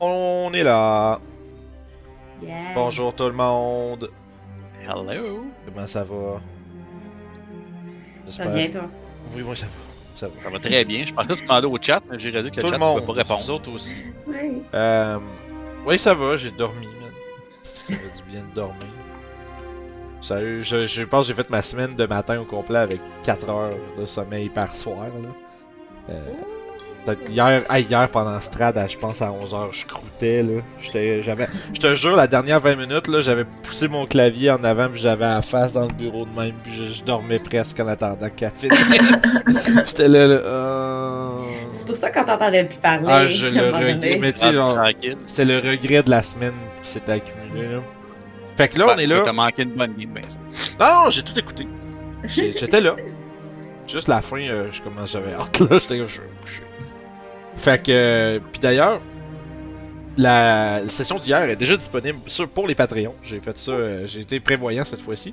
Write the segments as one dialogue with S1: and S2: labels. S1: on est là.
S2: Yeah.
S1: Bonjour tout le monde.
S3: Hello!
S1: Comment ça va?
S2: Ça va bien, toi?
S1: Oui, oui, ça va. Ça va.
S3: Ça va très bien. Je pensais que tu demandais au chat, mais j'ai réalisé que le
S1: tout
S3: chat
S1: le
S3: ne
S1: monde.
S3: pouvait pas répondre.
S1: Vous autres aussi.
S2: Oui.
S1: Euh, oui, ça va, j'ai dormi. man. Ça fait du bien de dormir. Sérieux, je, je pense que j'ai fait ma semaine de matin au complet avec 4 heures de sommeil par soir. Là. Euh, peut-être hier, ah, hier pendant Strad, à, je pense à 11h, je croûtais. Là. J'étais- j'avais, je te jure, la dernière 20 minutes, là, j'avais poussé mon clavier en avant, puis j'avais la face dans le bureau de même, puis je, je dormais presque en attendant qu'elle finisse. J'étais là, là. euh,
S2: C'est pour ça qu'on t'entendait plus parler.
S1: Ah, je le
S2: à un moment donné.
S1: regrette. Mais tu sais,
S3: Ah,
S1: genre,
S3: tranquille.
S1: c'était le regret de la semaine qui s'est accumulé. Là. Fait que là, on
S3: Bah,
S1: est
S3: tu vas
S1: là.
S3: te manquer une bonne game, ben ça.
S1: Non, non, j'ai tout écouté. J'ai- J'étais là. Juste la fin, euh, je commence, j'avais hâte là. J'étais comme, je vais me coucher. Fait que, euh, puis d'ailleurs, la session d'hier est déjà disponible sur, pour les Patreons. J'ai fait ça, euh, j'ai été prévoyant cette fois-ci.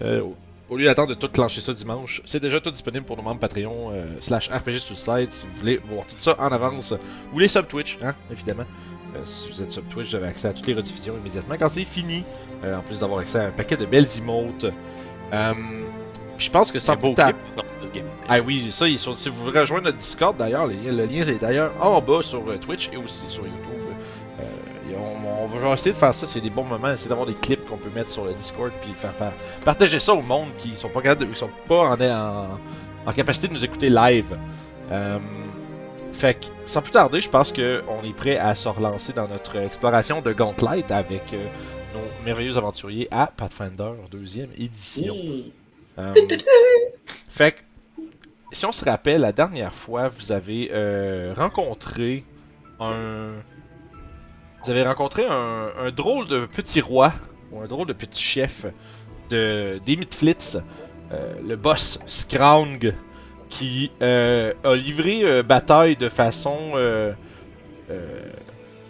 S1: Euh, au- au lieu d'attendre de tout clencher ça dimanche, c'est déjà tout disponible pour nos membres Patreon euh, slash RPG sur le site. Si vous voulez voir tout ça en avance, ou les sub Twitch, hein, évidemment. Euh, si vous êtes sub Twitch, vous avez accès à toutes les rediffusions immédiatement quand c'est fini. Euh, en plus d'avoir accès à un paquet de belles emotes. Euh, puis je pense que sans
S3: C'est beau
S1: ta-
S3: clip, c'est sorti de ce game.
S1: ah oui, ça, ils sont, si vous voulez rejoindre notre Discord, d'ailleurs, le, le lien est d'ailleurs en bas sur euh, Twitch et aussi sur YouTube. Euh, et on, on va essayer de faire ça, c'est des bons moments, essayer d'avoir des clips qu'on peut mettre sur le Discord, puis faire, par- partager ça au monde qui sont pas capables de- qui sont pas en, en- en capacité de nous écouter live. Euh, fait que, sans plus tarder, je pense qu'on est prêt à se relancer dans notre exploration de Gauntlet avec euh, nos merveilleux aventuriers à Pathfinder, deuxième édition.
S2: Yeah.
S1: Euh, fait que, si on se rappelle, la dernière fois, vous avez euh, rencontré un. Vous avez rencontré un, un drôle de petit roi, ou un drôle de petit chef de, des Midflits, euh, le boss Scraung, qui euh, a livré euh, bataille de façon euh, euh,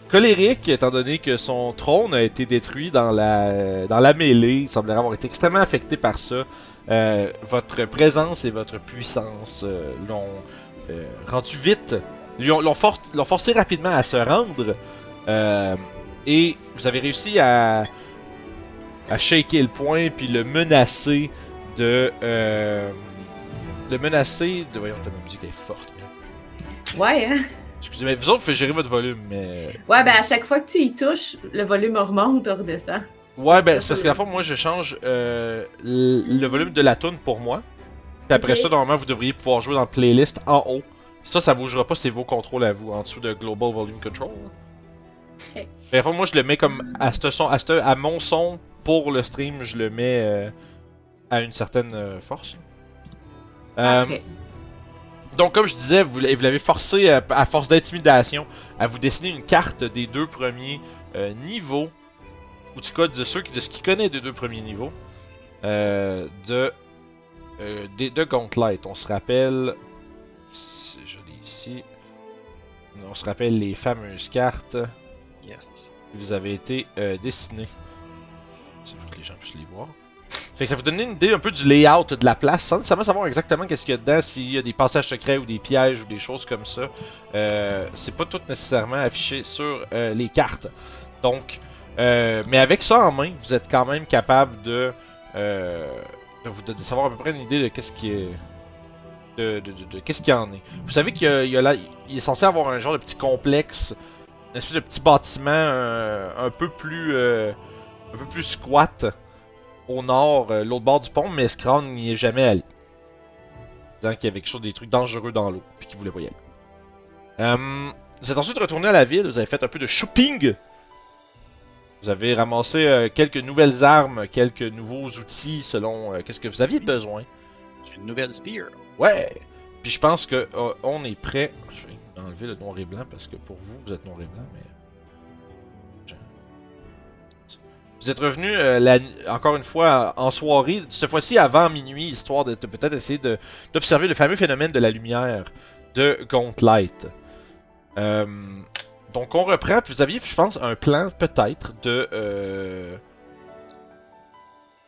S1: colérique, étant donné que son trône a été détruit dans la, dans la mêlée. Il semblerait avoir été extrêmement affecté par ça. Euh, votre présence et votre puissance euh, l'ont euh, rendu vite, lui ont- l'ont for- l'ont forcé rapidement à se rendre. euh, et vous avez réussi à, à shaker le point puis le menacer de. euh, le menacer de. Voyons, ta musique est forte. merde.
S2: Ouais, hein?
S1: Excusez, mais vous autres, faites gérer votre volume, mais. euh,
S2: Ouais, ben à chaque fois que tu y touches, le volume remonte, on redescend.
S1: Ouais, ben
S2: ça,
S1: c'est parce
S2: ça,
S1: qu'à la fois, moi, je change euh, l- le volume de la tune pour moi. Puis après
S2: Ok.
S1: ça, normalement, vous devriez pouvoir jouer dans la playlist en haut. Ça, ça bougera pas, c'est vos contrôles à vous, en dessous de Global Volume Control.
S2: Ok.
S1: Mais à la fois, moi, je le mets comme à, ce son, à, ce- à mon son pour le stream, je le mets euh, à une certaine euh, force. Euh,
S2: Parfait.
S1: donc, comme je disais, vous l'avez vous l'avez forcé, euh, à force d'intimidation, à vous dessiner une carte des deux premiers euh, niveaux, ou du cas de ceux qui- de ce qu'il connaît des deux premiers niveaux, euh, de, euh, des- de Gauntlet. On se rappelle. si Je l'ai ici. On se rappelle les fameuses cartes
S3: Yes.
S1: qui vous avaient été euh, dessinées. C'est pour que les gens puissent les voir. Fait que ça vous donne une idée un peu du layout de la place, sans nécessairement savoir exactement qu'est-ce qu'il y a dedans, s'il y a des passages secrets ou des pièges ou des choses comme ça. Euh, c'est pas tout nécessairement affiché sur euh, les cartes. Donc, euh, mais avec ça en main, vous êtes quand même capable de, euh, de vous de savoir à peu près une idée de qu'est-ce qui est, de, de- de- de qu'est-ce qu'il y en est. Vous savez qu'il y a- il y a là- il est censé avoir un genre de petit complexe, une espèce de petit bâtiment euh, un peu plus, euh, un peu plus squat au nord, euh, l'autre bord du pont, mais Scran n'y est jamais allé. Disant qu'il y avait quelque chose, des trucs dangereux dans l'eau, puis qu'il voulait pas y aller. Euh, vous êtes ensuite retourné à la ville, vous avez fait un peu de shopping. Vous avez ramassé euh, quelques nouvelles armes, quelques nouveaux outils selon euh, qu'est-ce que vous aviez besoin.
S3: J'ai une nouvelle spear.
S1: Ouais! Puis je pense que euh, on est prêt. Je vais enlever le noir et blanc parce que pour vous, vous êtes noir et blanc, mais. Je- Vous êtes revenu euh, la nu- encore une fois en soirée, cette fois-ci avant minuit, histoire de, de peut-être essayer de- d'observer le fameux phénomène de la lumière de Gauntlet. Euh, donc on reprend, puis vous aviez, je pense, un plan peut-être de. euh,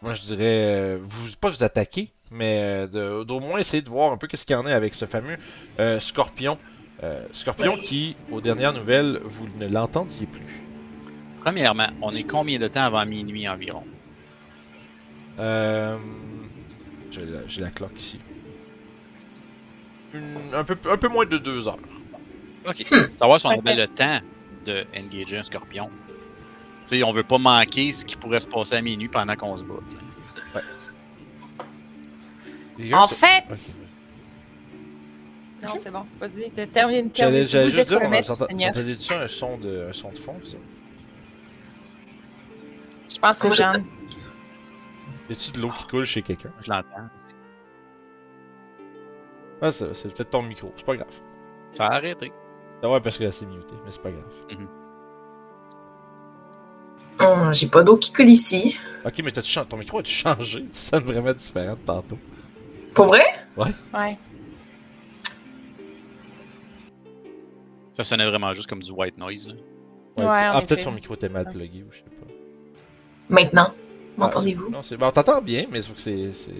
S1: moi je dirais, euh, vous pas vous attaquer, mais euh, de- d'au moins essayer de voir un peu qu'est-ce qu'il y en a avec ce fameux euh, scorpion Euh, Scorpion qui, aux dernières nouvelles, vous ne l'entendiez plus.
S3: Premièrement, on est combien de temps avant minuit environ?
S1: Euh, J'ai la, j'ai la cloque ici. Une- un, peu, un peu moins de deux heures.
S3: Ok. Savoir si on avait
S2: Ok.
S3: le temps de engager un scorpion. Tu sais, on veut pas manquer ce qui pourrait se passer à minuit pendant qu'on se bat. tu sais.
S1: Les gars,
S4: En
S1: ça-
S4: fait,
S1: Ok.
S4: non, c'est bon. Vas-y, te- termine, termine.
S1: J'allais j'allais
S4: Vous
S1: juste
S4: êtes
S1: dire,
S4: le
S1: on a-
S4: maître,
S1: j'entends-
S4: Seigneur.
S1: j'entendais ça un son de, un son de fond, ça?
S4: Je pense que c'est Jeanne.
S1: Y a-tu de l'eau qui coule chez quelqu'un?
S3: Je l'entends.
S1: Ah, ça- c'est peut-être ton micro, c'est pas grave.
S3: Ça a arrêté.
S1: Ah ouais, parce que là, c'est muté, mais c'est pas grave.
S5: Oh, J'ai pas d'eau qui coule ici.
S1: Ok, mais t'as-tu chan- ton micro a-tu changé? Tu sonnes vraiment différent de tantôt.
S5: Pour vrai?
S4: Ouais.
S3: Ça sonnait vraiment juste comme du white noise. hein. là.
S4: Ouais, en
S1: ah,
S4: effet.
S1: peut-être son micro était mal plugué ou je sais pas.
S5: Maintenant.
S1: Ah, c'est-
S5: M'entendez-vous?
S1: Non, c'est. Ben, on t'entend bien, mais sauf que c'est. C'est,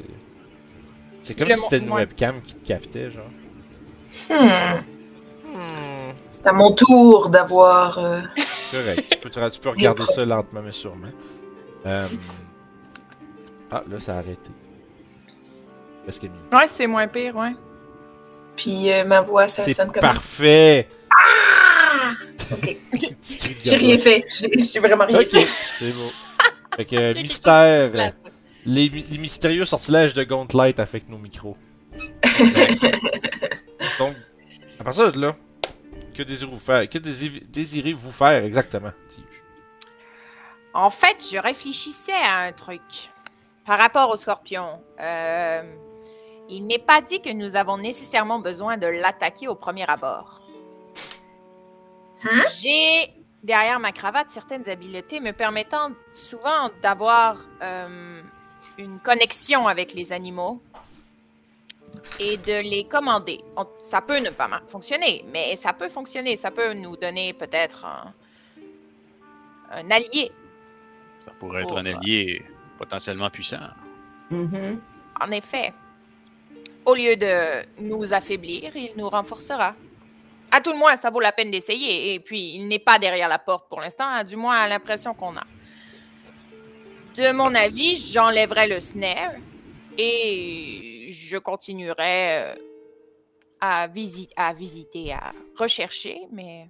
S1: c'est comme
S4: Le
S1: si c'était
S4: mon-
S1: une
S4: ouais.
S1: webcam qui te captait, genre.
S5: Hmm. C'est à mon tour d'avoir. euh,
S1: Correct. tu, peux te- tu peux regarder ça lentement, mais sûrement. Euh, Ah, là, ça a arrêté. Parce que
S4: Ouais, c'est moins pire, ouais.
S5: Puis euh, ma voix, ça
S1: C'est
S5: sonne comme.
S1: parfait!
S5: Ah! Ok.
S1: Petit cri de
S5: J'ai rien
S1: gargouille.
S5: fait. J'ai j'ai vraiment rien
S1: Ok,
S5: fait.
S1: c'est beau. Fait que euh, mystère, euh, les, les mystérieux sortilèges de Gauntlet avec nos micros. Donc, à partir de là, que désirez-vous faire Que désirez- désirez-vous faire exactement dis-je?
S4: En fait, je réfléchissais à un truc par rapport au scorpion. Euh, il n'est pas dit que nous avons nécessairement besoin de l'attaquer au premier abord.
S5: Hein?
S4: J'ai derrière ma cravate certaines habiletés me permettant souvent d'avoir euh, une connexion avec les animaux et de les commander. On- ça peut ne pas mar- fonctionner, mais ça peut fonctionner. Ça peut nous donner peut-être un- un allié.
S3: Ça pourrait être
S4: Oh,
S3: un allié potentiellement puissant.
S2: Mhm.
S4: En effet, au lieu de nous affaiblir, il nous renforcera. À tout le moins, ça vaut la peine d'essayer. Et puis, il n'est pas derrière la porte pour l'instant, hein, du moins à l'impression qu'on a. De mon avis, j'enlèverai le snare et je continuerai euh, à, visi- à visiter, à rechercher, mais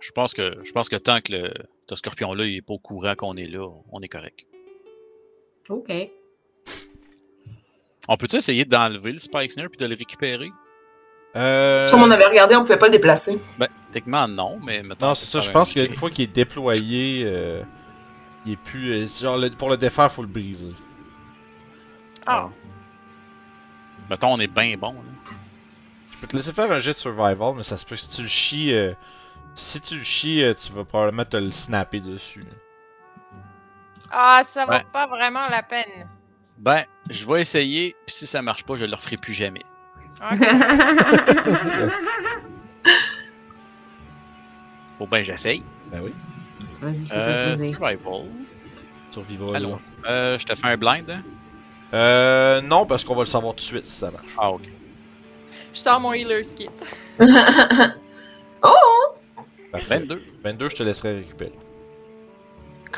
S3: Je pense que je pense que tant que le, ce scorpion-là il est pas au courant qu'on est là, on est correct.
S2: OK.
S3: On peut-tu essayer d'enlever le Spike Snare puis de le récupérer?
S1: Euh...
S5: Comme on avait regardé, on pouvait pas le déplacer.
S3: Ben, techniquement non, mais maintenant.
S1: Non, c'est ça, je pense qu'une fois qu'il est déployé, euh, il est plus. euh, c'est genre, le- pour le défaire, faut le briser.
S4: Ah.
S3: Mettons, on est bien bon. là.
S1: Je peux te laisser faire un jet de survival, mais ça se peut que si tu le chies. euh, si tu le chies, euh, tu vas probablement te le snapper dessus. hein.
S4: ah, ça vaut
S3: Ouais.
S4: pas vraiment la peine.
S3: Ben, je vais essayer, puis si ça marche pas, je le referai plus jamais.
S4: Ok.
S3: Faut bien que j'essaye.
S1: Ben oui,
S2: Vas-y, fais-toi
S3: Euh,
S2: plaisir.
S3: survival.
S1: survival.
S3: Allons. Euh, je te fais un blind. hein?
S1: Euh, non, parce qu'on va le savoir tout de suite si ça marche.
S3: Ah, ok.
S4: je sors mon healer's kit.
S1: Parfait.
S3: 22.
S1: 22, je te laisserai récupérer.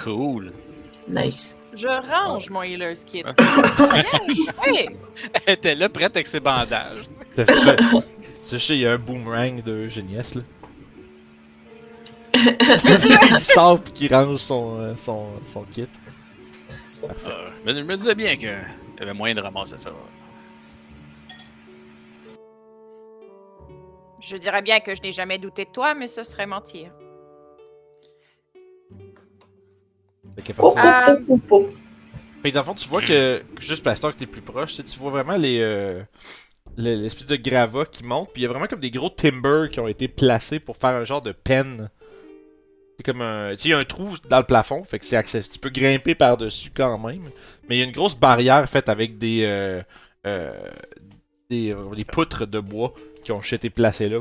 S3: Cool.
S5: Nice.
S4: Je range mon healer's kit.
S3: Ah.
S4: Bien joué!
S3: Elle était là prête avec ses bandages.
S1: C'est fait. C'est chier, il y a un boomerang de Génies là. qui sort pis qui range son, euh, son, son kit.
S3: Euh, mais je me disais bien qu'il y avait moyen de ramasser ça.
S4: Je dirais bien que je n'ai jamais douté de toi, mais ce serait mentir.
S1: Fait qu'à
S5: Oh,
S1: partir de-
S5: oh, oh, oh, oh.
S1: Fait que dans le fond, tu vois que, que juste parce que t'es plus proche, tu sais, tu vois vraiment les euh, le- l'espèce de gravats qui monte, puis il y a vraiment comme des gros timbers qui ont été placés pour faire un genre de penne. C'est comme un, tu sais, il y a un trou dans le plafond, fait que c'est accessible. Tu peux grimper par dessus quand même, mais il y a une grosse barrière faite avec des euh, euh, des, euh, des poutres de bois qui ont juste été placées là.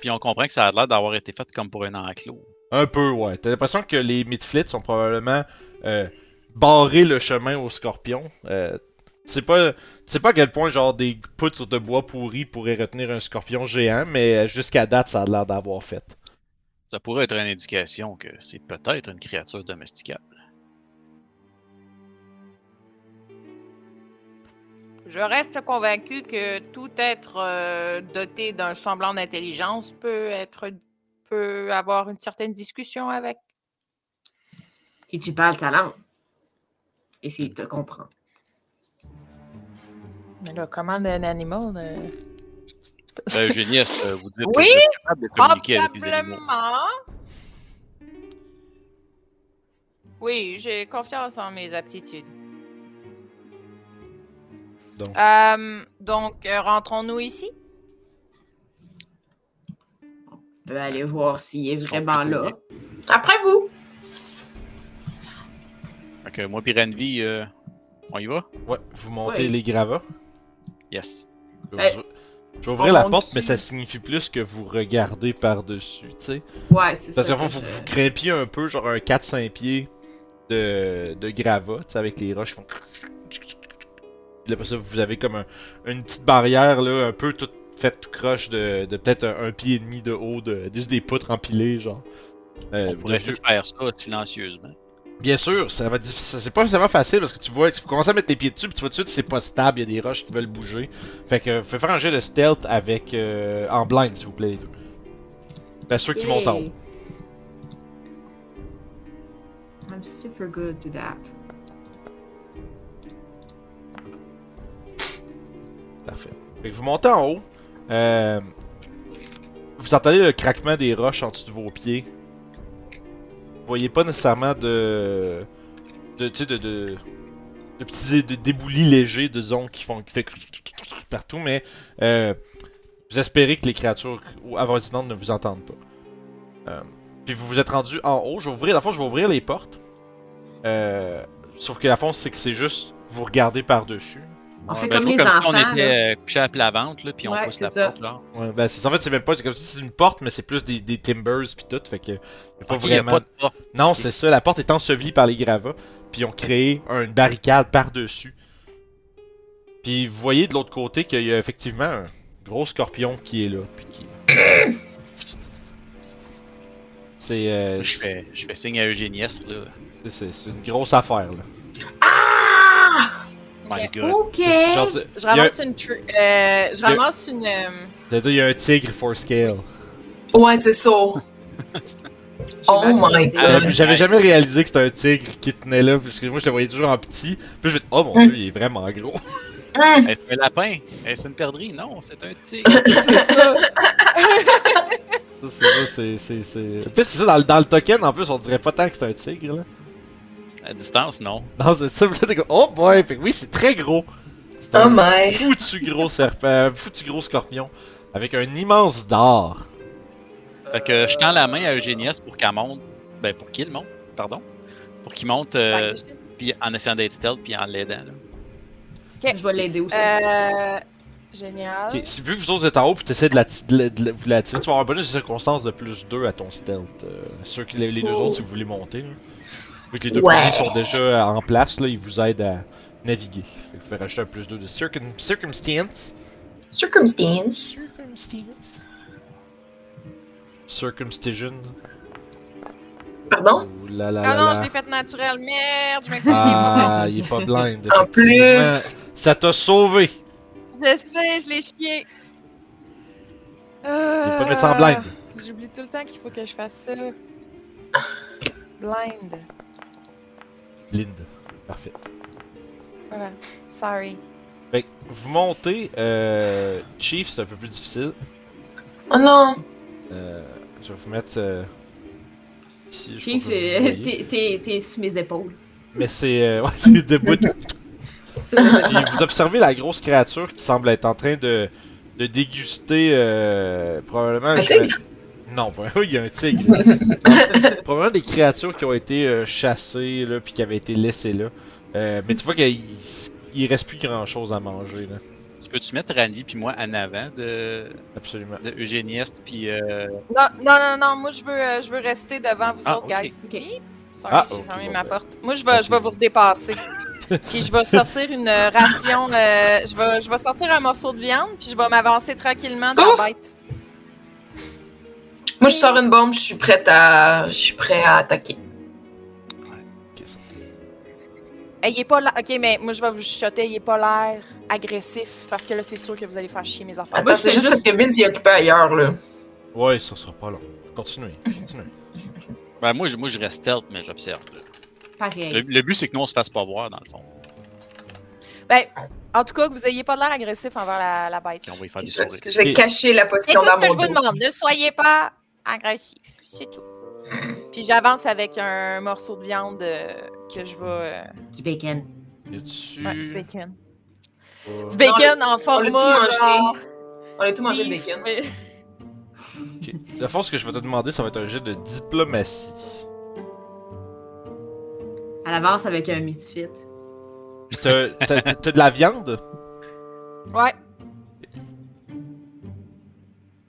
S3: Puis on comprend que ça a l'air d'avoir été fait comme pour un enclos.
S1: Un peu, ouais. T'as l'impression que les midflits sont probablement euh, barré le chemin au scorpion. Euh, Tu sais pas, tu sais pas à quel point genre des poutres de bois pourri pourraient retenir un scorpion géant, mais euh, jusqu'à date, ça a l'air d'avoir fait.
S3: Ça pourrait être une indication que c'est peut-être une créature domesticable.
S4: Je reste convaincu que tout être euh, doté d'un semblant d'intelligence peut être peut avoir une certaine discussion avec.
S6: Si tu parles ta langue. Et s'il te comprend.
S4: Mais là, comment un animal
S3: Euh, Eugénie, est-ce que vous dites que
S4: Oui,
S3: vous êtes capable de communiquer avec les animaux?
S4: Probablement. Oui, j'ai confiance en mes aptitudes.
S1: Donc.
S4: Euh, donc, euh, rentrons-nous ici.
S6: peut aller voir s'il est
S3: Je
S6: vraiment
S3: comprends,
S6: là.
S5: Après vous.
S3: Fait que moi, Piranvi, euh, on y va?
S1: Ouais, vous montez
S6: Ouais.
S1: les gravats.
S3: Yes.
S1: Je
S2: Ben,
S1: vais- je vais ouvrir la
S2: on
S1: porte,
S2: monte
S1: mais
S2: dessus.
S1: ça signifie plus que vous regardez par-dessus, tu sais.
S2: Ouais, c'est ça.
S1: Parce qu'en fond,
S2: que
S1: vous,
S2: je-
S1: vous grimpiez un peu, genre un 4-5 pieds de, de gravats, tu sais, avec les roches qui font. Puis après ça, vous avez comme un- une petite barrière, là, un peu toute faite tout croche de, de peut-être un, un pied et demi de haut, de, juste des poutres empilées, genre. Euh,
S3: On pourrait essayer de faire ça silencieusement.
S1: Bien sûr, ça va être difficile. C'est pas vraiment facile parce que tu vois, tu commences à mettre tes pieds dessus, puis tu vois tout de suite c'est pas stable, il y a des roches qui veulent bouger. Fait que euh, fais faire un jeu de stealth avec euh, en blind s'il vous plaît les deux. Ben ceux qui
S2: Yay.
S1: montent en haut.
S6: I'm super good to that.
S1: Parfait. Fait que vous montez en haut. Euh, vous entendez le craquement des roches en dessous de vos pieds. Vous voyez pas nécessairement de. de. tu sais, de. de, de petits de déboulis légers de zones qui font. qui fait partout, mais. euh, vous espérez que les créatures ou avoisinantes ne vous entendent pas. Euh, puis vous vous êtes rendu en haut. Je vais ouvrir. Dans le fond, je vais ouvrir les portes. Euh, sauf que la fond, c'est que c'est juste vous regardez par-dessus.
S6: On
S3: Ouais,
S6: fait
S3: ben,
S6: comme
S3: je trouve
S6: les
S3: comme si
S6: enfants,
S3: on était euh, couché à plat ventre, là, puis on
S2: Ouais,
S3: pousse
S2: c'est
S3: la
S2: ça.
S3: porte, là.
S1: Ouais, ben c'est en fait c'est même pas c'est comme si c'était une porte mais c'est plus des, des timbers puis tout fait que y a pas
S3: Ok, y a
S1: vraiment
S3: pas de porte.
S1: non c'est ça la porte est ensevelie par les gravats puis ils ont créé une barricade par dessus puis vous voyez de l'autre côté qu'il y a effectivement un gros scorpion qui est là puis qui c'est euh,
S3: Je fais, je fais signe à Eugénie, est, là.
S1: c'est- c'est c'est une grosse affaire là
S3: My
S4: Ok.
S3: God.
S6: OK.
S1: genre c'est-
S4: Je
S1: il y a-
S4: ramasse une. tru- euh, je
S1: a-
S4: ramasse une. euh,
S1: j'allais dire, il y a un tigre for scale
S5: Ouais, c'est ça. oh my
S3: Ah,
S1: J'avais-
S5: god.
S1: J'avais jamais réalisé que c'était un tigre qui tenait là, parce que moi je le voyais toujours en petit. Puis je me dis, oh mon dieu, il est vraiment gros.
S5: Hum,
S3: Est-ce un lapin? Est-ce une perdrix? Non, c'est un tigre.
S1: Ça, c'est ça, c'est- c'est. c'est- En plus, c'est ça, dans, le- dans le token, en plus, on dirait pas tant que c'est un tigre, là.
S3: À distance, non.
S1: Non, c'est ça, puis là, t'es comme, oh boy! Fait que oui, c'est très gros! C'est
S5: Oh
S1: un
S5: my.
S1: foutu gros serpent, un foutu gros scorpion, avec un immense dard.
S3: Fait que je tends la main à Eugéniès pour qu'elle monte. Ben, pour qu'il monte, pardon. Pour qu'il monte, euh, puis en essayant d'être stealth, puis en l'aidant. là.
S6: Je vais l'aider aussi.
S4: euh,
S5: Ah.
S4: génial.
S1: Ok, si vu que vous autres êtes en haut, puis t'essaies de la, ti- de la- de la- vous la tirer, tu vas avoir un bonus de circonstance de plus 2 à ton stealth. euh, ceux qui, les, les deux
S5: Oh.
S1: autres, si vous voulez monter, là. Vu que les deux
S5: Ouais.
S1: premiers sont déjà euh, en place, là, ils vous aident à naviguer. Fait que vous pouvez rajouter un plus 2 de circum- circumstance.
S5: Circumstance.
S1: Circumstance. Circumcision.
S5: Pardon?
S1: Ouh là là
S4: Ah
S1: là
S4: non,
S1: là.
S4: je l'ai faite naturelle. Merde, je m'excuse.
S1: Ah, il est pas blind.
S5: En
S1: effectivement.
S5: plus.
S1: Ça t'a sauvé.
S4: Je sais, je l'ai chié.
S1: Il
S4: Euh,
S1: peut mettre ça en blind.
S4: J'oublie tout le temps qu'il faut que je fasse ça. Blind.
S1: Blind. Parfait.
S4: Voilà. Sorry.
S1: Fait que vous montez. Euh, Chief, c'est un peu plus difficile.
S5: Oh non.
S1: Euh, je vais vous mettre. euh, ici, je
S2: Chief,
S1: crois que vous
S2: euh,
S1: voyez.
S2: t'es- t'es t'es sous mes épaules.
S1: Mais c'est. euh, ouais, c'est debout.
S2: Sous mes épaules.
S1: Puis vous observez la grosse créature qui semble être en train de, de déguster euh, probablement.
S5: Un
S1: je-
S5: tigre?
S1: Non, pas- oui, il y a un tigre. Donc, probablement des créatures qui ont été euh, chassées là, puis qui avaient été laissées là. Euh, mais tu vois qu'il il reste plus grand chose à manger là.
S3: Tu peux-tu mettre Ranvi puis moi en avant de,
S1: Absolument.
S3: de Eugéniest, puis euh,
S4: Non, non, non, non. Moi, je veux, euh, je veux rester devant vous
S3: Ah,
S4: autres,
S3: ok.
S4: guys.
S2: Ok.
S4: Bip. Sorry,
S1: Ah,
S4: j'ai
S1: ok,
S4: fermé
S1: bon,
S4: ma
S1: ben.
S4: porte. Moi, je vais, je vais vous redépasser. Puis je vais sortir une euh, ration, euh, je, vais, je vais sortir un morceau de viande, puis je vais m'avancer tranquillement dans
S5: Oh!
S4: la bête.
S5: Moi, je sors une bombe, je suis prête à, je suis prêt à attaquer.
S1: Ok, ça.
S4: Eh, Il est pas là. Ok, mais moi je vais vous chuchoter, il est pas l'air agressif, parce que là c'est sûr que vous allez faire chier mes enfants.
S5: Attends,
S2: je
S5: Ah, c'est
S2: fais
S5: juste,
S2: juste-
S5: parce que Vince il est occupé ailleurs, là.
S1: Ouais, ça sera pas long. Continuez, continuez.
S3: Ben, moi, je, moi, je reste stealth, mais j'observe. là. Le,
S6: Pareil.
S3: le but, c'est que nous, on se fasse pas voir, dans le fond.
S4: En tout cas, que vous ayez pas l'air agressif envers la, la bête.
S3: Puis on va y faire des
S5: Je
S3: sourires.
S5: vais, je vais
S1: Et-
S5: cacher la
S4: C'est
S5: potion
S4: tout
S5: dans
S4: ce que
S5: mon
S4: je vous
S5: dos.
S4: demande. Ne soyez pas agressif. C'est tout.
S5: Hmm.
S4: Puis j'avance avec un morceau de viande euh, que je vais. euh,
S6: Du bacon.
S1: Y a-tu.
S5: Hmm.
S4: ouais, du bacon.
S1: euh,
S4: Du bacon en
S5: l'a tout
S4: format.
S5: mangé.
S4: genre,
S5: On a tout mangé le
S4: beef,
S5: bacon.
S4: mais-
S1: ok. La force que je vais te demander, ça va être un jet de diplomatie.
S6: À l'avance avec un misfit.
S1: T'as t'as- t'as de la viande?
S4: Ouais,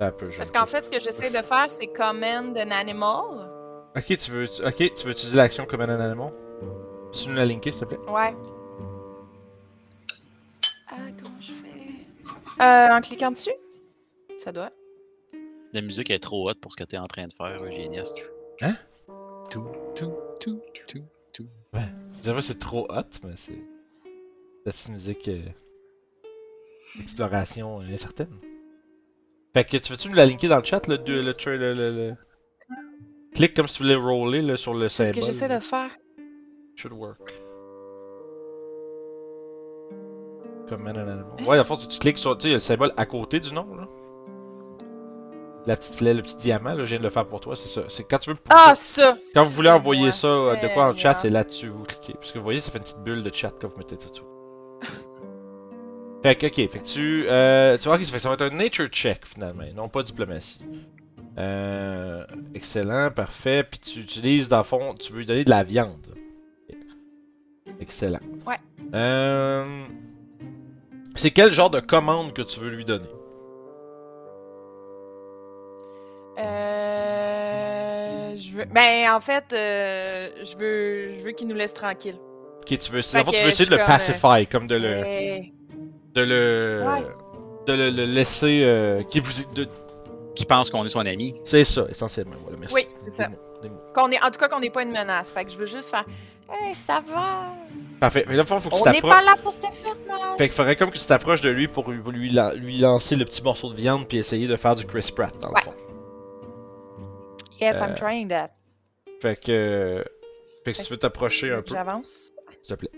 S1: Un peu, je-
S4: parce qu'en fait, ce que j'essaie de faire, c'est command an animal.
S1: Ok, tu veux, tu- ok, tu veux utiliser l'action comme un animal? Tu nous la linker, s'il te plaît?
S4: Ouais. Ah, comment je fais Euh, En cliquant dessus Ça doit.
S3: La musique est trop haute pour ce que t'es en train de faire, Eugénius.
S1: Hein?
S3: Tout, tout, tout, tout.
S1: J'avoue, c'est trop hot, mais c'est. La petite musique. euh, Exploration euh, incertaine. Fait que tu veux-tu nous la linker dans le chat, le, le, le, tra- le, le, le- Clique comme si tu voulais roller là, sur le
S4: C'est ce
S1: symbole.
S4: que j'essaie de faire.
S1: Should work. Comme man and animal. Ouais, en fait, si tu cliques sur tu sais, il y a le symbole à côté du nom, là. La petite lettre, le petit diamant, là, je viens de le faire pour toi, c'est ça. C'est quand tu veux.
S4: Ah, ça
S1: Quand vous voulez envoyer ça
S4: excusez-moi,
S1: euh, de quoi en chat,
S4: Seigneur.
S1: c'est là-dessus que vous cliquez. Parce que vous voyez, ça fait une petite bulle de chat quand vous mettez ça dessus. fait que, ok, fait que tu. Euh, tu vois, ok, ça fait que ça va être un nature check finalement, et non pas diplomatie. Euh, excellent, parfait. Puis tu utilises dans le fond, tu veux lui donner de la viande. Ok. Excellent.
S4: Ouais.
S1: Euh, c'est quel genre de commande que tu veux lui donner
S4: Euh, je veux... Ben, en fait, euh, je veux, je veux qu'il nous laisse tranquille.
S1: Ok, tu veux, dans le fond,
S4: que
S1: tu veux essayer
S4: je
S1: de le
S4: suis comme, euh,
S1: pacifier, comme de le.
S4: Eh,
S1: de le
S4: Ouais.
S1: de le, le laisser euh, qui vous de-
S3: Qui pense qu'on est son ami.
S1: c'est ça essentiellement voilà merci
S4: Oui, c'est ça.
S1: Des mots, des mots.
S4: Qu'on est... En tout cas, qu'on n'est pas une menace. Fait que je veux juste faire. Eh, ça va.
S1: parfait mais là faut faut que tu
S4: On n'est pas
S1: t'approches
S4: là pour te faire mal.
S1: fait qu'il faudrait comme que tu t'approches de lui pour lui, lui lan- lui lancer le petit morceau de viande puis essayer de faire du Chris Pratt dans le
S4: Ouais.
S1: fond
S4: Yes,
S1: Euh,
S4: I'm trying that.
S1: fait que euh, fait que si tu veux t'approcher un peu
S4: J'avance.
S1: s'il te plaît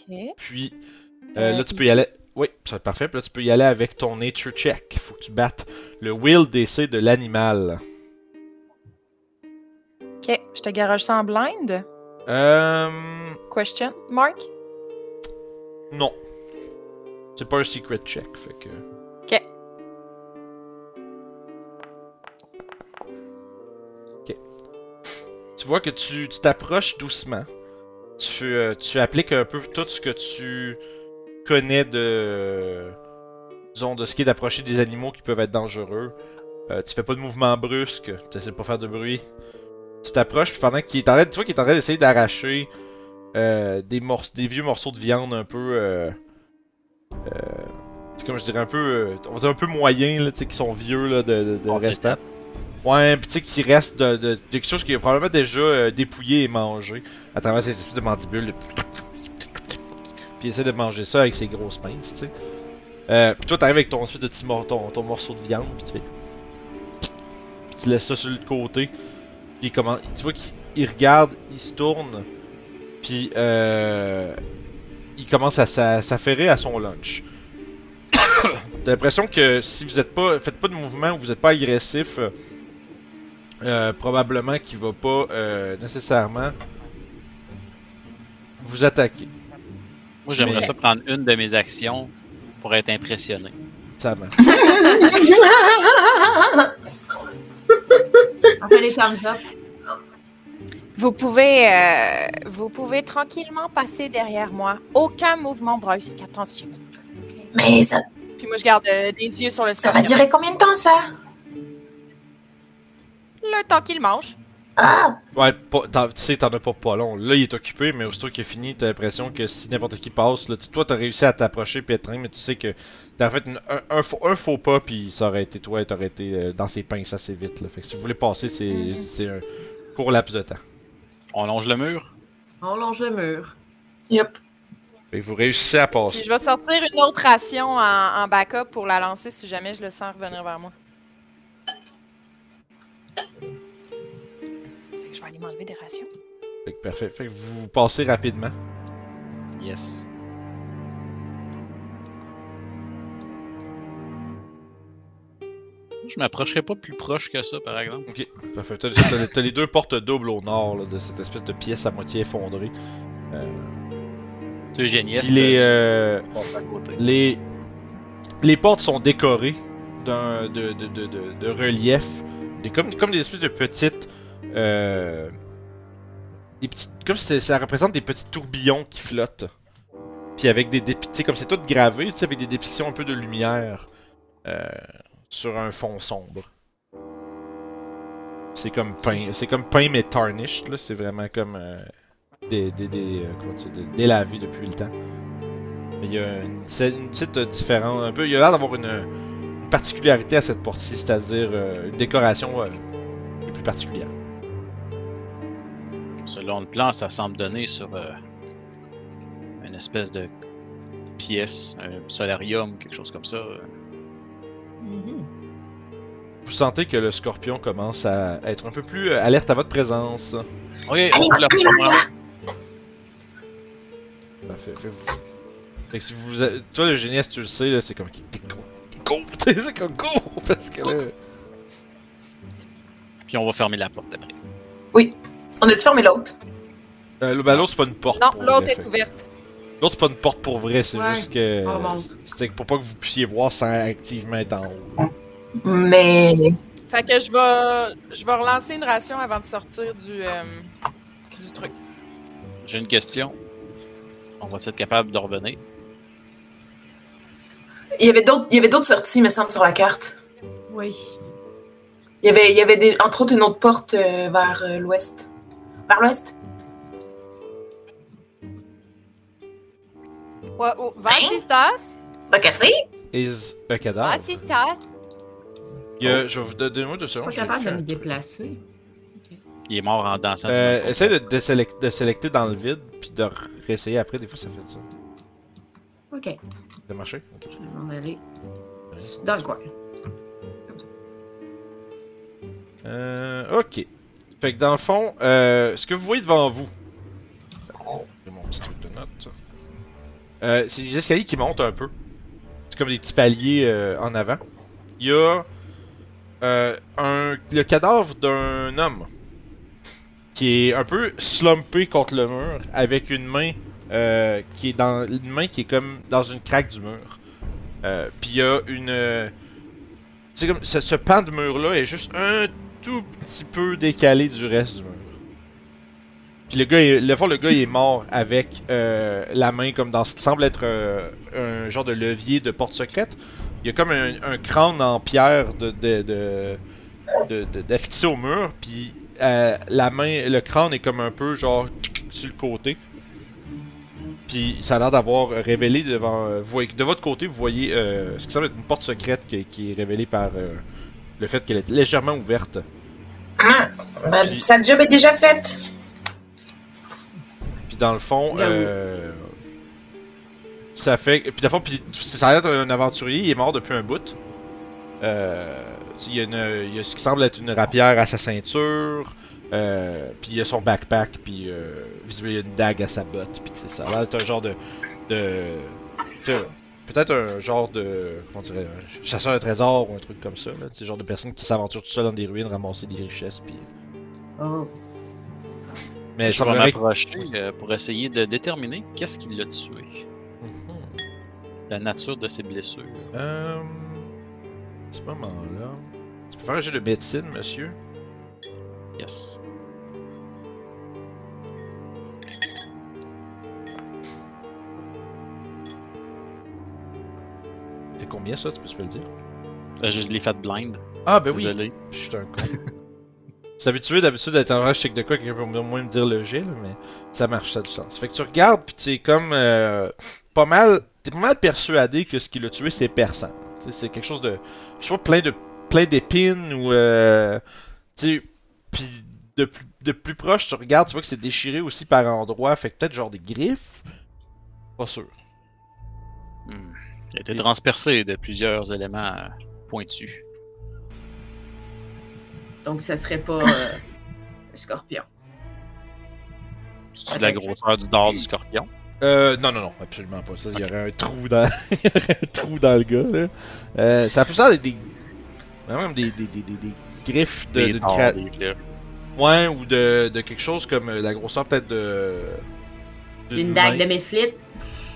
S4: Ok.
S1: puis euh,
S4: Euh,
S1: là tu peux y
S4: ici.
S1: aller oui ça va être parfait puis là tu peux y aller avec ton nature check faut que tu battes le will DC de l'animal
S4: Ok, je te garage sans blind.
S1: euh
S4: Question mark.
S1: Non. C'est pas un secret check, fait que.
S4: Ok.
S1: Ok. Tu vois que tu tu t'approches doucement. Tu, euh, tu appliques un peu tout ce que tu connais de. Disons, de ce qui est d'approcher des animaux qui peuvent être dangereux. Euh, tu fais pas de mouvement brusque, tu essaies de pas faire de bruit. Tu t'approches, puis pendant qu'il est en train, tu vois qu'il est en train d'essayer d'arracher euh, des, morce- des vieux morceaux de viande un peu. euh, euh, c'est comme je dirais un peu. euh, on va dire un peu moyen, là, tu sais, qui sont vieux, là, de, de, de
S3: On
S1: restant. Ouais, pis tu sais, qui reste de, de- de quelque chose qui est probablement déjà euh, dépouillé et mangé à travers ces espèces de mandibules. là. Puis il essaie de manger ça avec ses grosses pinces, tu sais. Euh, pis toi, t'arrives avec ton espèce de petit mor- ton, ton morceau de viande, pis tu fais. Pis tu laisses ça sur le côté. Puis comment. Tu vois qu'il il regarde, il se tourne. Puis euh, il commence à s'a- s'affairer à son lunch. T'as l'impression que si vous êtes pas, faites pas de mouvement ou vous êtes pas agressif, euh, euh, probablement qu'il va pas euh, nécessairement vous attaquer.
S3: Moi, j'aimerais
S1: Mais-
S3: ça prendre une de mes actions pour être impressionné.
S1: Ça marche.
S6: On fait les thumbs up.
S4: Vous pouvez, euh, vous pouvez tranquillement passer derrière moi. Aucun mouvement brusque, attention.
S5: Mais ça,
S4: Puis moi, je garde euh, des yeux sur le
S5: ça
S4: sol.
S5: va durer combien de temps, ça?
S4: Le temps qu'il mange.
S5: Ah,
S1: Ouais, pas- t'en- tu sais, t'en as pas pas long. Là, il est occupé, mais aussitôt qu'il a fini, t'as l'impression que si n'importe qui passe, là, tu- toi, t'as réussi à t'approcher puis à te traîner, mais tu sais que t'as fait une- un, un faux, un faux pas, puis ça aurait été toi, et t'aurais été euh, dans ses pinces assez vite. Là. Fait que si vous voulez passer, c'est
S4: Mhm.
S1: c'est un court laps de temps.
S3: On longe le mur.
S6: On longe le mur.
S5: yep.
S1: Fait que vous réussissez à
S4: Puis
S1: passer.
S4: je vais sortir une autre ration en, en backup pour la lancer si jamais je le sens revenir vers moi. Fait que Je vais aller m'enlever des rations.
S1: Fait que parfait. Fait que vous passez rapidement.
S3: Yes. Je m'approcherai pas plus proche que ça, par exemple.
S1: Ok, parfait. T'as, t'as- t'as les deux portes doubles au nord là, de cette espèce de pièce à moitié effondrée. Euh,
S3: Tu es génial.
S1: Puis les, euh,
S3: à côté.
S1: Les, les portes sont décorées d'un, de, de, de, de, de reliefs, des, comme, comme des espèces de petites. euh, des petites comme c'était- ça représente des petits tourbillons qui flottent. Puis avec des. dép- tu sais, comme c'est tout gravé, tu sais, avec des dépictions un peu de lumière euh, sur un fond sombre. C'est comme peint, c'est comme peint mais tarnished, là. C'est vraiment comme. euh, des, des, des, euh, comment tu dis, des- délavé depuis le temps. Mais il y a une, c'est une petite euh, différence. Un peu, il y a l'air d'avoir une, une particularité à cette porte-ci, c'est-à-dire euh, une décoration euh, un peu plus particulière.
S3: Selon le plan, ça semble donner sur euh, une espèce de pièce, un solarium, quelque chose comme ça.
S1: Mhm. Vous sentez que le scorpion commence à être un peu plus euh, alerte à votre présence.
S3: Ok, on peut la prendre.
S1: Parfait. Fait que vous- fait que si vous. a- Toi, le génie, si tu le sais, là, c'est comme. T'es go! T'es go! T'sais, c'est comme go! Parce que là. euh,
S3: Puis on va fermer la porte après.
S5: On a-tu fermé l'autre?
S1: Euh, le- ben, l'autre, c'est pas une porte.
S4: Non,
S1: pour
S4: l'autre
S1: vrai,
S4: est
S1: fait-
S4: ouverte.
S1: L'autre, c'est pas une porte pour vrai, c'est
S6: Ouais.
S1: juste que.
S6: On remonte.
S1: C'était pour pas que vous puissiez voir sans activement être en haut.
S5: Mais.
S4: Fait que je vais, je vais relancer une ration avant de sortir du, euh, du truc.
S3: J'ai une question. On va être capable d'en revenir?
S5: Il y avait d'autres, il y avait d'autres sorties, me semble, sur la carte.
S6: Oui.
S5: Il y avait, il y avait des- entre autres une autre porte euh, vers euh, l'ouest. Vers l'ouest?
S4: Ouais, oh,
S5: Hein?
S4: Vasistas,
S5: T'as cassé?
S1: Is a cadavre.
S4: Vasistas.
S1: Il y a- je vais vous donner moi deux
S6: Je suis
S1: secondes.
S6: pas
S1: j'ai
S6: capable
S1: fait
S6: de
S1: un
S6: me
S1: truc.
S6: déplacer.
S3: Il est mort en dansant. tu
S1: Euh,
S3: vois.
S1: essaye de, déselec- de sélecter dans le vide, puis de réessayer après. Des fois, ça fait ça.
S6: Ok.
S1: Ça a marché? Ok.
S6: Je vais m'en aller dans le coin.
S1: Euh, ok. Fait que dans le fond, euh, ce que vous voyez devant vous. J'ai mon petit truc de notes. Euh, c'est des escaliers qui montent un peu. C'est comme des petits paliers euh, en avant. Il y a euh, un, le cadavre d'un homme qui est un peu slumpé contre le mur avec une main euh, qui est dans une main qui est comme dans une craque du mur. Euh, Puis il y a une euh, c'est comme ce, ce pan de mur là est juste un tout petit peu décalé du reste du mur. Puis le gars, est- le fond, le gars il est mort avec euh, la main comme dans ce qui semble être euh, un genre de levier de porte secrète. Il y a comme un, un crâne en pierre de de de- de- de- d'affixé au mur. Puis euh, la main, le crâne est comme un peu genre sur le côté. Puis ça a l'air d'avoir révélé devant. euh, vous voyez- de votre côté, vous voyez euh, ce qui semble être une porte secrète qui, qui est révélée par euh, le fait qu'elle est légèrement ouverte.
S5: Ah, ben, sa job est déjà faite.
S1: Puis dans le fond,
S6: Bien
S1: euh, ça fait. Puis dans le fond, puis ça a l'air d'un aventurier, il est mort depuis un bout. Euh, il, y a une- il y a ce qui semble être une rapière à sa ceinture. Euh, puis il y a son backpack, puis euh, visiblement, il y a une dague à sa botte. Puis tu sais, ça a l'air d'être un genre de. de tu sais, Peut-être un genre de. Comment dirait Chasseur de trésors ou un truc comme ça. là. Tu sais, genre de personne qui s'aventure tout seul dans des ruines, ramasser des richesses. Puis...
S6: Oh.
S1: Mais
S3: je vais
S1: semblerait que-
S3: m'approcher euh, pour essayer de déterminer qu'est-ce qui l'a tué.
S1: Mhm.
S3: La nature de ses blessures.
S1: Euh, à ce moment-là. Tu peux faire un jeu de médecine, monsieur.
S3: Yes.
S1: C'est combien ça, tu peux, tu peux le dire?
S3: Euh, je l'ai fait blind.
S1: Ah, ben oui.
S3: Désolé.
S1: Je suis un con. suis habitué d'habitude d'être en rush check de quoi, quelqu'un peut au moins me dire le G, là, mais ça marche, ça a du sens. Fait que tu regardes, puis tu es comme euh, pas mal, t'es pas mal persuadé que ce qui l'a tué, c'est personne. Tu sais, c'est quelque chose de, je trouve plein de, plein d'épines ou, euh, tu sais, puis de plus, de plus proche, tu regardes, tu vois que c'est déchiré aussi par endroits, fait que peut-être genre des griffes, pas sûr.
S3: Hmm. Il a été transpercé de plusieurs éléments euh, pointus.
S6: Donc, ça serait pas euh, un scorpion.
S3: C'est de la grosseur du dard du scorpion.
S1: Euh, non, non, non, absolument pas. Ça, il y aurait un trou dans, il y aurait un trou dans le gars. Là. Euh, ça a plus l'air des, des, vraiment comme des, des, des, des, des griffes de,
S3: Des
S1: d'une
S3: dards,
S1: cra-
S3: des griffes.
S1: ouais, ou de, de quelque chose comme euh, la grosseur peut-être de
S6: Une dague de
S1: main.
S6: mes flittes.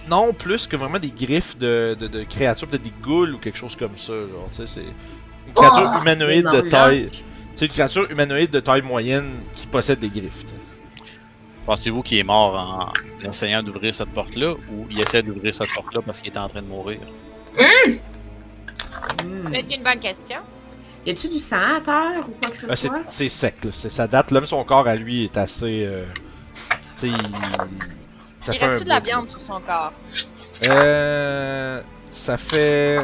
S1: Non, plus que vraiment des griffes de, de, de créatures, peut-être des ghouls ou quelque chose comme ça. Genre, tu sais, c'est une créature
S5: Oh,
S1: humanoïde
S6: Ah! des
S1: de taille.
S6: morlocs.
S1: C'est une créature humanoïde de taille moyenne qui possède des griffes. tu sais.
S3: Pensez-vous qu'il est mort en essayant d'ouvrir cette porte-là ou il essaie d'ouvrir cette porte-là parce qu'il était en train de mourir?
S6: Hmm.
S4: C'est une bonne question.
S6: Y a-tu du sang à terre ou quoi que ce
S1: Ah, c'est-
S6: soit?
S1: c'est sec, là. C'est- ça date. L'homme, son corps à lui est assez. Euh, tu sais, il- ça
S4: il
S1: fait un
S4: reste de la
S1: bout, là.
S4: viande sur son corps?
S1: Euh. Ça fait.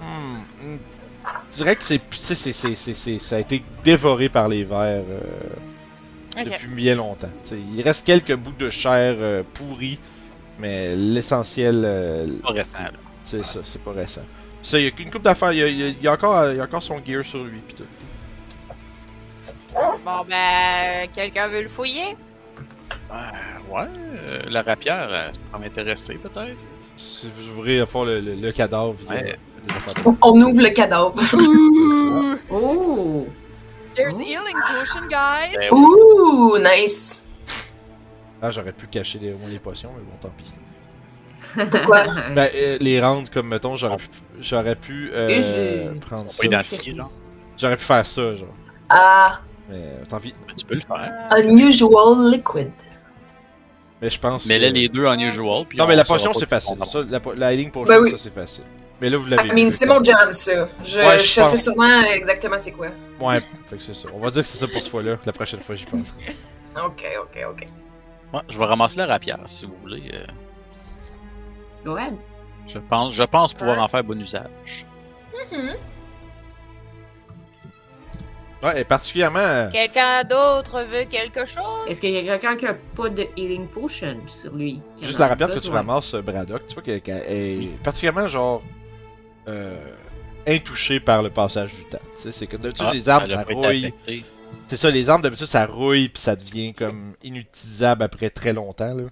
S1: Hmm. hmm. Je dirais que c'est, c'est, c'est, c'est, c'est, c'est- ça a été dévoré par les vers euh,
S4: Ok.
S1: depuis bien longtemps. Tu sais, il reste quelques bouts de chair euh, pourris, mais l'essentiel, euh,
S3: Pas récent, là.
S1: c'est ça, c'est pas récent. Ça, il y a qu'une coupe d'affaires, il y a, il y a- il y a encore, euh, il y a encore son gear sur lui. Pis tout.
S4: Bon, ben, quelqu'un veut le fouiller?
S3: Ouais, euh, la rapière, euh, ça pourrait m'intéresser peut-être.
S1: Si vous ouvrez à fond le, le- le cadavre, il y a
S3: Ouais.
S1: des affaires de-
S5: On ouvre le cadavre.
S6: Oh!
S4: There's
S6: Oh.
S4: healing potion, guys!
S3: Ben,
S5: Ouh, nice.
S1: Ah, j'aurais pu cacher les, au moins les potions, mais bon, tant pis.
S5: Pourquoi?
S1: Ben, euh, les rendre comme mettons, j'aurais pu, j'aurais pu euh,
S6: Et j'ai-
S1: prendre
S3: Ils sont
S1: ça.
S3: pas identifiés, genre.
S1: J'aurais pu faire ça, genre.
S5: Ah,
S1: Mais euh, tant pis.
S3: Ben, Tu peux le faire.
S4: Euh,
S5: unusual liquid.
S1: Mais je pense.
S3: Mais là,
S1: que-
S3: les deux unusual. Puis
S1: Non,
S3: on
S1: mais la
S3: saura
S1: potion,
S3: pas
S1: c'est
S3: tout le
S1: facile.
S3: monde.
S1: Ça, la, po- la healing potion,
S5: Ben oui.
S1: ça, c'est facile. Mais là, vous l'avez.
S5: I mean,
S1: vu,
S5: c'est
S1: comme-
S5: mon jam, ça. Je,
S1: Ouais,
S5: je
S1: je
S5: sais
S1: pense.
S5: sûrement exactement c'est quoi.
S1: Ouais, fait que c'est ça. On va dire que c'est ça pour ce fois-là. La prochaine fois, j'y penserai.
S5: Ok, ok, ok.
S3: Ouais, je vais ramasser la rapière si vous voulez. euh,
S6: Ouais.
S3: Je pense, je pense pouvoir en faire bon usage.
S1: Ouais, et particulièrement. euh,
S4: Quelqu'un d'autre veut quelque chose?
S6: Est-ce qu'il y a quelqu'un qui a pas de healing potion sur lui? Qui en
S1: Juste la
S6: a
S1: rapière que tu
S6: besoin?
S1: ramasses, euh, Braddock, tu vois qu'elle qu'elle est particulièrement genre. Euh, intouchée par le passage du temps. Tu sais, c'est comme d'habitude,
S3: Ah,
S1: les arbres,
S3: elle a
S1: ça
S3: pas été
S1: rouille.
S3: affectée.
S1: C'est ça, les arbres d'habitude ça rouille puis ça devient comme inutilisable après très longtemps. Là.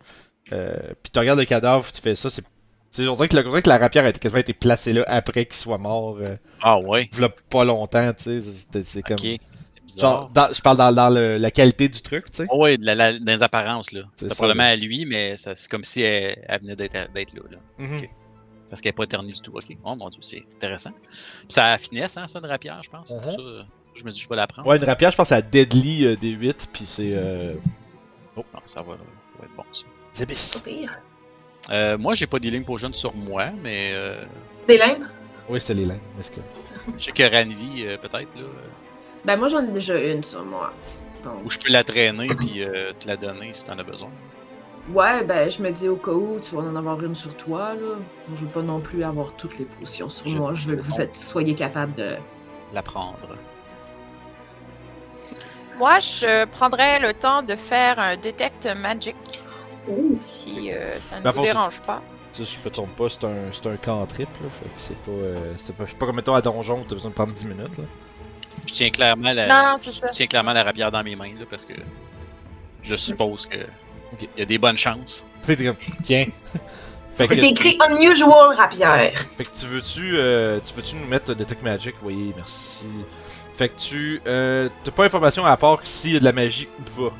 S1: Euh, puis tu regardes le cadavre, tu fais ça, c'est. c'est- On dirait, que, le- on dirait que la rapière a été- quasiment été placée là après qu'il soit mort. Euh,
S3: Ah ouais,
S1: v'là pas longtemps, tu sais. C'est, c'est comme.
S3: ok. C'est bizarre.
S1: Genre, dans- je parle dans, dans le- la qualité du truc, tu sais.
S3: Ah ouais, de la, la- dans les apparences, là.
S1: C'est ça,
S3: C'était probablement à lui, mais ça- c'est comme si elle, elle venait d'être d'être là, là.
S1: Mhm.
S3: Ok. Parce qu'elle n'est pas éternie du tout. Ok. Oh mon dieu, c'est intéressant. Puis ça a la finesse, hein, ça, une rapière, je pense. C'est pour
S1: Mhm.
S3: ça, euh, je me dis, je vais la prendre.
S1: Ouais, une rapière, je pense à Deadly euh, D8, puis c'est. Euh...
S3: Bon, Oh, ça va, ça va être bon, ça.
S1: C'est bis.
S3: Euh, moi, j'ai pas d'healing potion sur moi, mais euh,
S5: Des limbes?
S1: Oui, c'était les lames. Est-ce que...
S3: je sais que Ranvi, euh, peut-être, là. euh,
S6: Ben, moi, j'en ai déjà une sur moi. Donc,
S3: Ou je peux la traîner puis euh, te la donner si t'en as besoin.
S6: ouais, ben, je me dis au cas où, tu vas en avoir une sur toi, là. Je veux pas non plus avoir toutes les potions sur
S3: Je-
S6: moi. Je veux que vous êtes- soyez capable de.
S3: La prendre.
S4: Moi, je prendrais le temps de faire un Detect Magic. Si euh, ça ne
S1: Ben,
S4: vous
S1: faut-
S4: dérange pas.
S1: Tu sais, si je me trompe pas, c'est un, c'est un cantrip, là. Fait que c'est pas. euh, c'est pas, c'est pas comme mettons à donjon où t'as besoin de prendre 10 minutes, là.
S3: Je tiens clairement
S1: Euh,
S3: la,
S4: Non, non, c'est ça.
S3: je tiens clairement la rapière dans mes mains là, parce que je suppose que
S1: Ok.
S3: il y a des bonnes chances.
S1: Fait que t'es comme, tiens. fait, que,
S5: C'est écrit unusual rapière.
S1: fait que tu veux-tu euh, tu veux-tu nous mettre des trucs magiques Oui, merci. Fait que tu euh, t'as pas information à part que s'il y a de la magie ou pas.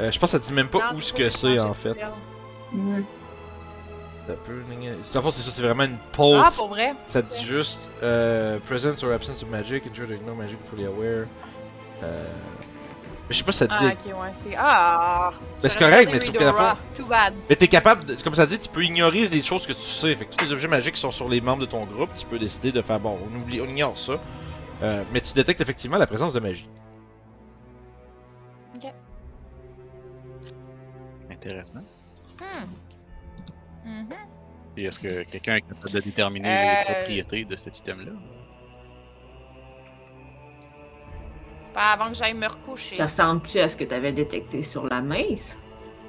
S1: Euh, je pense que ça te dit même pas où ce que c'est en fait.
S5: Mhm.
S1: T'as peu- Dans le fond, c'est ça, c'est vraiment une pause.
S4: Ah, pour vrai?
S1: Ça te dit juste euh, presence or absence of magic, ensure that no magic fully aware. Euh... mais Je sais pas si ça te dit.
S4: Ah, ok, ouais, c'est. Ah!
S1: Mais Ben, c'est
S4: j'aurais
S1: correct,
S4: regardé
S1: mais sauf que
S4: Read
S1: la
S4: Aura.
S1: fois-
S4: Too bad.
S1: Mais t'es capable, de, comme ça dit, tu peux ignorer les choses que tu sais. Fait que tous les objets magiques qui sont sur les membres de ton groupe, tu peux décider de faire bon, on oublie, on ignore ça. Euh, mais tu détectes effectivement la présence de magie.
S3: Intéressant.
S4: Hmm. Mhm.
S3: Et est-ce que quelqu'un est capable de déterminer
S4: Euh,
S3: les propriétés de cet item-là?
S4: Pas avant que j'aille me recoucher.
S6: Ça ressemble-tu à ce que tu avais détecté sur la mace?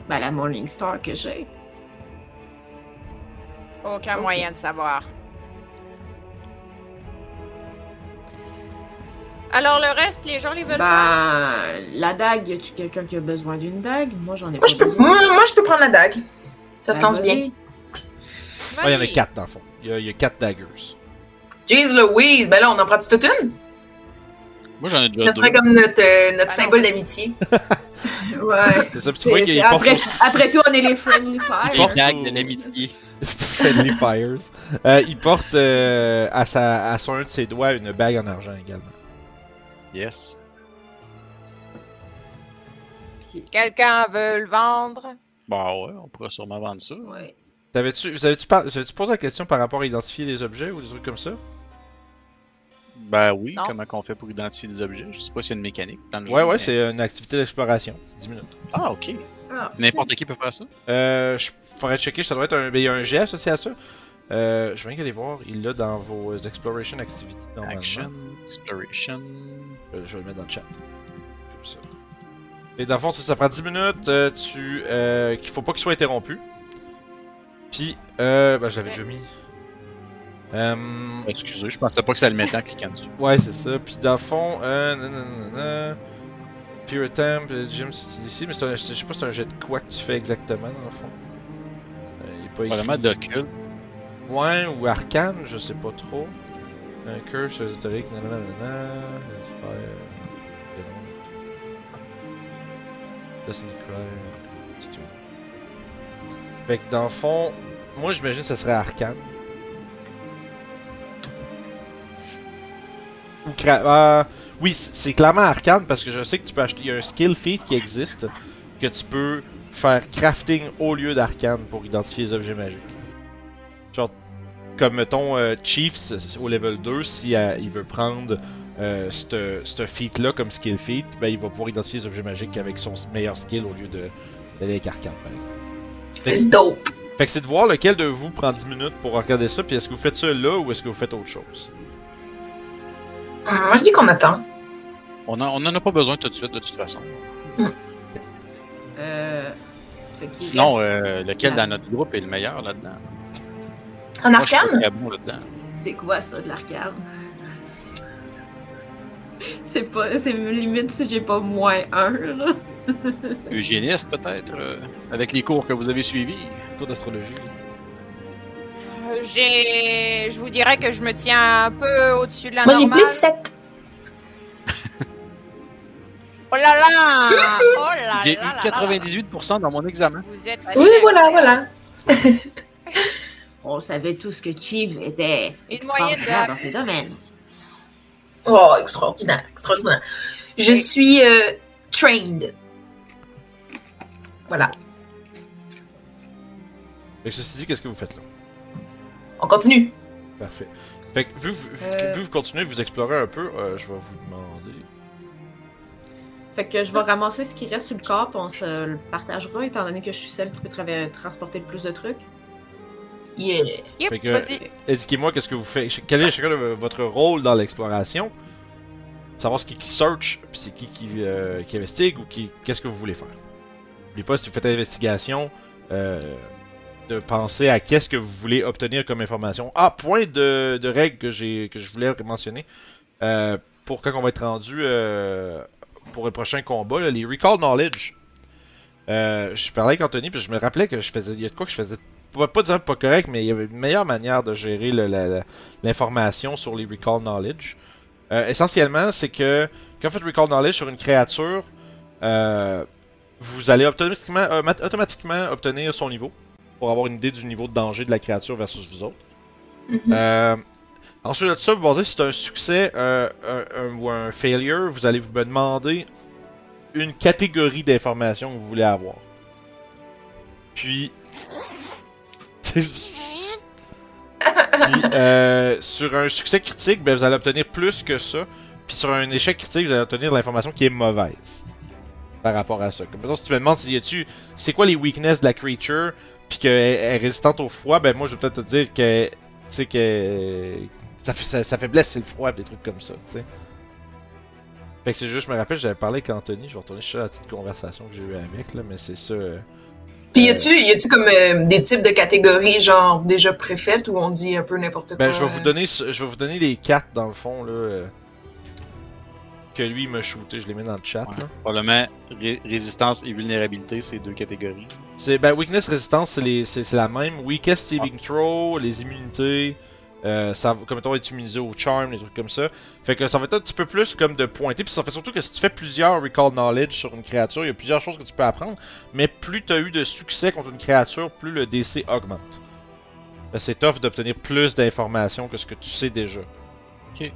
S6: Ben, la Morningstar que j'ai.
S4: Aucun moyen de savoir. Alors le reste, les gens les veulent pas.
S6: Ben, la dague, y a-tu quelqu'un qui a besoin d'une dague? Moi, j'en ai
S5: Moi
S6: pas
S5: je, peux,
S6: besoin.
S5: moi, moi, je peux prendre la dague. Ça se
S6: Ben,
S5: lance bien.
S6: vas-y.
S1: Ah, il y en a quatre dans le fond. Il y a, il y a quatre daggers.
S5: Jeez Louise, ben là, on en prend toute une.
S3: Moi, j'en ai déjà
S5: Ça
S3: deux.
S5: serait comme notre, euh, notre
S4: Ah non.
S5: symbole d'amitié.
S6: Ouais.
S1: C'est ça, puis tu
S6: C'est-
S1: vois
S6: c'est-
S1: qu'il porte
S6: après,
S1: aussi-
S6: après tout, on est les Friendly Fire.
S3: Des
S1: porte
S3: dagues
S1: au-
S3: de l'amitié.
S1: Friendly Fires. Euh, il porte euh, à, sa, à son un de ses doigts une bague en argent également.
S3: Yes.
S4: Quelqu'un veut le vendre?
S3: Bon, Bah ouais, on pourrait sûrement vendre ça.
S6: Ouais.
S1: T'avais-tu, vous avez-tu, par- vous avez-tu posé la question par rapport à identifier les objets ou des trucs comme ça?
S3: Ben oui,
S4: Non.
S3: comment qu'on fait pour identifier des objets? Je sais pas s'il y a une mécanique dans le jeu.
S1: Ouais, ouais,
S3: mais-
S1: c'est une activité d'exploration. C'est 10 minutes.
S3: Ah, ok.
S6: Ah.
S3: N'importe qui peut faire ça?
S1: Euh, je faudrait checker, ça doit être un, ben, il y a un jet associé à ça. Euh, je viens d'aller voir, il l'a dans vos exploration activities normalement.
S3: Action, exploration.
S1: Euh, je vais le mettre dans le chat. Comme ça. Et dans le fond, ça, ça prend 10 minutes, euh, tu, euh, qu'il faut pas qu'il soit interrompu. Puis, euh, bah, je l'avais déjà mis. Euh,
S3: Excusez, je pensais pas que ça le mettait en cliquant dessus.
S1: Ouais, c'est ça. Puis dans le fond, euh, nanana, Pure Temp, euh, Jim c'est ici, mais c'est un, je sais pas si c'est un jet de quoi que tu fais exactement dans le fond. Euh, il est pas écrit.
S3: Probablement d'occulte.
S1: Ouais, ou arcane, je sais pas trop. Un curse ésotérique, nanana, nanana, laisse faire, euh, démon. Destiny Cry, c'est tout. Fait que dans le fond, moi j'imagine que ça serait arcane. Ou cra- euh, oui, c- c'est clairement arcane parce que je sais que tu peux acheter. Il y a un skill feat qui existe que tu peux faire crafting au lieu d'arcane pour identifier les objets magiques. Genre, comme mettons euh, Chiefs au level 2, si euh, il veut prendre euh, ce feat-là comme skill feat, ben, il va pouvoir identifier les objets magiques avec son s- meilleur skill au lieu de- d'aller avec arcane par exemple.
S5: C'est dope.
S1: Fait que c'est de voir lequel de vous prend 10 minutes pour regarder ça, puis est-ce que vous faites ça là ou est-ce que vous faites autre chose?
S5: Hum, Moi je dis qu'on attend.
S3: On, en- on en a pas besoin tout de suite, de toute façon.
S6: Euh, fait qu'il
S3: Sinon,
S6: reste-
S3: euh, lequel
S6: la-
S3: dans notre groupe est le meilleur là-dedans?
S5: En
S3: Moi, je suis pas
S5: arcane?
S3: très bon là-dedans.
S6: C'est quoi ça de l'arcade? c'est pas. C'est limite si j'ai pas moins un, là.
S3: Eugéniste, peut-être, euh, avec les cours que vous avez suivis.
S1: Cours d'astrologie.
S4: Euh, J'ai. Je vous dirais que je me tiens un peu au-dessus de la
S5: Moi j'ai
S4: normale.
S5: plus 7.
S4: Oh là là! Oh là
S3: J'ai eu
S4: là là là.
S3: 98% dans mon examen.
S4: Vous êtes
S5: Oui,
S4: assez-
S5: voilà, voilà.
S6: On savait tous que Chief était
S4: Une
S6: extraordinaire
S4: moyenne de-
S6: dans ses domaines.
S5: Oh, extraordinaire, extraordinaire. Je
S4: Oui.
S5: suis euh, trained. Voilà.
S1: Fait que ceci dit, qu'est-ce que vous faites là?
S5: On continue.
S1: Parfait. Fait que vu, vu- vu-
S6: Euh.
S1: vu que vous continuez, vous explorez un peu, euh, je vais vous demander.
S6: Fait que je vais ramasser ce qui reste sur le corps, puis on se le partagera, étant donné que je suis celle qui peut trava- transporter le plus de trucs.
S5: Yeah.
S4: Yep,
S1: Fait que-
S4: vas-y.
S1: Indiquez-moi qu'est-ce que vous faites. ch- Quel est chacun de v- votre rôle dans l'exploration? Savoir ce qui, qui search, puis c'est qui qui, euh, qui investigue ou qui qu'est-ce que vous voulez faire. N'oubliez pas, si vous faites l'investigation, euh, de penser à qu'est-ce que vous voulez obtenir comme information. Ah, point de, de règle que j'ai que je voulais mentionner. Euh, pour quand on va être rendu euh, pour le prochain combat, là, les Recall Knowledge. Euh, je parlais avec Anthony, puis je me rappelais que je faisais. Il y a de quoi que je faisais pas, pas dire pas correct, mais il y avait une meilleure manière de gérer le- la- la- l'information sur les Recall Knowledge. Euh, essentiellement, c'est que quand vous faites Recall Knowledge sur une créature, euh, vous allez automatiquement, euh, mat- automatiquement obtenir son niveau pour avoir une idée du niveau de danger de la créature versus vous autres.
S5: Mhm.
S1: Euh, ensuite de ça, vous basez si c'est un succès euh, un- un- ou un failure, vous allez vous me demander une catégorie d'informations que vous voulez avoir. Puis. Puis euh, sur un succès critique, ben, vous allez obtenir plus que ça. Puis sur un échec critique, vous allez obtenir de l'information qui est mauvaise par rapport à ça. Comme mettons, si tu me demandes si y a-tu, c'est quoi les weaknesses de la creature, puis qu'elle elle est résistante au froid, ben moi je vais peut-être te dire que, tu sais que ça, fait- ça, sa faiblesse c'est le froid, pis des trucs comme ça, tu sais. Fait que c'est juste, je me rappelle, j'avais parlé avec Anthony, je vais retourner sur la petite conversation que j'ai eue avec, là, mais c'est ça. euh,
S5: Puis y a-tu y a-tu comme euh, des types de catégories, genre déjà préfaites, où on dit un peu n'importe quoi?
S1: Ben, je vais vous
S5: euh,
S1: donner, ce- je vais vous donner les quatre dans le fond là. euh, Que lui il m'a shooté, je les mets dans le chat.
S3: Ouais.
S1: là.
S3: Probablement, ré- résistance et vulnérabilité, c'est deux catégories.
S1: C'est ben weakness, résistance, c'est les, c'est c'est la même. Weakest saving throw, les immunités, euh, ça, va- comme mettons être immunisé au charm, des trucs comme ça. Fait que ça va être un petit peu plus comme de pointer. Puis ça fait surtout que si tu fais plusieurs recall knowledge sur une créature, il y a plusieurs choses que tu peux apprendre. Mais plus tu as eu de succès contre une créature, plus le DC augmente. Fait que C'est tough d'obtenir plus d'informations que ce que tu sais déjà.
S3: Ok.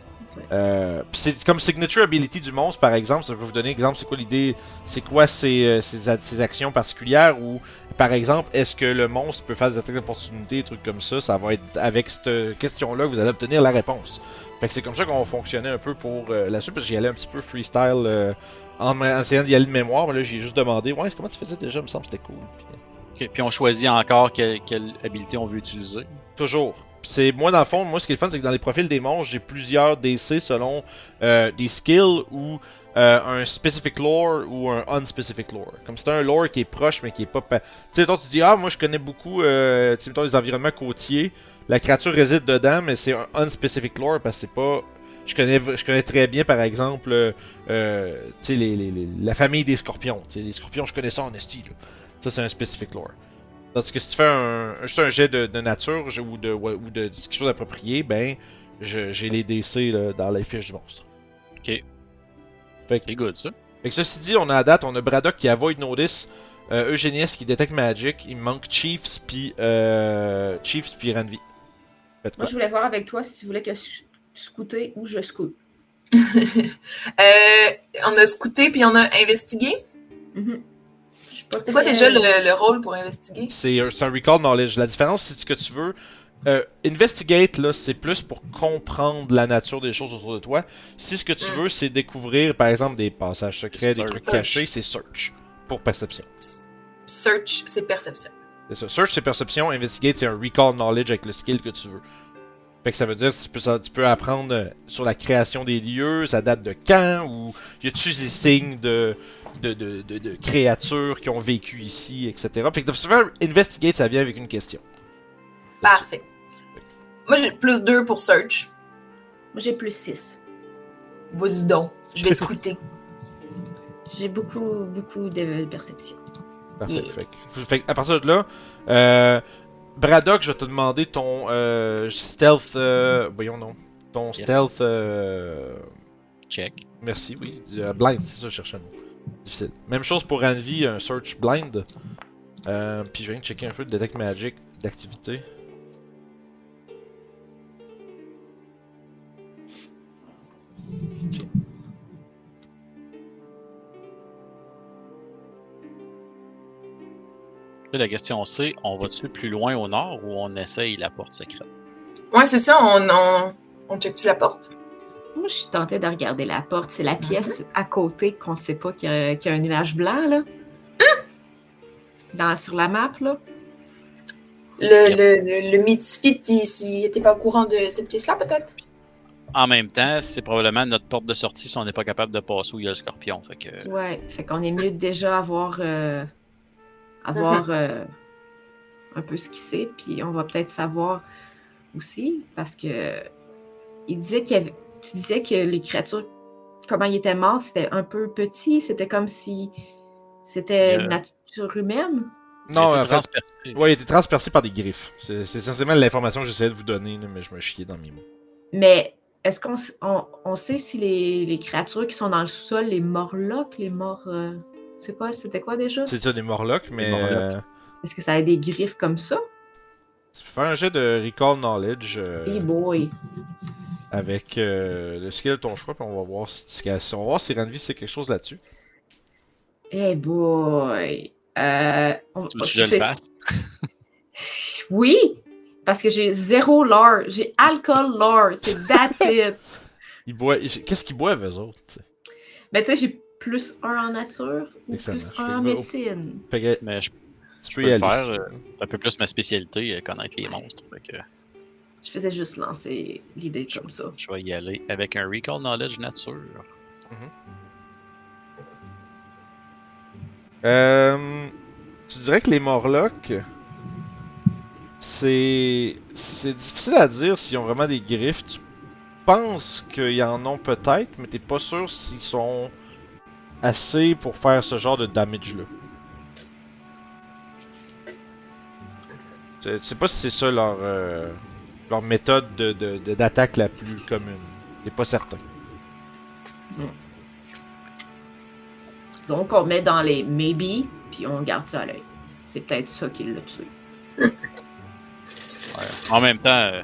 S1: Euh, puis c'est comme signature ability du monstre par exemple, ça peut vous donner exemple c'est quoi l'idée, c'est quoi ses, euh, ses, a- ses actions particulières ou par exemple est-ce que le monstre peut faire des attaques d'opportunité, des trucs comme ça, ça va être avec cette question là que vous allez obtenir la réponse. Fait que c'est comme ça qu'on fonctionnait un peu pour euh, la suite, parce que j'y allais un petit peu freestyle euh, en, en essayant d'y aller de mémoire, mais là j'ai juste demandé ouais comment tu faisais déjà, il me semble que c'était cool. Puis,
S3: Ok, Puis on choisit encore quelle, quelle habilité on veut utiliser.
S1: Toujours. Puis C'est moi dans le fond, moi ce qui est le fun, c'est que dans les profils des monstres, j'ai plusieurs DC selon euh, des skills ou euh, un specific lore ou un unspecific lore. Comme c'est un lore qui est proche mais qui est pas. pa- Tu sais, toi tu dis ah moi je connais beaucoup, euh, tu sais mettons, les environnements côtiers, la créature réside dedans mais c'est un unspecific lore parce que c'est pas. Je connais, je connais très bien par exemple euh, euh, tu sais, les, les- les- la famille des scorpions. Tu sais, les scorpions je connais ça en esti. là. Ça c'est un specific lore. Tandis que si tu fais un, juste un jet de, de nature je- ou de, ou de quelque chose d'approprié, ben je- j'ai les DC là, dans les fiches du monstre.
S3: C'est good, ça.
S1: Fait que ceci dit, on a à date, on a Braddock qui avoid notice, euh, Eugenius qui détecte magic, il me manque Chiefs puis euh, Chiefs puis Ranvi. Faites quoi?
S6: Moi, je voulais voir avec toi si tu voulais que je scooter ou je scoot.
S5: Euh, on a scouté puis on a investigué.
S6: Mhm. Je suis pas
S5: C'est quoi
S6: très-
S5: déjà le, le rôle pour investiguer?
S1: C'est un, c'est un recall knowledge. La différence, c'est ce que tu veux. euh, investigate, là, c'est plus pour comprendre la nature des choses autour de toi. Si ce que tu
S5: Mm.
S1: veux, c'est découvrir, par exemple, des passages secrets, des
S3: Search.
S1: trucs
S5: Search.
S1: cachés, c'est search. Pour perception.
S5: Search, c'est perception.
S1: C'est ça. Search, c'est perception. Investigate, c'est un recall knowledge avec le skill que tu veux. Fait que ça veut dire que tu peux, ça- tu peux apprendre euh, sur la création des lieux, ça date de quand, ou y a-tu des signes de, de, de, de, de créatures qui ont vécu ici, etc. Fait que de souvent, investigate, ça vient avec une question.
S5: Parfait. Moi, j'ai plus deux pour search.
S6: Moi, j'ai plus 6.
S5: Vas-y donc, je vais scouter.
S6: J'ai beaucoup, beaucoup de perception.
S1: Parfait.
S5: Yeah.
S1: Fait, que- fait que à partir de là, euh, Braddock, je vais te demander ton euh, stealth. euh, voyons, non. Ton
S3: Yes.
S1: stealth. euh,
S3: Check.
S1: Merci, oui. Du- euh, blind, c'est ça, je cherchais un mot. Difficile. Même chose pour Envy, un search blind. Euh, puis je viens de checker un peu le detect magic d'activité. Ok.
S3: Là, la question c'est, on va-tu plus loin au nord ou on essaye la porte secrète?
S5: Ouais, c'est ça, on, on, on check-tu la porte?
S6: Moi, je suis tentée de regarder la porte. C'est la pièce à côté qu'on sait pas qu'il y, a- qu'il y a un nuage blanc, là. Dans, sur la map, là.
S5: Le,
S3: Yep.
S5: le, le, le Misfit, il s'il n'était pas au courant de cette pièce-là, peut-être?
S3: En même temps, c'est probablement notre porte de sortie si on n'est pas capable de passer où il y a le scorpion. Fait que,
S6: Ouais. Fait qu'on est mieux de déjà avoir, euh, avoir euh, un peu ce qu'il sait. Puis on va peut-être savoir aussi, parce que il disait qu'il y avait- tu disais que les créatures, comment ils étaient morts, c'était un peu petit. C'était comme si c'était
S3: Euh.
S6: une nature humaine.
S1: Non,
S3: il a
S1: en
S3: été
S1: fait,
S3: transpercé.
S1: ouais, il était transpercé par des griffes. C'est c'est essentiellement l'information que j'essayais de vous donner, là, mais je me chiais dans mes mots.
S6: Mais est-ce qu'on s- on, on sait si les, les créatures qui sont dans le sous-sol, les morlocks, les morts. euh, c'est quoi, c'était quoi déjà?
S1: C'est ça des Morlocks, mais.
S3: Morlocks.
S1: euh,
S6: Est-ce que ça a des griffes comme ça?
S1: tu peux faire un jet de Recall Knowledge euh,
S6: Hey boy!
S1: avec euh, le skill de ton choix, puis on va voir si, si- on va voir si Ranvi sait quelque chose là-dessus.
S6: Hey boy! Euh, on-
S3: Tu veux que je le
S6: c'est-
S3: fasse?
S6: Oui! Parce que j'ai zéro lore. J'ai alcool lore. C'est that's it.
S1: Ils boivent. Qu'est-ce qu'ils boivent eux autres? tu sais?
S6: Mais tu sais, j'ai plus un en nature ou
S1: Excellent.
S6: plus
S1: Je
S6: un en
S1: fais- oh.
S6: médecine.
S1: Fait que
S3: Mais je,
S1: tu
S3: je
S1: peux
S3: peux
S1: y
S3: le
S1: aller.
S3: faire. euh, C'est un peu plus ma spécialité, euh, connaître les monstres. Fait que
S6: Je faisais juste lancer l'idée comme ça.
S3: je vais y aller avec un Recall Knowledge Nature.
S1: Euh, tu dirais que les Morlocks, c'est c'est difficile à dire s'ils ont vraiment des griffes. Tu penses qu'ils en ont peut-être, mais t'es pas sûr s'ils sont assez pour faire ce genre de damage là. Tu tu sais pas si c'est ça leur euh, leur méthode de- de- de- d'attaque la plus commune. T'es pas certain.
S6: Donc, on met dans les maybe, puis on garde ça à l'œil. C'est peut-être ça qui l'a tué.
S3: Ouais. En même temps, euh,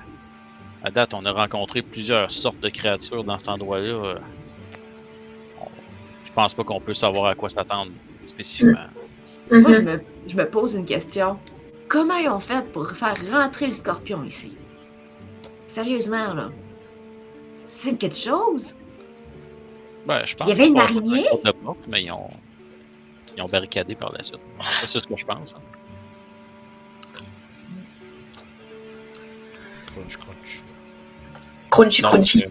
S3: à date, on a rencontré plusieurs sortes de créatures dans cet endroit-là. euh, on- je pense pas qu'on peut savoir à quoi s'attendre spécifiquement.
S6: Hmm. Moi,
S5: Mm-hmm. Mhm.
S6: je me, je me pose une question. Comment ils ont fait pour faire rentrer le scorpion ici? Sérieusement, là. C'est quelque chose?
S3: Ouais, Ben, je pense
S6: Il y avait une
S3: qu'ils ont fait
S6: araignée?
S3: un tour de porte, mais ils ont, ils ont barricadé par la suite. En tout cas, C'est ce que je pense. hein.
S1: Crunch, crunch.
S5: Crunchy,
S3: Donc,
S5: crunchy.
S3: euh,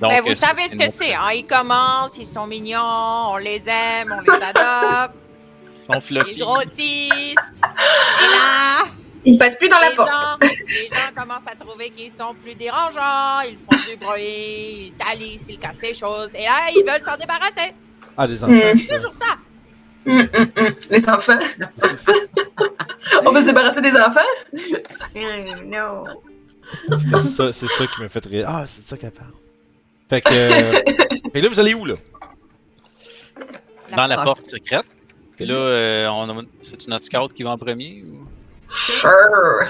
S3: donc,
S4: Mais Ben, vous
S3: euh,
S4: savez ce que c'est, hein? Ils commencent, ils sont mignons, on les aime, on les adopte, hein.
S3: Ils sont fluffy.
S4: ils grossissent. Et là,
S5: Il passe plus dans la
S4: les,
S5: porte.
S4: gens, les gens commencent à trouver qu'ils sont plus dérangeants, ils font du bruit, ils salissent, ils cassent les choses. Et là, ils veulent s'en débarrasser.
S1: Ah des enfants.
S5: Hmm.
S1: ça.
S4: Toujours ça.
S5: Hum, hum, hum. Les enfants. On peut se débarrasser des enfants?
S6: non.
S1: C'était ça, c'est ça qui me fait rire. Ah, c'est de ça qu'elle parle. Fait que. euh, fait que là, vous allez où, là
S3: Dans la
S6: Ah,
S3: porte secrète. Et là, euh, on a- c'est-tu notre scout qui va en premier? ou-
S5: Sure.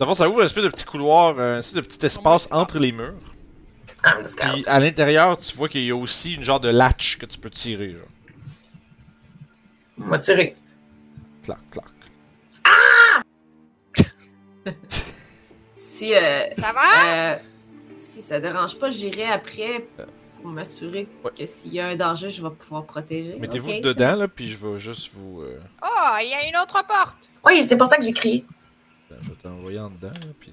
S1: D'abord, ça ouvre un espèce de petit couloir, un espèce de petit espace entre les murs.
S5: I'm the scout.
S1: Puis à l'intérieur, tu vois qu'il y a aussi une genre de latch que tu peux tirer, genre.
S5: On va tirer.
S1: Clac, clac.
S6: Si, euh,
S4: Ça va?
S6: euh, si ça dérange pas, j'irai après pour m'assurer
S1: Ouais.
S6: que s'il y a un danger, je vais pouvoir protéger.
S1: Mettez-vous
S6: Ok,
S1: dedans, là, puis je vais juste vous. euh,
S4: Oh, il y a une autre porte.
S5: Oui, c'est pour ça que j'ai crié.
S1: ben, Je vais t'envoyer en dedans, là, puis.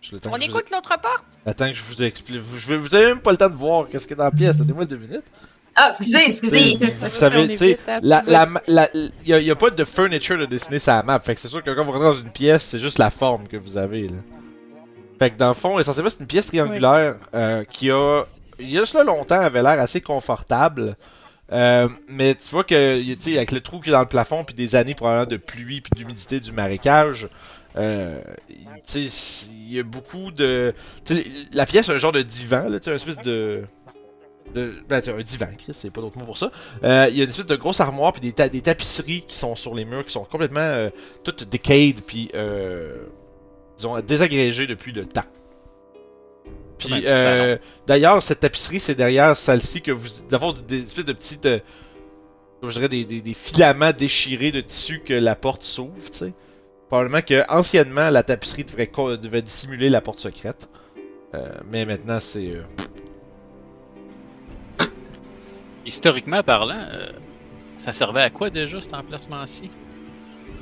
S1: Je- le temps
S4: On
S1: que je vous-
S4: écoute l'autre porte?
S1: Le temps que je vous explique. Vous, je vais- vous avez même pas le temps de voir qu'est-ce qu'il y a dans la pièce. Donnez-moi deux minutes.
S5: Ah, excusez, excusez.
S1: Vous savez, tu sais, la, la, la- y a, y a pas de furniture de dessiner sur la map. Fait que c'est sûr que quand vous rentrez dans une pièce, c'est juste la forme que vous avez, là. Fait que dans le fond, essentiellement, c'est une pièce triangulaire euh, qui a, il y a cela longtemps, avait l'air assez confortable. Euh, mais tu vois que, y a- tu sais, avec le trou qui est dans le plafond, puis des années probablement de pluie, puis d'humidité du marécage, euh, tu sais, il y a beaucoup de... tu sais, la pièce a un genre de divan, là, tu sais, un espèce de... de ben, tu sais, un divan, Chris, c'est pas d'autre mot pour ça. Euh, Il y a une espèce de grosse armoire puis des, ta- des tapisseries qui sont sur les murs qui sont complètement euh, toutes decayed puis euh, disons désagrégées depuis le temps. Puis
S3: Comme un petit
S1: euh, d'ailleurs cette tapisserie c'est derrière celle-ci que vous d'avoir des, des espèces de petites euh, comme je dirais des, des- des filaments déchirés de tissu que la porte s'ouvre, tu sais. Probablement que anciennement la tapisserie devrait, co- devait dissimuler la porte secrète. Euh, mais maintenant c'est euh,
S3: Historiquement parlant, euh, ça servait à quoi déjà cet emplacement-ci?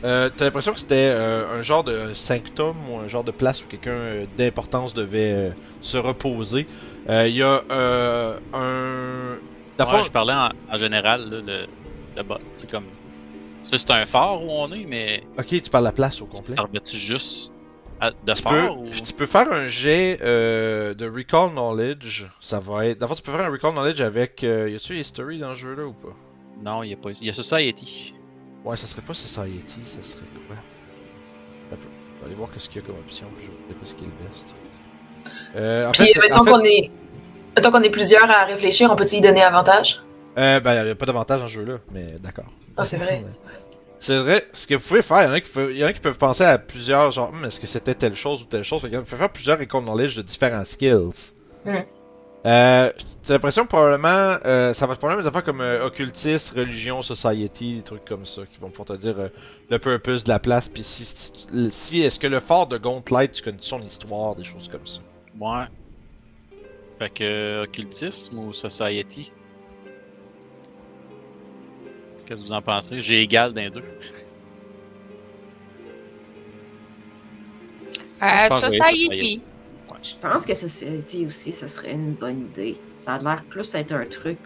S1: Euh, T'as l'impression que c'était euh, un genre de symptôme ou un genre de place où quelqu'un euh, d'importance devait euh, se reposer. Euh, Il y a euh, un. Dans le
S3: Ouais,
S1: fond,
S3: je parlais en, en général, là, le, le bas. C'est comme. Ça, c'est un phare où on est, mais
S1: Ok, tu parles la place au complet.
S3: ça servait-tu juste à- de
S1: Tu peux,
S3: phare? ou-
S1: tu peux faire un jet euh, de Recall Knowledge. Ça va être. D'abord, tu peux faire un Recall Knowledge avec. Euh, y a-tu History dans le jeu là ou pas
S3: Non, il y a pas. Il y a Society.
S1: Ouais, ça serait pas Society, ça serait quoi Attends, Je vais aller voir qu'est-ce qu'il y a comme option, puis je vais vous dire qu'est-ce qui est le best. Euh, en
S5: Puis,
S1: fait- en
S5: mettons
S1: fait-
S5: qu'on est. Mettons qu'on est plusieurs à réfléchir, on peut y donner avantage?
S1: Euh, ben, y a pas d'avantage en jeu là, mais d'accord.
S5: Ah, c'est vrai.
S1: C'est vrai, ce que vous pouvez faire, il y en a qui peuvent, y en a qui peuvent penser à plusieurs, genre, Hum, est-ce que c'était telle chose ou telle chose. Fait que vous pouvez faire plusieurs icônes knowledge de différents skills.
S5: Ouais.
S1: Euh, j'ai l'impression que probablement, euh, ça va être probablement des affaires comme euh, occultiste, religion, society, des trucs comme ça, qui vont pouvoir te dire euh, le purpose de la place, puis si, si, si- est-ce que le fort de Gauntlet, tu connais son histoire, des choses comme ça.
S3: Ouais. Fait que euh, occultisme ou society? Qu'est-ce que vous en pensez? J'ai égal d'un deux.
S4: Euh,
S3: pense que oui,
S4: society.
S6: Je pense que société aussi, ce serait une bonne idée. Ça a l'air plus être un truc.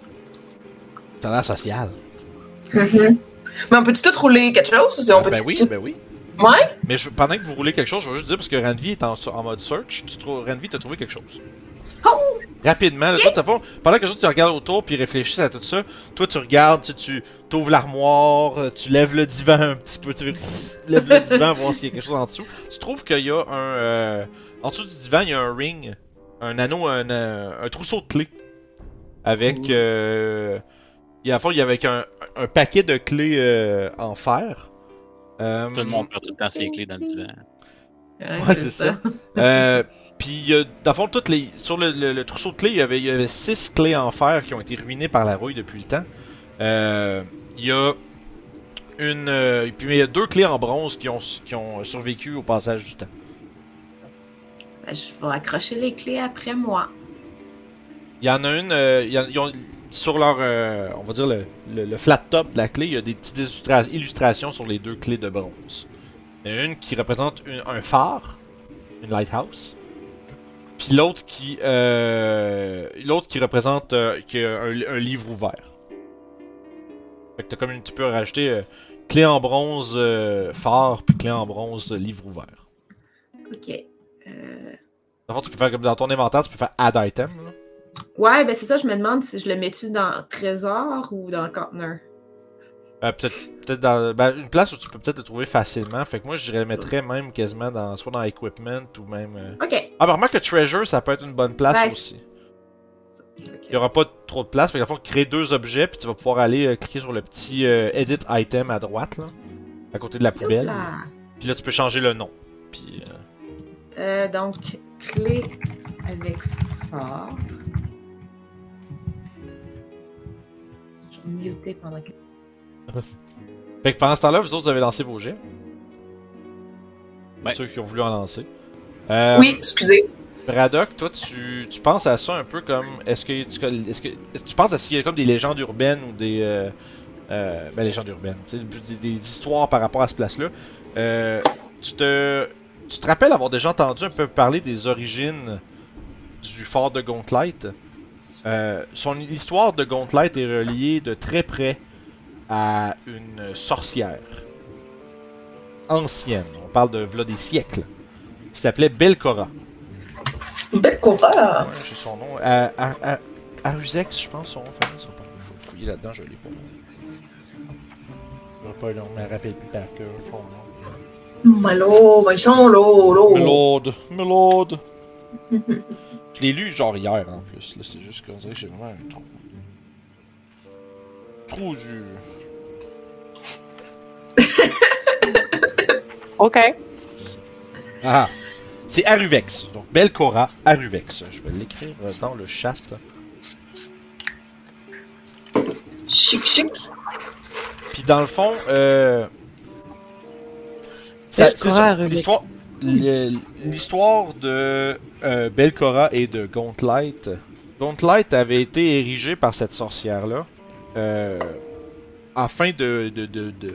S1: T'as l'air social.
S5: Mhm. Mais on peut-tu tout rouler quelque chose? On peut
S1: ben oui, ben oui.
S5: Ouais?
S1: Mais je- pendant que vous roulez quelque chose, je vais juste dire parce que Ranvi est en, en mode search, tu trouves Ranvi t'as trouvé quelque chose.
S6: Oh!
S1: Rapidement, là, toi, t'as fond, pendant que les autres, tu regardes autour puis réfléchis à tout ça, toi tu regardes, tu, tu ouvres l'armoire, euh, tu lèves le divan un petit peu, tu lèves le divan voir s'il y a quelque chose en dessous. Tu trouves qu'il y a un euh, en dessous du divan, il y a un ring, un anneau, un, euh, un trousseau de clés avec
S6: Ouh.
S1: euh, il y a à fond, il y a avec un, un paquet de clés euh, en fer. Euh,
S3: Tout le monde perd tout le temps ses clés dans le divan.
S1: Ouais, c'est ça. Euh, Puis, il y a- dans le fond, toutes les, sur le, le- le trousseau de clés, il y, avait, il y avait six clés en fer qui ont été ruinées par la rouille depuis le temps. Euh, Il y a une. euh, et puis, il y a deux clés en bronze qui ont, qui ont survécu au passage du temps.
S6: Ben, je vais accrocher les clés après moi.
S1: Il y en a une. euh, il y en- ils ont- sur leur. euh, on va dire le, le- le flat top de la clé, il y a des petites illustra- illustrations sur les deux clés de bronze. Il y en a une qui représente une- un phare, une lighthouse. Puis l'autre qui. euh, l'autre qui représente euh, qui a un, un livre ouvert. Fait que t'as comme une, tu peux rajouter euh, clé en bronze euh, phare, puis clé en bronze euh, livre ouvert.
S6: Ok. Euh,
S1: Dans le fond, tu peux faire comme dans ton inventaire, tu peux faire add item. là.
S6: Ouais, ben c'est ça, je me demande si je le mets-tu dans trésor ou dans conteneur.
S1: Euh, peut-être peut-être dans ben, une place où tu peux peut-être le trouver facilement. Fait que moi je le mettrais même quasiment dans soit dans equipment ou même euh,
S6: Ok.
S1: Ah ben remarque que treasure ça peut être une bonne place
S6: Ben,
S1: aussi.
S6: Ok.
S1: Il y aura pas trop de place, fait qu'à faut créer deux objets puis tu vas pouvoir aller euh, cliquer sur le petit euh, edit item à droite là à côté de la poubelle.
S6: Oula.
S1: Puis là tu peux changer le nom. Puis euh,
S6: Euh, donc, clé avec fort. Je vais muter pendant que.
S1: fait que pendant ce temps-là, vous autres vous avez lancé vos jets.
S3: Ouais.
S1: Ceux qui ont voulu en lancer. Euh,
S5: Oui, excusez.
S1: Braddock, toi, tu, tu penses à ça un peu comme. Est-ce que tu, est-ce que, est-ce que tu penses à s'il y a comme des légendes urbaines ou des. Euh, euh, ben, légendes urbaines, tu sais, des, des histoires par rapport à ce place-là. Euh, tu te. Tu te rappelles avoir déjà entendu un peu parler des origines du fort de Gauntlet Euh, Son histoire de Gauntlet est reliée de très près à une sorcière ancienne. On parle de v'là des siècles. Qui s'appelait Belcora.
S5: Belle coureur.
S1: Ouais, j'ai son nom. À, à, à- Arusex, je pense, son nom. de famille, ça. Faut fouiller là-dedans, je l'ai pas. Je l'ai pas, là, on me rappelle plus par cœur son nom.
S5: Malo, ben ils sont là,
S1: Oh.
S5: là.
S1: Melode, Melode. Je l'ai lu genre hier en plus. Là, c'est juste qu'on dirait que j'ai vraiment un trou. Trou du.
S4: OK.
S1: Ah! C'est Aruvex. Donc, Belcora Aruvex. Je vais l'écrire dans le chat.
S5: Chic, chic.
S1: Puis dans le fond, euh... ça- c'est ça, l'histoire, le- l'histoire de euh, Belcora et de Gauntlet. Gauntlet avait été érigé par cette sorcière-là euh, afin de, de, de, de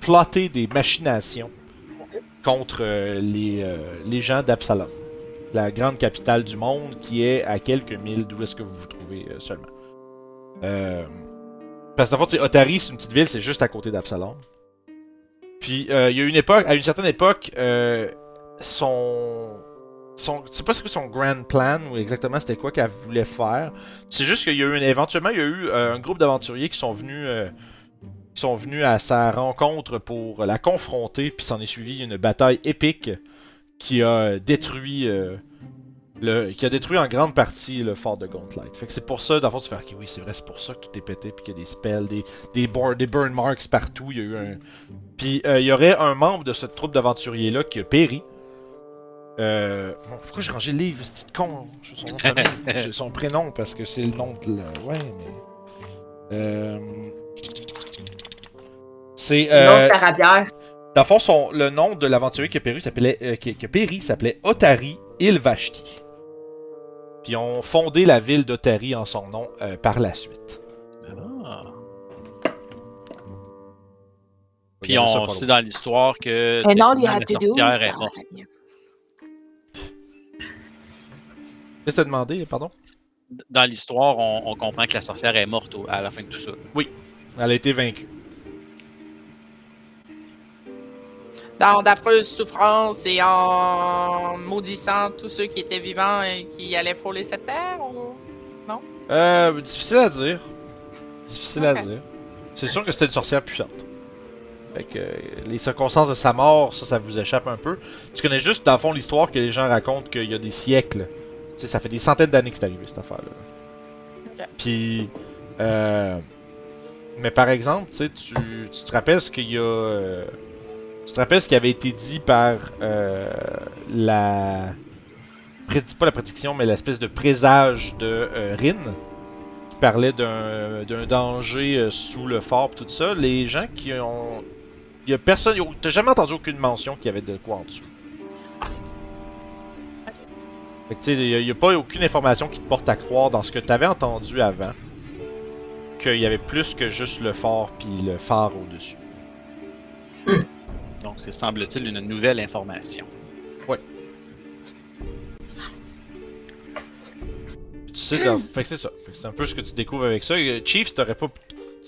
S1: plotter des machinations contre euh, les, euh, les gens d'Absalom, la grande capitale du monde qui est à quelques milles d'où est-ce que vous vous trouvez euh, seulement. Euh, parce que dans le fond, tu sais, Otari, c'est une petite ville, c'est juste à côté d'Absalom. Puis euh, il y a une époque, à une certaine époque, euh, son, son, je sais pas c'est quoi son grand plan ou exactement c'était quoi qu'elle voulait faire. C'est juste qu'il y a eu une, éventuellement il y a eu euh, un groupe d'aventuriers qui sont venus, euh, qui sont venus à sa rencontre pour la confronter, puis s'en est suivi une bataille épique qui a détruit. euh, le, qui a détruit en grande partie le fort de Gauntlet. Fait que c'est pour ça, dans le fond, tu fais, ok, oui, c'est vrai, c'est pour ça que tout est pété, puis qu'il y a des spells, des, des, bor- des burn marks partout, il y a eu un. Puis euh, il y aurait un membre de cette troupe d'aventuriers-là qui a péri. Euh, bon, pourquoi j'ai rangé le livre, ce petit con Je veux son, nom de famille. J'ai son prénom parce que c'est le nom de la. Ouais, mais. Euh... C'est.
S6: Non,
S1: euh,
S6: Tarabière.
S1: dans le fond, son- le nom de l'aventurier qui a péri s'appelait euh, qui, qui a péri s'appelait Otari Ilvashti. qui ont fondé la ville d'Otari en son nom euh, par la suite.
S3: Ah. Puis
S1: Regardez ça
S3: on
S1: pas
S3: sait dans l'histoire que
S4: And all you
S3: techniquement,
S4: had
S3: la
S4: to do
S3: sorcière
S4: is
S3: est morte.
S4: die.
S1: loin. Qu'est-ce que t'as demandé, pardon?
S3: Dans l'histoire, on, on comprend que la sorcière est morte au- à la fin de tout ça.
S1: Elle a été vaincue.
S4: Dans d'affreuses souffrances et en maudissant tous ceux qui étaient vivants et qui allaient frôler cette terre. ou-
S1: Euh, difficile à dire. Difficile à
S4: Ok.
S1: dire. C'est sûr que c'était une sorcière puissante. Fait que euh, les circonstances de sa mort, ça, ça vous échappe un peu. Tu connais juste, dans le fond, l'histoire que les gens racontent qu'il y a des siècles. Tu sais, ça fait des centaines d'années que c'est arrivé, cette affaire-là.
S4: Ok.
S1: Puis, euh, mais par exemple, tu sais, tu, tu te rappelles ce qu'il y a... euh, tu te rappelles ce qui avait été dit par euh, la... prédi- Pas la prédiction, mais l'espèce de présage de euh, Rin qui parlait d'un d'un danger euh, sous le fort pis tout ça, les gens qui ont. Il y a personne. y a- T'as jamais entendu aucune mention qu'il y avait de quoi en dessous. Fait que tu sais, il y a- il y a pas aucune information qui te porte à croire dans ce que t'avais entendu avant qu'il y avait plus que juste le fort puis le phare au-dessus.
S3: Donc, c'est semble-t-il une nouvelle information.
S1: Tu sais, dans- fait que c'est ça. Fait que c'est un peu ce que tu découvres avec ça. Euh, Chiefs, t'aurais pas.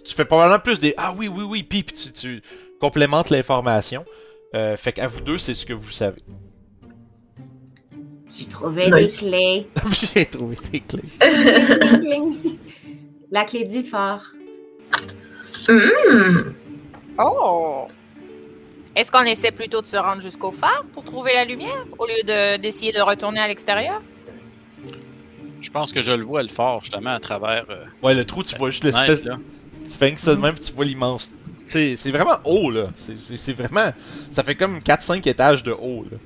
S1: Tu fais probablement plus des Ah oui, oui, oui, puis puis tu, tu complémentes l'information. Euh, fait qu'à vous deux, c'est ce que vous savez.
S6: J'ai trouvé
S5: Nice.
S6: les clés.
S1: J'ai trouvé tes clés.
S6: La clé du fort.
S5: Hmm.
S4: Oh! Est-ce qu'on essaie plutôt de se rendre jusqu'au phare pour trouver la lumière au lieu de- d'essayer de retourner à l'extérieur?
S3: Je pense que je le vois, le fort, justement, à travers euh,
S1: Ouais, le trou, tu vois juste
S3: la fenêtre,
S1: l'espèce.
S3: là.
S1: Tu fais que ça de même, pis tu vois l'immense. Tu sais, C'est vraiment haut, là. C'est- C'est c'est vraiment. Ça fait comme 4-5 étages de haut, là.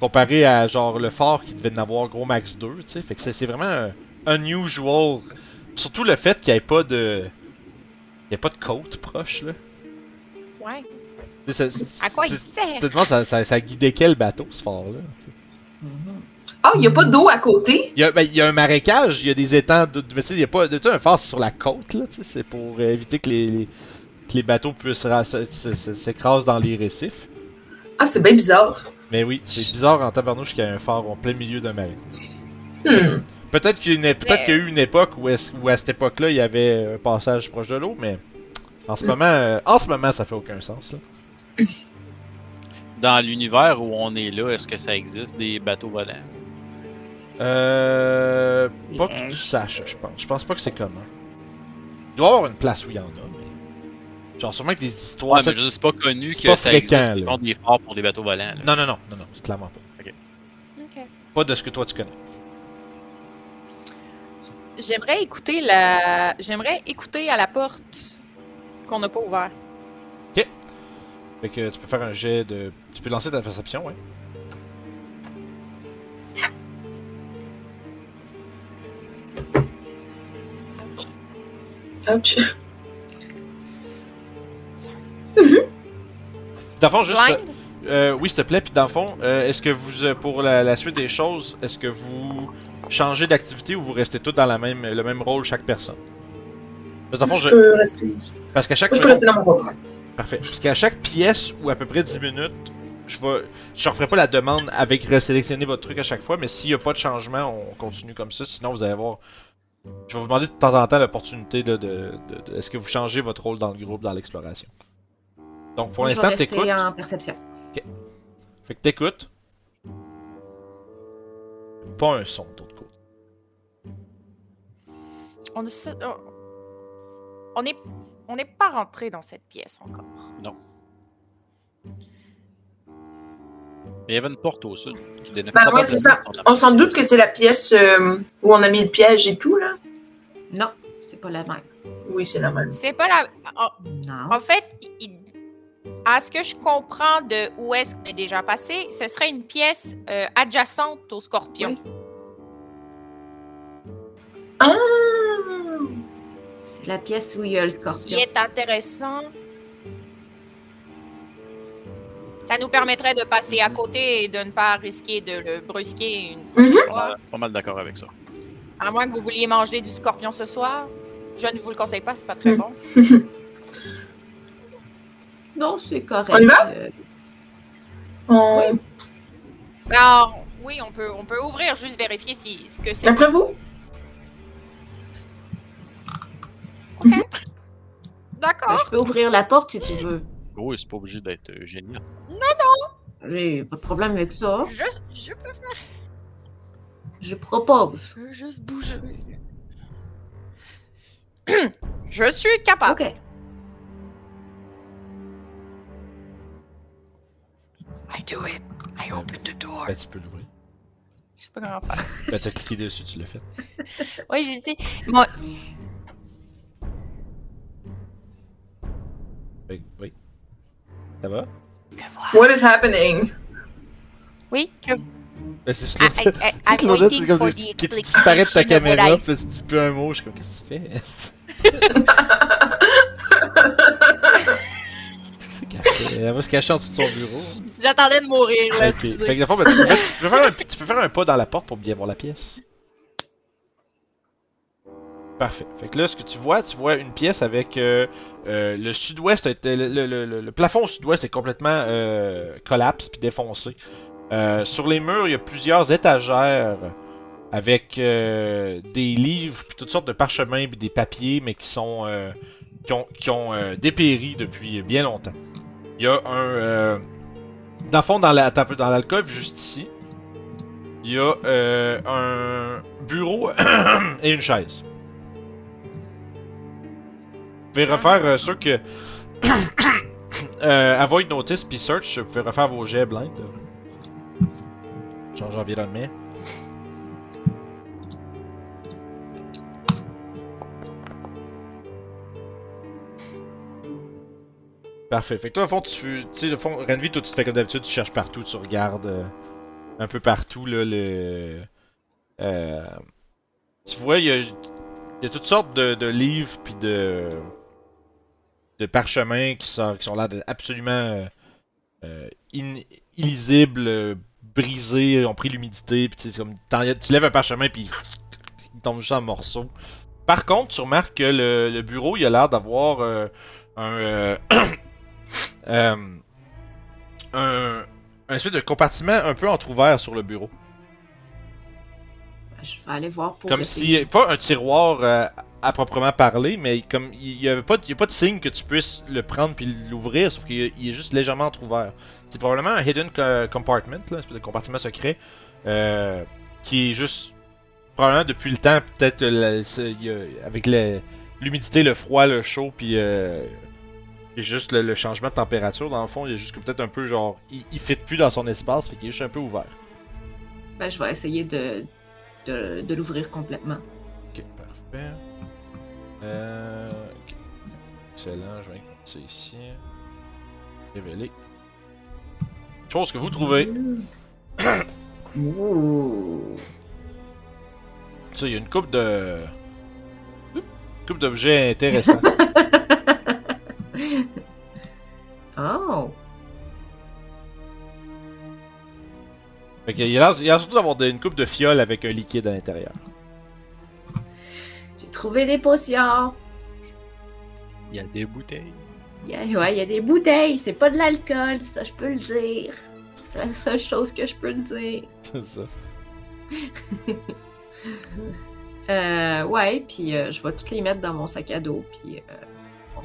S1: Comparé à, genre, le fort qui devait en avoir gros max 2, tu sais. Fait que c'est- c'est vraiment euh, unusual. Surtout le fait qu'il n'y ait pas de. Il n'y a pas de côte proche, là.
S4: Ouais.
S1: Tu sais, c'est- c'est-
S4: À quoi il
S1: c'est-
S4: sert?
S1: Tu te demandes, ça, ça, ça guidait quel bateau, ce fort-là?
S5: Ah, il n'y a pas d'eau à côté?
S1: Il y, a, ben, il y a un marécage, il y a des étangs, de, de- mais tu sais, il y a pas, tu sais, un phare c'est sur la côte là, tu sais, c'est pour euh, éviter que les, les- que les bateaux puissent ra- se- se- se- s'écrasent dans les récifs.
S5: Ah, c'est bien bizarre.
S1: Mais oui, c'est bizarre en tabarnouche qu'il y ait un phare en plein milieu d'un marais.
S5: Hmm.
S1: Peut-être qu'il y, a une é- peut-être
S4: Mais-
S1: qu'il y a eu une époque où, est-ce- où à cette époque-là il y avait euh, un passage proche de l'eau, mais en ce moment, euh, en ce moment, ça fait aucun sens. Là.
S3: Dans l'univers où on est là, est-ce que ça existe des bateaux volants?
S1: Euh, pas que tu saches, je pense. Je pense pas que c'est commun. Il doit y avoir une place où il y en a, mais genre sûrement que des histoires.
S3: Ouais,
S1: ça-
S3: mais je c'est pas connu
S1: c'est
S3: que
S1: pas
S3: ça
S1: fréquent,
S3: existe
S1: là.
S3: ils font des forts pour des bateaux volants. là.
S1: Non, non, non, non, non, c'est clairement pas. Pas de ce que toi tu connais.
S4: J'aimerais écouter la. J'aimerais écouter à la porte qu'on n'a pas ouverte.
S1: Fait que tu peux faire un jet de. Tu peux lancer ta perception, ouais.
S5: Ouch.
S1: Dans le fond, juste.
S4: Blind?
S1: euh, oui, s'il te plaît, puis dans le fond, euh, est-ce que vous, euh, pour la, la suite des choses, est-ce que vous changez d'activité ou vous restez tous dans la même, le même rôle, chaque personne Parce que dans le fond,
S5: je
S1: je-
S5: peux rester. Moi,
S1: Parce qu'à chaque.
S5: je peux rester dans mon rôle.
S1: Parfait. Parce qu'à chaque pièce ou à peu près 10 minutes, je vais. Je referai pas la demande avec resélectionner votre truc à chaque fois, mais s'il y a pas de changement, on continue comme ça. Sinon, vous allez voir. Je vais vous demander de temps en temps l'opportunité là, de. de- de- Est-ce que vous changez votre rôle dans le groupe, dans l'exploration Donc pour
S6: Moi, je vais
S1: l'instant,
S6: rester
S1: t'écoutes.
S6: en perception.
S1: Fait que t'écoutes. Pas un son d'autre côté.
S4: On ne sait- on- on est- on n'est pas rentré dans cette pièce encore.
S3: Mais il y avait une porte au sud qui donnait
S5: Bah, ouais, c'est ça. On s'en doute que c'est la pièce euh, où on a mis le piège et tout, là.
S6: Non, c'est pas la même.
S5: Oui, c'est la même.
S4: C'est pas la. en-
S6: Non.
S4: En fait, il- à ce que je comprends de où est-ce qu'on est déjà passé, ce serait une pièce euh, adjacente au scorpion.
S5: Ah!
S6: C'est la pièce où il y a le
S4: Ce qui
S6: scorpion.
S4: est intéressant. Ça nous permettrait de passer à côté et de ne pas risquer de le brusquer une
S5: Mhm.
S4: fois.
S3: Pas mal d'accord avec ça.
S4: À moins que vous vouliez manger du scorpion ce soir, je ne vous le conseille pas, c'est pas très
S5: Mm.
S4: bon.
S2: Non, c'est correct.
S5: On y va?
S2: Euh,
S5: On-
S4: Ben, oui, on peut, on peut ouvrir, juste vérifier si ce que c'est.
S5: D'après vous?
S2: ben,
S4: D'accord.
S2: je peux ouvrir la porte si tu veux.
S3: Oui, c'est pas obligé d'être euh, génial.
S6: J'ai pas de problème avec ça.
S4: Je, je peux
S6: Je propose.
S4: peux juste bouger. je suis capable.
S6: OK. Ben,
S4: I do it. I open the door.
S1: Ben, tu peux l'ouvrir.
S4: Je sais pas comment faire.
S1: Ben, t'as cliqué dessus, tu l'as fait.
S4: Oui, je sais. Moi,
S1: Fait que, oui. Ça va?
S4: que voir.
S5: What is happening?
S4: Oui, que
S1: Ben, c'est juste
S4: I,
S6: Ah,
S1: l'autre-
S4: I, I, I'm
S1: l'autre,
S4: waiting
S1: c'est comme
S4: for
S1: si
S4: the
S1: tu- tu disparais de ta
S4: explanation of what
S1: caméra,
S4: I
S1: puis là, tu dis plus un mot, je suis comme, qu'est-ce que tu fais? Qu'est-ce qu'elle fait? Elle va se cacher en dessous de son bureau. hein.
S4: J'attendais de mourir, là,
S1: Ok.
S4: excusez.
S1: Fait que, dans le fond, ben, tu, peux, tu peux faire un, tu peux faire un pas dans la porte pour bien voir la pièce. Parfait. Fait que là, ce que tu vois, tu vois une pièce avec euh, euh, le sud-ouest, a été- le, le- le- le- le plafond au sud-ouest est complètement euh, collapse puis défoncé. Euh, sur les murs, il y a plusieurs étagères avec euh, des livres puis toutes sortes de parchemins puis des papiers, mais qui sont euh, qui ont, qui ont euh, dépéri depuis bien longtemps. Il y a un euh, dans le fond, dans la, attends un peu, dans l'alcôve, juste ici, il y a euh, un bureau et une chaise. Vous pouvez refaire euh, ceux que. euh, avoid Notice puis Search, vous pouvez refaire vos jets blind. Change d'environnement. Parfait. Fait que toi, au fond, tu tu sais, au fond, Renvi, toi, tu te fais comme d'habitude, tu cherches partout, tu regardes euh, un peu partout, là, le. euh, tu vois, il y a, il y a toutes sortes de, de livres, puis de. de parchemins qui sont, qui sont là absolument euh, euh, in- illisibles, euh, brisés, ont pris l'humidité, puis tu sais, c'est comme. t'en- Tu lèves un parchemin, puis il tombe juste en morceaux. Par contre, tu remarques que le, le bureau, il a l'air d'avoir euh, un. euh, euh, un, un espèce de compartiment un peu entrouvert sur le bureau.
S6: Je vais aller voir pour
S1: Comme
S6: essayer.
S1: si, pas un tiroir euh, à proprement parler, mais comme il n'y avait pas, de- il y a pas de signe que tu puisses le prendre puis l'ouvrir, sauf qu'il est- il est juste légèrement entrouvert. C'est probablement un hidden co- compartment, là, un espèce de compartiment secret, euh, qui est juste probablement depuis le temps, peut-être euh, la- c'est- il y a- avec le- l'humidité, le froid, le chaud, puis euh, et juste le, le changement de température. Dans le fond, il est juste que peut-être un peu genre, il, il fit plus dans son espace, fait qu'il est juste un peu ouvert.
S6: Ben, je vais essayer de, de, de l'ouvrir complètement.
S1: Ok, parfait. Euh, ok. Excellent, je vais inclure ici. Révéler. Chose que vous trouvez.
S6: Mmh. Ouh.
S1: Ça, il y a une coupe de. Oups, coupe d'objets intéressants.
S6: Oh.
S1: fait qu'il y a l'air- il y a l'air surtout d'avoir des- une coupe de fiole avec un liquide à l'intérieur.
S6: J'ai trouvé des potions.
S3: Il y a des bouteilles.
S6: Il y a, ouais, il y a des bouteilles. C'est pas de l'alcool, ça je peux le dire. C'est la seule chose que je peux le dire.
S1: C'est ça.
S6: Euh, ouais, puis euh, je vais toutes les mettre dans mon sac à dos. Puis euh, on-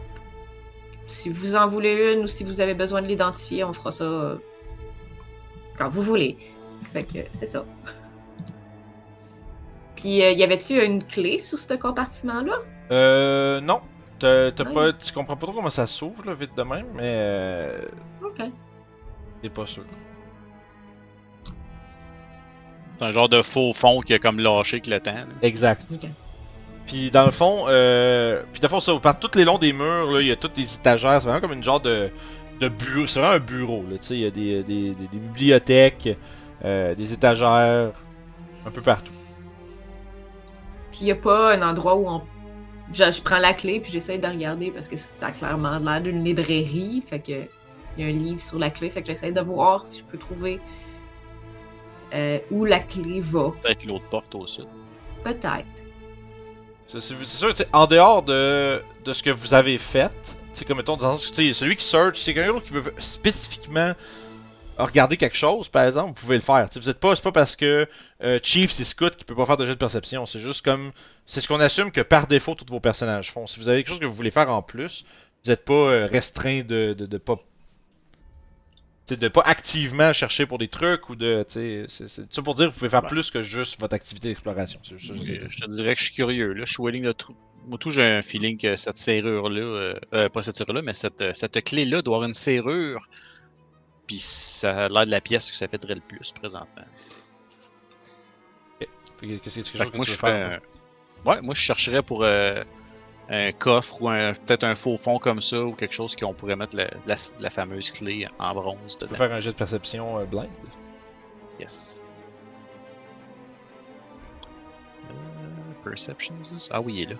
S6: si vous en voulez une ou si vous avez besoin de l'identifier, on fera ça euh, quand vous voulez. Fait que euh, c'est ça. Puis euh, y avait-tu une clé sur ce compartiment-là?
S1: Euh. Non. T'as t'as
S6: Ouais.
S1: pas, tu comprends pas trop comment ça s'ouvre, là, vite de même, mais. Euh,
S6: Ok.
S1: T'es pas sûr.
S3: C'est un genre de faux fond qui a comme lâché avec le temps. là.
S1: Exact.
S6: Ok.
S1: Puis dans le fond, euh, puis dans le fond, ça, par tous les longs des murs, là, il y a toutes les étagères, c'est vraiment comme une genre de, de bureau, c'est vraiment un bureau, là, tu sais, il y a des, des, des- des bibliothèques, euh, des étagères, un peu partout.
S6: Puis y a pas un endroit où on. Je, je prends la clé puis j'essaie de regarder parce que ça a clairement l'air d'une librairie. Fait que y a un livre sur la clé. Fait que j'essaie de voir si je peux trouver euh, où la clé va.
S3: Peut-être l'autre porte au sud.
S6: Peut-être.
S1: C'est c'est- c'est sûr, tu sais, en dehors de, de ce que vous avez fait, tu sais, comme mettons, dans le sens que, tu sais, celui qui search, c'est quelqu'un d'autre qui veut spécifiquement regarder quelque chose, par exemple, vous pouvez le faire. Tu sais, vous êtes pas, c'est pas parce que euh, Chief c'est Scout qui peut pas faire de jeu de perception. C'est juste comme, c'est ce qu'on assume que par défaut tous vos personnages font. Si vous avez quelque chose que vous voulez faire en plus, vous êtes pas euh, restreint de, de, de pas, tu sais, de pas activement chercher pour des trucs ou de, tu sais, c'est- c'est tout ça pour dire, que vous pouvez faire
S3: Ouais.
S1: plus que juste votre activité d'exploration. C'est juste ça que je veux dire.
S3: Je je te dirais que je suis curieux. Là. Je suis willing de tout. Moi, tout, j'ai un feeling que cette serrure-là, euh, euh, pas cette serrure-là, mais cette, euh, cette clé-là doit avoir une serrure. Puis ça a l'air de la pièce que ça fêterait le plus présentement.
S1: Fait que- Qu'est-ce que c'est quelque
S3: Fait
S1: chose
S3: que
S1: que
S3: moi,
S1: tu
S3: je
S1: veux faire? hein.
S3: ferais un- Ouais, moi, je chercherais pour euh, un coffre ou un- peut-être un faux fond comme ça ou quelque chose qu'on pourrait mettre la, la- la fameuse clé en
S1: Tu
S3: bronze
S1: peux
S3: dedans.
S1: faire un jet de perception euh, blind.
S3: Yes. Euh, perceptions. is- Ah oui, il est là.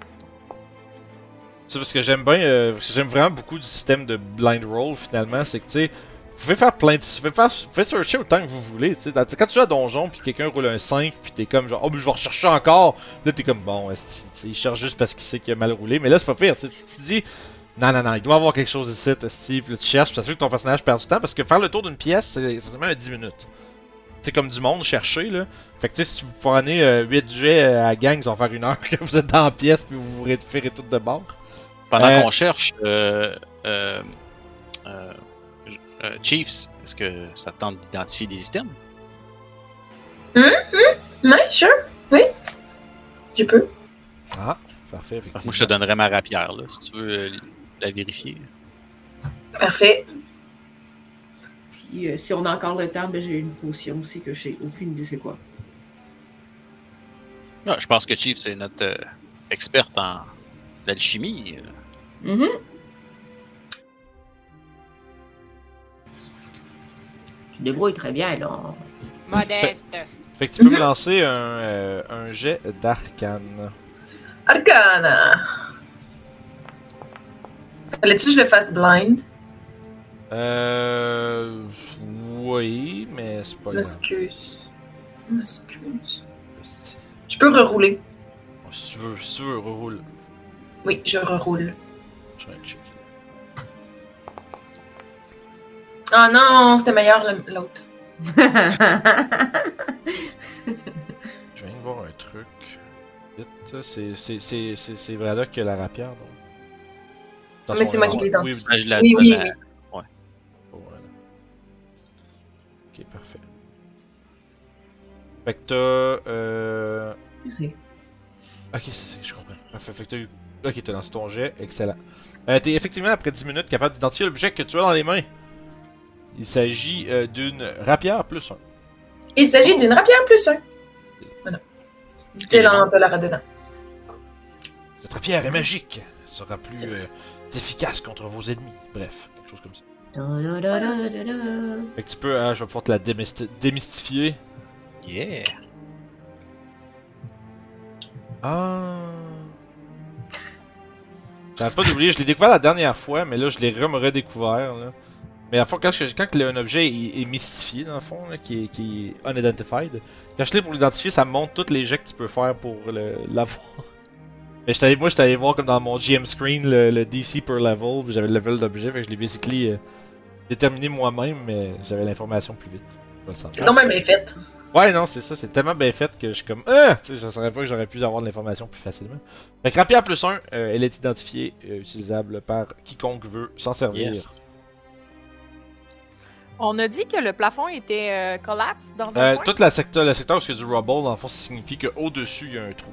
S1: Tu sais, parce que j'aime bien, euh, parce que j'aime vraiment beaucoup du système de blind roll finalement, c'est que tu sais, vous pouvez faire plein de. Vous pouvez, faire, vous pouvez searcher autant que vous voulez, tu sais. Dans- Quand tu es à donjon, puis quelqu'un roule un 5, puis t'es comme genre, oh, mais je vais rechercher encore. Là, t'es comme, bon, esti, tu sais, il cherche juste parce qu'il sait qu'il a mal roulé. Mais là, c'est pas pire, tu sais. Tu te dis, non, non, non, il doit y avoir quelque chose ici, esti, puis là, tu cherches, puis ça se fait que ton personnage perd du temps, parce que faire le tour d'une pièce, c'est essentiellement un 10 minutes. C'est comme du monde chercher, là. Fait que, tu sais, si vous prenez 8 jets euh, à la gang, ça va faire une heure que vous êtes dans la pièce, puis vous vous référez tout de bord.
S3: Pendant
S1: Euh,
S3: qu'on cherche, euh, euh, euh, j- euh, Chiefs, est-ce que ça te tente d'identifier des items?
S5: Ouais, sure. Oui. Je peux.
S1: Ah, Parfait, effectivement.
S3: Moi, je te donnerais ma rapière, là, si tu veux euh, la vérifier.
S5: Parfait.
S6: Puis euh, si on a encore le temps, ben, j'ai une potion aussi que j'ai aucune idée c'est quoi.
S3: Ah, je pense que Chiefs c'est notre euh, experte en euh. alchimie.
S2: Mhm.
S6: Mm-hmm. Je débrouille très bien, là. On-
S4: Modeste.
S1: Fait que tu peux me lancer un, euh, un jet d'arcane.
S5: Arcana. Fallait-tu que je le fasse blind?
S1: Euh. Oui, mais c'est pas grave.
S5: M'excuse. M'excuse.
S1: Si
S5: Je peux rerouler.
S1: si tu veux, si tu veux, reroule.
S5: Oui, je reroule.
S1: Je vais checker.
S5: Ah non, c'était meilleur le- l'autre.
S1: Je viens de voir un truc. Vite, ça, c'est- c'est- c'est c'est- c'est Braddock qui a la rapière, donc. Dans
S5: Mais
S1: son-
S5: c'est moi
S1: dans-
S5: qui l'ai
S1: oui, Oh,
S5: identifié.
S3: Ah, je la
S5: Oui,
S3: donne
S5: oui,
S3: à-
S5: oui.
S1: Voilà. Ok, parfait. Fait que t'as. Euh...
S6: Excusez.
S1: Ok, c'est ça, je comprends. Parfait, fait que t'as eu- Ok, t'as lancé ton jet, excellent. Euh, t'es effectivement, après 10 minutes, capable d'identifier l'objet que tu as dans les mains. Il s'agit euh, d'une rapière plus 1.
S5: Il s'agit d'une rapière plus un. Voilà. Dit-il en te la redonnant.
S1: Cette rapière est magique. Elle sera plus euh, efficace contre vos ennemis. Bref, quelque chose comme ça.
S6: Da-da-da-da-da-da.
S1: Fait que tu peux, ah, je vais pouvoir te la démysti- démystifier.
S3: Yeah!
S1: Ah. J'avais pas oublié, je l'ai découvert la dernière fois, mais là je l'ai rem- redécouvert. Là. Mais à la fois, quand, je- quand le- un objet est, est mystifié, dans le fond, là, qui, est, qui est unidentified, quand je l'ai pour l'identifier, ça me montre tous les jets que tu peux faire pour le- l'avoir. Mais j'étais allé- moi, j'étais allé voir comme dans mon GM screen le, le DC per level, puis j'avais le level d'objet, fait que je l'ai basically euh, déterminé moi-même, mais j'avais l'information plus vite. Je vais le sentir.
S5: C'est donc même fait.
S1: Ouais, non, c'est ça, c'est tellement bien fait que je suis comme. Ah! Tu sais, je saurais pas que j'aurais pu avoir de l'information plus facilement. Fait que Rapière plus 1, elle est identifiée, euh, utilisable par quiconque veut s'en servir.
S3: Yes!
S4: On a dit que le plafond était euh, collapse dans un
S1: Euh,
S4: coin.
S1: toute la secteur, le secteur où il y a du rubble, dans le fond, ça signifie qu'au-dessus, il y a un trou.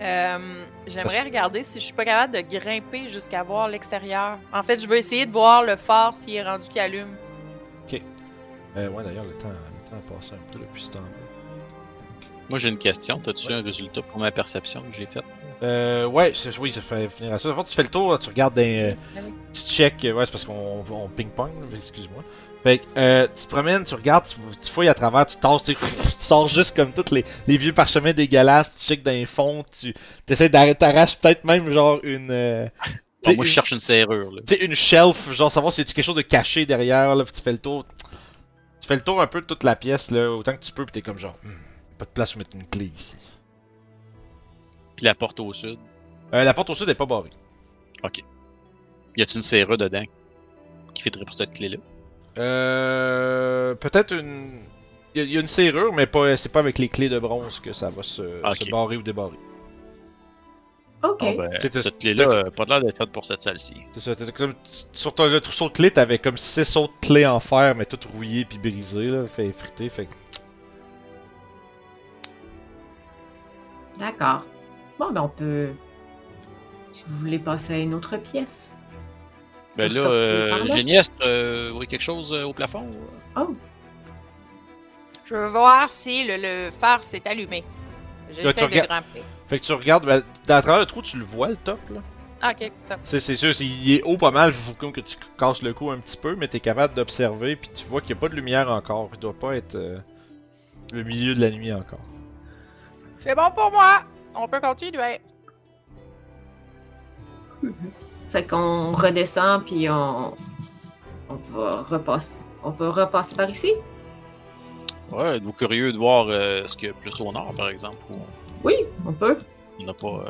S4: Euh, J'aimerais
S1: Parce-
S4: regarder si je suis pas capable de grimper jusqu'à voir l'extérieur. En fait, je veux essayer de voir le phare s'il est rendu qu'il allume.
S1: Euh, ouais, d'ailleurs, le temps, le temps a passé un peu depuis ce temps-là.
S3: Moi, j'ai une question. T'as-tu un résultat pour ma perception que j'ai faite?
S1: Euh, ouais, c'est- oui, ça fait finir à ça. Avant, tu fais le tour, tu regardes des. euh,
S4: Ah oui.
S1: tu check. euh, Ouais, c'est parce qu'on on ping-pong, là, excuse-moi. Fait que, euh, tu te promènes, tu regardes, tu, tu fouilles à travers, tu tasses, tu, tu sors juste comme tous les, les vieux parchemins dégueulasses, tu check dans les fonds, tu essaies d'arrêter, t'arraches peut-être même genre une. euh,
S3: Bon, moi, je
S1: une-
S3: cherche une serrure. Là.
S1: tu sais, une shelf, genre savoir si tu quelque chose de caché derrière, là, puis tu fais le tour. Tu Tu fais le tour un peu de toute la pièce, là, autant que tu peux, puis t'es comme genre, Hmm, pas de place pour mettre une clé ici.
S3: Puis la porte au sud.
S1: Euh, la porte au sud est pas barrée.
S3: Y a-t-il une serrure dedans qui fitterait pour cette clé-là?
S1: Euh, peut-être une. Il y, a- il y a une serrure, mais pas, c'est pas avec les clés de bronze que ça va se,
S3: Ok.
S1: se barrer ou débarrer.
S2: OK.
S3: Bon, ben,
S1: C'était-
S3: cette clé-là, euh, pas l'air d'être faite pour cette salle-ci.
S1: C'est ça, t'as comme- sur ton, le trousseau de clés, t'avais comme 6 autres clés en fer, mais toutes rouillées puis brisées, là, fait friter, fait que
S6: D'accord. Bon, ben on peut. Si vous voulez passer à une autre pièce.
S3: Ben là,
S6: Sortir par
S3: euh,
S6: là.
S3: Géniestre, euh, oui, quelque chose euh, au plafond? ou-
S4: Je veux voir si le, le phare s'est allumé. J'essaie de
S1: regardes-
S4: grimper.
S1: Fait que tu regardes, ben, à travers le trou, tu le vois le top là.
S4: Ah, Ok, top.
S1: C'est, c'est sûr, c'est- il est haut pas mal, vous comme que tu casses le cou un petit peu, mais t'es capable d'observer, puis tu vois qu'il n'y a pas de lumière encore. Il doit pas être euh, le milieu de la nuit encore.
S4: C'est bon pour moi. On peut continuer.
S6: Fait qu'on redescend, puis on. On va repasser. On peut repasser par ici?
S3: Ouais, êtes-vous curieux de voir euh, ce qu'il y a plus au nord, par exemple, où
S6: Oui, on peut.
S3: on n'a pas...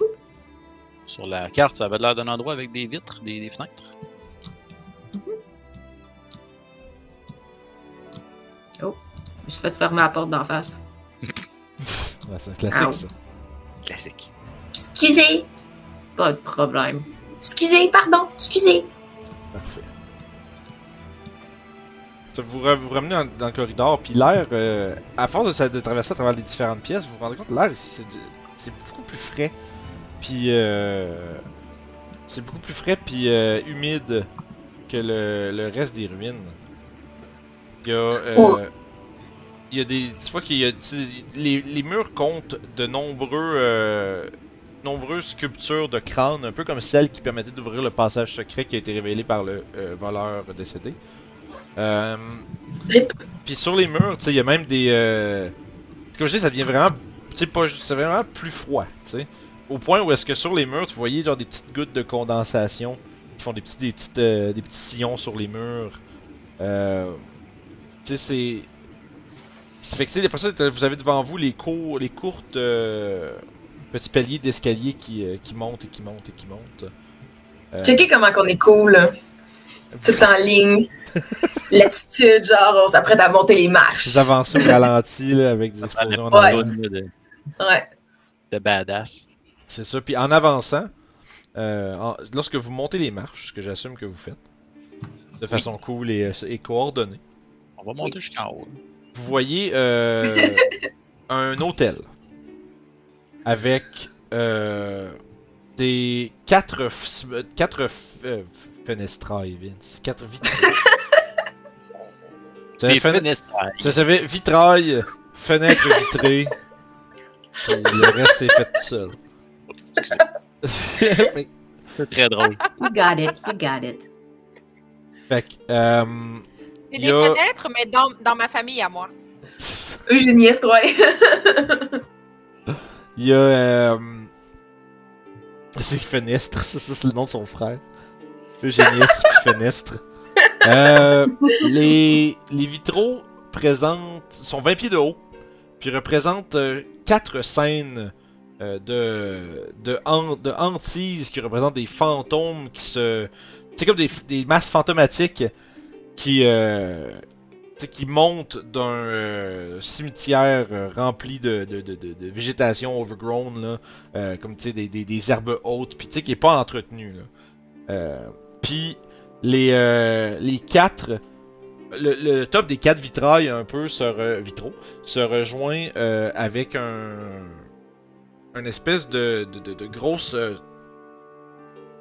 S3: euh, Sur la carte, ça avait l'air d'un endroit avec des vitres, des, des fenêtres.
S6: Je me suis fait fermer la porte d'en face.
S1: Ouais, c'est classique
S6: Ow.
S1: ça.
S3: Classique.
S5: Excusez,
S6: Pas de problème.
S5: excusez, pardon, excusez.
S1: Parfait. Ça, Vous re- vous ramenez dans, dans le corridor, puis l'air, euh, à force de, sa- de traverser à travers les différentes pièces, vous vous rendez compte que l'air ici, c'est du- c'est beaucoup plus frais. Puis, euh, c'est beaucoup plus frais, puis euh, humide que le, le reste des ruines. Il y a. euh,
S5: Oh.
S1: Il y a des. Tu vois qu'il y a. tu- Les, les murs comptent de nombreux. euh, nombreuses sculptures de crâne, un peu comme celle qui permettait d'ouvrir le passage secret qui a été révélé par le euh, voleur décédé. Euh,
S5: Rip.
S1: Puis sur les murs, tu sais, il y a même des. euh, Comme je dis, ça devient vraiment. Tu sais, pas- c'est vraiment plus froid, tu sais. Au point où est-ce que sur les murs, tu voyais genre des petites gouttes de condensation qui font des petits, des petites, euh, des petits sillons sur les murs. Euh, tu sais, c'est. Ça fait que, tu sais, après ça, t'as- vous avez devant vous les, cours, les courtes. euh, petits paliers d'escalier qui, euh, qui montent et qui montent et qui montent. Euh,
S5: Checkez comment qu'on est cool, tout en ligne. L'attitude, genre, on s'apprête à monter les marches.
S1: Vous avancez au ralenti là, avec des explosions en
S5: Ouais.
S1: avant.
S3: Bonne, là, de,
S5: Ouais.
S3: de badass.
S1: C'est ça. Puis en avançant, euh, en- lorsque vous montez les marches, ce que j'assume que vous faites, de façon cool et, euh, et coordonnée,
S3: On va monter jusqu'en haut.
S1: vous voyez euh, un hôtel avec euh, des quatre f- quatre f- euh, fenestrailles, Vince, quatre vitrailles. Ça
S3: Des
S1: fait-
S3: fenêtres.
S1: Ça s'appelait vitrail, fenêtre vitrée. Puis le reste est fait tout seul.
S3: Excusez.
S1: fait
S3: C'est très drôle.
S6: You got it, you got it.
S1: que, euh,
S4: J'ai
S1: Il y
S4: des
S1: a-
S4: fenêtres, mais dans, dans ma famille à moi.
S5: Eugénie Estroy.
S1: il y a. Euh, c'est Fenestre, ça, ça, c'est le nom de son frère. Eugénius Fenestre. Euh, les, les vitraux présentent. sont 20 pieds de haut, puis représentent euh, quatre scènes euh, de, de, han- de hantises qui représentent des fantômes qui se. C'est comme des, f- des masses fantomatiques qui, euh, tu sais, qui montent d'un euh, cimetière euh, rempli de, de, de, de, de végétation overgrown, là, euh, comme tu sais, des, des, des herbes hautes, puis tu sais, qui est pas entretenu. Là. Euh, puis les, euh, les quatre, le, le top des quatre vitrailles un peu se re- vitraux se rejoint euh, avec un une espèce de, de, de- de grosse euh,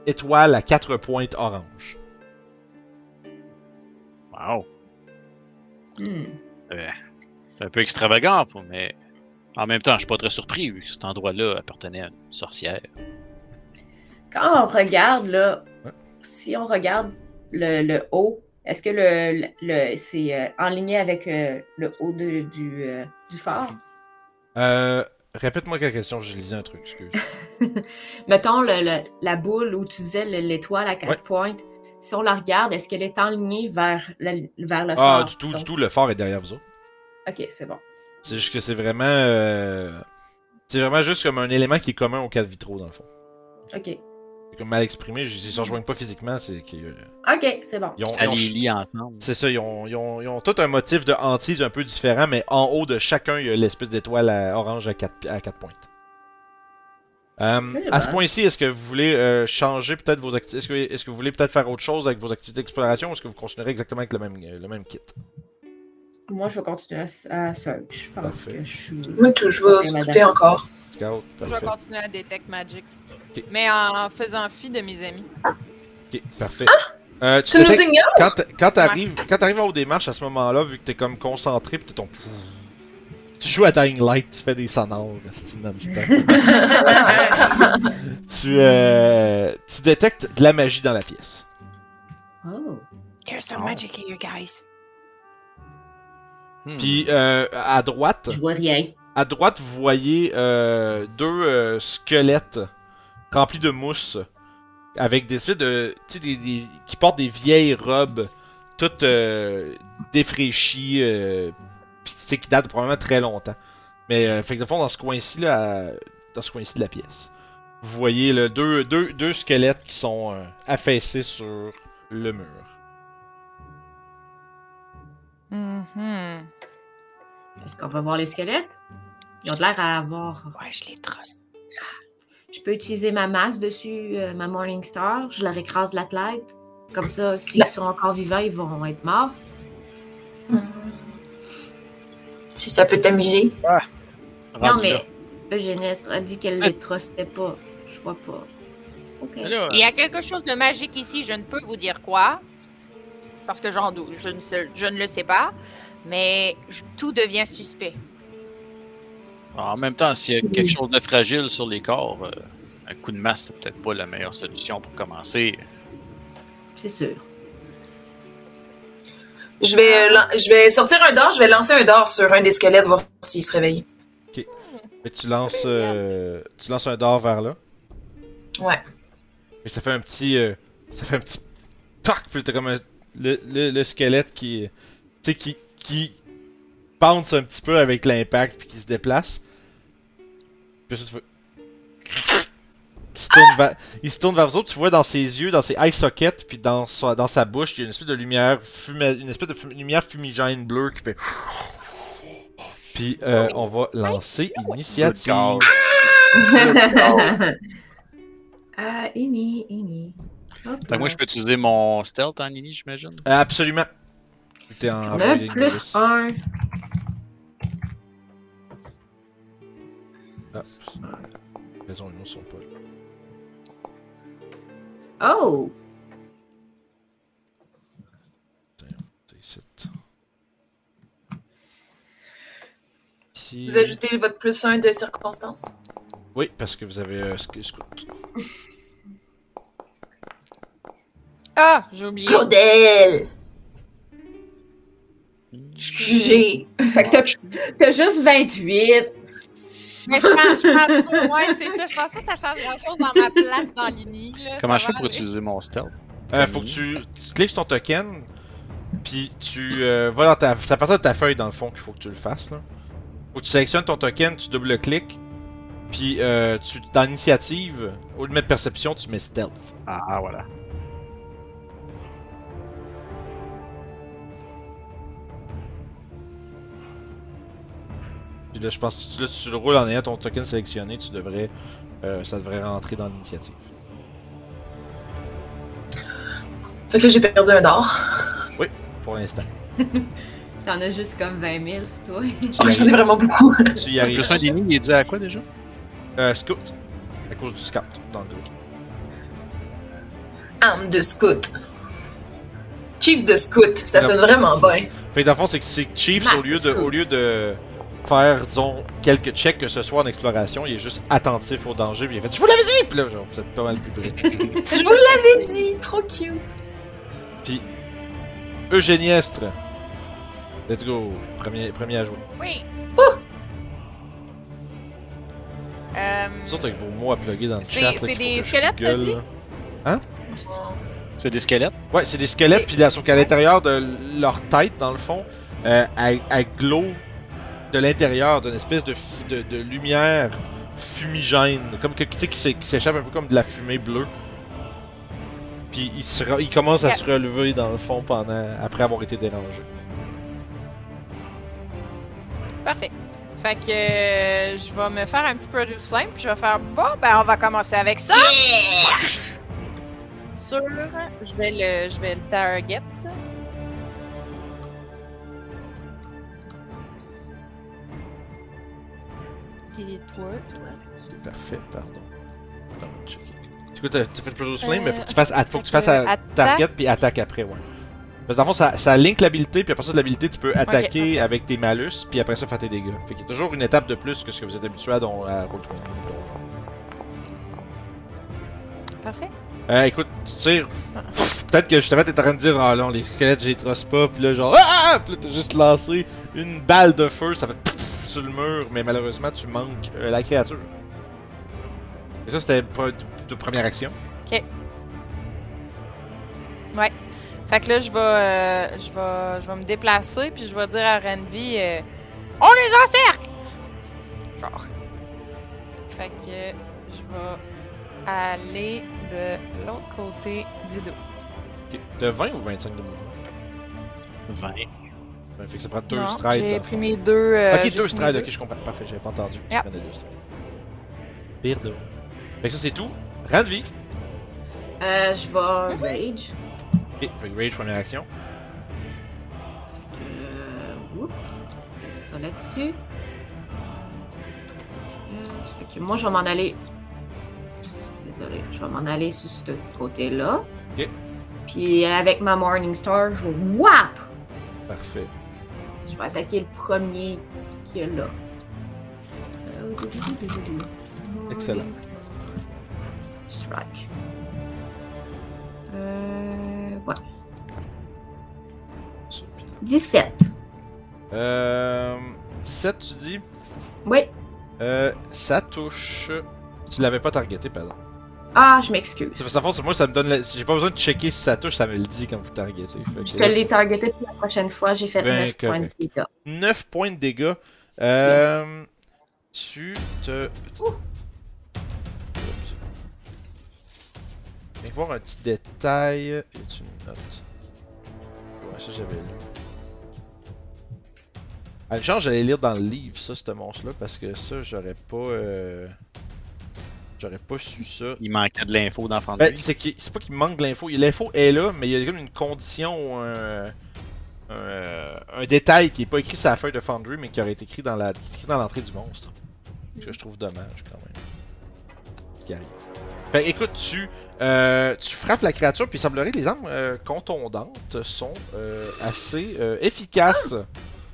S1: étoile à quatre pointes orange.
S3: Wow.
S6: Hmm.
S3: C'est un peu extravagant, pour- mais en même temps, je suis pas très surpris vu que cet endroit-là appartenait à une sorcière.
S6: Quand on regarde, là,
S1: Ouais.
S6: si on regarde le, le haut, est-ce que le, le- c'est euh, en ligne avec euh, le haut de- du, euh, du phare?
S1: Euh, Répète-moi quelle question, j'ai lisé un truc, excuse.
S6: Mettons le- le- la boule où tu disais le- l'étoile à quatre
S1: Ouais.
S6: pointes, si on la regarde, est-ce qu'elle est enlignée vers, la- vers le
S1: Ah,
S6: phare?
S1: du tout, du
S6: Donc,
S1: tout, le fort est derrière vous autres.
S6: OK, c'est bon.
S1: C'est juste que c'est vraiment. euh, C'est vraiment juste comme un élément qui est commun aux quatre vitraux, dans le fond.
S6: OK.
S1: C'est comme mal exprimé, je- ils se rejoignent pas physiquement, c'est qu'ils. euh,
S6: OK, c'est bon.
S1: ils ont-
S3: Ça
S1: ils ont-
S3: les lie ensemble.
S1: C'est ça, ils ont, ils, ont, ils ont tout un motif de hantise un peu différent, mais en haut de chacun, il y a l'espèce d'étoile à- orange à 4, à quatre pointes. Euh,
S6: Eh
S1: à ce
S6: ben.
S1: point-ci, est-ce que vous voulez euh, changer peut-être vos activités Est-ce que, est-ce que vous voulez peut-être faire autre chose avec vos activités d'exploration ou est-ce que vous continuerez exactement avec le même, euh, le même kit
S6: Moi, je vais continuer à, à search. Je pense
S1: Parfait.
S6: que je suis...
S5: Moi, tout, je vais
S6: Ok, madame.
S5: scouter encore.
S1: Scout,
S4: Je vais
S1: parfait.
S4: continuer à Detect Magic.
S1: Ok.
S4: Mais en faisant fi de mes amis.
S1: Ok, parfait. Euh,
S5: Tu
S1: fais-
S5: nous ignores?
S1: quand t- quand t'arrives quand t'arrives en haut des marches à ce moment-là, vu que t'es comme concentré pis t'es ton tu joues à Dying Light, tu fais des sonores, c'est non-stop. tu euh, tu détectes de la magie dans la pièce.
S6: Oh.
S4: There's
S1: Ah.
S4: some magic here, guys.
S3: Hmm.
S1: Puis euh, à droite,
S6: Je vois rien.
S1: à droite vous voyez euh, deux euh, squelettes remplis de mousse avec des espèces de tu sais des- des- qui portent des vieilles robes toutes euh, défraîchies euh, pis, tu sais, qui datent probablement très longtemps. Mais euh, fait que de fond dans ce coin-ci là, à- dans ce coin-ci de la pièce, vous voyez là, deux, deux, deux squelettes qui sont euh, affaissés sur le mur.
S4: Mhm.
S6: Est-ce qu'on va voir les squelettes? Ils ont de l'air à avoir.
S4: Ouais, je les trust.
S6: Je peux utiliser ma masse dessus, euh, ma Morning Star. Je leur écrase la tête. Comme ça, s'ils
S5: La-
S6: sont encore vivants, ils vont être morts.
S5: Si ça peut t'amuser.
S6: Non,
S3: Rendu là.
S6: mais Eugénistre a dit qu'elle ne les trustait pas. Je crois pas. OK.
S3: Mais là,
S4: Il y a quelque chose de magique ici, je ne peux vous dire quoi. Parce que j'en doute, je ne, sais- je ne le sais pas. Mais je- tout devient suspect.
S3: En même temps, s'il y a quelque chose de fragile sur les corps, euh, un coup de masse, c'est peut-être pas la meilleure solution pour commencer.
S6: C'est sûr.
S5: Je vais, lan- je vais sortir un dard, je vais lancer un dard sur un des squelettes, voir s'il se réveille.
S1: Mais tu lances, euh, tu lances un dard vers là.
S5: Ouais.
S1: Et ça fait un petit, euh, ça fait un petit toc, puis t'as comme un- le, le, le squelette qui, tu sais, qui, qui bounce un petit peu avec l'impact, puis qui se déplace. Puis ça, tu fais- Il se, tourne vers, il se tourne vers vous autres, tu vois dans ses yeux, dans ses eye sockets, puis dans sa, dans sa bouche, il y a une espèce de lumière, fumé- une espèce de fum- lumière fumigène bleue qui fait. Puis euh, on va lancer initiative.
S3: God.
S6: Ah, Ini, Ini. Hop
S3: Fait que moi,
S6: là.
S3: je peux utiliser mon stealth en Nini, j'imagine.
S1: Euh, Absolument. T'es en
S6: Le
S1: rolling bonus.
S6: plus 1.
S1: Ah, raison, les noms sont pas là.
S6: Oh!
S1: C'est ici. Ici.
S5: Vous ajoutez votre plus un de circonstance.
S1: Oui, parce que vous avez euh, sc- scout.
S4: Ah, j'ai oublié.
S5: Claudel!
S3: Hmm.
S5: Je suis jugée.
S6: Fait que t'as- t'as juste 28.
S4: Mais je pense, je pense qu'au moins, c'est ça. Je pense pas que ça change grand-chose dans ma place dans l'INI. là.
S3: Comment
S4: Ça
S3: je fais
S4: va
S3: pour
S4: aller.
S3: utiliser mon stealth?
S1: Euh, faut que tu, tu cliques sur ton token, puis tu euh, vas dans ta. C'est à partir de ta feuille, dans le fond, qu'il faut que tu le fasses. Là. Faut que tu sélectionnes ton token, tu double-cliques, puis euh, tu, dans initiative, au lieu de mettre perception, tu mets stealth.
S3: Ah, voilà.
S1: Puis là, je pense que si tu, là, si tu le roules en ayant ton token sélectionné, tu devrais. euh, ça devrait rentrer dans l'initiative.
S5: Fait que là, j'ai perdu un dard.
S1: Pour l'instant.
S6: T'en as juste comme 20 000, c'est toi.
S1: Ah,
S5: Oh, J'en ai vraiment beaucoup.
S1: Tu y
S3: Le
S1: arrives.
S3: plus un Nini, il est dû à quoi déjà?
S1: Euh, scout. À cause du scout, dans le groupe.
S5: Arme de scout. Chief de scout, ça
S1: Non.
S5: sonne vraiment bien.
S1: Fait que dans le fond, c'est que c'est que Chiefs, au
S6: Master
S1: lieu, de,
S6: scout.
S1: au lieu de faire, disons, quelques checks que ce soit en exploration, il est juste attentif au danger, puis il fait Je vous l'avais dit! Puis là, genre, vous êtes pas mal plus près.
S5: Je vous l'avais dit, trop cute.
S1: Eugénie Estre. Let's go. Premier, premier à jouer.
S4: Oui. Euh,
S1: Vous autres, avec vos mots à plugger dans le
S4: C'est-
S1: chat. là,
S4: c'est
S1: qu'il faut
S4: des
S1: que je
S4: squelettes, t'as
S1: gueule,
S4: dit?
S1: là.
S3: C'est des squelettes.
S1: Ouais, c'est des squelettes,
S4: Et-
S1: puis là, sauf qu'à l'intérieur de leur tête, dans le fond, euh, elle, elle glow de l'intérieur d'une espèce de, fu- de, de lumière fumigène, comme que, tu sais, qui s'é- qui s'échappe un peu comme de la fumée bleue. Puis il, se re- il commence à
S4: Yeah.
S1: se relever dans le fond pendant après avoir été dérangé.
S4: Parfait. Fait que euh, je vais me faire un petit Produce Flame, puis je vais faire bon, ben on va commencer avec ça. Sur, je vais le, je vais le target.
S1: Parfait, pardon. Attends, on va checker. Tu sais quoi, t'as- tu fais le plus flame, mais faut
S4: Euh,
S1: que tu fasses, faut que tu fasses
S4: euh,
S1: à target puis attaque après, ouais. Parce que dans le fond, ça, ça link l'habilité, puis à partir de l'habilité, tu peux attaquer avec tes malus, puis après ça, faire tes dégâts. Fait qu'il y a toujours une étape de plus que ce que vous êtes habitué à dans à Roll20.
S4: Parfait.
S1: Euh, écoute, tu tires.
S4: Ah.
S1: Pff, Peut-être que justement, t'es en train de dire, ah non, les squelettes, j'y trosse pas, puis là, genre, ah! Puis là, t'as juste lancé une balle de feu, ça fait pff sur le mur, mais malheureusement, tu manques euh, la créature. Et ça, c'était pas de, de première action.
S4: Fait que là je vais, euh, je vais, je vais me déplacer, puis je vais dire à Renvi, euh, on les encercle. Genre. Fait que je vais aller de l'autre côté du dos.
S1: Ok. T'as 20 ou 25 de mouvement?
S3: 20.
S1: Ouais, fait que ça prend deux
S4: Non,
S1: strides. dans
S4: J'ai
S1: le
S4: pris
S1: fond.
S4: mes deux. euh, j'ai
S1: ok,
S4: pris
S1: deux
S4: mes
S1: strides,
S4: deux.
S1: ok, je comprends. Parfait, j'avais pas entendu que tu
S4: Yep.
S1: prenais deux strides. Birdo. Fait que ça, c'est tout. Randvi.
S6: Euh, je vais rage.
S1: Ok, fait que Rage, première action.
S6: Euh, oups. Je mets Ça là-dessus. Euh, fait que moi, je vais m'en aller. Désolée, je vais m'en aller sur ce côté-là.
S1: Ok.
S6: Puis euh, avec ma Morning Star, je vais whap!
S1: Parfait.
S6: Je vais attaquer le premier qui est là. Euh,
S1: Excellent.
S6: Strike. Euh, ouais.
S1: Ça, puis là.
S6: 17.
S1: Euh. 7, tu dis.
S6: Oui.
S1: Euh. Ça touche. Tu l'avais pas targeté, pardon.
S6: Ah, je m'excuse.
S1: C'est parce que, dans le fond, c'est moi, ça me donne. le- si J'ai pas besoin de checker si ça touche, ça me le dit quand vous targetez. Fait
S6: Je
S1: que
S6: te l'ai targeté pour la prochaine fois. J'ai fait
S1: Ben,
S6: 9 points de
S1: correct.
S6: dégâts.
S1: 9 points de dégâts. Euh, Tu te. Oups. Viens voir un petit détail. Y a une note Ouais, ça j'avais lu. À l'échange, j'allais lire dans le livre ça, ce monstre-là, parce que ça, j'aurais pas. euh, J'aurais pas su ça.
S3: Il manquait de l'info d'enfant de
S1: Ben,
S3: lui.
S1: c'est qu'il- c'est pas qu'il manque de l'info. L'info est là, mais il y a comme une condition, un, un, un détail qui est pas écrit sur la feuille de Foundry, mais qui aurait été écrit dans la, écrit dans l'entrée du monstre. Ce que je trouve dommage quand même. Ce Qui arrive. Fait, écoute, tu, euh, tu frappes la créature, puis il semblerait que les armes euh, contondantes sont euh, assez euh, efficaces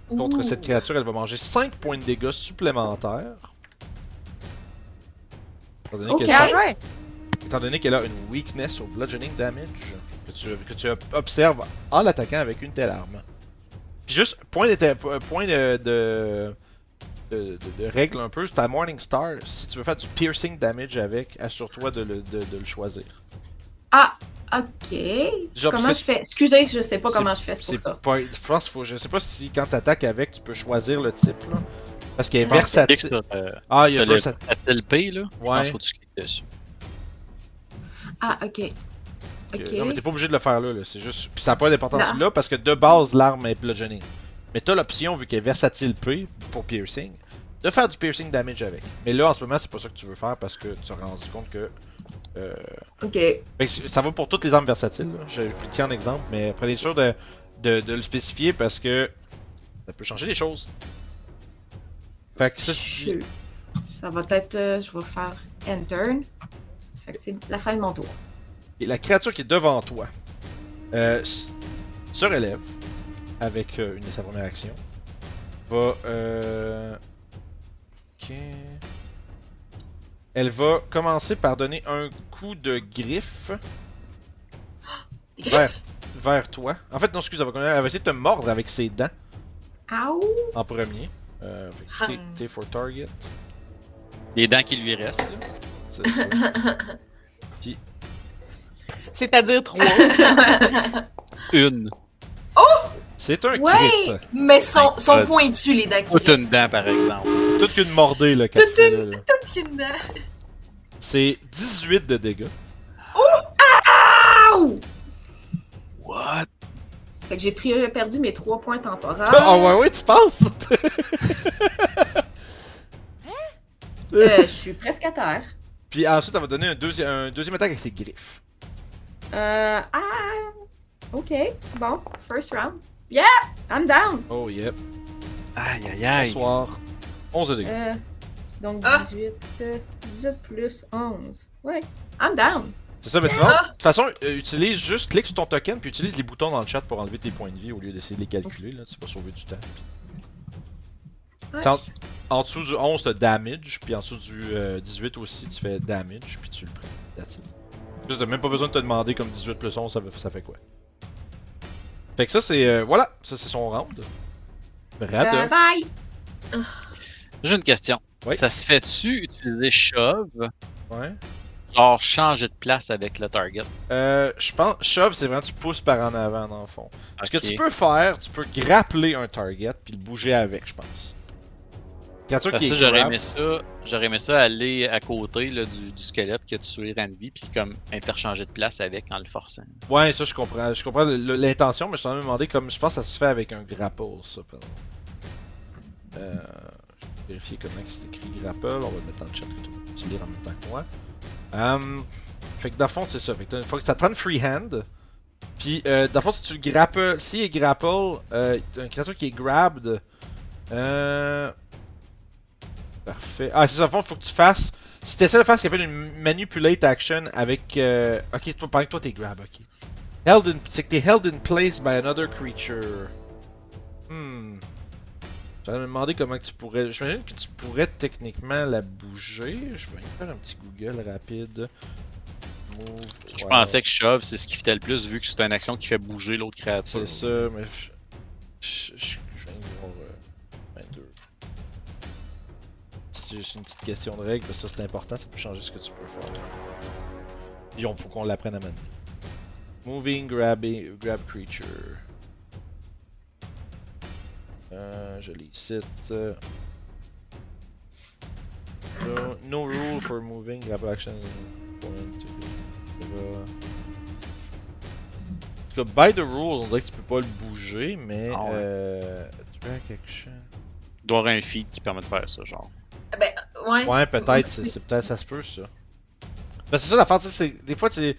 S1: contre cette créature. Elle va manger 5 points de dégâts supplémentaires. Étant donné
S6: Ok.
S1: qu'elle sort-
S4: Bien joué.
S1: Étant donné qu'elle a une weakness au bludgeoning damage, que tu, que tu observes en l'attaquant avec une telle arme. Puis juste, point de, euh, point de, de, de- de- de règle un peu, ta Morning Star, si tu veux faire du piercing damage avec, assure-toi de, le- de- de le choisir.
S6: Ah, ok.
S1: Genre,
S6: comment
S1: c'est-
S6: je fais Excusez, je sais pas
S1: c'est-
S6: comment je fais c'est
S1: C'est
S6: pour ça.
S1: pas, je pense qu'il faut, je sais pas si quand t'attaques avec, tu peux choisir le type là. Parce qu'elle est
S4: Je pense
S3: C'est clique
S1: versatile.
S3: sur euh,
S1: Ah, il y
S3: t'as
S1: a
S3: le
S1: versatile.
S3: P, là. Je pense
S1: Ouais.
S3: faut que tu cliques dessus.
S6: Ah, ok.
S1: Que-
S6: Ok.
S1: Non, mais t'es pas obligé de le faire là, là, c'est juste. Puis ça n'a pas d'importance
S6: Non.
S1: là parce que de base, l'arme est bludgeoning. Mais t'as l'option, vu qu'elle est versatile P pour piercing, de faire du piercing damage avec. Mais là, en ce moment, c'est pas ça que tu veux faire parce que tu as rendu compte que. euh,
S6: Ok.
S1: fait que ça va pour toutes les armes versatiles, là. je je tiens un exemple, mais prenez sûr de, de, de le spécifier parce que ça peut changer les choses. Fait que ça, c'est-
S6: Shoot. Ça va être. euh, je vais faire end turn. Fait que c'est la fin de mon tour.
S1: Et la créature qui est devant toi euh, s- se relève avec euh, une de sa première action. Va. Euh... ok. Elle va commencer par donner un coup de griffe
S5: Des
S1: vers,
S5: griffes.
S1: vers toi. En fait, non, excuse, elle va, elle va essayer de te mordre avec ses dents
S6: Ow!
S1: en premier. Euh, fait que t'es-
S5: Hum.
S1: t'es for target.
S3: Les dents qui lui restent, là.
S1: C'est ça. Puis
S4: C'est-à-dire trois.
S3: Une.
S1: C'est un
S5: Ouais!
S1: crit.
S5: Mais sont, sont
S3: Ouais.
S5: pointus, les dents qui
S3: Toute une
S5: restent.
S3: dent, par exemple.
S1: Toute qu'une mordée, là, quand
S5: Toute
S1: tu fais là, là.
S5: Toute une dent.
S1: C'est 18 de dégâts.
S3: What?
S6: Fait que j'ai pris- euh, perdu mes trois points temporaires.
S1: Ah ouais, ouais, tu penses?
S6: Euh, je suis presque à terre.
S1: Puis ensuite, elle va donner un, deuxi- un deuxième attaque avec ses griffes.
S6: Euh, ah! Ok, bon, first round. Yeah! I'm down!
S1: Oh, yep.
S3: Aïe, aïe, aïe.
S1: Bonsoir. 11 de dégâts.
S6: Euh, donc
S5: Ah!
S6: 18, euh, 18 plus 11. Ouais, I'm down!
S1: C'est ça, mais tu vois, de toute façon, euh, utilise juste, clique sur ton token, puis utilise les boutons dans le chat pour enlever tes points de vie au lieu d'essayer de les calculer, là, tu vas sauver du temps.
S6: Ouais.
S1: T'es En, en dessous du 11, t'as damage, puis en dessous du euh, 18 aussi, tu fais damage, puis tu le prends. That's it. Juste, t'as même pas besoin de te demander comme 18 plus 11, ça, veut- ça fait quoi. Fait que ça, c'est. euh, voilà, ça, c'est son round.
S6: Bye
S1: Brad, hein?
S6: bye!
S3: J'ai une question.
S1: Oui.
S3: Ça se fait-tu utiliser shove,
S1: ouais.
S3: genre changer de place avec le target?
S1: Euh, je pense, shove, c'est vraiment tu pousses par en avant dans le fond. Ce
S3: Ok.
S1: que tu peux faire, tu peux grappler un target puis le bouger avec, je pense. Créature
S3: Parce
S1: qui
S3: que
S1: est
S3: j'aurais
S1: grab-
S3: aimé ça, j'aurais aimé ça aller à côté là, du, du squelette que tu tué Ranvi, puis comme interchanger de place avec en le forçant.
S1: Ouais, ça je comprends. Je comprends le- le- l'intention, mais je t'en ai demandé comme je pense que ça se fait avec un grapple, ça. Pardon. Euh, je vais vérifier comment c'est écrit grapple. On va le mettre dans le chat que tout le monde peut lire en même temps que moi. Hum, fait que dans le fond, c'est ça. Fait que, t'as- faut que ça te prenne freehand. Puis, euh, dans le fond, si tu le grapples, s'il est grapple, euh, t'as une créature qui est grabbed. Euh... Parfait. Ah, c'est ça. Dans le fond, faut que tu fasses. Si t'essaies de faire ce qu'il appelle une manipulate action avec. euh, Ok, toi, pendant que toi t'es grab, ok. Held in... C'est que t'es held in place by another creature. Hmm. J'allais me demander comment que tu pourrais. J'imagine que tu pourrais techniquement la bouger. Je vais faire un petit Google rapide. Move.
S3: Je
S1: Ouais,
S3: pensais que shove, c'est ce qui fitait le plus, vu que c'est une action qui fait bouger l'autre créature.
S1: C'est ça, mais. je- Je je- je viens de voir. euh, 22. C'est juste une petite question de règle, parce que ça c'est important, ça peut changer ce que tu peux faire. Puis on faut qu'on l'apprenne à manier. Moving, grabbing, grab creature. Euh, je les cite. euh. No, no rule for moving, grab action. Point to- ça va. En tout cas, by the rules, on dirait que tu peux pas le bouger, mais.
S3: Ah ouais.
S1: euh, drag action.
S3: Il doit y avoir un feed qui permet de faire ça, genre.
S5: Ben, Ouais,
S1: Ouais, peut-être, c'est c'est peut-être ça se peut ça. Ben, c'est ça l'affaire, tu sais, c'est- des fois c'est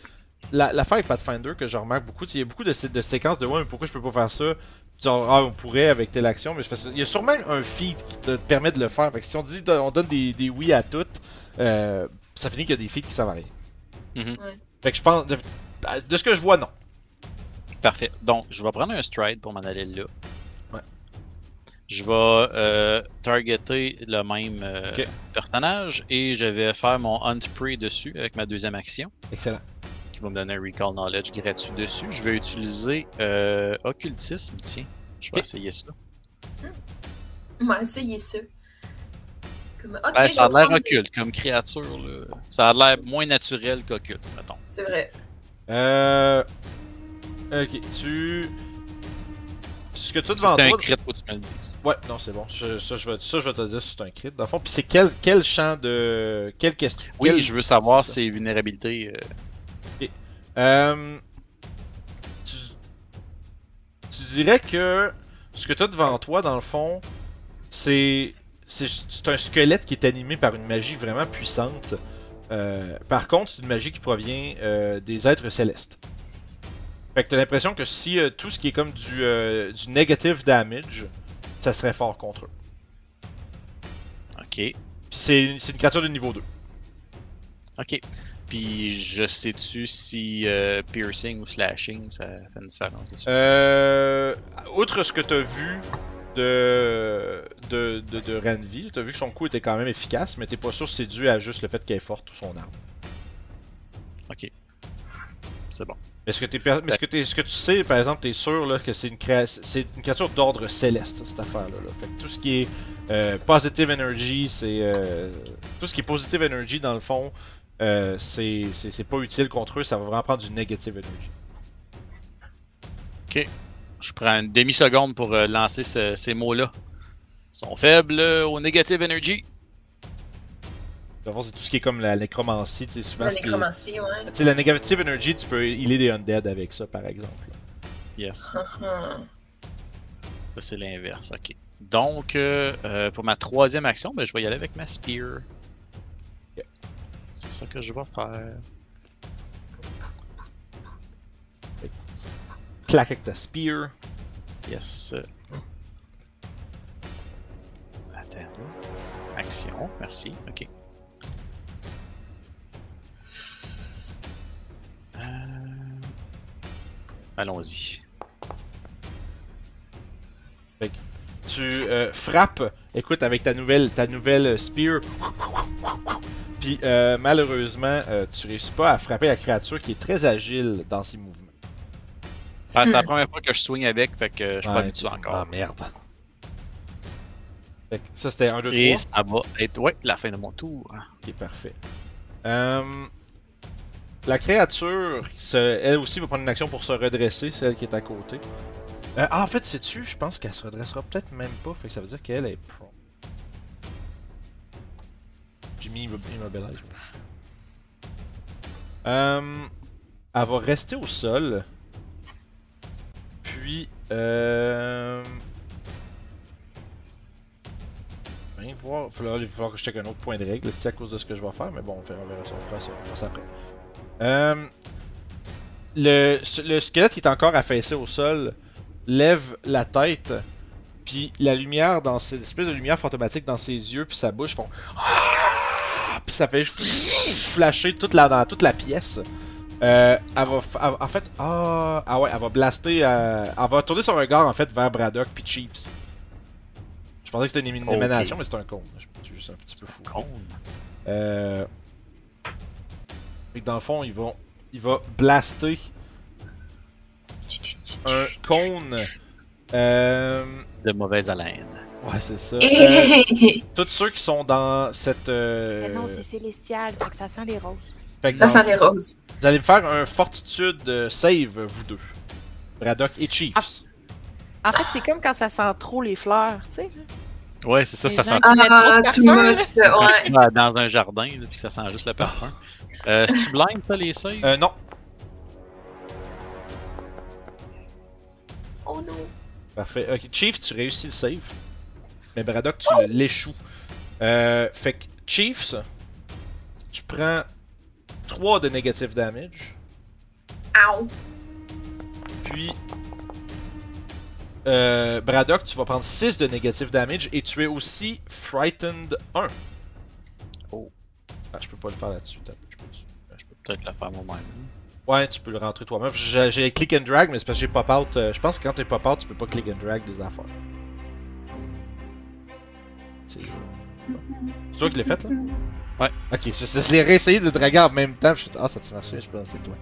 S1: la- l'affaire avec Pathfinder que je remarque beaucoup, tu sais, il y a beaucoup de, sé- de séquences de ouais, mais pourquoi je peux pas faire ça Genre ah, on pourrait avec telle action, mais je fais ça. il y a sûrement un feed qui te permet de le faire. Fait que si on dit on donne des, des oui à toutes, euh, ça finit qu'il y a des feeds qui savent rien.
S3: Mhm.
S5: Ouais.
S1: Fait que je pense de, de ce que je vois non.
S3: Parfait. Donc, je vais prendre un stride pour m'en aller là.
S1: Ouais.
S3: Je vais euh, targeter le même euh,
S1: Ok.
S3: personnage et je vais faire mon Hunt Prey dessus avec ma deuxième action
S1: Excellent.
S3: qui va me donner un Recall Knowledge gratuit dessus. Je vais utiliser euh, Occultisme, tiens. Je vais
S1: Ok.
S3: essayer ça.
S5: Ouais, essayez ça. Comme... Ah,
S3: Ben,
S5: tiens,
S3: ça a
S5: je vais
S3: l'air
S5: prendre-
S3: occulte comme créature. là. Ça a l'air moins naturel qu'occulte, mettons.
S5: C'est vrai.
S1: Euh OK, tu ce que tu as
S3: Si
S1: devant
S3: C'est un
S1: toi-
S3: crit, faut que tu me le dises.
S1: Ouais, non, c'est bon. Je- ça, je vais, ça, je vais te le dire si c'est un crit. Dans le fond, puis c'est quel, quel champ de. Quelle question
S3: Oui,
S1: quel-
S3: je veux savoir
S1: c'est ça.
S3: ses vulnérabilités. euh,
S1: Euh, tu, tu dirais que ce que tu as devant toi, dans le fond, c'est. C'est c'est un squelette qui est animé par une magie vraiment puissante. Euh, par contre, c'est une magie qui provient euh, des êtres célestes. Fait que t'as l'impression que si euh, tout ce qui est comme du, euh, du negative damage, ça serait fort contre eux.
S3: Ok.
S1: Puis c'est c'est une créature de niveau 2.
S3: Ok. Puis je sais-tu si euh, piercing ou slashing, ça fait une différence dessus.
S1: Euh, outre ce que t'as vu de, de, de, de Renville, t'as vu que son coup était quand même efficace, mais t'es pas sûr si c'est dû à juste le fait qu'elle est forte ou son arme.
S3: C'est bon.
S1: Mais ce que, t'es per- mais ce que, t'es- ce que tu sais, par exemple, t'es sûr là, que c'est une, créa- c'est une créature d'ordre céleste, cette affaire-là. là. Fait que tout ce qui est euh, positive energy, c'est. euh, Tout ce qui est positive energy, dans le fond, euh, c'est c'est- c'est pas utile contre eux, ça va vraiment prendre du negative energy.
S3: Je prends une demi-seconde pour euh, lancer ce- ces mots-là. Ils sont faibles euh, au Negative Energy.
S1: D'abord, c'est tout ce qui est comme la nécromancie, tu sais, souvent.
S5: La
S1: ce qui est-
S5: nécromancie, ouais.
S1: Tu sais, la negative energy, tu peux healer des undead avec ça, par exemple.
S3: Yes.
S5: Hum,
S1: Euh,
S5: hum.
S3: Là, c'est l'inverse, ok. Donc, euh, euh, pour ma troisième action, ben, je vais y aller avec ma spear.
S1: Ok.
S3: C'est ça que je vais faire.
S1: Claque avec ta spear.
S3: Yes. Attends. Action, merci, ok. Euh, Allons-y.
S1: Tu euh, frappes, écoute, avec ta nouvelle, ta nouvelle spear. Puis euh, malheureusement, euh, tu réussis pas à frapper la créature qui est très agile dans ses mouvements.
S3: Ah, c'est la première fois que je swing avec, fait que je suis pas
S1: Ouais,
S3: habitué encore.
S1: Ah merde. Fait que ça c'était 1, 2, 3.
S3: Et ça va être ouais, la fin de mon tour.
S1: Ok, parfait. Euh, la créature, se- elle aussi va prendre une action pour se redresser, celle qui est à côté. Euh, ah, en fait, sais-tu, je pense qu'elle se redressera peut-être même pas, fait que ça veut dire qu'elle est prone. J'ai mis immob- immobilize. Euh, elle va rester au sol. Puis, euh... Bien Ben, voir. Il va falloir que je check un autre point de règle. C'est à cause de ce que je vais faire, mais bon, on verra, on verra ça, on fera ça, on fera ça après. Euh, le, ce- le squelette qui est encore affaissé au sol lève la tête, puis la lumière, dans cette espèce de lumière fantomatique dans ses yeux, puis sa bouche font. Ah Puis ça fait flasher toute la, dans toute la pièce. Euh, elle va, f- elle- en fait, ah, ah ouais, elle va blaster, euh, elle va tourner son regard en fait vers Braddock puis Chiefs. Je pensais que c'était une émi-
S3: Ok.
S1: émanation, mais c'est un con. Je je suis juste un petit peu fou.
S3: Con.
S1: Euh... Fait que dans le fond, ils vont, il va blaster un cône. Euh...
S3: De mauvaise haleine.
S1: Ouais, c'est ça. Euh,
S5: Ça
S1: tous ceux qui sont dans cette. euh,
S4: Mais non, c'est célestial, fait que ça sent les roses.
S1: fait que dans-
S5: sent les roses.
S1: Vous allez me faire un fortitude euh, save, vous deux. Braddock et Chiefs.
S4: Ah. En fait, c'est comme quand ça sent trop les fleurs, tu sais.
S3: Ouais, c'est ça,
S4: Les
S3: ça
S4: gens
S3: sent
S4: qui mettent trop
S5: Ah,
S4: de
S5: too
S4: parfum, là.
S5: much. Ouais.
S3: Ah, dans un jardin, là, puis que ça sent juste le parfum. Euh, tu blind, ça, les saves?
S1: Euh, non.
S5: Oh non.
S1: Parfait. Ok, Chief, tu réussis le save. Mais Braddock, tu
S5: Oh!
S1: l'échoues. Euh, fait que Chiefs, tu prends 3 de negative damage.
S5: Ow.
S1: Puis euh, Braddock, tu vas prendre 6 de negative damage et tu es aussi frightened 1. Oh. Ah, je peux pas le faire là-dessus. Attends, je peux-
S3: Je peux peut-être le faire moi-même.
S1: Ouais, tu peux le rentrer toi-même. J'ai j'ai click and drag, mais c'est parce que j'ai pop out. euh, je pense que quand t'es pop out, tu peux pas click and drag des affaires. C'est C'est toi qui l'as fait là
S3: Ouais.
S1: Ok, je, je l'ai réessayé de draguer en même temps. Je suis ah, ça te marché, je pense que c'est toi.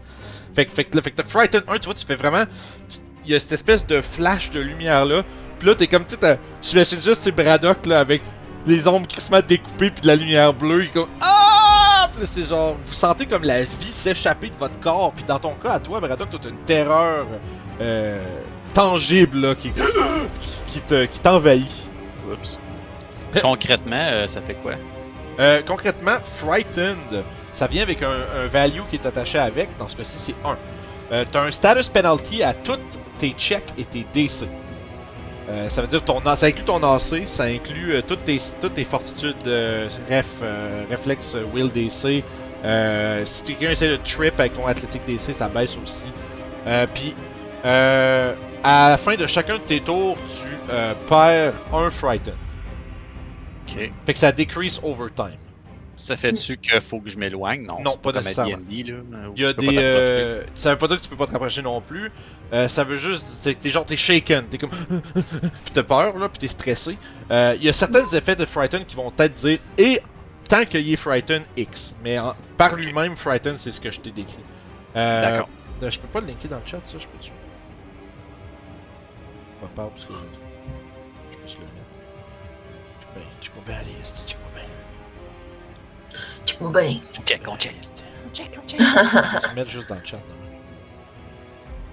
S1: Fait que, fait que là, fait que t'as Frighten 1, tu vois, tu fais vraiment. tu- Il y a cette espèce de flash de lumière là. Puis là, t'es comme, tu sais, t'as- tu imagines juste tes Braddock là avec les ombres crissement découpées puis de la lumière bleue. Il est comme, ah! Puis là, c'est genre, vous sentez comme la vie s'échapper de votre corps. Puis dans ton cas, à toi, Braddock, toi, t'as une terreur euh, tangible là qui, qui te- qui t'envahit.
S3: Oups. Concrètement, euh, ça fait quoi?
S1: Euh, concrètement, frightened, ça vient avec un, un value qui est attaché avec. Dans ce cas-ci, c'est 1. Euh, T'as un status penalty à toutes tes checks et tes DC. Euh, ça veut dire ton A- ça inclut ton AC, ça inclut euh, toutes tes toutes tes fortitudes, euh, ref, euh, réflexe, euh, will DC. Euh, si quelqu'un essaie de trip avec ton athlétique DC, ça baisse aussi. Euh, Puis euh, à la fin de chacun de tes tours, tu euh, perds un frightened.
S3: Ok.
S1: Fait que ça decrease over time.
S3: Ça fait-tu qu'il faut que je m'éloigne? Non,
S1: Non,
S3: c'est
S1: pas
S3: comme à
S1: nécessairement.
S3: D&D, là. où
S1: Il y a
S3: tu peux
S1: des.
S3: pas t'approcher.
S1: euh, ça veut pas dire que tu peux pas te rapprocher non plus. Euh, ça veut juste. T'es, t'es genre, t'es shaken. T'es comme. puis t'as peur, là, puis t'es stressé. Euh, Il y a certains effets de Frighten qui vont peut-être dire. Et tant qu'il est Frighten, X. Mais en- par
S3: Ok.
S1: lui-même, Frighten, c'est ce que je t'ai décrit. Euh,
S3: D'accord.
S1: euh, Je peux pas le linker dans le chat, ça, je peux-tu Pas peur, parce que je. Je peux se le mettre. Je peux bien, je peux bien aller, esti, je peux bien.
S5: Tu Ou bien.
S3: On check, on check.
S4: Check, check.
S1: Je vais mettre juste dans le chat. là.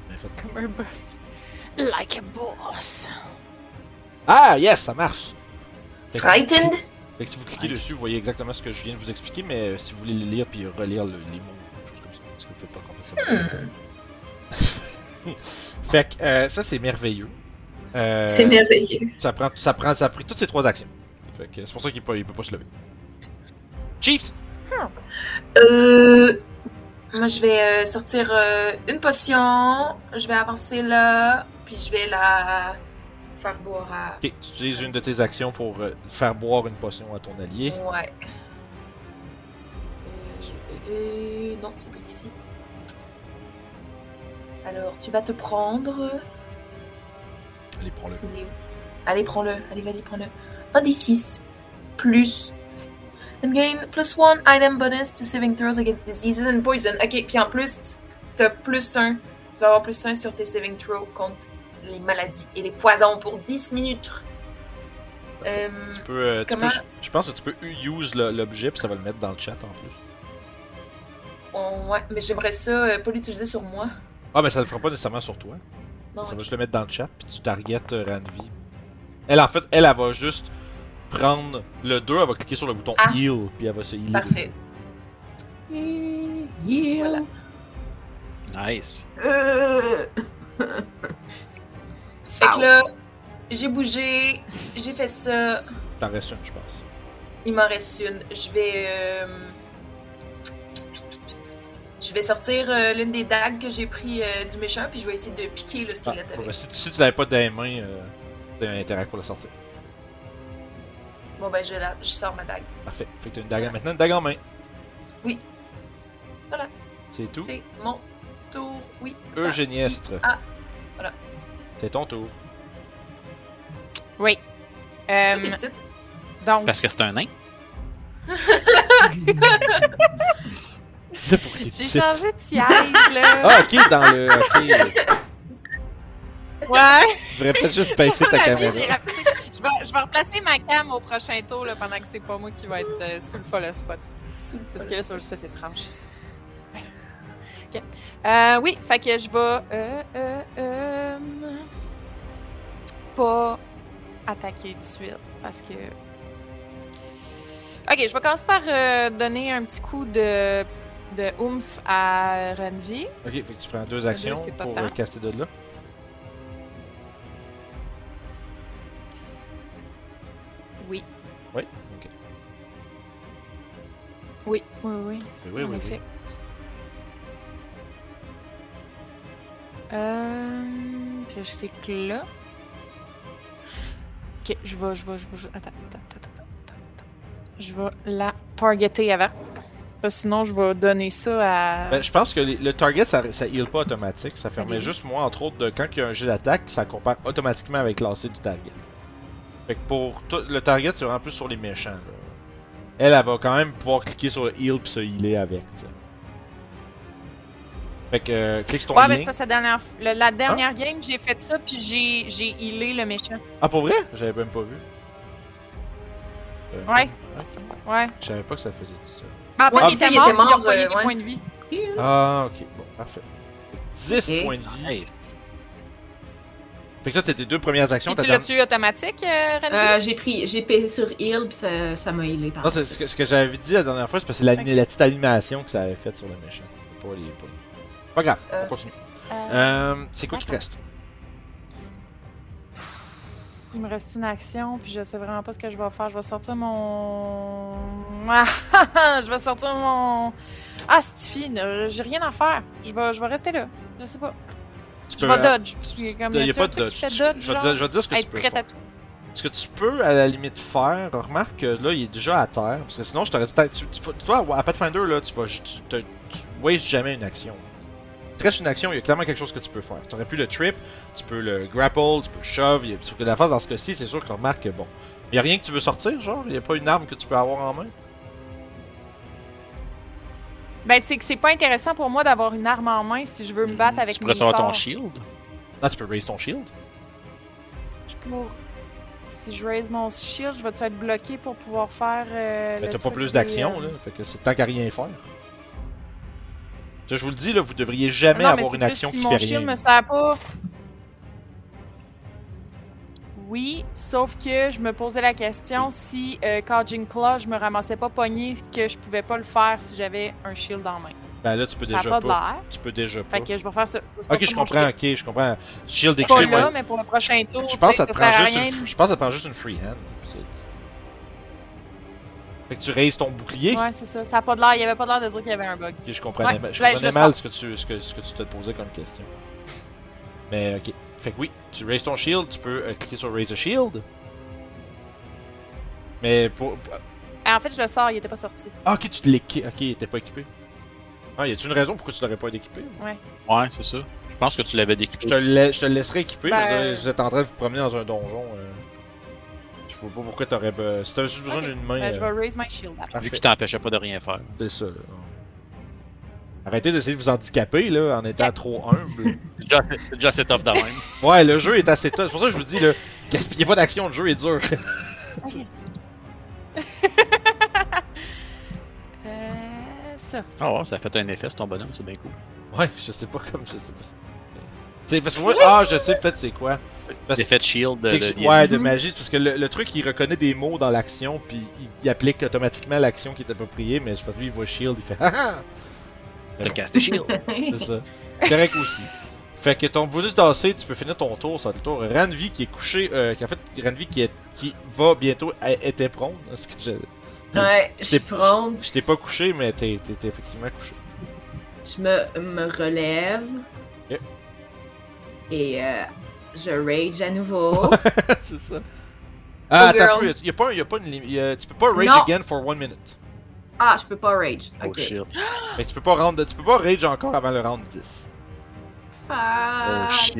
S1: Bien fait.
S4: Comme un boss. Like a boss.
S1: Ah, yes, ça marche! Fait que-
S5: Frightened?
S1: Fait que si vous cliquez
S3: Nice.
S1: dessus, vous voyez exactement ce que je viens de vous expliquer, mais euh, si vous voulez le lire puis relire le- les mots, quelque chose comme ça, parce que vous faites pas confiance.
S5: Hmm.
S1: Fait que euh, ça, c'est merveilleux. Euh,
S5: C'est merveilleux.
S1: Ça prend, ça prend, ça a pris toutes ces trois actions. Fait que c'est pour ça qu'il peut, il peut pas se lever. Chiefs!
S5: Euh. Moi, je vais euh, sortir euh, une potion. Je vais avancer là. Puis je vais la faire boire à.
S1: Ok, tu utilises une de tes actions pour euh, faire boire une potion à ton allié.
S5: Ouais. Euh, euh, non, c'est pas ici. Alors, tu vas te prendre.
S1: Allez, prends-le.
S5: Il est où Allez, prends-le. Allez, vas-y, prends-le. 1 des 6 plus. And gain plus 1 item bonus to saving throws against diseases and poison. Ok, puis en plus, t'as plus 1. Tu vas avoir plus 1 sur tes saving throws contre les maladies et les poisons pour 10 minutes. Euh,
S1: Tu peux, euh, tu
S5: Comment-
S1: peux- je pense que tu peux use le- l'objet puis ça va le mettre dans le chat en plus.
S5: on- ouais, mais j'aimerais ça euh, pas l'utiliser sur moi.
S1: Ah, mais ça le fera pas nécessairement sur toi.
S5: Non,
S1: Ça
S5: ok.
S1: va juste le mettre dans le chat, puis tu targetes euh, Ranvi. Elle, en fait, elle, elle va juste prendre le 2, elle va cliquer sur le bouton
S5: Ah.
S1: heal, puis elle va se healer.
S5: Parfait.
S2: Voilà.
S3: Nice.
S1: Euh.
S5: Fait que là, j'ai bougé, j'ai fait ça.
S1: T'en restes une, je pense.
S5: Il m'en reste une. Je vais. euh, Je vais sortir euh, l'une des dagues que j'ai pris euh, du méchant, puis je vais essayer de piquer le
S1: Ah,
S5: squelette
S1: bon,
S5: avec.
S1: ben, si, tu- si tu l'avais pas dans les mains, euh, t'as un intérêt pour le sortir.
S5: Bon, ben, je, la... je sors ma dague.
S1: Parfait. Fait que t'as une dague en- maintenant, une dague en main.
S5: Oui. Voilà.
S1: C'est tout.
S5: C'est mon tour. Oui.
S1: Eugéniestre.
S5: Ah, voilà.
S1: C'est ton tour.
S4: Oui.
S5: Toi, t'es
S4: Euh,
S5: petite.
S4: donc,
S3: Parce que c'est un nain.
S1: C'est pour tes
S4: j'ai
S1: petites.
S4: changé de siège, là.
S1: Ah, ok, dans le. Ok. Ah!
S4: Ouais.
S1: tu devrais peut-être juste baisser ta
S4: J'ai
S1: caméra.
S4: rapetissé. Je vais, je vais replacer ma cam au prochain tour là, pendant que c'est pas moi qui va être euh, sous le follow spot. Parce que là, ça va juste être étrange. Ouais. Ok. Euh, oui, fait que je vais. euh, euh, euh, pas attaquer tout de suite parce que. Ok, je vais commencer par euh, donner un petit coup de, de oomph à Renvi.
S1: Ok, fait que tu prends deux actions
S4: c'est pas
S1: pour
S4: tant.
S1: euh, caster de là.
S4: Oui.
S1: Oui, ok.
S4: Oui, oui, oui.
S1: Oui, oui,
S4: en
S1: oui.
S4: effet. Euh, puis je clique là. Ok, je vais, je vais, je vais. je- Attends, attends, attends, attends, attends, attends. Je vais la targeter avant. Parce que sinon, je vais donner ça à.
S1: Ben, je pense que les- le target, ça, ça heal pas automatique. Ça permet
S4: Allez.
S1: juste, moi, entre autres, de quand il y a un jet d'attaque, ça compare automatiquement avec l'AC du target. Fait que pour tout, le target, c'est vraiment plus sur les méchants. là. Elle, elle va quand même pouvoir cliquer sur le heal pis se healer avec. t'sais. Fait que euh, clique sur ton
S4: ouais,
S1: lien.
S4: mais
S1: Hein?
S4: c'est parce que la dernière, f- le- la dernière game, j'ai fait ça, puis j'ai, j'ai healé le méchant.
S1: Ah, pour vrai? J'avais même pas vu. Euh,
S4: Ouais.
S1: ok.
S4: Ouais.
S1: Je savais pas que ça faisait tout ça.
S4: Ben, en fait,
S1: Ouais,
S4: il
S5: ça,
S4: était
S5: il
S4: mort,
S5: était
S4: puis il a
S5: mort,
S4: repogné
S5: euh,
S4: des
S5: ouais.
S4: points de vie.
S1: Ah, ok. Bon, parfait. 10
S6: Ok.
S1: points de vie.
S3: Nice.
S1: Fait que ça, t'es tes deux premières actions.
S4: Puis
S1: ta
S4: tu
S1: dernière-
S4: l'as tué automatique, euh, Renvi?
S6: Euh, j'ai pris, j'ai pesé sur heal puis ça, ça m'a healé. par
S1: Non,
S6: la
S1: c'est
S6: suite.
S1: ce que, ce que j'avais dit la dernière fois, c'est parce que c'est la,
S4: Ok.
S1: la petite animation que ça avait faite sur le méchant. C'était pas les points. Pas grave,
S5: Euh.
S1: on continue.
S4: Euh,
S1: Euh, c'est quoi qui te reste
S4: Il me reste une action, puis je sais vraiment pas ce que je vais faire. Je vais sortir mon. Ah, je vais sortir mon. Ah, Stiffy, j'ai rien à faire. Je vais, je vais rester là. Je sais pas.
S1: Tu
S4: Je vais
S1: euh,
S4: dodge. Il y a comme-
S1: y a
S4: tu
S1: pas
S4: un
S1: de
S4: truc
S1: dodge.
S4: qui
S1: Tu-
S4: fait
S1: Je
S4: dodge,
S1: je vais
S4: genre,
S1: te dire- je vais te dire ce que tu
S4: être
S1: peux
S4: prête à
S1: faire.
S4: tout.
S1: Ce que tu peux, à la limite, faire, remarque que là, il est déjà à terre. Parce que sinon, je t'aurais dit, t'as- tu- tu vas- toi, à Pathfinder, là, tu vas. ju- Tu, te- tu wastes jamais une action. Il te reste une action, il y a clairement quelque chose que tu peux faire. Tu aurais pu le trip, tu peux le grapple, tu peux le shove. il y a- Sauf que la phase dans ce cas-ci, c'est sûr qu'on remarque que bon. Il y a rien que tu veux sortir, genre Il y a pas une arme que tu peux avoir en main
S4: Ben, c'est que c'est pas intéressant pour moi d'avoir une arme en main si je veux
S1: Mm-hmm.
S4: me battre avec
S3: Tu pourrais
S4: mes
S3: savoir ton
S4: sorts.
S3: shield.
S1: Là, tu peux raise ton shield.
S4: Je pour- Si je raise mon shield, je vais-tu être bloqué pour pouvoir faire. euh,
S1: Mais
S4: le
S1: Ben, t'as pas
S4: truc
S1: plus
S4: des,
S1: d'action,
S4: euh,
S1: là. Fait que c'est tant qu'à rien faire. Ça, je vous le dis, là, vous devriez jamais
S4: Ah non, mais
S1: avoir
S4: c'est
S1: une
S4: plus
S1: action
S4: si
S1: qui
S4: mon
S1: fait
S4: shield
S1: rien.
S4: me sert pas. Oui, sauf que je me posais la question si euh, Caging Claw, je me ramassais pas pogné, que je pouvais pas le faire si j'avais un shield en main.
S1: Ben là, tu peux
S4: Ça a
S1: déjà
S4: pas de
S1: pas.
S4: l'air.
S1: Tu peux déjà pas.
S4: Fait que je vais faire ça. c'est pour
S1: Ok,
S4: ça
S1: je
S4: que mon
S1: comprends,
S4: shield
S1: ok, je comprends. Shield
S4: est Pas
S1: écrit,
S4: là,
S1: ouais.
S4: mais pour le prochain tour,
S1: Je
S4: tu
S1: pense que
S4: sais,
S1: ça
S4: ça
S1: te
S4: sert
S1: prend
S4: à
S1: juste
S4: rien.
S1: une... Je pense que ça prend juste une freehand. c'est- Fait que tu raises ton bouclier.
S4: Ouais, c'est ça. Ça a pas de l'air. Il y avait pas l'air de dire qu'il y avait un bug.
S1: Ok, je comprenais,
S4: Ouais,
S1: ma- je
S4: là, je
S1: comprenais
S4: le
S1: mal ce que, tu, ce, que, ce que tu te posais comme question. Mais ok. Fait que oui, tu raises ton shield, tu peux euh, cliquer sur Raise a Shield. Mais pour. pour-
S4: Ah, En fait, je le sors, il était pas sorti.
S1: Ah, ok, tu te l'équipes. Ok, t'es pas équipé. Ah, y a-tu une raison pourquoi tu l'aurais pas équipé
S3: Ouais, c'est ça. Je pense que tu l'avais décrit.
S1: Je te, le lai- je te le laisserai équiper,
S4: Ben,
S1: je veux dire, vous êtes en train de vous promener dans un donjon. euh, Je vois pas pourquoi t'aurais. be- Si t'avais juste besoin
S4: Ok,
S1: d'une main.
S4: Ben, je
S1: euh,
S4: vais raise my shield. après.
S3: Vu
S1: parfait.
S3: qu'il t'empêchait pas de rien faire.
S1: C'est ça, là. Arrêtez d'essayer de vous handicaper, là, en étant trop humble.
S3: C'est déjà, c'est déjà set off de même.
S1: Ouais, le jeu est assez tough. C'est pour ça que je vous dis, là, gaspillez pas d'action, le jeu est dur.
S4: Euh, ça.
S3: Oh, ça a fait un effet, c'est ton bonhomme, c'est bien cool.
S1: ouais, je sais pas comme, je sais pas. Tu sais, parce que moi, ah, je sais peut-être c'est quoi. Parce-
S3: L'effet de shield de,
S1: C'est
S3: de-
S1: que-
S3: de-
S1: ouais, de magie, c'est parce que le, le truc, il reconnaît des mots dans l'action, puis il, il applique automatiquement l'action qui est appropriée, mais je pense que lui, il voit shield, il fait ah ah!
S3: de caster shield.
S1: C'est ça. Correct aussi. Fait que ton bonus dansé, tu peux finir ton tour, ça va être le tour. Ranvi qui est couché, euh, qui en fait, Ranvi qui, est, qui va bientôt être éperon. Parce que je,
S6: Ouais, je suis
S1: C'est-
S6: prendre.
S1: je t'ai pas couché, mais t'es, t'es- t'es effectivement couché.
S6: Je me, me relève.
S1: Ok.
S6: Et euh, je rage à nouveau.
S1: C'est ça. Ah,
S5: Go
S1: attends,
S5: girl.
S1: il y a pas, un- y a pas une lim- y a- Tu peux pas rage
S6: Non.
S1: again for one minute.
S6: ah, je peux pas rage.
S3: Oh
S6: Ok.
S3: shit.
S1: Mais tu peux pas round, tu peux pas rage encore avant le round 10.
S3: Oh
S1: Oh,
S6: Ah,
S3: shit.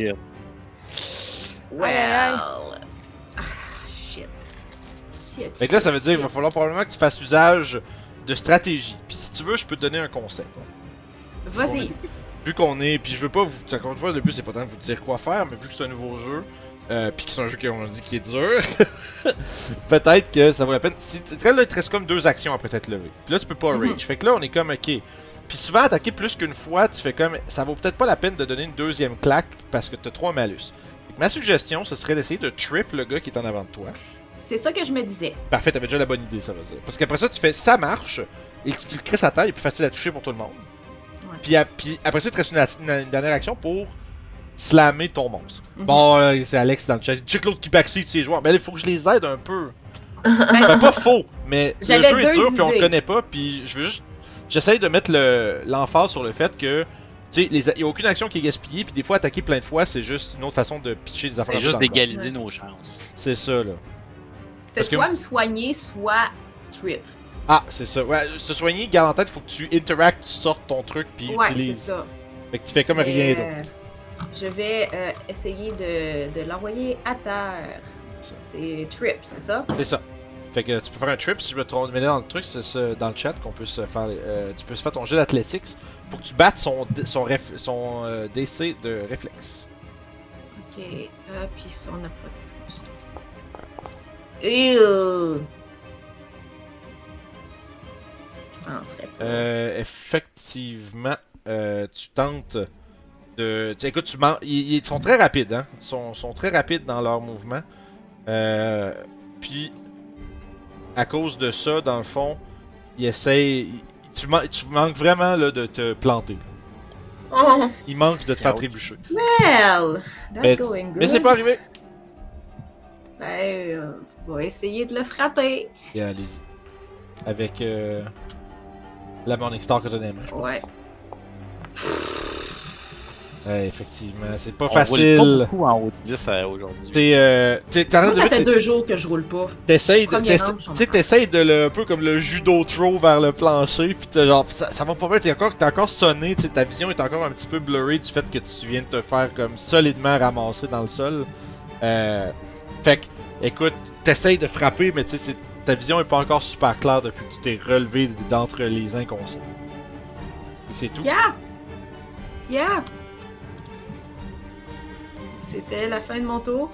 S6: well.
S4: Aïe, aïe, aïe.
S6: Ah, shit. Shit.
S1: Fait que là, ça veut dire qu'il va falloir probablement que tu fasses usage de stratégie. Puis si tu veux, je peux te donner un concept.
S6: Vas-y.
S1: vu qu'on est, puis je veux pas vous, tu sais, encore une fois, le but c'est pas tant de vous dire quoi faire, mais vu que c'est un nouveau jeu, euh, puis que c'est un jeu qu'on a dit qui est dur, peut-être que ça vaut la peine. Si t- là, il te reste comme deux actions à peut-être lever. Puis là, tu peux pas rage.
S6: Mhm.
S1: Fait que là, on est comme ok. Puis souvent, attaquer plus qu'une fois, tu fais comme ça vaut peut-être pas la peine de donner une deuxième claque parce que t'as trois malus. Fait que ma suggestion, ce serait d'essayer de trip le gars qui est en avant de toi.
S6: C'est ça que je me disais.
S1: Parfait, t'avais déjà la bonne idée, ça veut dire. Parce qu'après ça, tu fais ça marche, et tu, tu le crées sa taille, il est plus facile à toucher pour tout le monde.
S6: Ouais.
S1: Puis, à- puis après ça, il te reste une, a- une- une dernière action pour slammer ton monstre.
S6: Mhm.
S1: Bon, là, c'est Alex dans le chat. Check l'autre qui backseat ses joueurs. Mais il faut que je les aide un peu. ben, pas faux, mais le
S6: J'avais
S1: jeu est
S6: deux
S1: dur, puis on le
S6: idées.
S1: connaît pas, puis je veux juste. J'essaye de mettre le- l'emphase sur le fait que. Tu sais, les a- y a aucune action qui est gaspillée, puis des fois attaquer plein de fois, c'est juste une autre façon de pitcher des affaires.
S3: C'est juste
S1: dans le corps.
S3: d'égaliser nos chances.
S1: C'est ça, là.
S6: C'est
S1: Parce que-
S6: soit Mhm. me soigner, soit trip.
S1: Ah, c'est ça. Ouais, se soigner, garde en tête, faut que tu interactes, tu sortes ton truc, puis
S6: Ouais, c'est
S1: utilises.
S6: ça.
S1: Fait que tu fais comme rien
S6: Mais,
S1: d'autre.
S6: euh, Je vais euh, essayer de, de l'envoyer à terre.
S1: Ça.
S6: C'est trip, c'est ça?
S1: C'est ça. Fait que tu peux faire un trip, si je me trompe, mais là, dans le truc, c'est ça, dans le chat qu'on peut se faire. euh, tu peux se faire ton jeu d'athlétics. Faut que tu battes son, d- son, réf- son euh, DC de réflexe.
S6: Ok. Euh, puis ça, on n'a pas de Eww. Je penserais pas.
S1: Euh, effectivement, euh, tu tentes de. tu- écoute, tu man- ils, ils sont très rapides, hein. Ils sont, sont très rapides dans leur mouvement. Euh, puis, à cause de ça, dans le fond, ils essayent. ils- tu, man- tu manques vraiment là, de te planter.
S5: Oh,
S1: Il manque de te faire
S3: Ouch.
S1: trébucher.
S6: Well, that's
S1: Mais-
S6: going good.
S1: ben, Mais c'est pas arrivé!
S6: Ben, euh, on va essayer de le frapper.
S1: Et allez-y. Avec euh, la Morningstar que t'as dans les mains,
S3: Oh.
S1: je pense.
S6: Ouais.
S1: Ouais, effectivement, c'est pas
S3: On roule
S1: facile.
S3: pas beaucoup en haut de 10 à- aujourd'hui.
S1: T'es euh, t'es- t'es en train
S6: Moi,
S1: de-
S6: ça fait
S1: t'es-
S6: deux jours que je roule pas.
S1: T'essayes de,
S6: Premier
S1: t'essa-
S6: round, je
S1: t'sais, t'essayes de le, un peu comme le judo throw vers le plancher, puis t'es genre, ça, ça va pas bien, t'es encore, t'es encore sonné, t'sais, ta vision est encore un petit peu blurry du fait que tu viens de te faire comme solidement ramasser dans le sol. Euh, fait que, écoute, t'essayes de frapper, mais t'sais, c'est- ta vision est pas encore super claire depuis que tu t'es relevé d'entre les inconscients. Et c'est tout.
S6: Yeah! Yeah! C'était la fin de mon tour.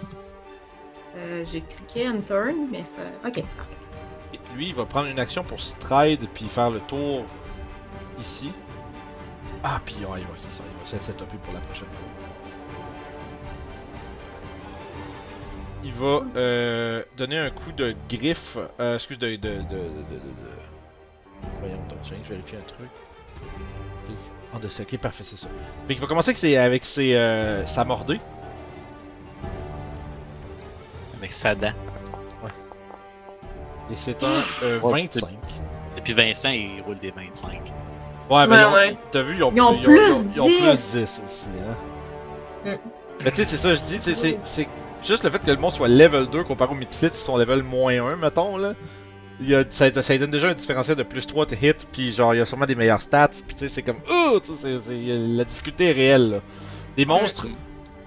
S6: Euh, J'ai cliqué un turn, mais ça. Ok, parfait.
S1: Et lui, il va prendre une action pour stride puis faire le tour ici. Ah, puis ah, il va, ça, il va se setuper pour la prochaine fois. Il va euh, donner un coup de griffe. Euh, excuse, de. de, de, de, de- de- de- Voyons donc, je viens de vérifier un truc. Ah, Puis, En dessous, ok, parfait, c'est ça. Fait qu'il va commencer avec, ses, avec ses, euh, sa mordée.
S3: Avec sa dent.
S1: Et c'est un euh,
S3: Oh,
S1: 25.
S3: Et puis Vincent, il roule des 25.
S1: Ouais, mais
S5: Ouais,
S1: ils ont-
S5: ouais.
S1: t'as vu, ils ont,
S6: Ils ont
S1: ils
S6: plus
S1: ils ont- ils ont plus
S6: 10.
S1: 10 aussi, hein.
S5: Mm.
S1: Mais tu sais, c'est ça, je dis, tu sais, c'est, c'est juste le fait que le monde soit level 2 comparé aux midflits qui sont level moins 1, mettons, là. Il y a, ça, ça lui donne déjà un différentiel de plus 3 de hit, puis genre, il y a sûrement des meilleurs stats, puis tu sais, c'est comme, ouh, tu sais, c'est- c'est- la difficulté est réelle, là. Des monstres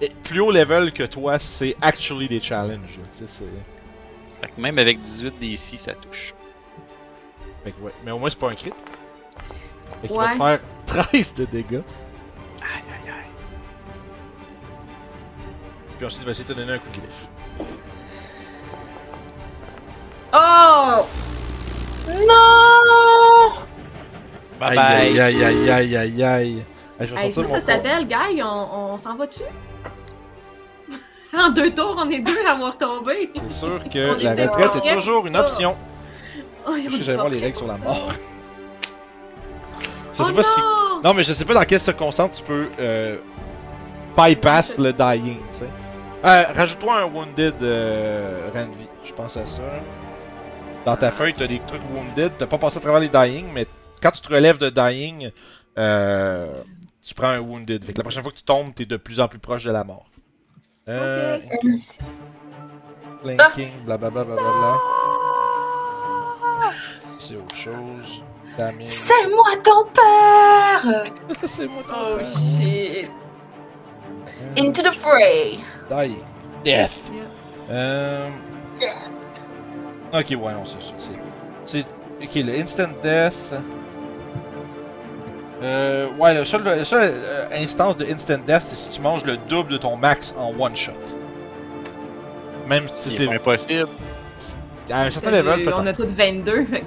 S1: eh, plus haut level que toi, c'est actually des challenges, là, tu sais, c'est.
S3: Fait que même avec 18 DC, ça touche.
S1: Fait que ouais. Mais au moins, c'est pas un crit. Fait qu'il va
S6: Ouais.
S1: te faire 13 de dégâts.
S3: Aïe aïe aïe.
S1: Puis ensuite, il va essayer de te donner un coup de griffe.
S6: Oh!
S5: Non!
S3: Bye
S1: Aïe
S3: bye.
S1: aïe aïe aïe aïe aïe. Hey, je vais
S6: Hey,
S1: sortir
S6: ça, ça
S1: mon corps.
S6: s'appelle, Guy, on, on s'en va-tu? en deux tours, on est deux à avoir tombé.
S1: C'est sûr
S6: On
S1: que la
S6: était
S1: retraite est
S6: correct,
S1: toujours une
S6: ça.
S1: option.
S6: Oh,
S1: Je sais jamais les règles sur la mort. Je
S6: Oh
S1: sais pas si.
S6: non!
S1: Non, mais je sais pas dans quelle circonstance tu peux euh, bypass le dying, tu sais. Euh, Rajoute-toi un wounded, euh, Ranvi. Je pense à ça. Dans ta feuille, t'as des trucs wounded. T'as pas passé à travers les dying, mais quand tu te relèves de dying, euh, tu prends un wounded. Fait que la prochaine fois que tu tombes, t'es de plus en plus proche de la mort. Euh,
S6: Ok.
S1: ok. Blinking, blablabla. Bla, bla, bla, bla. C'est autre chose. Damage.
S5: C'est moi ton père!
S1: Ah, C'est moi
S6: Oh
S1: ton père.
S6: shit!
S5: Into the fray!
S1: Die. Death.
S6: Yeah.
S1: Euh... Ok, ouais, on sait ça. C'est. c'est- Ok, le instant death. Euh, ouais, le seul, la seule euh, instance de instant death, c'est si tu manges le double de ton max en one shot. Même si
S3: C'est
S1: c'est.
S3: impossible.
S1: À un certain
S6: Euh, J'ai-
S1: level, peut-être.
S6: on a tous 22. fait que-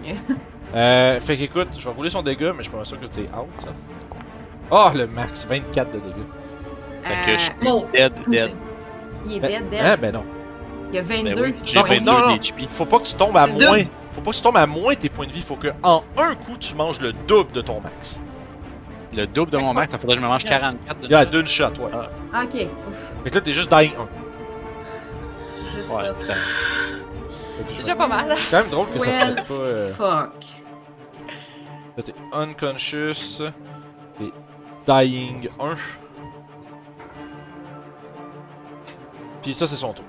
S1: Euh, fait qu'écoute, je vais rouler son dégât, mais je suis pas sûr que t'es out. Oh, le max, 24 de dégâts.
S3: Fait que je suis
S5: Oh!
S3: dead,
S6: euh,
S3: dead.
S6: Il est
S1: Ben,
S6: dead,
S1: hein,
S6: dead.
S1: ben non.
S6: Il y a 22.
S3: Ben oui, j'ai
S1: Non, faut-
S3: 22
S1: non, non.
S3: d'HP.
S1: Faut pas que tu tombes à
S5: C'est
S1: moins. Faut pas que tu tombes à moins tes points de vie. Faut que en un coup tu manges le double de ton max.
S3: Le double de mon max, ça faudrait que je me mange 44 de
S1: Yeah, d'une shot, ouais.
S6: Ah, Ok. Ouf.
S1: Fait que là t'es juste dying 1.
S6: Juste
S3: Ouais,
S1: Euh,
S6: ça.
S3: ben, putain.
S4: C'est déjà pas mal.
S1: C'est quand même drôle que ça te
S6: Well.
S1: fasse pas. euh,
S6: Fuck.
S1: Là t'es unconscious et dying 1. Puis ça c'est son tour.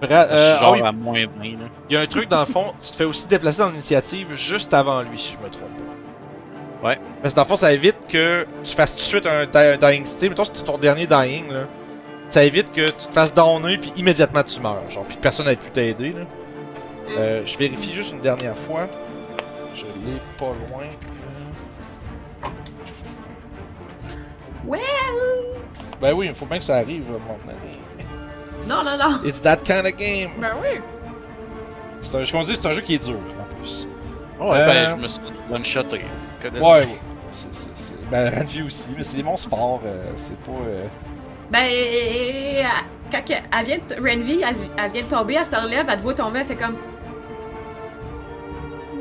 S1: Bra-
S3: Je suis
S1: euh, ah
S3: genre
S1: oui,
S3: à moins 20, là.
S1: il y a un truc dans le fond, tu te fais aussi déplacer dans l'initiative juste avant lui si je me trompe pas.
S3: Ouais.
S1: Parce que dans le fond ça évite que tu fasses tout de suite un, di- un dying style. Mettons c'était ton dernier dying là. Ça évite que tu te fasses downer puis immédiatement tu meurs, genre puis que personne n'ait pu t'aider là. Euh, je vérifie juste une dernière fois. Je l'ai pas loin.
S6: Well.
S1: Ben oui, il faut bien que ça arrive à un moment donné.
S6: Non, non, non.
S1: It's that kind of game.
S4: Ben oui.
S1: C'est un, je qu'on dit, c'est un jeu qui est dur en plus.
S3: Ouais,
S1: Euh,
S3: ben, je me suis one-shoté. c'est que de
S1: Ouais,
S3: dire.
S1: ouais. C'est- c'est- c'est- Ben, Ranvi aussi, mais c'est des monstres forts, euh, c'est pas. euh,
S6: Ben, euh, quand que- elle vient de, Renvi, elle, elle vient de tomber, elle se relève, elle te voit tomber, elle fait comme.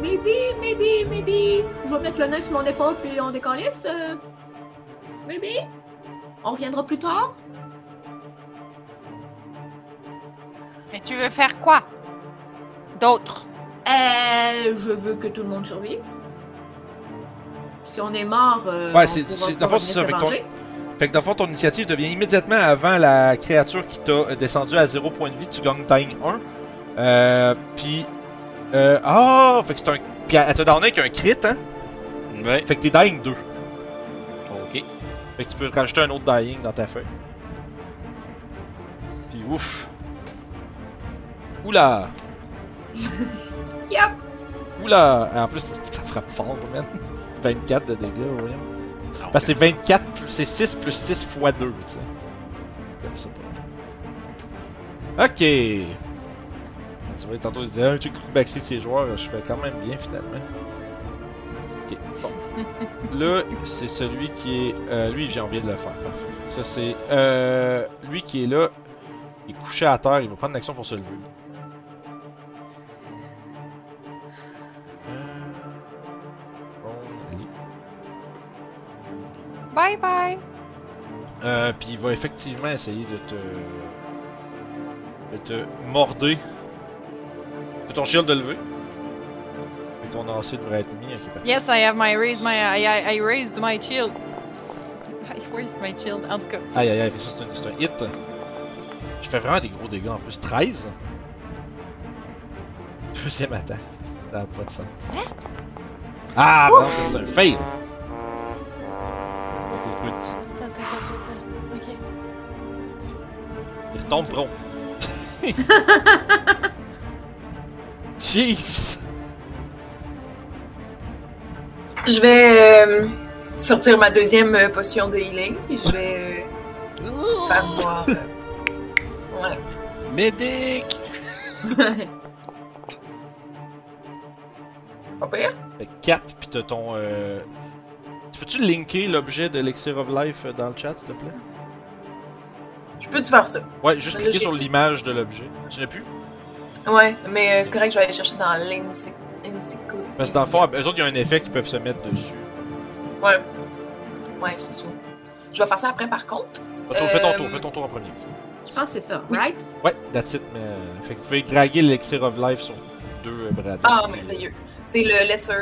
S6: Maybe, maybe, maybe. Je vais mettre le nez sur mon épaule puis on décalisse. euh. Maybe. On reviendra plus tard.
S4: Mais tu veux faire quoi? D'autres.
S6: Euh, je veux que tout le monde survive. Si on est mort, euh,
S1: Ouais,
S6: on
S1: c'est-
S6: pourra
S1: c'est-
S6: pas
S1: dans le fond, c'est ça,
S6: revenir se
S1: fait que ton-
S6: venger.
S1: Fait que dans le fond, ton initiative devient immédiatement avant la créature qui t'a euh, descendu à 0 point de vie, tu gagnes Dying 1. Euh, puis. Euh, ah! Fait que c'est un. Puis elle t'a downé avec un crit, hein?
S3: Ouais,
S1: Fait que t'es Dying 2.
S3: ok.
S1: Fait que tu peux rajouter un autre Dying dans ta feuille. Puis ouf! Oula!
S6: Yep.
S1: Oula! En plus, ça frappe fort, man. 24 de dégâts, ouais. Parce que c'est 24, plus- c'est 6 plus 6 fois 2, tu sais. Comme ça, pas mal. Ok. Tu vois, tantôt, il disait, ah, tu coup de backseat ses joueurs, je fais quand même bien finalement. Ok, bon. là, c'est celui qui est. euh, lui, j'ai envie de le faire, parfait. Fait que Ça, c'est. euh, lui qui est là, il est couché à terre, il va prendre une action pour se lever. Euh, Bon, allez.
S4: Bye bye!
S1: Euh, puis il va effectivement essayer de te. de te morder. De ton shield de lever. Et ton AC devrait être mis. Ok, parfait.
S4: Yes, I have my raised my. I, I, I raised my shield. I raised my shield, en tout cas.
S1: Aïe aïe aïe, fait ça c'est un, c'est un hit. Je fais vraiment des gros dégâts en plus. 13. Deuxième attaque. Ça n'a pas de sens.
S7: Hein?
S1: Ah, bah non, ça c'est un fail. Ok, écoute,
S7: Attends, attends, attends, attends. Ok.
S1: Il tombe prompt. Jeeves!
S5: Je vais euh, sortir ma deuxième euh, potion de healing. puis Je vais euh, faire voir. euh, ouais.
S3: Medic!
S5: Pas pire.
S1: Fait 4, pis t'as ton. Euh... Tu peux-tu linker l'objet de l'Elixir of Life euh, dans le chat, s'il te plaît?
S5: Je peux-tu faire ça?
S1: Ouais, juste
S5: Ah, Là,
S1: cliquer
S5: j'ai
S1: sur
S5: dit.
S1: l'image de l'objet. Tu n'as plus?
S5: Ouais, mais euh, c'est correct, je vais aller chercher dans l'insécurité.
S1: Parce que dans le fond, eux autres, il y a un effet qu'ils peuvent se mettre dessus.
S5: Ouais. Ouais, c'est sûr. Je vais faire ça après, par contre.
S1: Fais ton, fais ton
S5: Euh,
S1: tour, fais ton tour en premier.
S6: Je pense que c'est ça, right?
S1: Ouais, that's it, mais. euh, Fait que vous pouvez draguer l'Elixir of Life sur deux euh, bras.
S5: Ah, merveilleux. C'est le lesser.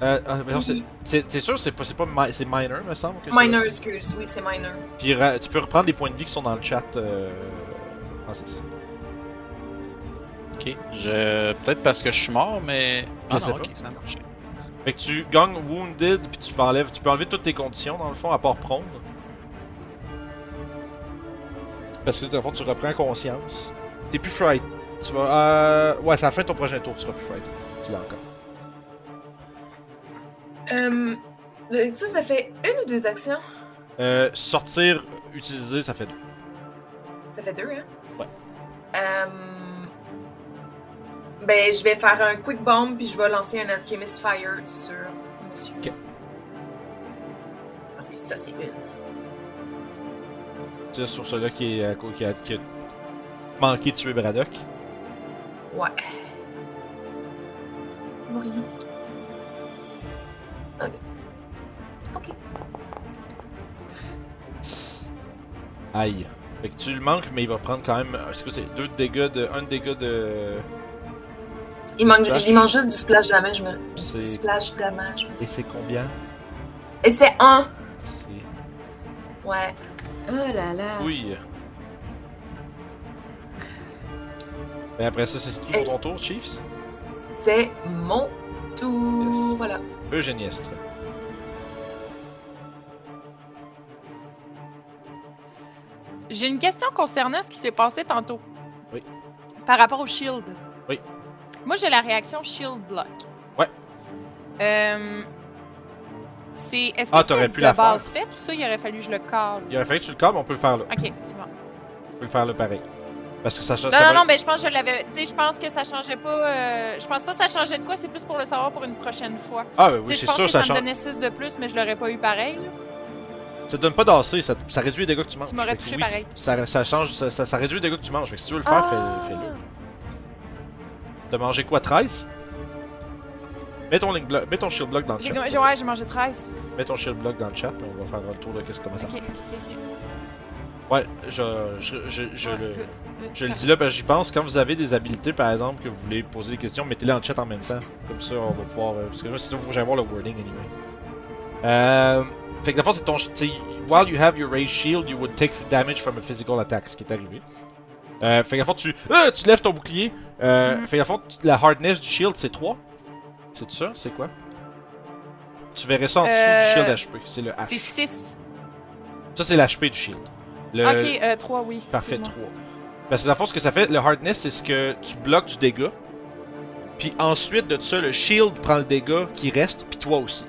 S1: Euh, ah, mais non, c'est- c'est c'est sûr, c'est pas, c'est pas mi- c'est minor, me semble. Que ça-
S5: Minor, excuse. Oui, c'est minor.
S1: Puis ra- tu peux reprendre les points de vie qui sont dans le chat, euh... Francis.
S3: Ok, je... peut-être parce que je suis mort, mais.
S1: Je
S3: Ah
S1: sais
S3: non,
S1: pas.
S3: ok, ça a marché.
S1: Fait que tu gagnes Wounded, puis tu, enlèves, tu peux enlever toutes tes conditions, dans le fond, à part prone. Parce que, dans le fond, tu reprends conscience. T'es plus fright. Tu vas. Euh... Ouais, c'est à la fin de ton prochain tour, tu seras plus fright. Tu l'as encore.
S5: Euh, ça, ça fait une ou deux actions?
S1: Euh, sortir, utiliser, ça fait deux.
S5: Ça fait deux, hein?
S1: Ouais.
S5: Euh, Ben, je vais faire un quick bomb, puis je vais lancer un Alchemist Fire sur Monsieur. ici. Parce que ça, c'est une.
S1: Tire sur celui-là qui, est, à co- qui, a, qui a manqué de tuer Braddock.
S5: Ouais. Mourir. Ok. Ok.
S1: Aïe. Fait que tu le manques, mais il va prendre quand même. Est-ce que c'est deux de dégâts de. Un de dégâts de.
S5: Il manque,
S1: Splash.
S5: il manque juste du splash damage. Je me...
S1: Puis c'est-
S5: Splash damage. je me-
S1: Et c'est combien
S5: Et c'est un.
S1: C'est.
S5: Ouais.
S6: Oh là là.
S1: Oui. Et après ça, c'est tout
S5: Et-
S1: ton tour, Chiefs
S5: C'est mon tour.
S1: Yes.
S5: Voilà.
S1: Eugéniestre.
S8: J'ai une question concernant ce qui s'est passé tantôt.
S1: Oui.
S8: Par rapport au shield.
S1: Oui.
S8: Moi, j'ai la réaction shield block.
S1: Ouais.
S8: Euh, c'est est-ce que
S1: Ah,
S8: c'était
S1: t'aurais pu
S8: de
S1: la faire.
S8: base faite ou ça, il aurait fallu que je le colle?
S1: Il aurait fallu que tu le câbles, on peut le faire là.
S8: Ok, c'est bon.
S1: On peut le faire là pareil. Parce que ça change.
S8: Non, non, non, mais je pense que je l'avais. Tu sais, je pense que ça changeait pas. euh, je pense pas que ça changeait de quoi, c'est plus pour le savoir pour une prochaine fois.
S1: Ah, ben
S8: Tu
S1: oui,
S8: sais, je
S1: c'est
S8: pense
S1: sûr,
S8: que
S1: ça
S8: ça, me
S1: change.
S8: donnait 6 de plus, mais je l'aurais pas eu pareil. là.
S1: Ça te donne pas d'assez, ça, ça réduit les dégâts que tu manges.
S8: Tu m'aurais
S1: Fait que
S8: touché
S1: oui,
S8: pareil.
S1: Ça, ça change, ça, ça, ça réduit les dégâts que tu manges. Fait que si tu veux le faire,
S8: Ah!
S1: fais- fais-le. T'as mangé quoi, 13 Mets ton, link block, mets ton shield block dans le
S8: J'ai
S1: chat.
S8: j'ai- ouais, j'ai mangé 13.
S1: Mets ton shield block dans le chat, mais on va faire le tour de qu'est-ce comment ça
S8: Ok, ok, ok.
S1: Ouais, je, je, je, je
S8: Ouais,
S1: le,
S8: good, good.
S1: je le dis là parce que j'y pense. Quand vous avez des habilités, par exemple, que vous voulez poser des questions, mettez-les en chat en même temps. Comme ça, on va pouvoir. euh, Parce que là, sinon, faut que j'aille voir le wording anyway. Euh, fait que d'abord, c'est ton. ch- c'est- While you have your raised shield, you would take damage from a physical attack, ce qui est arrivé. Euh, fait que d'abord, tu. Ah, tu lèves ton bouclier. Euh,
S8: Mhm.
S1: Fait que d'abord, la hardness du shield, c'est 3. C'est ça C'est quoi Tu verrais ça en dessous
S8: Euh,
S1: du shield HP. C'est le H.
S8: C'est 6.
S1: Ça, c'est l'HP du shield. Le,
S8: Ok, euh, 3, oui.
S1: Parfait,
S8: Excuse-moi.
S1: 3. Parce que dans le fond, ce que ça fait, le hardness, c'est ce que tu bloques du dégât. Puis ensuite de ça, le shield prend le dégât qui reste, puis toi aussi.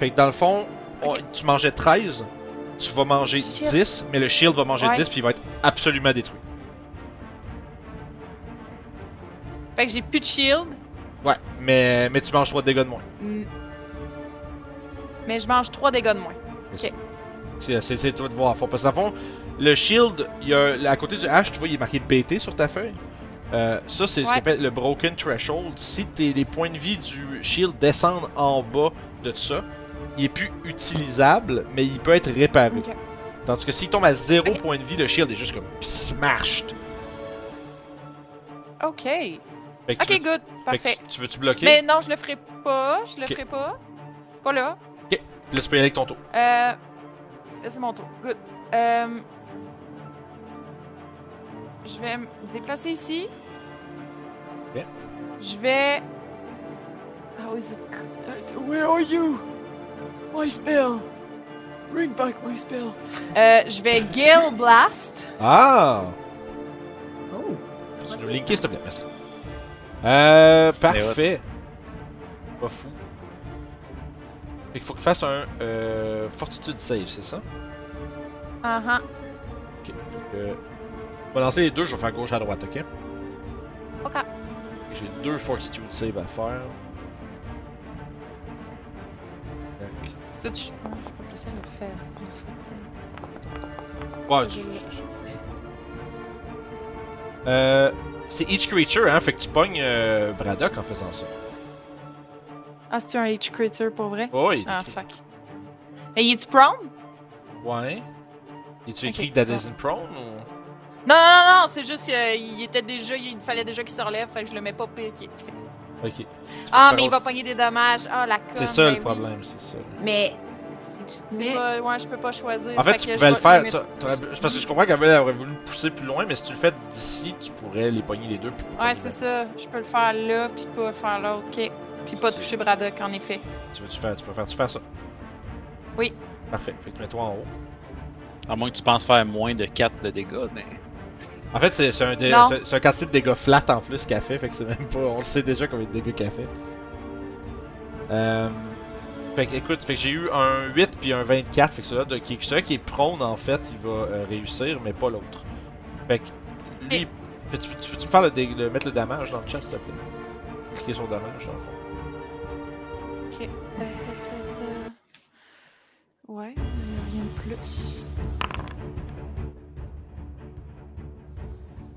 S1: Fait que dans le fond, on- tu mangeais 13. tu vas manger
S7: Shit.
S1: 10, mais le shield va manger
S8: Ouais.
S1: 10 puis il va être absolument détruit.
S8: Fait que j'ai plus de shield,
S1: Ouais, mais, mais tu manges 3 dégâts de moins.
S8: mm, mais je mange 3 dégâts de moins.
S1: C'est c'est- c'est toi de voir à fond. Parce que dans le fond, le shield, il y a, à côté du H, tu vois, il est marqué BT sur ta feuille. Euh, ça, c'est ce qu'on
S8: Ouais.
S1: appelle le broken threshold. Si tes- les points de vie du shield descendent en bas de ça, il est plus utilisable, mais il peut être réparé.
S8: Ok.
S1: Tandis que s'il tombe à 0
S8: Ok.
S1: point de vie, le shield est juste comme smashed.
S8: Ok.
S1: Fait que tu
S8: Ok, good.
S1: veux- fait que
S8: Parfait.
S1: tu- tu veux-tu bloquer?
S8: Mais non, je le ferai pas. Je le
S1: Ok.
S8: ferai pas. Pas là.
S1: Là, tu peux y aller avec ton tour.
S8: Euh, là, c'est mon tour. Good. Euh, je vais me déplacer ici.
S1: Ok.
S8: Je vais. ah How is it? c- Where are you? My spell. Bring back my spell. Euh, je vais Gale Blast.
S1: Ah!
S6: Oh!
S1: Tu nous linker, s'il te plaît, merci. Euh,
S3: Mais
S1: parfait. Pas fou. Fait qu'il faut qu'il fasse un euh, Fortitude save, c'est ça?
S8: Ah ah.
S1: Ok. Fait que, euh, on va lancer les deux, je vais faire gauche à droite, ok?
S8: Ok.
S1: J'ai deux Fortitude save à faire. Tac.
S8: Ça, tu. ah, Je peux placer le fesse. le fauteuil.
S1: Ouais, tu- tu- tu- Euh, c'est each creature, hein, fait que tu pognes euh, Braddock en faisant ça.
S8: Ah, c'est-tu un H creature pour vrai?
S1: Oh, il est
S8: Ah,
S1: écrit.
S8: fuck. Et il est-tu prone?
S1: Ouais. Et tu
S8: Ok, Ah.
S1: écrit That
S8: bon.
S1: isn't prone ou.
S8: Non, non, non, non, c'est juste qu'il était déjà, il fallait déjà qu'il se relève, fait que je le mets pas piqué.
S1: Ok.
S8: Ah,
S1: faire
S8: mais il
S1: autre-
S8: va pogner des dommages. Ah, la conne.
S1: C'est ça
S8: ben
S1: le
S8: oui.
S1: problème, c'est ça.
S8: Euh,
S6: Mais si tu te
S8: C'est
S6: mets.
S8: pas- ouais, je peux pas choisir.
S1: En fait,
S8: que
S1: tu
S8: je
S1: pouvais le
S8: vais-
S1: faire.
S8: je vais mettre-
S1: t'a- t'aurais- Parce que je comprends qu'elle aurait voulu pousser plus loin, mais si tu le fais d'ici, tu pourrais les pogner les deux. puis-
S8: Ouais, c'est ça. Je peux le faire là, puis pas faire l'autre. Ok. Puis pas
S1: C'est-
S8: toucher Braddock, en effet.
S1: Tu veux-tu faire, tu peux faire, tu fais ça.
S8: Oui.
S1: Parfait. Fait que mets-toi en haut.
S3: À moins que tu penses faire moins de 4 de dégâts, ben, mais.
S1: En fait, c'est c'est un, dé-
S8: Non.
S1: c'est- c'est un quantité de dégâts flat en plus qu'elle fait, fait que c'est même pas. On le sait déjà combien de dégâts qu'elle fait. Euh. Fait que, écoute, fait que j'ai eu un 8 puis un 24, fait que celui-là de- qui, celui qui est prone en fait, il va euh, réussir, mais pas l'autre. Fait que, lui,
S8: Et-
S1: peux-tu tu peux-tu me faire le, dé- le- mettre le damage dans le chat s'il te plaît? Cliquer sur damage dans le fond.
S7: Euh, ta, ta, ta.
S8: Ouais, il y a rien de plus.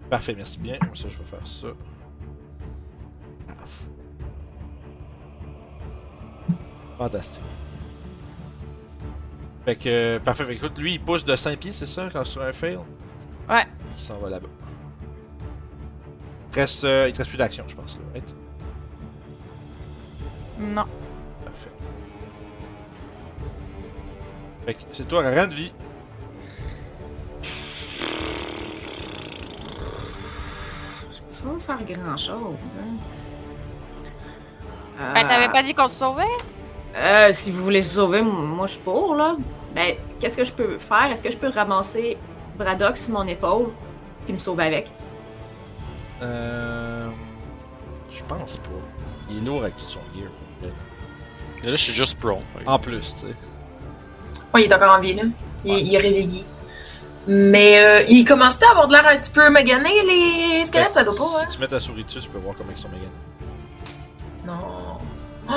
S1: Parfait, merci bien. Moi, ça, je vais faire ça. Paf. Fantastique. Fait que, euh, parfait. Fait que, écoute, lui, il pousse de 5 pieds, c'est ça, quand sur un fail?
S8: Ouais.
S1: Il s'en va là-bas. Il te Reste, euh, il te reste plus d'action, je pense, là, right?
S8: Non.
S1: Parfait. Fait que, c'est toi, rien de vie.
S6: Je peux pas faire hein. grand chose.
S4: Ben,
S1: Ah.
S4: t'avais pas dit qu'on se sauvait?
S6: Euh, si vous voulez se sauver, m- moi je suis pour là. Ben, qu'est-ce que je peux faire? Est-ce que je peux ramasser Braddock sur mon épaule puis me sauver avec?
S1: Euh. Je pense pas. Il est lourd avec tout son gear.
S3: Là, je suis juste prone. fait que-
S1: En plus, tu sais.
S5: Ouais, il est encore en vie, là. Il, il est réveillé. Mais euh, il commence à avoir de l'air un petit peu magané, les
S1: Ben,
S5: squelettes? Ça doit
S1: si-
S5: pas, hein?
S1: Si tu mets ta souris dessus, tu peux voir comment ils sont méganés.
S5: Non. Oh!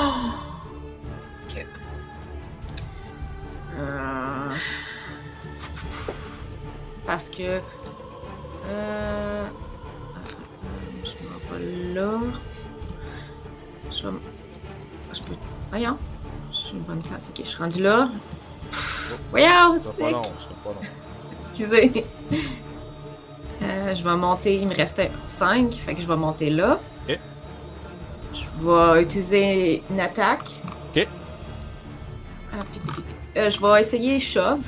S6: Euh, Parce que. Euh... Je m'en vais là. Je vais. m- Je peux. Voyons. Je suis une bonne place. Ok, je suis rendue là. Pff, Voyons,
S1: C'est pas
S6: sick.
S1: long, c'est pas long.
S6: Excusez. Euh, je vais monter. Il me restait 5. Fait que je vais monter là.
S1: Ok.
S6: Je vais utiliser une attaque.
S1: Ok.
S6: Ah, pi, pi, pi, pi. Euh, je vais essayer shove.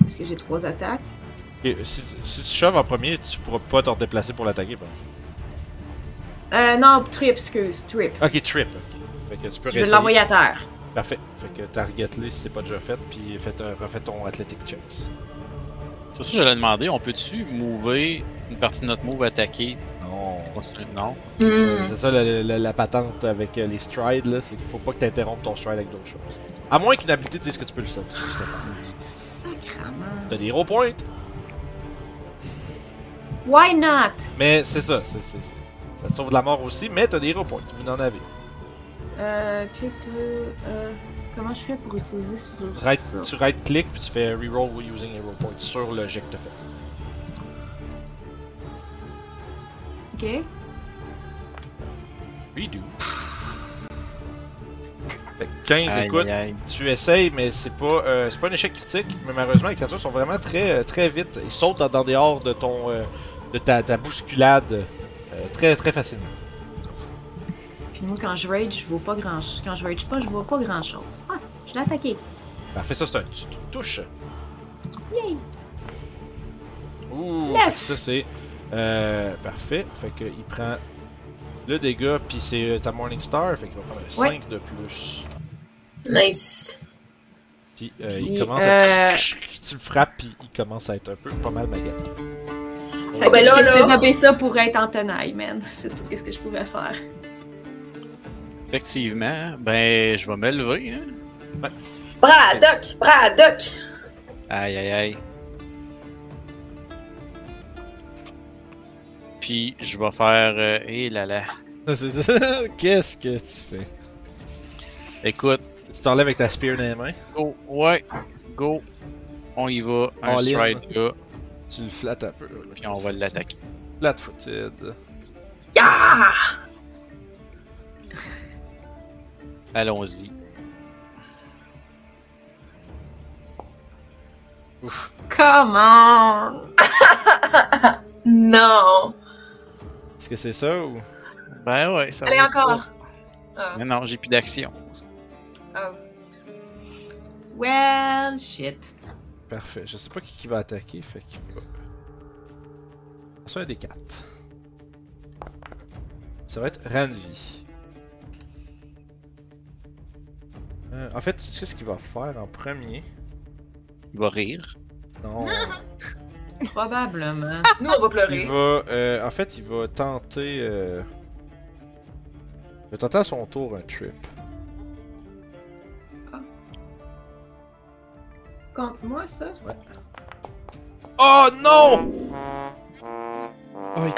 S6: Parce que j'ai trois attaques.
S1: Ok, si, si tu choves en premier, tu pourras pas t'en déplacer pour l'attaquer. ben. par exemple.
S6: Euh, non, trip, excuse. Trip.
S1: Ok, trip. ok. Fait que tu peux
S6: Je vais
S1: réessayer.
S6: l'envoyer à terre.
S1: Parfait. Fait que target-les si c'est pas déjà fait, puis fais un- refais ton athletic checks.
S3: C'est ça que j'allais demander. On peut-tu mover une partie de notre move attaquer
S1: Non.
S3: continuer- Non.
S5: Hmm.
S1: C'est ça la, la- la patente avec euh, les strides, là, c'est qu'il faut pas que t'interrompes ton stride avec d'autres choses. À moins qu'une habilité dise que tu peux le faire.
S6: Sacré Sacrement.
S1: T'as des hero points.
S6: Why not?
S1: Mais c'est ça, c'est, c'est, c'est- ça te sauve de la mort aussi, mais t'as des hero points, vous en avez.
S6: Euh, click to. Euh, comment je fais pour utiliser ce.
S1: Right-
S6: ça?
S1: tu right click puis tu fais reroll using hero points sur le jet que t'as fait.
S6: Ok.
S1: Redo. Fait que 15,
S3: Aïe,
S1: écoute,
S3: aïe, aïe.
S1: tu essayes, mais c'est pas, euh, c'est pas un échec critique. Mais malheureusement, les créatures sont vraiment très, euh, très vite. Ils sautent dans, dans des hors de ton, euh, de ta, ta bousculade euh, très, très facilement.
S6: Puis moi, quand je rage, je vois pas grand Quand je rage pas, je vois pas grand chose. Ah, je l'ai attaqué.
S1: Parfait, ça c'est un, tu, tu touches.
S6: Yay!
S1: Ouh,
S6: Neuf.
S1: fait que ça c'est euh, parfait. Fait que il prend le dégât puis c'est euh, ta Morning Star, fait qu'il va prendre
S6: Ouais.
S1: 5 de plus.
S5: Nice.
S1: Puis euh, il
S6: Puis,
S1: commence à
S6: euh,
S1: tu le frappes puis il commence à être un peu pas mal magané.
S6: Fait que
S5: ben là,
S6: j'essaie
S5: là.
S6: de doper ça pour être en tenaille, man. C'est tout ce que je pouvais faire.
S3: Effectivement, ben, je vais me lever. Hein.
S5: Braddock! Braddock!
S3: Aïe, aïe, aïe. Puis, je vais faire. euh, Eh là là.
S1: Qu'est-ce que tu fais
S3: Écoute,
S1: Tu t'enlèves avec ta spear dans les mains,
S3: go, ouais, go. On y va, un
S1: All in.
S3: stride là,
S1: tu le flattes un peu.
S3: puis on va l'attaquer.
S1: Flat-footed.
S5: Yeah!
S3: Allons-y.
S6: Comment?
S5: Non!
S1: Est-ce que c'est ça ou
S3: Ben ouais, ça
S5: Allez,
S3: va être
S5: encore!
S3: ça.
S5: Ah,
S3: Mais non, j'ai plus d'action.
S5: ah.
S6: Well, shit.
S1: Parfait. Je sais pas qui, qui va attaquer, fait qu'il va. C'est un des quatre. Ça va être Ranvi. Euh, en fait, tu sais ce qu'il va faire en premier
S3: Il va rire.
S1: Non.
S6: Probablement.
S5: Nous, on
S1: il
S5: va pleurer.
S1: va. euh, en fait, il va tenter. euh, Il va tenter à son tour un trip.
S6: Contre moi, ça?
S1: Oh non Oh, il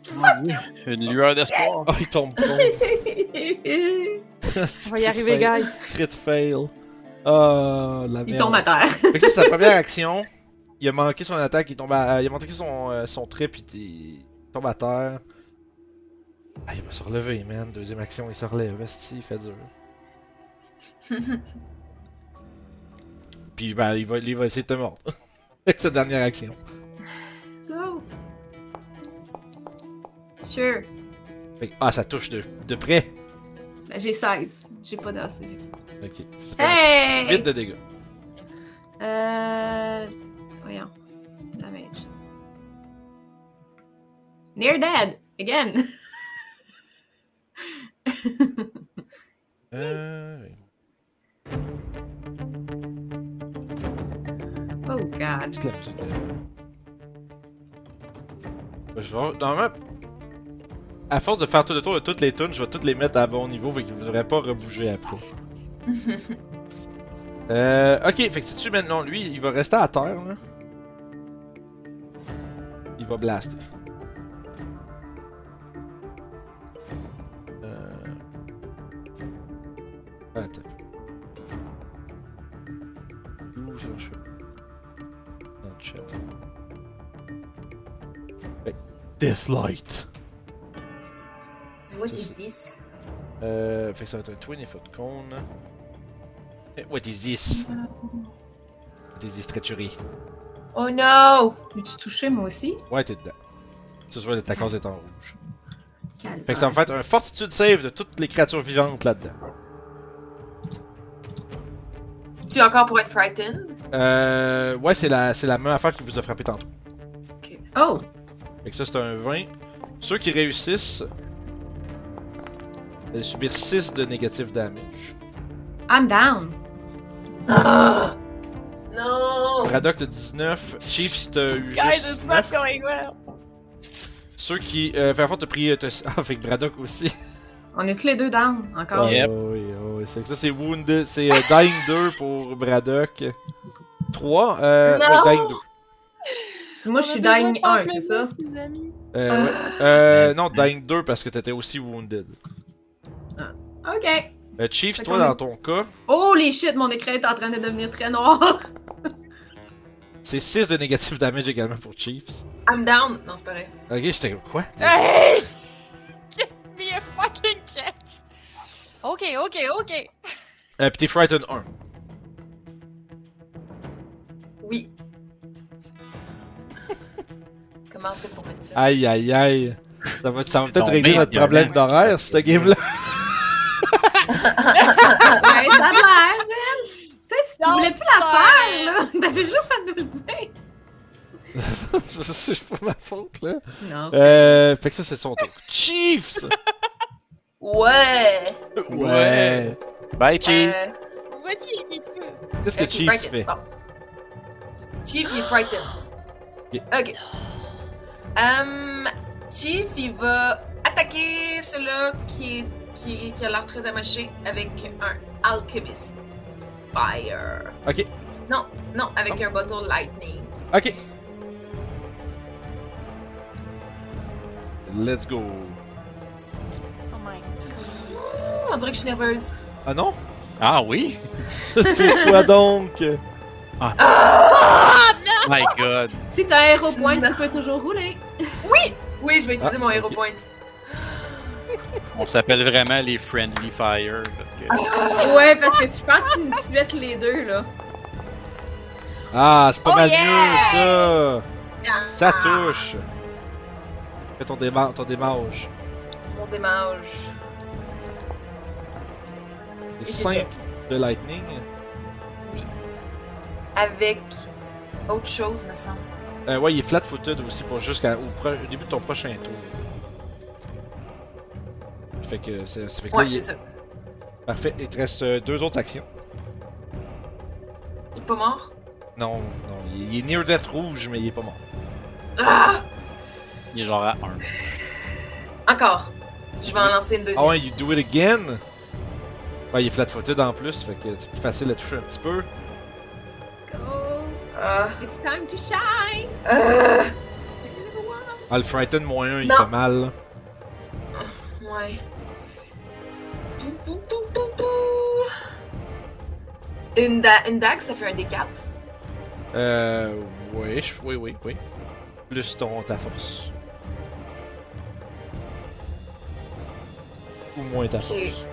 S1: tombe,
S3: Mon Dieu, une lueur d'espoir.
S1: oh, il tombe bon.
S6: Il
S8: On va y arriver, guys.
S1: Crit fail. Oh la merde.
S6: tombe à terre.
S1: Fait que ça, c'est sa première action. Il a manqué son attaque, il tombe à... il a manqué son, euh, son trip, il, il tombe à terre. Ah, il va se relever, man. Deuxième action, il se relève. Esti, il fait dur. Puis, ben, il va, il va essayer de te mordre. Avec sa dernière action.
S6: Go! Sure.
S1: Fait que- ah, ça touche de, de près.
S6: Ben, J'ai 16. J'ai pas d'assez.
S1: Ok. Ça fait
S6: Hey!
S1: 8 de dégâts.
S6: Euh. Voyons. Damage. Near dead! Again!
S1: Euh...
S6: Oh god.
S1: Petite lapsus. Je vais. Normalement. À force de faire tout le tour de toutes les tunes, je vais toutes les mettre à bon niveau, fait que vous n'aurez pas rebouger après. Euh. Ok, fait que si tu maintenant, lui, il va rester à terre, là. Il va blaster. Euh. Attends. Ouh, ça marche pas. Dans le chat. Fait que Deathlight.
S5: What
S1: is
S5: is this?
S1: Euh, fait que ça va être un 20 foot cone. Eh, What is this? What is this treachery?
S5: Oh no!
S6: Peux-tu toucher moi aussi?
S1: Ouais, t'es dedans. Tu vois, ta case est en rouge.
S6: Calme.
S1: Fait que ça va me faire un fortitude save de toutes les créatures vivantes là-dedans.
S5: C'est-tu encore pour être frightened?
S1: Euh, ouais, c'est la, c'est la même affaire qui vous a frappé tantôt.
S6: Oh!
S1: Fait que ça, c'est un 20. Ceux qui réussissent, ils subissent 6 de négatif damage.
S6: I'm down!
S5: Ah! Non!
S1: Braddock, t'as 19. Chiefs, t'as eu
S8: Guys,
S1: juste
S8: it's not
S1: 9.
S8: going well.
S1: Ceux qui. Euh, faire fort, t'as pris. euh, t'as- Ah, avec Braddock aussi.
S6: On est tous les deux down,
S2: Ah
S6: encore.
S3: Yep.
S1: Oh, oui, oh, oui. C'est que ça, c'est Wounded. C'est euh, Dying 2 pour Braddock. 3, euh,
S5: Non.
S1: au Dying 2.
S2: Moi, Oh, je
S8: On a
S2: suis
S8: besoin
S2: dying
S8: de
S2: 1, c'est ça?
S8: pamplemousse, les amis.
S1: Euh,
S2: Ah.
S1: ouais. Euh, non, Dying 2 parce que t'étais aussi wounded.
S2: Ok.
S1: Euh, Chief,
S2: Fait
S1: toi,
S2: qu'on est-
S1: dans ton cas,
S2: Holy shit, mon écran est en train de devenir très noir.
S1: c'est 6 de négatif damage également pour Chiefs.
S5: I'm down. Non, c'est pas vrai.
S1: Ok, j'étais comme quoi?
S2: Ah.
S4: Hey! Give me a fucking chance! Ok, ok, ok.
S1: Euh, pis t'es Frightened 1.
S5: Oui. Comment on fait pour mettre
S8: Ah.
S5: ça?
S1: Aïe aïe aïe. Ça va, ça va
S3: C'est
S1: peut-être
S3: ton
S1: régler
S3: mec,
S1: notre
S3: Lionel.
S1: problème d'horaire, cette game-là.
S2: Ouais, ça a l'air, man. Tu sais, si tu
S4: Non,
S2: voulais plus la
S4: sorry.
S2: faire, là, t'avais juste à nous le dire.
S1: c'est pas ma faute, là.
S2: Non, c'est-
S1: Euh, fait que ça, c'est son tour. Chiefs!
S5: Ouais!
S1: Ouais.
S3: Bye, Chief.
S5: Euh,
S4: Vas-y.
S1: Qu'est-ce que
S5: ok,
S1: Chiefs
S5: Brighton,
S1: fait?
S5: bon. Oh. Chief, il est Brighton.
S1: Ok.
S5: Ok. Hum, Chief, il va attaquer celui-là qui, est- qui, qui a l'air très amoché avec un Alchemist Fire.
S1: Ok.
S5: Non, non, avec un bottle Lightning.
S1: Ok. Let's go.
S4: Oh my
S5: Hmm, On dirait que je suis nerveuse.
S1: Ah non?
S3: Ah oui?
S1: Pourquoi donc?
S3: My God.
S2: Si t'as un hero point,
S5: Non.
S2: tu peux toujours rouler.
S5: Oui, je vais utiliser
S1: Ah,
S5: mon Hero
S1: ok.
S5: Point.
S3: On s'appelle vraiment les Friendly Fire parce que.
S2: Ouais, parce que tu penses que tu nous tuettes les deux, là.
S1: Ah, c'est pas
S4: Oh
S1: mal
S4: yeah!
S1: mieux, ça! Ça touche! Fais ton, déma ton démarche.
S5: Mon démage.
S1: Les
S5: Et c'est
S1: 5 de lightning.
S5: Avec autre chose, me semble.
S1: Euh, ouais, il est flat-footed aussi pour jusqu'à au, pro- au début de ton prochain tour. Fait que c'est ça fait que
S5: Ouais,
S1: là, il
S5: c'est
S1: est-
S5: ça.
S1: parfait. Il te reste euh, deux autres actions.
S5: Il est pas mort?
S1: Non, non, il, il est near death rouge, mais il est pas mort.
S5: Ah!
S3: Il est genre à 1.
S5: Encore. Je vais en lancer une
S1: Ah
S5: deuxième.
S1: ouais, you do it again! Ouais, il est flat-footed en plus, fait que c'est plus facile à toucher un petit peu.
S2: Go.
S5: Ah,
S2: It's time to shine.
S5: euh,
S1: Ah, le frighten moins 1, il
S5: Non.
S1: fait mal. là.
S5: ouais. Pou, pou, pou, pou, pou. Une, da- une dague, ça fait un D4.
S1: Euh. Oui, je- oui, oui, oui. Plus ton ta force. Ou moins ta
S5: Ok.
S1: force.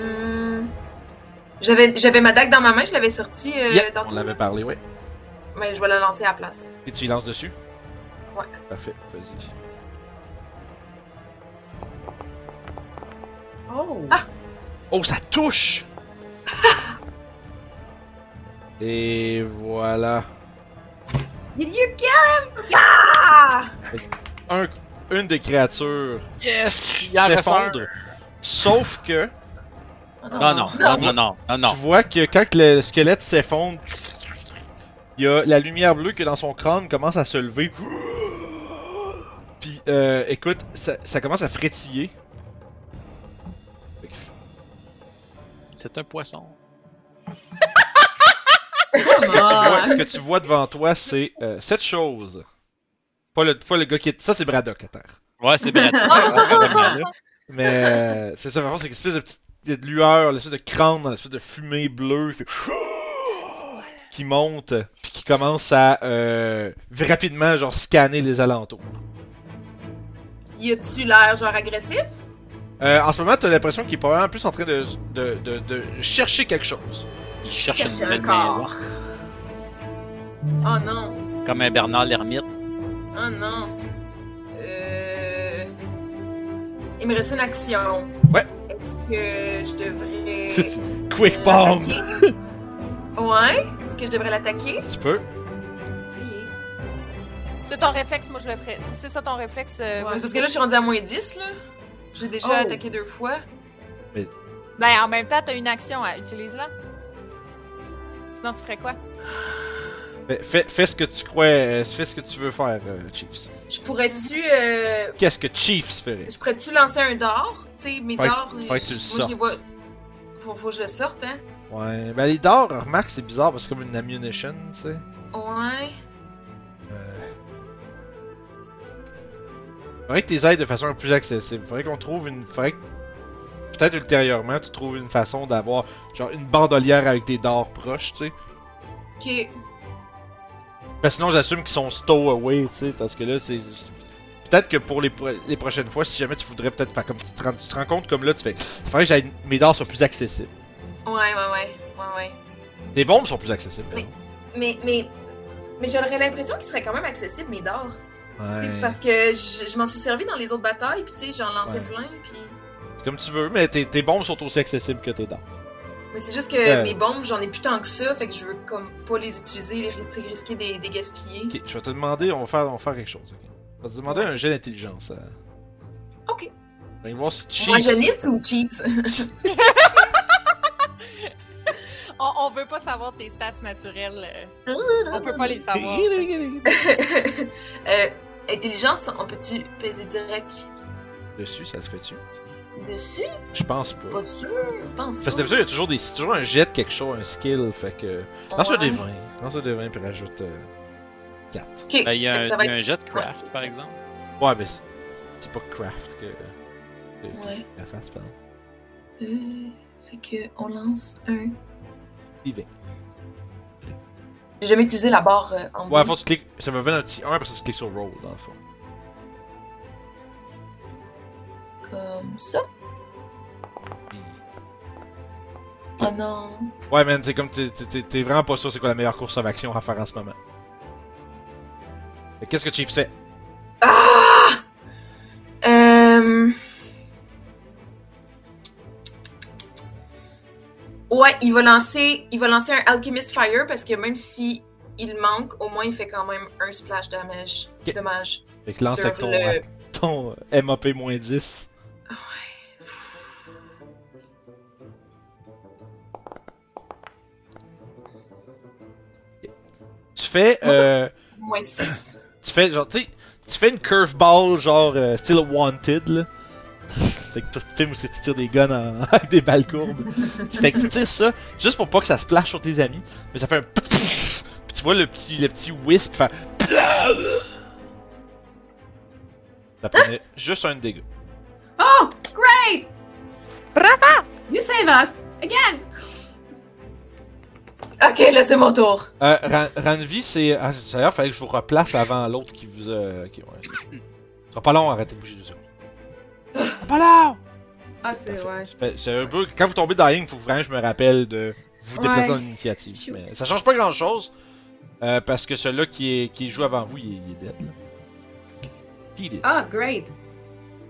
S5: Hmm. J'avais j'avais ma dague dans ma main, je l'avais sortie euh,
S1: Yep,
S5: tantôt.
S1: on l'avait parlé, ouais.
S5: Mais je vais la lancer à la place.
S1: Et tu y lances dessus?
S5: Ouais.
S1: Parfait, vas-y.
S2: Oh.
S8: Ah!
S1: Oh, ça touche! Et voilà.
S2: Did you kill?
S5: Ah!
S1: Un, une des créatures
S3: Yes! Il en reste un.
S1: s'effondre. Sauf que.
S3: Non, Ah non, non, non, non, non, non.
S1: Tu vois que quand le squelette s'effondre, il y a la lumière bleue que dans son crâne commence à se lever. Puis, euh, écoute, ça, ça commence à frétiller. Fait que-
S3: C'est un poisson.
S1: Ce que, tu
S2: Ah.
S1: vois, ce que tu vois devant toi, c'est euh, cette chose. Pas le, pas le gars qui est. Ça, c'est Braddock à terre.
S3: Ouais, c'est bien. Moi,
S1: Mais euh, c'est ça, vraiment, c'est une espèce de petite de lueur, l'espèce de crâne, dans l'espèce de fumée bleue puis- qui monte, puis qui commence à euh, rapidement genre scanner les alentours.
S5: Y a-tu l'air genre agressif?
S1: Euh, en ce moment, t'as l'impression qu'il est probablement plus en train de, de, de, de chercher quelque chose.
S3: Il cherche une
S2: Cherche un
S3: nouvelle maison.
S2: corps.
S5: Oh non,
S3: Comme un Bernard l'ermite.
S5: oh non. Euh... Il me reste une action.
S1: Ouais.
S5: Est-ce que je devrais. Euh,
S1: Quick bomb!
S5: l'attaquer? Ouais? Est-ce que je devrais l'attaquer?
S1: Tu peux.
S2: Essayez.
S4: C'est ton réflexe, moi je le ferais. Si c'est ça ton réflexe,
S2: Ouais.
S4: euh, vas-y.
S5: Parce que là, je suis rendue à moins 10, là. J'ai déjà
S2: Oh.
S5: attaqué deux fois.
S4: ben en même temps, t'as une action, à utilise-la. Sinon, tu ferais quoi?
S1: Fais, fais, fais ce que tu crois, euh, fais ce que tu veux faire, euh, Chiefs.
S5: Je pourrais-tu. euh,
S1: Qu'est-ce que Chiefs ferait?
S5: Je pourrais-tu lancer un d'or? Tu sais, mes
S1: Faudrait-
S5: d'or.
S1: faudrait que tu le
S5: Moi, je les vois. Faut, faut que je le sorte, hein?
S1: Ouais. Ben, les dards, remarque, c'est bizarre parce que c'est comme une ammunition, tu sais.
S5: Ouais.
S1: Euh... Faudrait que t'es aides de façon plus accessible. Faudrait qu'on trouve une. Faudrait que... Peut-être ultérieurement, tu trouves une façon d'avoir genre une bandolière avec tes dards proches, tu sais.
S5: Ok.
S1: Parce que Ben, sinon, j'assume qu'ils sont stowaway, tu sais, parce que là, c'est. c'est- Peut-être que pour les, pro- les prochaines fois, si jamais tu voudrais peut-être faire comme tu te rends, tu te rends compte comme là, tu fais. Faudrait que j'aille- mes dards soient plus accessibles.
S5: Ouais, ouais, ouais. Ouais, ouais.
S1: Les bombes sont plus accessibles, par
S5: Oui. Mais, mais, mais j'aurais l'impression qu'il serait quand même accessible, mes dards. Tu
S1: exemple.
S5: sais,
S1: Ouais.
S5: Parce que je, je m'en suis servi dans les autres batailles, puis tu sais, j'en lançais
S1: Ouais.
S5: plein, puis.
S1: Comme tu veux, mais tes, tes bombes sont aussi accessibles que tes dards.
S5: Mais c'est juste que
S1: Ouais.
S5: mes bombes, j'en ai plus tant que ça, fait que je veux comme pas les utiliser, les, ris- tu sais, risquer des, des gaspiller.
S1: Ok, je vais te demander, on va faire, on va faire quelque chose. ok? On va te demander un jet d'intelligence. euh.
S5: Ok.
S1: On va voir si Chiefs-
S5: Moi, jeunesse ou cheeps?
S4: On, on veut pas savoir tes stats naturelles. euh. on peut pas les savoir.
S5: Euh, intelligence, on peut-tu peser direct
S1: Dessus, ça se fait-tu?
S5: dessus?
S1: Je pense pas.
S5: Pas sûr, je pense.
S1: Parce que d'habitude, il y a toujours, des, c'est toujours un jet de quelque chose, un skill, fait que... Lance un
S5: Ouais.
S1: des 20. Lance un des 20 puis rajoute euh, 4.
S5: Ok,
S3: Ben, Il y a
S5: fait
S3: un,
S5: que
S3: il
S5: ça va
S3: y a
S5: être.
S3: un jet de craft, par exemple.
S1: Ouais, mais c'est- c'est pas craft que... que- que
S5: Ouais.
S1: La face, pardon.
S5: Euh, fait que on lance un.
S1: Il va.
S5: J'ai jamais utilisé la barre euh, en
S1: Ouais,
S5: bas.
S1: faut que tu cliques... Ça me donne un petit 1, parce que tu cliques sur roll, dans le fond.
S5: Comme ça.
S1: Puis-
S5: Oh non.
S1: Mm. Ouais, man, c'est comme t'es- t'es t'es- t'es vraiment pas sûr c'est quoi la meilleure course en action à faire en ce moment. Fait que Qu'est-ce que Chief fait?
S5: Ah! Euh... Ouais, il va lancer, il va lancer un Alchemist Fire parce que même si il manque, au moins il fait quand même un splash damage.
S1: Ok.
S5: Dommage.
S1: Fait que lance
S5: Sur
S1: avec ton,
S5: le- Ah
S1: avec ton euh, MAP moins 10. Tu fais, euh,
S5: Moins 6.
S1: tu fais genre, tu sais, tu fais une curveball genre euh, style wanted là. fait que tu filmes où c'est que tu tires des guns en- avec des balles courbes. tu fais que tu tires ça juste pour pas que ça se splash sur tes amis, mais ça fait un puis tu vois le petit le petit wisp faire Ça prenait juste un dégât.
S6: Oh, great! Bravo! You save us! Again!
S5: Ok, là c'est mon tour.
S1: Euh, Ran- Ranvi, c'est. Ah, D'ailleurs, fallait que je vous replace avant l'autre qui vous a. Qui... Ouais. Ce sera pas long, arrêtez de bouger deux secondes. C'est pas
S8: uh,
S1: long!
S6: Ah, c'est
S1: Parfait.
S6: ouais.
S1: C'est pas- C'est un peu. Quand vous tombez dans la ligne, faut vraiment que je me rappelle de vous déplacer
S6: Ouais.
S1: dans l'initiative.
S6: Shoot.
S1: Mais ça change pas grand chose. parce que celui-là qui, est... qui joue avant vous, il est, il est dead. Là. Il est dead.
S6: Ah, great!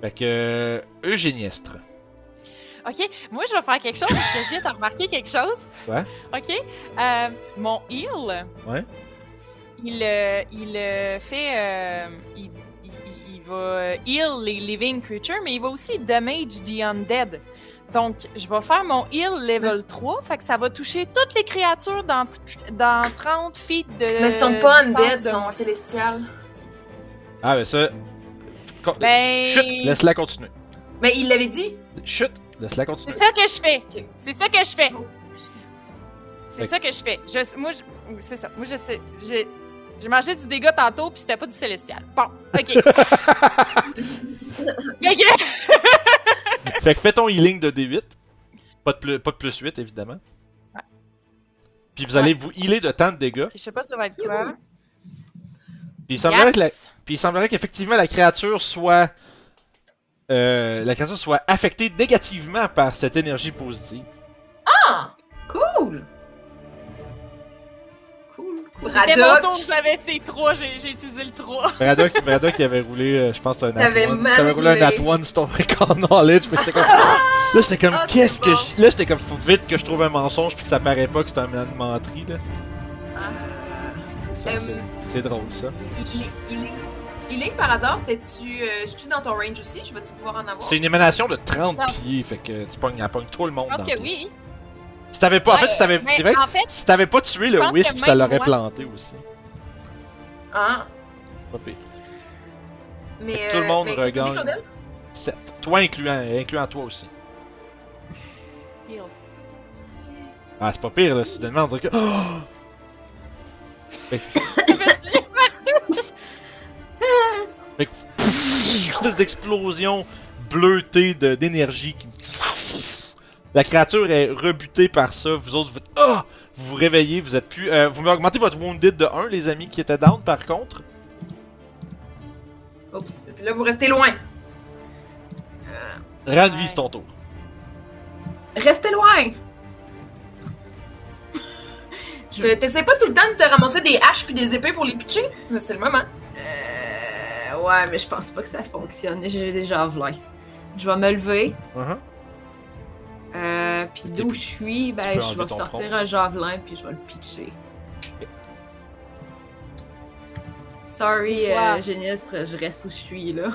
S1: Fait que. euh, Eugéniestre.
S4: OK? Moi, je vais faire quelque chose parce que j'ai de remarquer quelque chose.
S1: Ouais.
S4: OK? Euh, mon heal.
S1: Ouais.
S4: Il, euh, il euh, fait. euh, il, il- il- il va heal les living creatures, mais il va aussi damage the undead. Donc, je vais faire mon heal level 3, fait que ça va toucher toutes les créatures dans, t- dans 30 feet de.
S5: Mais ils sont pas
S4: distance
S5: undead,
S4: de
S5: ils sont
S4: moi.
S5: célestiales.
S1: Ah, ben ça. Con-
S4: Ben-
S1: Chut! Laisse-la continuer.
S5: Mais il l'avait dit.
S1: Chut! Laisse-la continuer.
S4: C'est ça que je fais.
S5: Ok.
S4: C'est ça que je fais. C'est
S1: Fait-
S4: ça que je fais. Je- moi, je- c'est ça. Moi, je sais. J'ai, j'ai mangé du dégât tantôt, puis c'était pas du célestial. Bon, ok. ok.
S1: Fait que fais ton healing de D8. Pas de plus, pas de plus 8, évidemment.
S4: Ouais.
S1: Puis vous allez vous healer de tant de dégâts.
S4: Je sais pas ça va être quoi.
S1: Puis il semblerait, que la-
S4: Yes.
S1: puis il semblerait qu'effectivement la créature soit. euh, la créature soit affectée négativement par cette énergie positive.
S6: Cool! Cool. cool.
S4: C'était mon
S5: Braddock,
S4: tour, j'avais ces trois, j'ai, j'ai utilisé le 3.
S1: Brada qui, Brada qui avait roulé, euh, je pense, un nat
S5: T'avais
S1: one.
S5: mal
S1: T'avais roulé un
S5: roulé.
S1: nat one sur ton record knowledge. Fait que j'étais comme. Ah! Là, j'étais comme,
S5: Ah, c'est
S1: qu'est-ce que
S5: bon.
S1: je. Là, j'étais comme, faut vite que je trouve un mensonge puis que ça paraît pas que c'est un man- menterie, là.
S5: Ah.
S1: Ça,
S5: Euh,
S1: c'est-
S4: Hum.
S1: C'est drôle, ça.
S5: il est, il est, il est par hasard. C'était-tu, euh, je suis dans ton range aussi. Je vais-tu pouvoir en avoir?
S1: C'est une émanation de 30
S4: Non.
S1: pieds, fait que tu pognes, elle pogne tout le monde.
S4: Je pense
S1: dans
S4: que
S1: la pièce.
S4: oui.
S1: Si t'avais pas, en fait,
S4: Ouais,
S1: si t'avais,
S4: mais
S1: c'est vrai que
S4: en fait,
S1: si t'avais pas tué le
S4: pense que
S1: wisp, ça
S4: même
S1: l'aurait
S4: moi-
S1: planté aussi.
S5: Ah,
S1: Pas pire.
S5: mais
S1: Tout le
S5: euh,
S1: monde
S5: mais qu'est-ce que t'as dit,
S1: regagne.
S5: Claudel?
S1: 7. Toi incluant, incluant toi aussi. Ah, c'est pas pire, là, soudainement, on dirait que. Oh! Fait que- Fait que- Une espèce d'explosion bleutée de- d'énergie qui. La créature est rebutée par ça. Vous autres, vous faites Ah! Vous vous réveillez, vous êtes plus. euh, vous augmentez votre wounded de 1, les amis qui étaient down par contre.
S6: Oups.
S5: Puis là, vous restez loin.
S1: Ranvi, c'est ton tour.
S6: Restez loin! Je-
S5: Te- Euh, T'essaies pas tout le temps de te ramasser des haches puis des épées pour les pitcher? Mais C'est le moment.
S6: Euh, ouais, mais je pense pas que ça fonctionne. J'ai des javelins. Je vais me lever.
S1: Mhm.
S6: Euh, puis
S1: T'es
S6: d'où je suis,
S1: tu
S6: ben,
S1: peux
S6: je
S1: enlever
S6: vais
S1: ton
S6: sortir
S1: tronc.
S6: un javelin puis je vais le pitcher. Sorry,
S9: Des fois.
S6: euh, Génistre, je reste où je suis, là.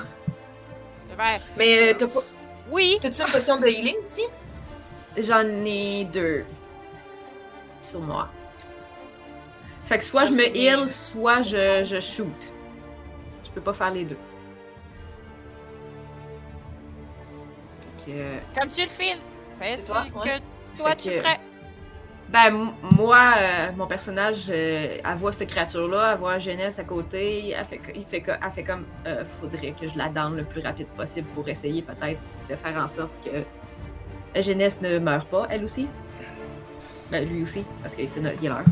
S4: ben,
S9: Ouais.
S5: Mais euh, t'as pas-
S9: Oui.
S5: t'as-tu une potion de healing aussi?
S6: J'en ai deux sur moi. Fait que soit je me heal, soit je, je shoot. Je peux pas faire les deux. Fait que- euh,
S9: Comme tu le files. Fais
S5: C'est
S9: ce
S5: toi, ouais.
S9: que toi
S6: Fait
S9: tu
S6: que-
S9: ferais.
S6: Ben, m- moi, euh, mon personnage, euh, elle voit cette créature-là, elle voit Jeunesse à côté, elle fait, que- il fait, que- elle fait comme euh, faudrait que je la donne le plus rapide possible pour essayer peut-être de faire en sorte que Jeunesse ne meure pas, elle aussi. Ben, lui aussi, parce que c'est notre healer.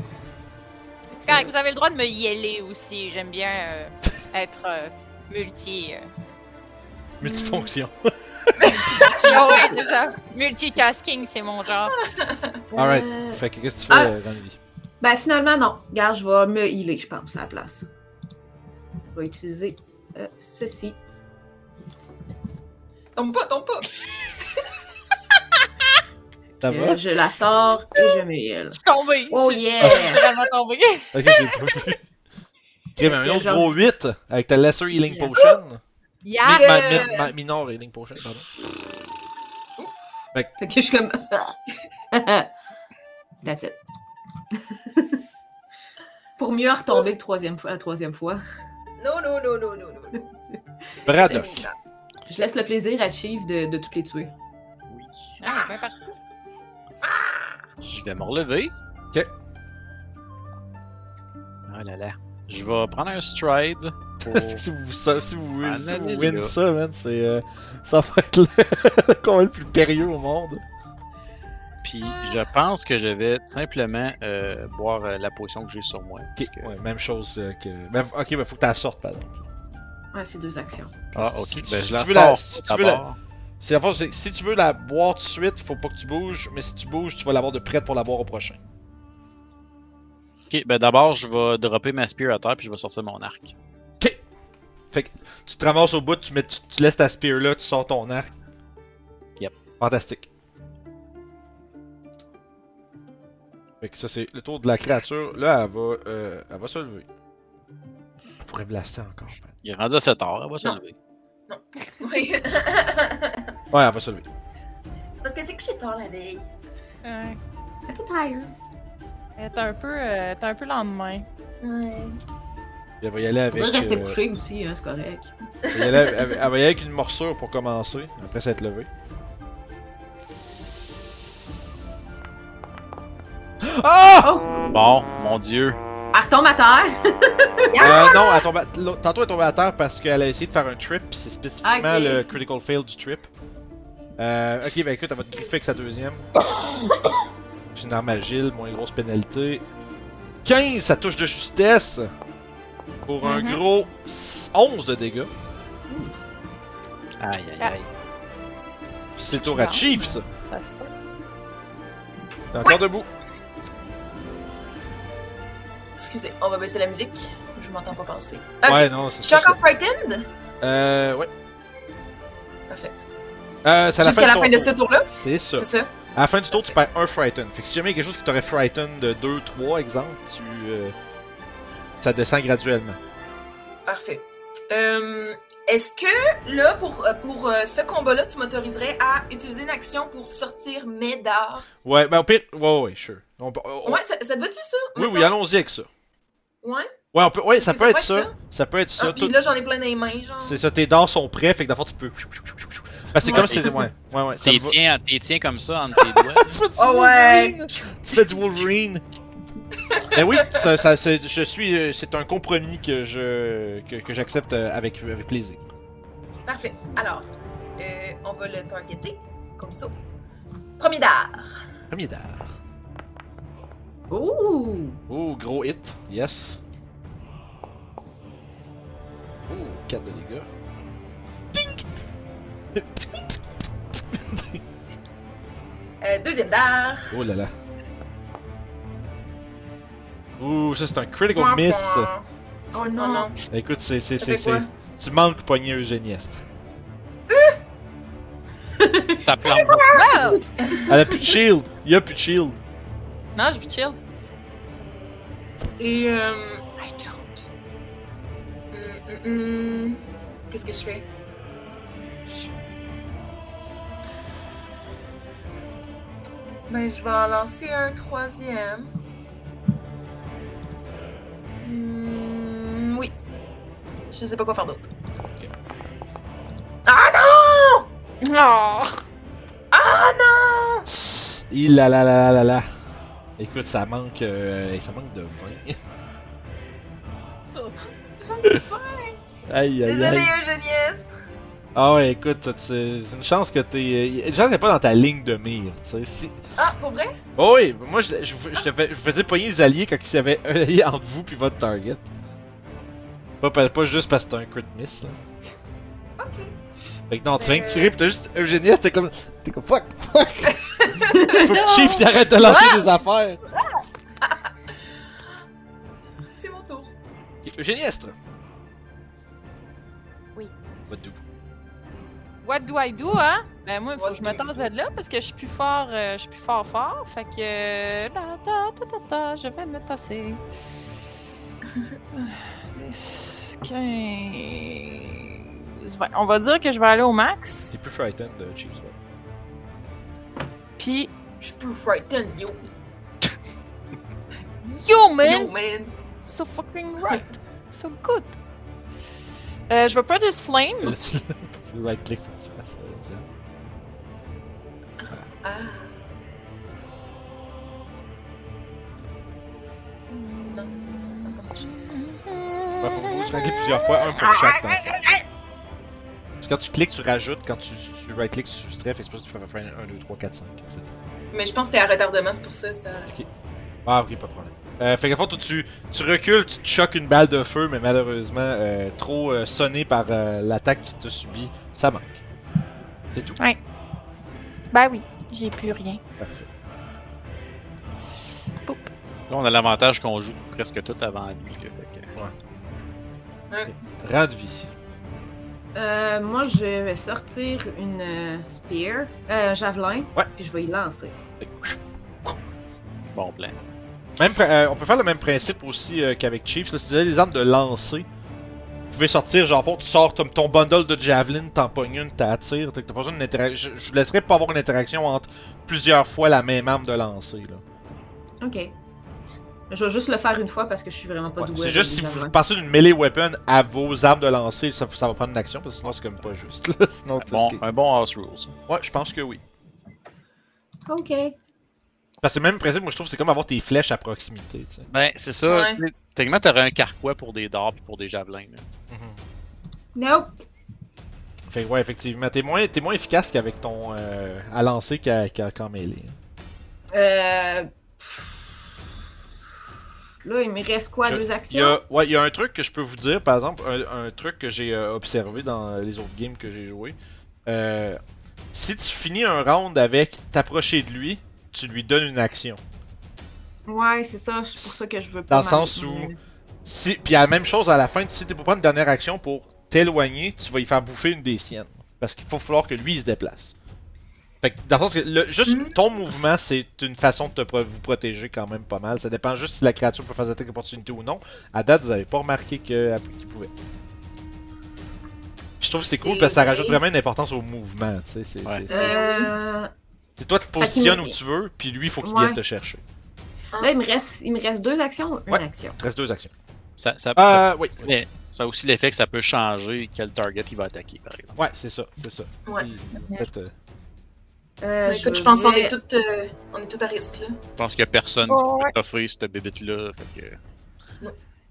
S4: C'est correct, vous avez le droit de me yeller aussi. J'aime bien euh, être euh, multi. euh,
S1: Multifonction.
S4: Ah ouais, c'est ça. Multitasking, c'est mon genre.
S1: Alright.
S6: Euh,
S1: Fait que qu'est-ce que tu
S6: Ah.
S1: fais, euh, Ranvi?
S6: Ben, finalement, non. Regarde, je vais me healer, je pense, à la place. Je vais utiliser euh, ceci.
S5: Tombe pas, tombe pas.
S1: Ça
S6: Que
S1: va?
S6: Euh, je la sors et je me heal.
S4: Je suis tombée.
S6: Oh
S4: je,
S6: yeah!
S4: Je suis vraiment tombée.
S1: Ok, j'ai pas vu. Ok, mais un autre
S6: genre-
S1: gros 8 avec ta Lesser Healing Potion.
S4: Yeah!
S1: Mi- ma- mi- ma- minor Healing Potion, pardon.
S6: Fait que je suis comme. That's it. Pour mieux retomber le troisième fois, la troisième fois.
S5: Non, non, non, non, non, non. C'est
S1: Braddock.
S5: méchant.
S6: Je laisse le plaisir à Chief de, de toutes les tuer.
S3: Oui.
S4: Ah, ben, parfait.
S3: Je vais me relever.
S1: Ok.
S3: Oh là là. Je vais prendre un stride pour.
S1: si vous, ça- si vous,
S3: Ah,
S1: si vous
S3: Nadine,
S1: win
S3: là.
S1: ça, man, c'est, euh, ça va être le, le combat le plus périlleux au monde.
S3: Puis je pense que je vais simplement euh, boire euh, la potion que j'ai sur moi. parce
S1: Ok,
S3: que-
S1: ouais, même chose euh, que. même- ok, mais faut que tu la sortes, par exemple.
S6: Ouais, c'est deux actions.
S3: Ah, ok.
S1: Si tu-
S3: ben,
S1: si
S3: je la
S1: tu veux la-
S3: sors
S1: si tu veux la-
S3: d'abord.
S1: C'est la force, c'est- si tu veux la boire tout de suite, faut pas que tu bouges, mais si tu bouges, tu vas l'avoir de prête pour la boire au prochain.
S3: Ok, ben d'abord, je vais dropper ma spear à terre puis je vais sortir mon arc.
S1: Tu te ramasses au bout, tu, mets, tu, tu laisses ta spear là, tu sors ton arc.
S3: Yep.
S1: Fantastique. Fait que ça, c'est le tour de la créature. Là, elle va, euh, elle va se lever. Elle pourrait blaster encore, man.
S3: Il est rendu à 7 heures, elle va se
S5: Non.
S3: lever.
S5: Oui.
S1: Ouais, elle va se lever.
S5: c'est parce que c'est que j'ai tort la veille.
S9: Ouais.
S6: Elle était tired.
S9: Elle est un peu, euh, t'es un peu lendemain.
S5: Ouais.
S1: Elle va y aller avec.
S6: Faudrait rester
S1: euh,
S6: couché aussi, hein, c'est correct.
S1: elle, va y aller avec- elle va y aller avec une morsure pour commencer, après s'être levée. Ah!
S3: Bon, mon dieu.
S6: Elle retombe à terre!
S1: Euh,
S5: Ah!
S1: non, elle tombe à- l'autre- tantôt elle est tombée à terre parce qu'elle a essayé de faire un trip, c'est spécifiquement
S6: Ok.
S1: le critical fail du trip. Euh, ok, ben écoute, elle va te griffer avec sa deuxième. C'est une arme agile, moins grosse pénalité. 15, ça touche de justesse pour un
S9: Mhm.
S1: gros 11 de dégâts.
S3: Aïe, aïe, aïe.
S1: Puis C'est le tour à
S9: Bon.
S1: Chiefs.
S9: Ça se peut.
S1: T'es encore debout.
S5: Excusez, on va baisser la musique. Je m'entends pas penser.
S1: Ouais, non, c'est
S5: Je suis
S1: ça.
S5: encore frightened?
S1: c'est- Euh, ouais.
S5: Parfait.
S1: Euh, c'est à la
S5: Jusqu'à la
S1: ton
S5: fin de
S1: tour.
S5: ce tour-là?
S1: C'est ça.
S5: C'est ça?
S1: À la fin du tour, tu perds un Frighten. Fait que si jamais il y a quelque chose qui t'aurait Frighten de 2, 3, exemple, tu. euh, ça descend graduellement.
S5: Parfait. Euh, Est-ce que, là, pour, euh, pour euh, ce combat-là, tu m'autoriserais à utiliser une action pour sortir mes dards?
S1: Ouais, ben au pire. Ouais, ouais, ouais, sure. On peut- on-
S5: Ouais, ça, ça te va-tu,
S1: Oh.
S5: ça?
S1: oui, hein.
S5: Mettons?
S1: oui, allons-y avec ça.
S5: Ouais?
S1: Ouais, on peut, ouais ça
S5: que
S1: peut
S5: ça
S1: être
S5: peut être
S1: ça. Ça peut être
S5: Ah,
S1: ça.
S5: puis
S1: Tout-
S5: là, j'en ai plein dans les mains, genre.
S1: C'est ça, tes dents sont prêts, fait que d'abord tu peux. Bah, c'est
S3: Ouais.
S1: comme si c'était. Ouais, ouais, ouais. ça
S3: T'es
S1: me va.
S3: tiens, t'es tiens comme ça entre tes doigts.
S1: Tu fais du
S2: Oh ouais!
S1: Wolverine! Tu fais du Wolverine! Mais oui, ça, ça, c'est- je suis, euh, c'est un compromis que je que, que j'accepte euh, avec, avec plaisir.
S5: Parfait. Alors, euh, on va le targeter comme ça. Premier dard.
S1: Premier dard.
S6: Oh!
S1: Oh, gros hit, yes. Oh, 4 de dégâts.
S5: Euh, deuxième dard.
S1: Oh là là. Ouh, ça c'est un critical miss.
S5: Oh
S6: non.
S1: Écoute, c'est. c'est,
S5: Ça
S1: c'est,
S5: fait quoi?
S1: c'est- Tu manques de poignée eugéniestre.
S3: Ça plante.
S4: Wow!
S1: Elle a plus de shield! Il y a plus de shield!
S4: Non, je vous chill.
S5: Et euh,
S4: I don't.
S5: mm, mm, mm, qu'est-ce que je fais Je- Ben, je vais en lancer un troisième. Mm, oui. Je sais pas quoi faire d'autre. Ah non
S4: Oh!
S5: Ah non
S1: Il là là là là là là. Écoute, ça manque. euh, ça manque de 20. aïe aïe aïe.
S5: Désolée, Eugéniestre.
S1: Ah ouais, écoute, tu- c'est une chance que t'es. euh, Une chance que t'es pas dans ta ligne de mire, tu sais. Si...
S5: Ah, pour vrai
S1: Oh oui, moi je, je, je te fais- je faisais pogner les alliés quand il y avait un allié entre vous puis votre target. Pas, pa- pas juste parce que t'as un crit miss. Là.
S5: Ok.
S1: Fait que non, tu viens de
S5: Euh,
S1: tirer pis t'as juste Eugénie, t'es comme. T'es comme fuck, fuck! Faut que Chief il arrête de lancer des affaires!
S5: C'est mon tour.
S1: Ok, Eugéniestre!
S4: Oui.
S1: Votre doux.
S4: What do I do, hein? Ben moi, il faut
S5: What
S4: que je
S5: do
S4: me
S5: you
S4: tasse de là parce que je suis plus fort, euh, je suis plus fort fort. Fait que... euh, da, da, da, da, da, je vais me tasser. 10, 15... vingt. On va dire que je vais aller au
S1: T'es
S4: max.
S1: plus frightened de Chief, ouais.
S4: Puis...
S5: Je suis plus frightened, yo.
S4: Yo, man!
S2: Ben-
S5: Yo, man.
S4: So fucking right! So good! Euh, je vais prendre this flame.
S1: Là, tu- C'est le right click faut que tu fasses, euh, Jeanne.
S5: Ah. Non, ça n'a pas marché.
S4: Euh,
S1: Ouais, faut, faut que tu régler plusieurs fois, un pour chaque. dans le fond. Parce que quand tu cliques, tu rajoutes, quand tu, tu right-click, tu soustrais, fait que c'est pour ça que tu fais faire 1, 2, 3, 4, 5.
S5: Mais je pense que t'es à retardement, c'est pour ça. ça...
S2: Euh,
S1: Ah, ok, pas de problème. Euh, fait qu'à fond, toi, tu, tu recules, tu te choques une balle de feu, mais malheureusement, euh, trop euh, sonné par euh, l'attaque qui t'a subi, ça manque. C'est tout.
S4: Ben oui, j'ai plus rien.
S1: Parfait.
S3: Là, on a l'avantage qu'on joue presque tout avant lui. Là, fait que-
S1: Rang de vie.
S6: Euh, moi, je vais sortir une euh, spear, euh, un javelin,
S1: Ouais.
S6: puis je vais y lancer.
S1: Fait que-
S3: Bon plan.
S1: Même, pr- euh, on peut faire le même principe aussi euh, qu'avec Chiefs. Là, si vous avez des armes de lancer, vous pouvez sortir, genre, en fond, tu sors ton, ton bundle de javelin, t'en pognes une, t'attires. T'as t'as pas besoin d'une interaction. Je, je vous laisserai pas avoir une interaction entre plusieurs fois la même arme de lancer. Là.
S6: Ok. Je vais juste le faire une fois parce que je suis vraiment pas
S1: Ouais,
S6: douée.
S1: c'est
S6: avec
S1: juste
S6: les
S1: si vous
S6: javelins.
S1: passez d'une melee weapon à vos armes de lancer, ça, ça va prendre une action, parce que sinon c'est comme pas juste. là. sinon, t'es-
S3: Bon,
S1: t'es-
S3: un bon house rules.
S1: Ouais, je pense que oui.
S6: Ok.
S1: Parce que c'est le même principe, moi je trouve, c'est comme avoir tes flèches à proximité. tu sais.
S3: Ben, c'est ça.
S5: Ouais.
S3: tu sais, Techniquement, t'aurais un carquois pour des dards puis pour des javelins. là.
S1: Mm-hmm.
S6: Nope.
S1: Fait que ouais, effectivement, t'es moins, t'es moins efficace qu'avec ton. euh, à lancer qu'à, qu'à- qu'en mêlée.
S6: Euh... Là, il me reste quoi,
S1: Je-
S6: deux
S1: Il
S6: actions?
S1: y, a, ouais, il y a un truc que je peux vous dire, par exemple, un, un truc que j'ai euh, observé dans les autres games que j'ai joué. Euh, si tu finis un round avec t'approcher de lui, tu lui donnes une action.
S6: Ouais, c'est ça, c'est pour ça que je veux
S1: Dans
S6: pas.
S1: le sens où,
S6: m'arrêter.
S1: si, puis la même chose à la fin, si t'es pour prendre une dernière action pour t'éloigner, tu vas y faire bouffer une des siennes. Parce qu'il faut falloir que lui il se déplace. Fait que, dans le sens que, le- juste
S6: Mm-hmm.
S1: ton mouvement, c'est une façon de te pro- vous protéger quand même pas mal. Ça dépend juste si la créature peut faire attaque opportunité ou non. À date, vous avez pas remarqué que- qu'il pouvait. Je trouve que c'est cool
S6: C'est
S1: parce que ça
S6: vrai.
S1: rajoute vraiment une importance au mouvement. tu sais, C'est
S3: Ouais.
S1: c'est- c'est-
S6: Euh...
S1: c'est toi, tu te
S6: me-
S1: positionnes où tu veux, puis lui, il faut qu'il
S6: Ouais.
S1: vienne te chercher.
S6: Là, il me reste, il me reste deux actions ou une
S1: Ouais.
S6: action?
S1: Il te reste deux actions.
S3: Ça, ça, ça-
S1: Ah, oui.
S3: mais Ça a aussi l'effet que ça peut changer quel target il va attaquer, par exemple.
S1: Ouais, c'est ça, c'est ça.
S5: Ouais.
S1: Puis, en fait, euh,
S2: Euh,
S5: Mais écoute, je
S2: vais-
S5: pense qu'on est toutes, euh, on est toutes à risque, là.
S3: Je pense qu'il y a personne
S4: Oh,
S3: qui
S4: ouais.
S3: peut t'offrir cette bébite-là. Fait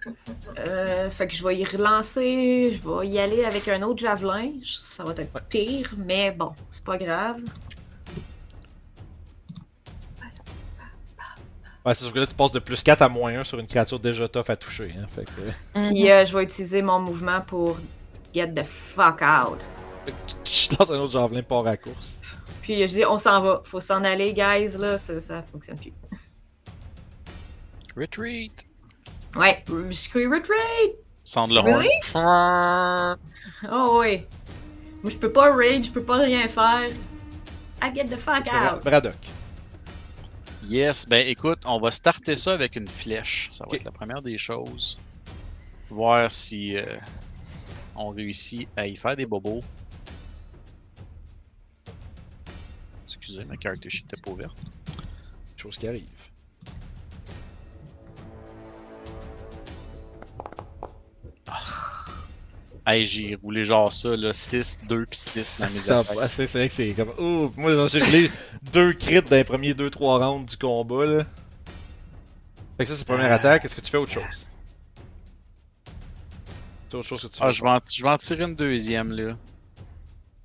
S3: que...
S2: Euh, fait que je vais y relancer, je vais y aller avec un autre javelin. Je- Ça va être pire, mais bon, c'est pas grave.
S1: Ouais, c'est sûr que là, tu passes de plus 4 à moins 1 sur une créature déjà tough à toucher. Hein, fait que...
S4: Mm.
S5: Mhm.
S2: Puis euh, je vais utiliser mon mouvement pour get the fuck out.
S1: Je lance un autre javelin par à course.
S2: Puis je dis, on s'en va, faut s'en aller, guys, là, ça, ça fonctionne plus.
S3: Retreat!
S2: Ouais, je scream retreat!
S3: Sendre le
S5: Really?
S3: horn.
S2: Oh oui! Moi, je peux pas rage, je peux pas rien faire. I get the fuck
S1: Bra-
S2: out!
S1: Braddock.
S3: Yes, ben écoute, on va starter ça avec une flèche. Ça va
S1: Ok.
S3: être la première des choses. Voir si euh, on réussit à y faire des bobos. Excusez, ma character sheet était pas ouverte.
S1: Chose qui arrive.
S3: Hey, j'ai roulé genre ça, là, 6, 2 puis 6 dans mes
S1: Ça-
S3: attaques.
S1: ah, C'est c'est vrai que c'est comme. Ouh, moi genre, j'ai roulé deux crits dans les premiers 2-3 rounds du combat là. Fait que ça, c'est la première attaque. Est-ce que tu fais autre chose C'est autre chose que tu fais.
S3: Ah, je vais, en, je vais en tirer une deuxième, là.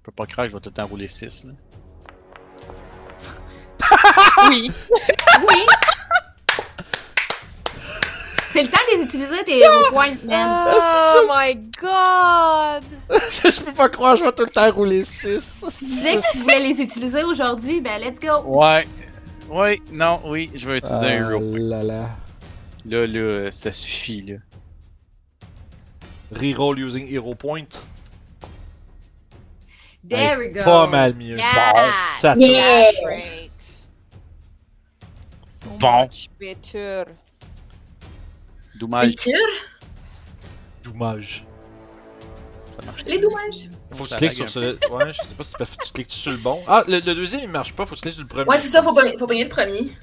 S3: Je peux pas croire que je vais tout le temps rouler 6, là.
S4: Oui.
S2: Oui! C'est le temps de les utiliser, tes hero points, man!
S4: Oh my god!
S1: je peux pas croire, je vais tout le temps rouler 6.
S2: Tu disais que tu voulais les utiliser aujourd'hui, ben let's
S1: Oh,
S2: go!
S3: Ouais. Ouais, non, oui, je vais utiliser un hero.
S1: Ah là là.
S3: Là, là, ça suffit, là.
S1: Reroll using hero point.
S2: There we go!
S1: ben, Pas mal mieux.
S4: Yeah.
S1: Bon, ça ça.
S4: That's great. So
S3: Bon.
S4: much better.
S3: Dommage,
S1: Dommage.
S3: ça marche.
S5: Les dommages.
S1: Faut que tu
S3: Ça
S1: cliques
S3: lag
S1: sur ce. Ouais, je sais pas si tu peux- tu cliques sur le bon. Ah, le, le deuxième il marche pas, faut que tu cliques sur le premier.
S5: Ouais, c'est ça, faut pas, faut payer le premier.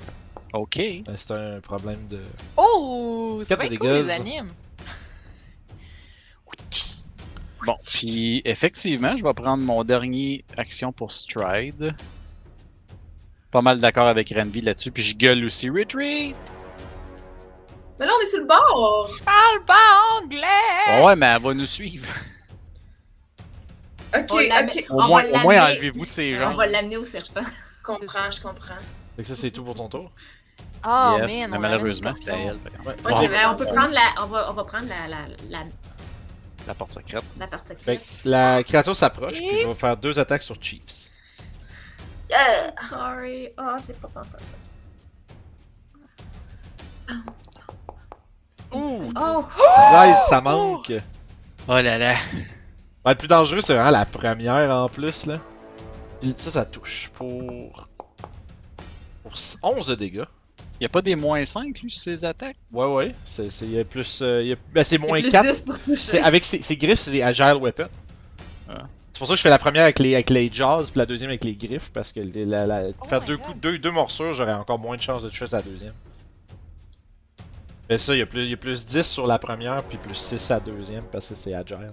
S3: Ok.
S1: Euh, C'est un problème de.
S4: Oh! C'est
S1: Quatre
S4: bien
S1: de
S4: cool, les
S1: dégâts.
S4: animes.
S3: Bon, puis effectivement, je vais prendre mon dernier action pour Stride. Pas mal d'accord avec Renvi là-dessus, puis je gueule aussi Retreat.
S5: Mais là, on est sur le bord.
S4: Parle pas anglais!
S3: Ouais, mais elle va nous suivre.
S5: Ok,
S2: On la met-
S5: ok.
S3: Au
S2: On
S3: moins,
S2: va
S3: au moins
S2: l'amener. Oh,
S3: enlevez-vous de ces
S2: On
S3: gens.
S2: va l'amener au serpent.
S5: Je comprends, je comprends.
S1: Fait que ça, c'est tout pour ton tour.
S4: Oh
S3: Yes,
S4: man,
S3: mais
S4: on
S3: malheureusement,
S4: c'est
S3: c'était elle. par exemple.
S1: Ouais.
S5: Ok,
S1: Bon.
S2: Ben, on peut prendre la. On va, on va prendre la, la, la,
S3: La porte secrète.
S2: la partie
S1: Fait
S2: secrète.
S1: que la créature s'approche, puis il va faire deux attaques sur Chiefs.
S5: Yeah.
S2: Euh, Sorry. Oh, j'ai pas pensé à ça.
S1: Ouh!
S2: Oh!
S1: 13, ça manque! Ouais,
S3: Oh là là.
S1: le plus dangereux, c'est vraiment la première en plus, là. Puis ça, ça touche pour. Pour 11 de dégâts.
S3: Y a pas des moins 5, lui, sur ses attaques?
S1: Ouais, ouais. C'est c'est- il y a plus. euh, il y a- Ben, c'est moins
S2: Plus
S1: 4.
S2: 10 pour toucher.
S1: C'est avec ses, ses griffes, c'est des agile weapons.
S3: Ah.
S1: C'est pour ça que je fais la première avec les, avec les jaws, puis la deuxième avec les griffes, parce que les- la- la-
S4: Oh
S1: faire
S4: my
S1: deux
S4: God.
S1: coups, deux, deux morsures, j'aurais encore moins de chances de toucher sur la deuxième. Mais ça, il y, a plus, il y a plus 10 sur la première, puis plus 6 à la deuxième, parce que c'est agile.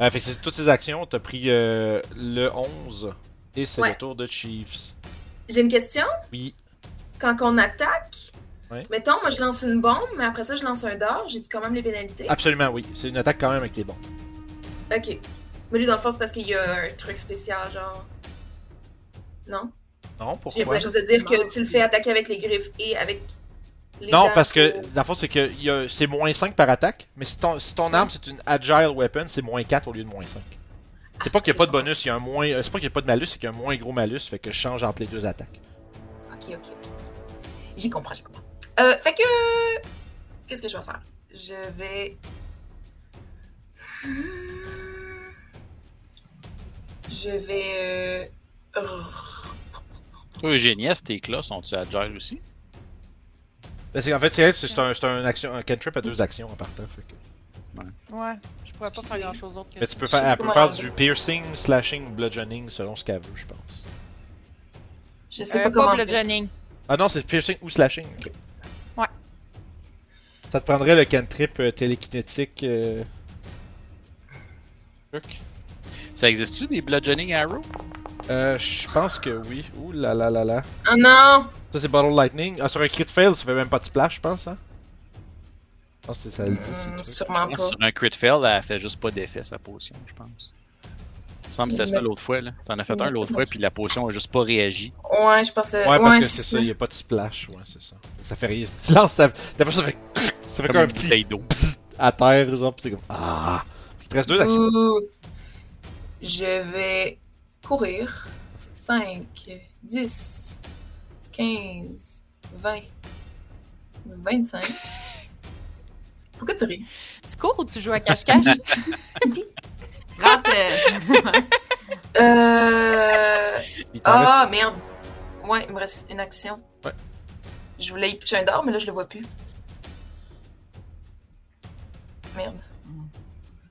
S1: Euh, fait que c'est toutes ces actions, t'as pris euh, le 11, et c'est
S5: Ouais.
S1: le tour de Chiefs.
S5: J'ai une question.
S1: Oui,
S5: Quand on attaque,
S1: Ouais.
S5: mettons, moi, je lance une bombe, mais après ça, je lance un d'or. J'ai dit quand même les pénalités.
S1: absolument oui. C'est une attaque quand même avec les bons.
S5: Ok. Mais lui, dans le fond, c'est parce qu'il y a un truc spécial, genre. Non?
S1: Non,
S5: Tu
S1: pourquoi
S5: viens juste de dire que tu le fais attaquer avec les griffes et avec. les
S1: Non,
S5: dents.
S1: parce que, dans le fond, c'est que il y a- c'est moins 5 par attaque, mais si ton, si ton arme c'est une agile weapon, c'est moins 4 au lieu de moins 5. C'est pas qu'il y a pas de bonus, il y a un moins. euh, C'est pas qu'il y a pas de malus, c'est qu'il y a un moins gros malus, fait que je change entre les deux attaques.
S5: Ok, ok, ok. J'y comprends, j'y comprends. Euh, fait que. Qu'est-ce que je vais faire? Je vais. Je vais. euh,
S3: Eugénias, tes clas sont-tu agiles aussi?
S1: Ben, c'est- en fait, c'est vrai que c'est un, c'est un, action, un cantrip à deux actions en partant. fait que-
S7: Ouais, je pourrais pas faire grand chose d'autre que
S1: Mais
S7: ça.
S1: tu peux faire, elle peut faire du piercing, slashing ou bludgeoning selon ce qu'elle veut, je pense.
S5: Je sais
S4: C'est
S5: pas comment.
S4: le
S5: faire.
S4: Johnny.
S1: Ah non, c'est piercing ou slashing.
S4: Ouais.
S1: Ça te prendrait le cantrip euh, télékinétique. euh, truc.
S3: Ça existe-tu des bludgeoning arrows?
S1: Euh, je pense que oui. Ouh là là là là.
S5: Oh non!
S1: Ça, c'est Bottle Lightning. Ah, sur un crit fail, ça fait même pas de splash, je pense, hein? Je pense que ça le dit, ce
S5: Hmm,
S1: truc.
S5: sûrement pas.
S3: Sur un crit fail, elle fait juste pas d'effet sa potion, je pense. Il me semble que c'était ça l'autre fois, là. T'en as fait un l'autre fois, puis la potion a juste pas réagi.
S5: Ouais, je pense.
S1: Ouais, parce que c'est ça, y a pas de splash, ouais, c'est ça. Fait que Ça fait rien. Si tu lances, ta- d'après ça fait. Ça fait
S3: Comme
S1: comme un
S3: une
S1: petit.
S3: bouteille d'eau.
S1: pssst à terre, genre, pis c'est comme. Ah! Fait qu'il te reste deux actions.
S5: Ouh. Je vais courir. 5, 10, 15, 20, 25. Pourquoi tu ris?
S4: Tu cours ou tu joues à cache-cache?
S2: Rentre,
S5: Euh.
S1: Il t'en
S5: Ah
S1: reste-
S5: merde! Ouais, il me reste une action.
S1: Ouais.
S5: Je voulais y pitcher un d'or, mais là je le vois plus. Merde.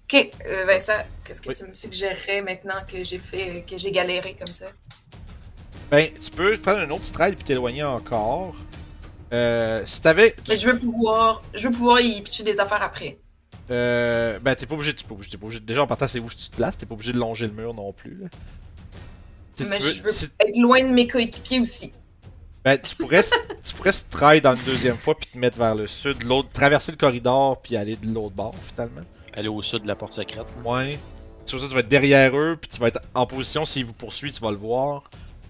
S5: Ok, euh, Vincent, qu'est-ce que
S1: Oui.
S5: tu me suggérerais maintenant que j'ai fait, que j'ai galéré comme ça?
S1: Ben, tu peux prendre un autre stride puis t'éloigner encore. Euh, si t'avais.
S5: Mais je veux pouvoir, je veux pouvoir y pitcher des affaires après.
S1: Euh, ben, t'es pas obligé, t'es pas obligé, t'es pas obligé. Déjà, en partant, c'est où tu te places, t'es pas obligé de longer le mur non plus. Là. Tu sais,
S5: mais
S1: si tu
S5: je veux
S1: si-
S5: être loin de mes coéquipiers aussi.
S1: ben, tu pourrais, tu pourrais stride dans une deuxième fois puis te mettre vers le sud, l'autre, traverser le corridor puis aller de l'autre bord finalement.
S3: Aller au sud de la porte secrète. là.
S1: Ouais. Sur ça, tu vas être derrière eux, puis tu vas être en position. S'ils vous poursuivent, tu vas le voir.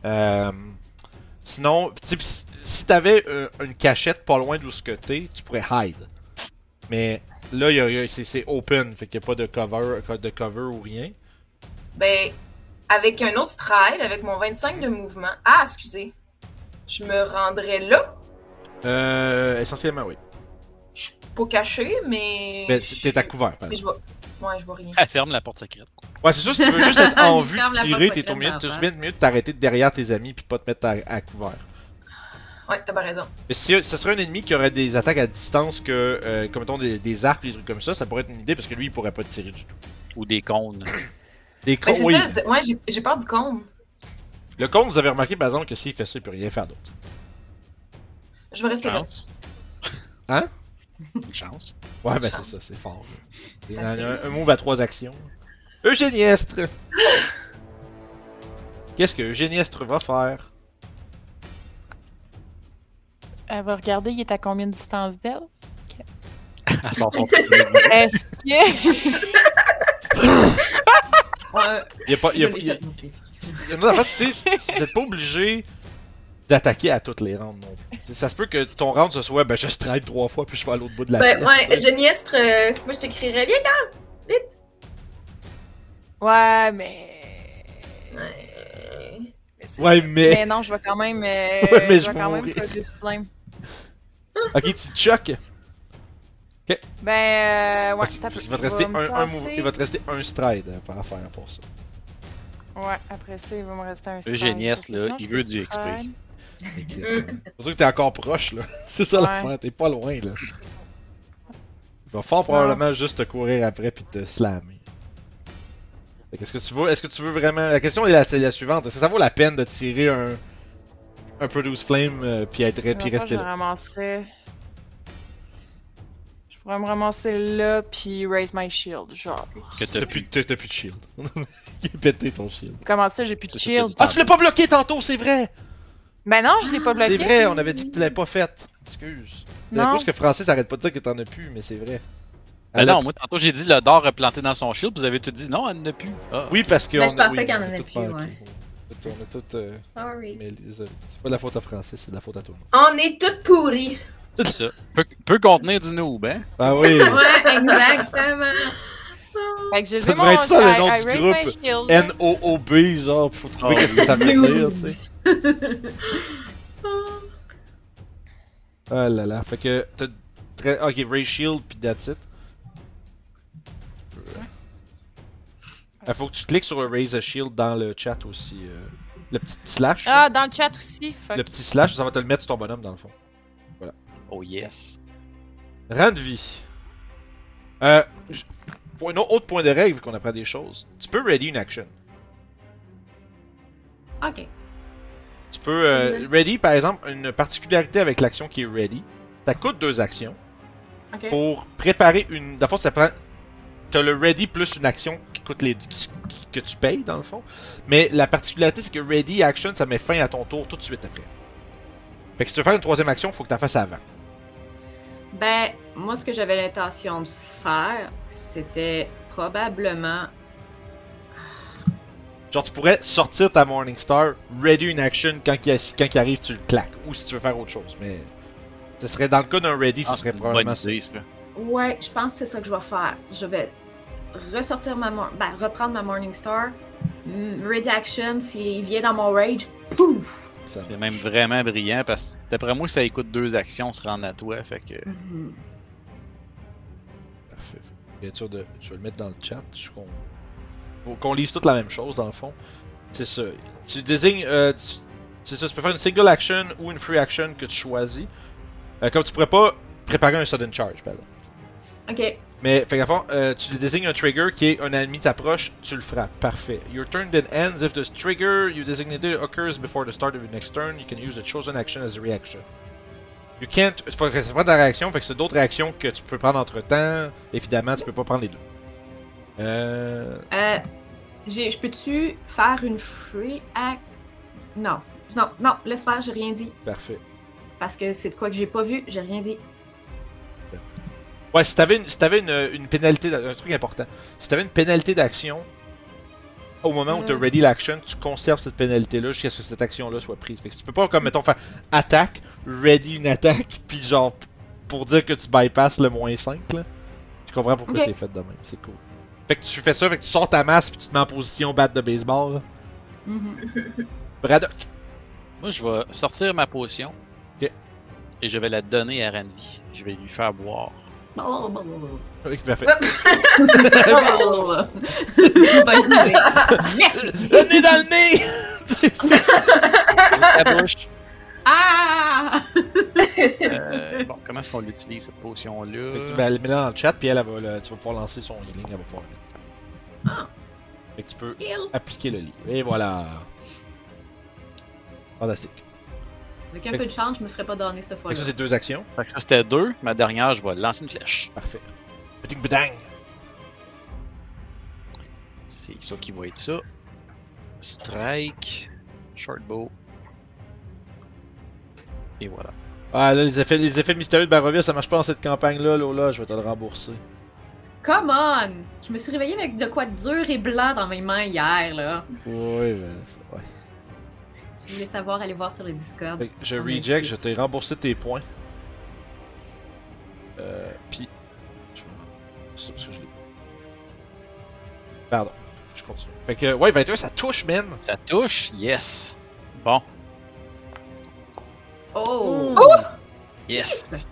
S1: Euh, Sinon, tu sais, pis si- si t'avais euh, une cachette pas loin d'où ce que t'es, tu pourrais hide. Mais là, y a- y a- c'est- c'est open, fait qu'il n'y a pas de cover, de cover ou rien.
S5: Ben, avec un autre stride, avec mon 25 de mouvement. Ah, excusez. Je me rendrais là.
S1: Euh, essentiellement, oui.
S5: Je suis pas cachée, mais.
S1: Ben,
S5: je
S1: c'est- t'es à
S5: suis-
S1: couvert, par
S5: Mais
S1: exemple.
S5: je vois. Ouais, je vois rien.
S3: Elle ferme la porte secrète. quoi.
S1: Ouais, c'est sûr, si tu veux juste être en vue,
S2: Ferme la
S1: tirer,
S2: porte
S1: t'es au milieu, t'as
S2: secrète
S1: juste bien mieux de t'arrêter derrière tes amis, puis pas te mettre à, à couvert.
S5: Ouais, t'as pas raison.
S1: Mais si ce serait un ennemi qui aurait des attaques à distance que, euh, comme mettons, des, des arcs, des trucs comme ça, ça pourrait être une idée parce que lui, il pourrait pas te tirer du tout.
S3: Ou des cônes.
S1: Des
S5: Mais
S1: cons,
S5: Ben, c'est
S1: Ah oui.
S5: ça, c'est- ouais, j'ai- j'ai peur du con.
S1: Le con, vous avez remarqué par exemple que s'il fait ça, il peut rien faire d'autre.
S5: Je vais rester là.
S3: Chance.
S1: Hein?
S3: Une chance.
S1: Ouais, ben c'est
S5: Chance.
S1: ça, c'est fort. là.
S5: Ah, C'est
S1: Il y en a
S5: facile.
S1: un, un move à trois actions. Eugéniestre! Qu'est-ce que Eugéniestre va faire?
S8: Elle va regarder, il est à combien de distance d'elle?
S3: Elle sort son
S8: Est-ce que.
S2: euh,
S1: Il y a pas. Il y a,
S2: je l'ai
S1: pas- il y a-
S2: fait, moi aussi.
S1: il y a une autre affaire, tu sais, si vous êtes pas obligé d'attaquer à toutes les rounds non plus. Tu sais, Ça se peut que ton round ce soit, ben je stride trois fois puis je vais à l'autre bout de la pièce,
S5: Ben,
S1: tu
S5: ouais,
S1: sais.
S5: Geniestre, euh, moi je t'écrirais bien.
S8: Ouais, mais.
S5: Ouais.
S8: c'est
S1: Ouais,
S8: ça.
S1: mais-
S8: non, je vais quand même. euh,
S1: mais
S8: je
S1: je
S8: vais quand même
S1: mourrai.
S8: produire ce problème.
S1: Ok, tu te choques.
S8: Ben, euh, ouais,
S1: Parce-
S8: t'as
S1: parce qu'il
S8: peu,
S1: va te
S8: je
S1: rester
S8: vais
S1: un,
S8: me
S1: un move-
S8: tasser.
S1: il va te rester un stride euh, par affaire pour ça.
S8: Ouais, après ça, il va me rester un stride.
S3: Eugénie,
S8: parce que
S3: là,
S8: sinon,
S3: il
S8: je
S3: veut
S8: peux
S3: du XP.
S8: stride.
S1: Exactement. Surtout que t'es encore proche, là. C'est ça
S8: Ouais.
S1: l'affaire, t'es pas loin, là. Il va fort probablement juste te courir après puis te slammer. Fait qu'est-ce que tu veux, est-ce que tu veux vraiment... La question est la, c'est la suivante, est-ce que ça vaut la peine de tirer un... Un Produce Flame euh, puis, être,
S8: Dans
S1: puis
S8: le fond,
S1: rester
S8: je
S1: là?
S8: ramasserais. Je pourrais me ramasser là, puis raise my shield, genre.
S3: que
S1: T'as
S3: t'as pu.
S1: plus, t'as- t'as plus de shield. Il a pété ton shield.
S8: Comment ça, j'ai plus de
S3: Ça, c'est
S8: shield?
S3: peut-être-
S1: Ah, tu l'as pas bloqué tantôt, c'est vrai!
S8: Ben non, je l'ai pas bloqué.
S1: C'est vrai, on avait dit que tu l'avais pas fait. Excuse. C'est à
S8: Non.
S1: cause que Francis arrête pas de dire que t'en as plus, mais c'est vrai.
S3: Ben
S1: Elle a-
S3: non, moi tantôt j'ai dit le dard est planté dans son shield, vous avez tout dit non, elle n'a plus. Ah.
S1: Oui, parce que.
S2: Ben, je
S1: on a-
S2: pensais
S1: oui,
S2: qu'il y
S1: on
S2: en
S1: a
S2: avait
S1: tout
S2: plus,
S1: pas-
S2: ouais.
S1: ok, ouais. On a tout. euh,
S2: Sorry.
S1: mais désolé. C'est pas de la faute à Francis, c'est de la faute à tout le monde.
S5: On est toutes pourries.
S3: C'est ça. Peut, peut contenir du noob, hein?
S1: Ah oui!
S2: Ouais, exactement.
S8: Fait que j'ai
S1: Ça
S8: levé mon
S1: devrait être ça, le
S8: I-
S1: nom
S8: I
S1: du
S8: raise
S1: groupe.
S8: my shield.
S1: N-O-O-B, genre, pis faut trouver
S3: Ah
S1: qu'est-ce que ça veut dire, tu sais. Ah là là, fait que. t'as Très... Ok, Ray Shield pis that's it. Euh, Ah, faut que tu cliques sur le Raise a Shield dans le chat aussi. euh, Le petit slash.
S8: Ah, dans le chat aussi, fuck.
S1: Le petit slash, ça va te le mettre sur ton bonhomme dans le fond.
S3: Oh yes.
S1: Rang de vie. Euh, j- pour un au- autre point de règle, vu qu'on apprend des choses, tu peux ready une action.
S2: Ok.
S1: Tu peux euh, ready, par exemple, une particularité avec l'action qui est ready. Ça coûte deux actions
S2: Ok.
S1: pour préparer une. D'abord, ça prend t'as le ready plus une action qui coûte les qui- qui- que tu payes dans le fond. Mais la particularité c'est que ready action ça met fin à ton tour tout de suite après. Fait que si tu veux faire une troisième action, faut que t'en fasses avant.
S6: Ben, moi, ce que j'avais l'intention de faire, c'était probablement.
S1: Genre tu pourrais sortir ta Morningstar, ready une action quand il, quand il arrive tu le claques ou si tu veux faire autre chose. Mais ce serait dans le cas d'un ready, ce
S3: Ah,
S1: serait
S3: une bonne
S1: probablement ça.
S3: idée, ça.
S6: Ouais, je pense que c'est ça que je vais faire. Je vais ressortir ma. mor- Ben, reprendre ma Morning Star. Mm, Ready action, s'il vient dans mon rage, pouf!
S1: Ça-
S3: C'est même vraiment brillant parce que d'après moi, ça écoute deux actions, se rendre à toi. Fait que
S6: Mhm.
S1: Parfait. Bien sûr, de... je vais le mettre dans le chat. je- Qu'on faut qu'on lise toute la même chose, dans le fond. C'est ça. Tu désignes. euh, tu- C'est ça, tu peux faire une single action ou une free action que tu choisis. Euh, comme tu pourrais pas préparer un sudden charge, par exemple.
S6: Ok.
S1: Mais, fait qu'à fond, euh, tu lui désignes un trigger qui est un ennemi t'approche, tu le frappes. Parfait. Your turn then ends if the trigger you designated occurs before the start of your next turn. You can use the chosen action as a reaction. You can't. Faut que ça prenne ta réaction, fait que c'est d'autres réactions que tu peux prendre entre temps. Évidemment, tu peux pas prendre les deux. Euh.
S6: Euh, j'ai- je peux-tu faire une free act? Non. Non, non, laisse faire, j'ai rien dit.
S1: Parfait.
S6: Parce que c'est de quoi que j'ai pas vu, j'ai rien dit.
S1: Ouais, si t'avais une, si t'avais une, une pénalité, d'a- un truc important. Si t'avais une pénalité d'action, au moment où t'as ready l'action, tu conserves cette pénalité-là jusqu'à ce que cette action-là soit prise. Fait que tu peux pas, comme mettons, faire attaque, ready une attaque, puis genre, p- pour dire que tu bypasses le moins 5, là. Tu comprends pourquoi
S6: Ok.
S1: c'est fait de même, c'est cool. Fait que tu fais ça, fait que tu sors ta masse, puis tu te mets en position batte de baseball. là. Braddock,
S3: moi, je vais sortir ma potion
S1: Ok.
S3: et je vais la donner à Ranvi. Je vais lui faire boire.
S6: Blablabla.
S1: oui, parfait.
S6: Blablabla. Bonne idée. Oh, Merci.
S1: Le nez dans le nez!
S3: La bouche.
S6: Ah!
S3: Euh, bon, comment est-ce qu'on l'utilise cette potion-là
S1: Fait que tu ben, elle met là dans le chat, puis elle, elle va, le- tu vas pouvoir lancer son healing, elle va pouvoir le mettre.
S6: Ah.
S1: Fait que tu peux
S6: Heal.
S1: appliquer le livre. Et voilà. Fantastique.
S6: Avec un peu de chance, je me ferais pas donner cette
S1: Fait que
S6: fois-là.
S1: ça, c'est deux actions.
S3: Fait que ça, c'était deux. Ma dernière, je vais lancer une flèche.
S1: Parfait. Petit bedang.
S3: C'est ça qui va être ça. Strike. Shortbow. Et voilà.
S1: Ah, là, les effets, les effets mystérieux de Barovia, ça marche pas dans cette campagne-là, Lola, je vais te le rembourser.
S6: Come on! Je me suis réveillée avec de quoi de dur et blanc dans mes mains hier, là.
S1: Ouais, ben, c'est- ouais.
S6: Si vous voulez savoir, allez voir sur le Discord.
S1: Fait que je
S6: Ah, mais
S1: reject,
S6: c'est-
S1: je t'ai remboursé tes points. Euh, puis. Je vais- c'est parce que je l'ai- Pardon, je continue. Fait que, ouais, 21, ça touche, man!
S3: Ça touche? Yes! Bon,
S6: Oh!
S3: yes!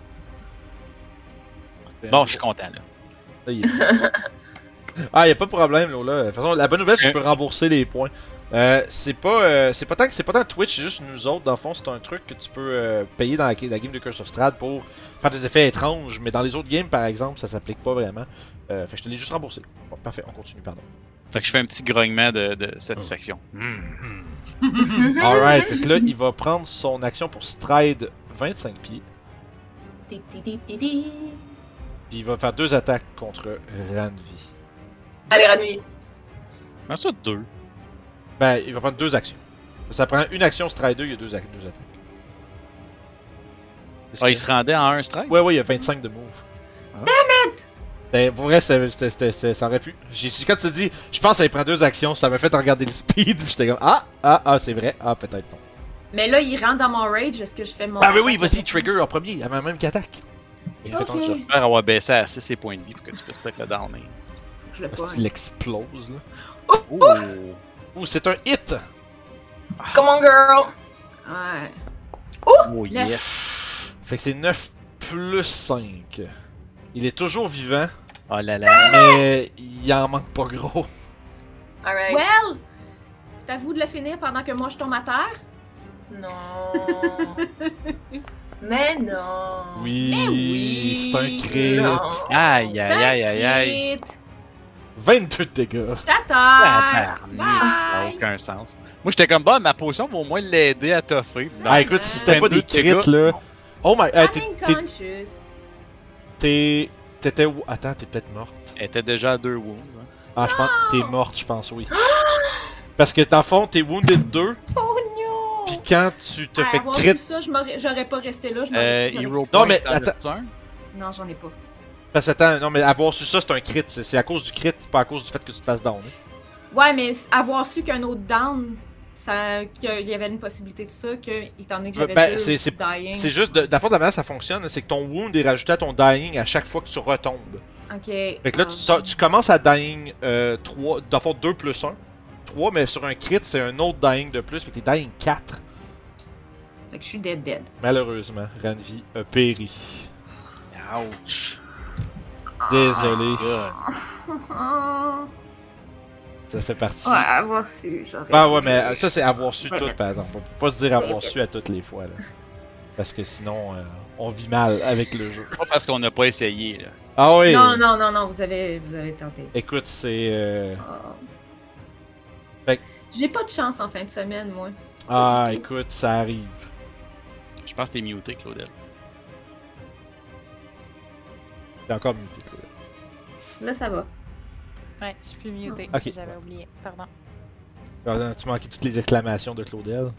S1: Ben,
S3: Bon, je suis content là.
S1: Là, il est- ah, y a pas de problème, Lola. De toute façon, la bonne nouvelle, c'est que tu peux rembourser les points. Euh, c'est pas, euh, c'est pas tant que c'est pas tant Twitch, c'est juste nous autres. Dans le fond, c'est un truc que tu peux euh, payer dans la, la game de Curse of Strahd pour faire des effets étranges. Mais dans les autres games, par exemple, ça s'applique pas vraiment. Euh, fait que je te l'ai juste remboursé. Bon, parfait, on continue, pardon.
S3: Fait que je fais un petit grognement de, de satisfaction.
S5: Ah,
S1: Alright, fait que là, il va prendre son action pour stride 25 pieds.
S5: Ti, ti, ti, ti, ti.
S1: Puis il va faire deux attaques contre Ranvi.
S5: Allez, Ranui.
S3: Comment ça, deux?
S1: Ben, il va prendre deux actions. Ça prend une action stride 2, il y a deux, ac- deux attaques. Est-ce
S3: Ah,
S1: que-
S3: il se rendait en un strike?
S1: Ouais, ouais, il y a 25 de move. Damn it! pour vrai, c'était- c'était- c'était- c'était- ça aurait pu. J'ai- j'ai- Quand tu dis, je pense qu'elle prend deux actions, ça m'a fait regarder le speed, puis j'étais comme, ah, ah, ah, c'est vrai, ah, peut-être pas.
S6: Mais là, il rentre dans mon rage, est-ce que je fais mon.
S1: Ah, mais oui, vas-y, trigger en premier, avant même qu'il attaque. Il fait
S3: Je
S1: contre-
S3: vais faire avoir baissé à 6 ses points de vie pour que tu puisses peut-être le downer.
S6: Je le
S1: Parce
S6: pogne.
S1: qu'il explose, là.
S3: Oh!
S1: Ouh, c'est un hit!
S5: Come on, girl.
S6: Ouais.
S3: Oh
S6: Neuf.
S3: yes!
S1: Fait que c'est 9 plus 5. Il est toujours vivant,
S3: Oh là là!
S1: mais il en manque pas gros.
S5: Alright.
S6: Well! C'est à vous de le finir pendant que moi je tombe à terre?
S5: Non. Mais non.
S1: Oui,
S6: Mais oui.
S1: c'est un crit.
S5: Non.
S3: Aïe, aïe, aïe, aïe, aïe!
S6: That's it.
S1: 22 de dégâts.
S6: Je t'attends!
S3: Tabarnak, Ça n'a
S6: Bye!
S3: aucun sens. Moi, j'étais comme, bah, ma potion va au moins l'aider à toffer. Dans
S1: Ah, écoute, si c'était pas des
S3: 22 dégâts,
S1: crits, là.
S3: non.
S1: Oh my, euh,
S6: I'm
S1: t'es- t'es-
S6: unconscious.
S1: t'es- t'étais où Attends, t'es peut-être morte.
S3: Elle était déjà à deux wounds. hein.
S1: Ah, je pense t'es morte, je pense, oui. Parce que dans le fond, t'es wounded 2,
S6: Oh non!
S1: puis quand tu te
S6: À
S1: fais
S6: avoir
S1: traiter.
S6: vu ça, je m'aurais- j'aurais pas resté là. je m'aurais
S3: Euh,
S6: dit que
S3: Hero
S6: j'aurais-
S1: Non,
S3: Point,
S1: mais
S3: t'en as-tu
S1: attends.
S3: un?
S6: Non, j'en ai pas.
S1: Parce que attends, non mais avoir su ça, c'est un crit. C'est c'est à cause du crit, c'est pas à cause du fait que tu te fasses down. hein.
S6: Ouais, mais s- avoir su qu'un autre down, ça, qu'il y avait une possibilité de ça, que, étant donné que j'avais
S1: Ben,
S6: deux
S1: c'est- c'est-
S6: dying.
S1: C'est juste, de, de la fois de la manière que ça fonctionne, hein, c'est que ton wound est rajouté à ton dying à chaque fois que tu retombes.
S6: Ok.
S1: Fait que là,
S6: Ah,
S1: tu,
S6: je-
S1: t'as- tu commences à dying euh, 3, dans le fond 2 plus 1. 3, mais sur un crit, c'est un autre dying de plus, fait que t'es dying 4.
S6: Fait que je suis dead dead.
S1: Malheureusement, Ranvi a péri.
S3: Ouch.
S1: Désolé,
S3: God.
S6: Ah,
S1: ça fait partie.
S6: ouais, avoir su, j'aurais.
S1: Bah ouais, mais euh, ça c'est avoir su
S6: Ouais.
S1: tout par exemple. On peut pas se dire avoir su à toutes les fois là. Parce que sinon, euh, on vit mal avec le jeu.
S3: Pas parce qu'on n'a pas essayé. Là.
S1: Ah oui!
S6: Non, non, non, non, vous avez, vous avez tenté.
S1: Écoute, c'est. euh,
S6: Ah.
S1: Fait que-
S6: J'ai pas de chance en fin de semaine, moi.
S1: Ah, écoute, ça arrive.
S3: Je pense que t'es muté, Claudel.
S1: T'es encore muté, Claude.
S6: Là, ça va.
S4: Ouais, je suis mutée.
S1: Ok.
S4: J'avais oublié. Pardon.
S1: Ah, Tu manquais toutes les exclamations de Claudel.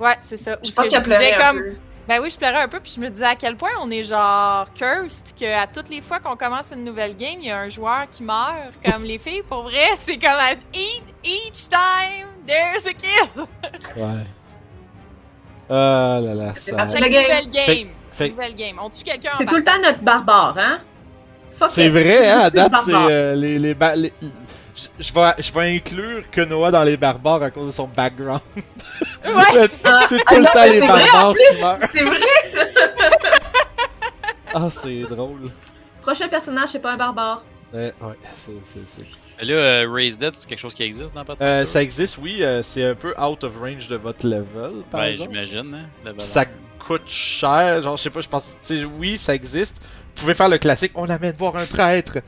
S4: Ouais, c'est ça. Ou
S5: Je
S4: ce
S5: pense
S4: que
S5: qu'elle
S4: je disais
S5: pleurait un
S4: comme.
S5: peu.
S4: Ben oui, je pleurais un peu, puis je me disais à quel point on est genre cursed, que à toutes les fois qu'on commence une nouvelle game, il y a un joueur qui meurt, comme les filles, pour vrai, c'est comme à each, each time there's a kill!
S1: Ouais. Ah là là,
S5: fait
S1: ça.
S5: partie
S4: Chaque
S5: Le game.
S4: nouvelle game!
S1: Fait
S4: Nouvelle game, on tue quelqu'un en
S6: C'est tout le temps
S4: partant.
S6: notre barbare, hein? Fuck
S1: c'est
S6: it.
S1: vrai, hein, à date, c'est.
S6: Barbare.
S1: euh, les. les, ba- les- Je- Je vais, je vais inclure que Noah dans les barbares à cause de son background.
S4: Ouais.
S1: c'est tout le
S5: Ah. non,
S1: temps
S5: mais
S1: les
S5: c'est vrai, en
S1: barbares qui meurent.
S5: C'est vrai!
S1: Ah, c'est drôle.
S6: Prochain personnage, c'est pas un barbare.
S1: Ouais, ouais, c'est. c'est- c'est-
S3: Mais Là, euh, Raise Dead, c'est quelque chose qui existe dans Patrick?
S1: Euh, ça existe, oui. euh, c'est un peu out of range de votre level, par
S3: ben,
S1: exemple.
S3: j'imagine. Hein, la valeur.
S1: ça coûte cher. Genre, je sais pas, je pense. Tu sais, oui, ça existe. Vous pouvez faire le classique, on l'amène voir un prêtre.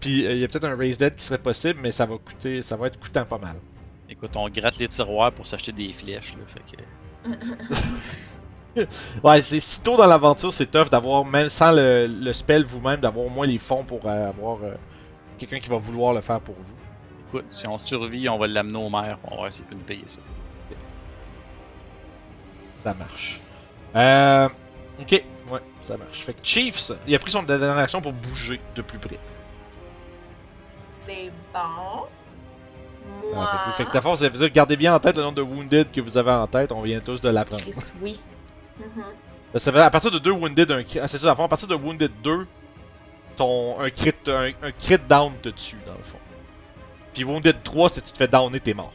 S1: Puis euh, il y a peut-être un raise dead qui serait possible, mais ça va coûter, ça va être coûtant pas mal.
S3: Écoute, on gratte les tiroirs pour s'acheter des flèches. Là, fait que...
S1: Ouais, c'est si tôt dans l'aventure, c'est tough d'avoir, même sans le, le spell vous-même, d'avoir au moins les fonds pour euh, avoir euh, quelqu'un qui va vouloir le faire pour vous.
S3: Écoute, si on survit, on va l'amener au maire. On va voir s'il peut nous payer ça.
S1: Ça marche. Euh, ok, ouais, ça marche. Fait que Chiefs, il a pris son dernière action pour bouger de plus près.
S5: C'est bon. Moi.
S1: Ah, fait que- fait que ta force, ça veut dire gardez bien en tête le nombre de wounded que vous avez en tête. On vient tous de l'apprendre.
S6: Chris, oui.
S5: Mhm.
S1: Euh, Ça veut dire à partir de 2 wounded, un crit. ah, c'est ça, dans le fond, à partir de wounded 2, ton, un, crit, un, un crit down te tue, dans le fond. Puis wounded 3, si tu te fais downer, t'es mort.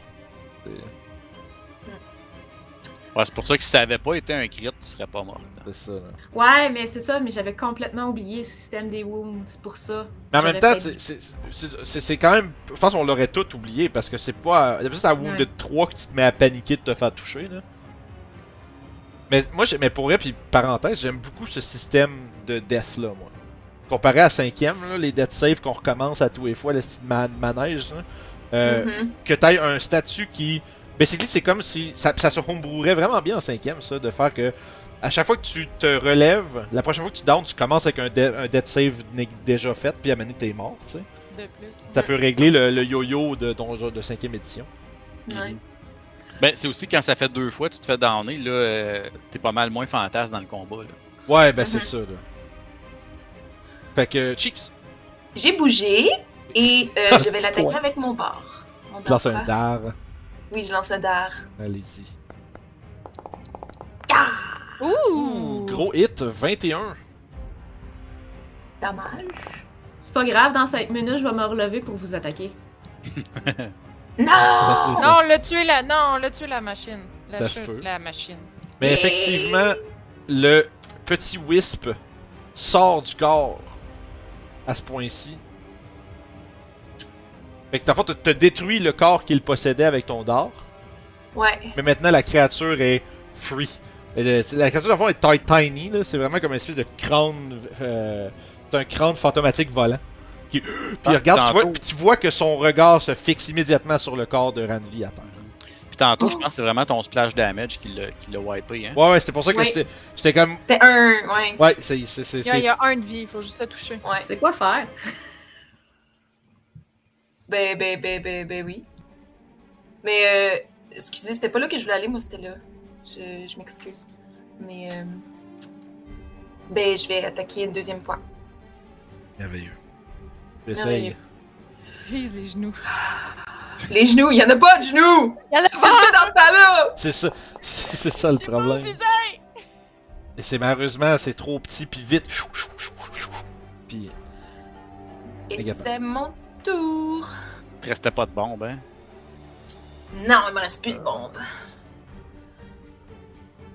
S3: Ouais, c'est pour ça que si ça avait pas été un crit, tu serais pas mort. là.
S1: C'est ça. là.
S6: Ouais, mais c'est ça, mais j'avais complètement oublié le système des wounds, c'est pour ça.
S1: Mais en même temps,
S6: J'aurais
S1: c'est-
S6: peut-être-
S1: c'est- c'est c'est- c'est quand même. Je pense qu'on l'aurait tout oublié parce que c'est pas. à- D'habitude, c'est à wounded 3 que tu te mets à paniquer de te faire toucher, là. Mais moi, j'ai- mais pour vrai, puis parenthèse, j'aime beaucoup ce système de death, là, moi. Comparé à 5ème, là, les death saves qu'on recommence à tous les fois, le style ma- manège, là. Euh,
S5: Mhm.
S1: que t'aies un statut qui. Basically, c'est comme si. Ça, ça se homebrewerait vraiment bien en cinquième, ça, de faire que. À chaque fois que tu te relèves, la prochaine fois que tu downs, tu commences avec un, de- un death save né- déjà fait, puis à mener t'es mort, tu sais.
S4: De plus.
S1: Ça peut régler le, le yo-yo de ton jeu de cinquième édition.
S5: Ouais.
S3: Ben, c'est aussi quand ça fait deux fois, tu te fais downer, là, euh, t'es pas mal moins fantasme dans le combat. Là.
S1: Ouais, ben c'est
S5: Mhm.
S1: ça, là. Fait que, Chiefs,
S5: J'ai bougé et euh, je vais
S1: Petit
S5: l'attaquer
S1: point.
S5: avec mon bar. Mon
S1: tu lances un
S5: dard.
S1: dard.
S5: Oui, je lance un dard.
S1: Allez-y.
S4: Ouh!
S1: Gros hit, 21.
S5: Dommage.
S6: C'est pas grave, dans 5 minutes, je vais me relever pour vous attaquer.
S5: Oh! Non!
S1: C'est
S4: Non,
S1: ça.
S4: on l'a tué la... Non, on l'a tué la machine. La,
S1: Ça se
S4: chute-
S1: peut.
S4: la machine.
S1: Mais effectivement, le petit Wisp sort du corps à ce point-ci. Fait que, en fait, te détruis le corps qu'il possédait avec ton dard.
S5: Ouais.
S1: Mais maintenant, la créature est free. Elle est- la créature, en fond, est ti- tiny. là. C'est vraiment comme une espèce de crâne. euh, c'est un crâne fantomatique volant. Qui- Puis il regarde, tu vois,
S3: tantôt.
S1: puis tu vois que son regard se fixe immédiatement sur le corps de Ranvi à terre.
S3: Puis tantôt,
S2: Oh.
S3: je pense que c'est vraiment ton splash damage qui l'a qui l'a wipé. Hein?
S1: Ouais, ouais, c'était pour ça que
S5: Oui.
S1: j'étais j'étais comme.
S5: C'était un. Ouais.
S1: Ouais, c'est. c'est- c'est-
S4: Il y, a,
S1: c'est-
S4: il y a un de vie, il faut juste le toucher.
S5: Ouais.
S6: C'est quoi faire?
S5: Ben, ben, ben, ben, ben oui. Mais, euh, excusez, c'était pas là que je voulais aller, moi, c'était là. Je, je m'excuse. Mais, euh, ben, je vais attaquer une deuxième fois.
S1: Merveilleux. J'essaye.
S8: Vise les genoux.
S5: Les genoux, il y en a pas de genoux!
S8: Y en a
S5: Qu'est-ce que c'est dans ce temps-là?
S1: C'est ça. C'est c'est ça le problème. Et c'est malheureusement, c'est trop petit puis vite. Puis
S5: Et
S1: Méga pas.
S5: c'est mon tour.
S3: Il te restait pas de bombe, hein?
S5: Non, il me reste plus de bombes.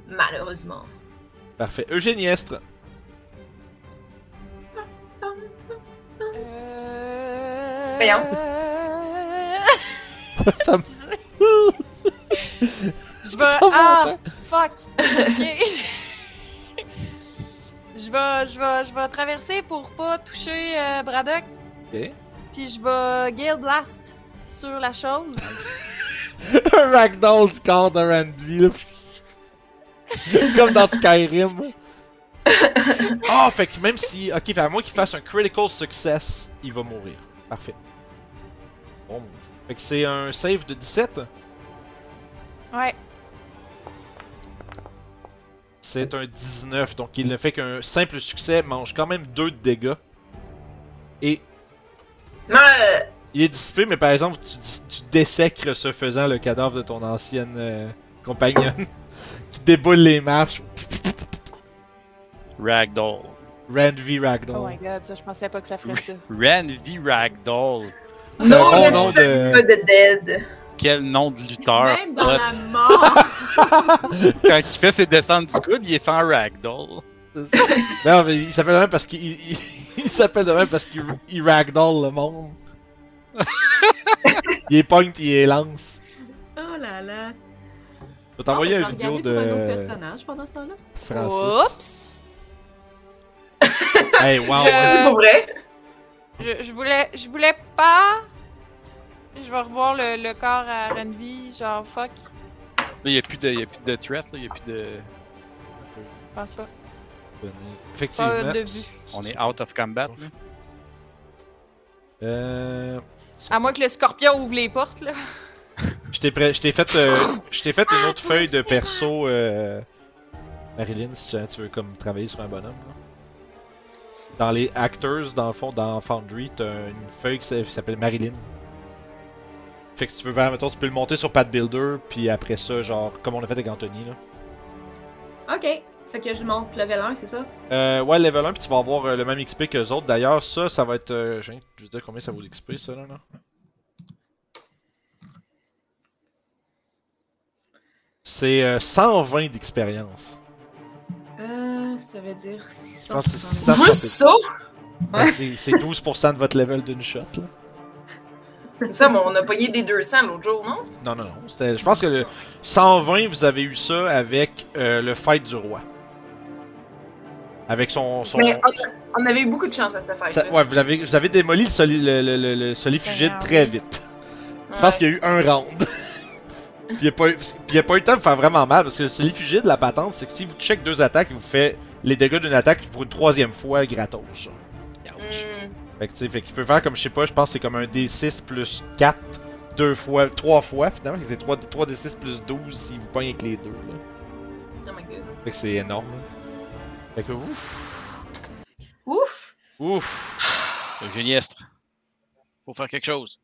S5: Malheureusement.
S1: parfait. Eugéniestre.
S8: Euh...
S5: Voyons.
S1: ça me
S8: Je vais.
S1: Comment
S8: Ah! Fuck! Ok! je vais, je vais, je vais traverser pour pas toucher euh, Braddock.
S1: Ok.
S8: Puis je vais Gale Blast sur la chose.
S1: un ragdoll du corps de Randy. là. Comme dans Skyrim. Ah, fait que même si. Ok, fait à moins qu'il fasse un critical success, il va mourir. Parfait. Bon move. Fait que c'est un save de 17.
S8: Ouais.
S1: C'est un 19, donc il ne fait qu'un simple succès, mange quand même 2 de dégâts. Et
S5: Euh, Mais-
S1: il est dissipé, mais par exemple, tu, dis- tu dessècres ce faisant le cadavre de ton ancienne euh, compagnonne qui déboule les marches.
S3: Ragdoll.
S1: Randvi Ragdoll.
S8: Oh my god, ça, je pensais pas que ça ferait ça.
S3: Ren V. Ragdoll.
S1: C'est un
S5: Non,
S1: bon nom
S5: respect
S1: de-
S5: for the dead.
S3: Quel nom de lutteur.
S2: Même dans la mort!
S3: Quand il fait ses descentes du coude, il est fait en Ragdoll.
S1: non, mais il s'appelle de même parce qu'il il, il s'appelle de même parce qu'il il ragdoll le monde. il est pointe, il est lance.
S2: oh là là!
S1: Je vais t'envoyer
S2: Ah,
S1: une
S2: ben, je vais
S1: vidéo
S2: regarder pour un autre
S1: de
S2: personnage pendant ce temps-là.
S1: Francis.
S4: Oups!
S1: Hey, wow!
S5: C'est
S4: Euh,
S5: pour vrai?
S4: je,
S8: Je voulais, je voulais pas. Je vais revoir le, le corps à Renvi, genre fuck,
S3: Là, il n'y a plus de, il y a plus de threat, là, il y a plus de.
S8: je pense pas.
S1: Effectivement.
S8: Pas de vue.
S3: On est out of combat. là.
S1: Euh,
S8: À moins que le scorpion ouvre les portes, là.
S1: je t'ai pré- je t'ai fait, euh, je t'ai fait une autre feuille de perso, euh, Marilyn, si jamais tu veux comme travailler sur un bonhomme. là. Dans les actors, dans le fond, dans Foundry, t'as une feuille qui s'a- qui s'appelle Marilyn. Fait que si tu veux faire, mettons, tu peux le monter sur Pad Builder, puis après ça, genre, comme on l'a fait avec Anthony, là.
S2: Ok, fait que je monte level 1, c'est ça?
S1: Euh, ouais, level 1, puis tu vas avoir euh, le même XP que les autres. D'ailleurs, ça, ça va être. euh, je viens de- je veux dire combien ça vaut l'XP, ça, là, non C'est euh, 120 d'expérience.
S2: Euh, ça veut dire
S1: Je pense que c'est
S2: 660.
S1: ça.
S5: Juste ça?
S1: Fait que C'est c'est 12% de votre level d'une shot, là.
S5: Comme ça, mais on a pogné des 200 l'autre jour, non?
S1: Non, non, non. c'était- Je pense que le 120, vous avez eu ça avec euh, le fight du roi. Avec son. son...
S5: Mais on, a- on avait eu beaucoup de chance à cette affaire.
S1: ça- ouais, vous, l'avez- vous avez démoli le, soli- le- le- le- le solifuge très vite. Je pense qu'il y a eu un round. Puis il n'y a, pas eu- puis il y a pas eu le temps de faire vraiment mal parce que c'est l'effugie de la patente, c'est que si vous check deux attaques, il vous fait les dégâts d'une attaque pour une troisième fois gratos.
S3: Ouch.
S5: Hmm.
S1: Fait que tu sais, fait qu'il peut faire comme je sais pas, je pense que c'est comme un D6 plus 4, deux fois, trois fois finalement, parce que c'est 3, 3 D6 plus 12 si vous pognez avec les deux. Là.
S5: Oh my god.
S1: Fait que c'est énorme. là. Fait que ouf,
S5: Ouf!
S1: ouf.
S2: Mm.
S3: Eugénie Estre. Faut faire quelque chose.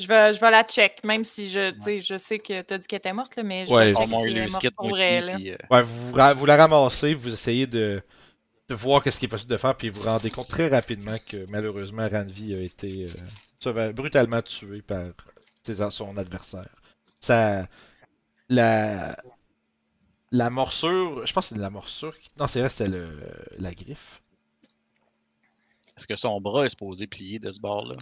S8: Je vais, je vais la check, même si je, tu sais, je sais que t'as dit qu'elle était morte, là, mais je
S1: Ouais,
S8: vais
S1: j'ai
S3: On
S8: check
S3: m'a eu
S8: si elle
S3: le
S8: est morte
S3: skit,
S8: pour
S3: moi,
S8: vrai,
S3: puis-
S8: là.
S3: puis, euh,
S1: Ouais, vous, ra- vous la ramassez, vous essayez de, de voir qu'est-ce qui est possible de faire, puis vous vous rendez compte très rapidement que malheureusement Ranvi a été euh, sauva- brutalement tué par ses a- son adversaire. Ça, la, la morsure, je pense que c'est de la morsure. qui- Non, c'est vrai, c'était le, la griffe.
S3: Est-ce que son bras est supposé plier de ce bord-là?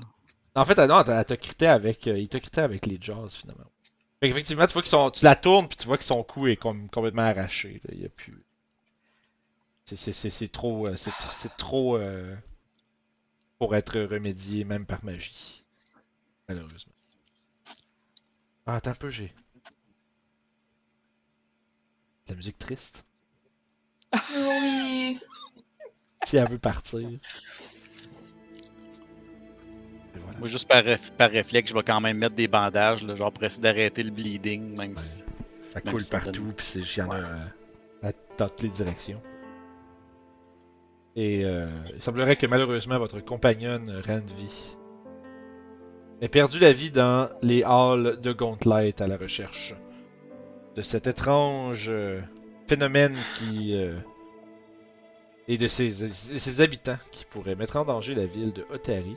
S1: En fait, elle- non, elle t'a crité avec, euh, il t'a crité avec les jaws finalement. Fait qu'effectivement, tu vois qu'ils sont, tu la tournes puis tu vois que son cou est comme complètement arraché. là. Il y a plus. C'est, c'est, c'est, c'est trop, euh, c'est, tr- c'est trop euh, pour être remédié même par magie, malheureusement. Ah, attends un peu, j'ai. La musique triste.
S5: Oui!
S1: Si elle veut partir. Et voilà.
S3: Moi, juste par, réf- par réflexe, je vais quand même mettre des bandages, là, genre pour essayer d'arrêter le bleeding, même si.
S1: Ça
S3: Même
S1: coule
S3: si ça
S1: partout,
S3: donne-
S1: puis c'est- il y en a
S3: Ouais.
S1: euh, à toutes les directions. Et euh, il semblerait que malheureusement votre compagnonne Randvi ait perdu la vie dans les halls de Gauntlet à la recherche de cet étrange euh, phénomène qui euh, et de ses, et ses habitants qui pourraient mettre en danger la ville de Otari.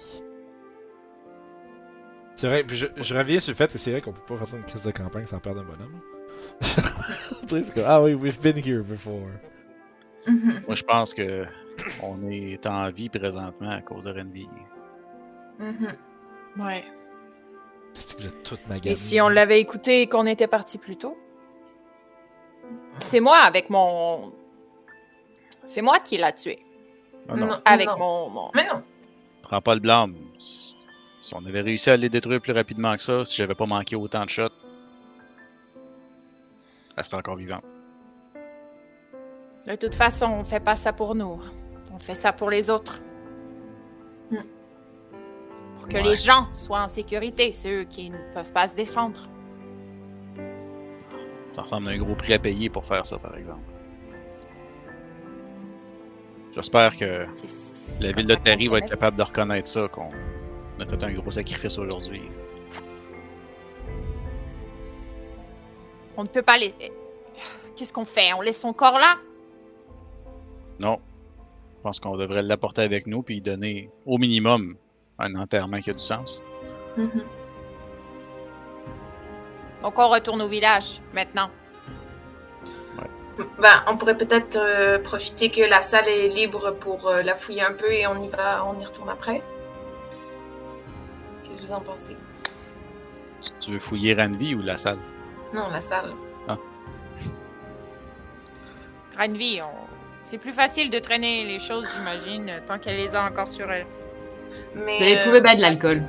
S1: C'est vrai, puis je, je reviens sur le fait que c'est vrai qu'on peut pas faire une crise de campagne sans perdre un bonhomme. Tu sais, c'est comme, ah oui, we've been here before.
S5: Mhm.
S3: Moi, je pense que on est en vie présentement à cause de Renvi.
S5: Mhm.
S4: Ouais.
S1: C'est que j'ai toute ma
S4: Et si on l'avait écouté et qu'on était parti plus tôt? C'est moi avec mon. C'est moi qui l'a tué.
S3: Ah non,
S5: Non,
S4: Avec
S5: non.
S4: mon. mon-
S5: Mais non.
S3: prends pas le blâme. Si si on avait réussi à les détruire plus rapidement que ça, si j'avais pas manqué autant de shots, elle serait encore vivante.
S4: De toute façon, on fait pas ça pour nous. On fait ça pour les autres. Hmm.
S5: Mm.
S4: Pour que
S3: Ouais.
S4: les gens soient en sécurité, ceux qui ne peuvent pas se défendre.
S3: Ça ressemble à un gros prix à payer pour faire ça, par exemple. J'espère que
S4: C'est- c'est
S3: la
S4: comme
S3: ville de
S4: ça que
S3: Terry va
S4: fonctionne la
S3: être capable de reconnaître ça, qu'on a fait un gros sacrifice aujourd'hui.
S4: vie. On ne peut pas les. Qu'est-ce qu'on fait On laisse son corps là
S3: Non. Je pense qu'on devrait l'apporter avec nous puis donner au minimum un enterrement qui a du sens.
S5: Mhm.
S4: Donc on retourne au village maintenant.
S5: Ben, on pourrait peut-être euh, profiter que la salle est libre pour euh, la fouiller un peu et on y va, on y retourne après. Qu'est-ce que vous en pensez
S3: Tu- Tu veux fouiller Ranvi ou la salle?
S5: Non, la salle.
S4: Ranvi, on... c'est plus facile de traîner les choses, j'imagine, tant qu'elle les a encore sur elle.
S5: Mais
S6: Vous allez
S5: euh,
S6: trouver bien de l'alcool.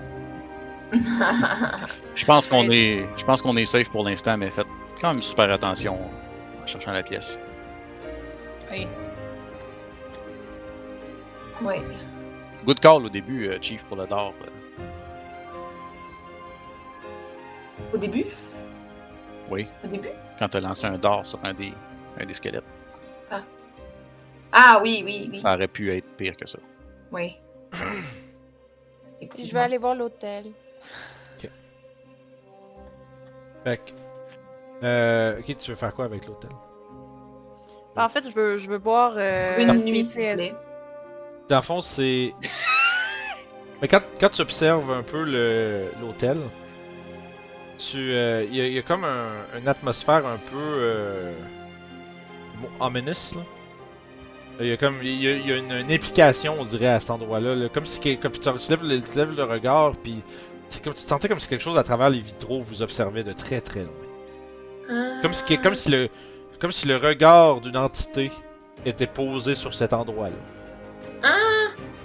S3: Je pense qu'on
S4: Raison.
S3: est, je pense qu'on est safe pour l'instant, mais faites quand même super attention en cherchant la pièce.
S5: ouais.
S3: Good call au début, euh, Chief, pour le dard. euh,
S5: Au début
S3: Oui.
S5: Au début
S3: quand t'as lancé un dard sur un des, un des squelettes.
S5: Ah oui, oui, oui.
S3: Ça aurait pu être pire que ça.
S5: Oui.
S4: Je vais aller voir l'hôtel.
S1: Fait que- Euh, ok, tu veux faire quoi avec l'hôtel
S4: Ben, en fait, je veux, je veux voir. euh,
S5: Une
S4: si
S5: nuit, s'il
S4: c'est-
S5: vous plaît.
S1: Dans le fond, c'est. Mais quand, quand tu observes un peu le- l'hôtel, tu. euh, Il y, a- y a comme un- une atmosphère un peu. Euh, mo- ominous, là. Il y a comme. Il y a, y a une, une implication, on dirait, à cet endroit-là. là. Comme si. que- Comme tu, tu lèves le, tu lèves le regard, puis. C'est comme tu te sentais comme si quelque chose à travers les vitraux vous observait de très très loin. Comme si, comme si, le, comme si le regard d'une entité était posé sur cet endroit-là.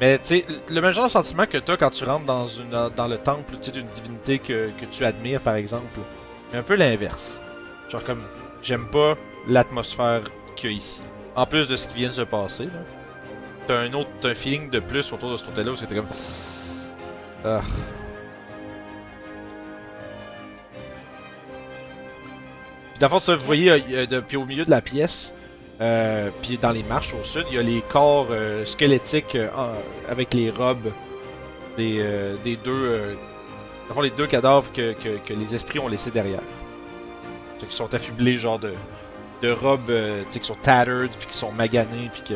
S1: Mais tu sais, le même genre de sentiment que t'as quand tu rentres dans, une, dans le temple tu sais, d'une divinité que, que tu admires, par exemple, mais un peu l'inverse. Genre comme, j'aime pas l'atmosphère qu'il y a ici. En plus de ce qui vient de se passer, là. T'as un autre, t'as un feeling de plus autour de ce hôtel-là où c'était comme... Ah. Puis dans le fond, ça, vous voyez, euh, il y a de- puis au milieu de la pièce, euh, puis dans les marches au sud, il y a les corps euh, squelettiques euh, en- avec les robes des, euh, des deux, euh, dans le fond, les deux cadavres que, que- que les esprits ont laissés derrière. Ceux qui sont affublés genre de, de robes euh, tu sais, qui sont tattered, puis qui sont maganées, puis que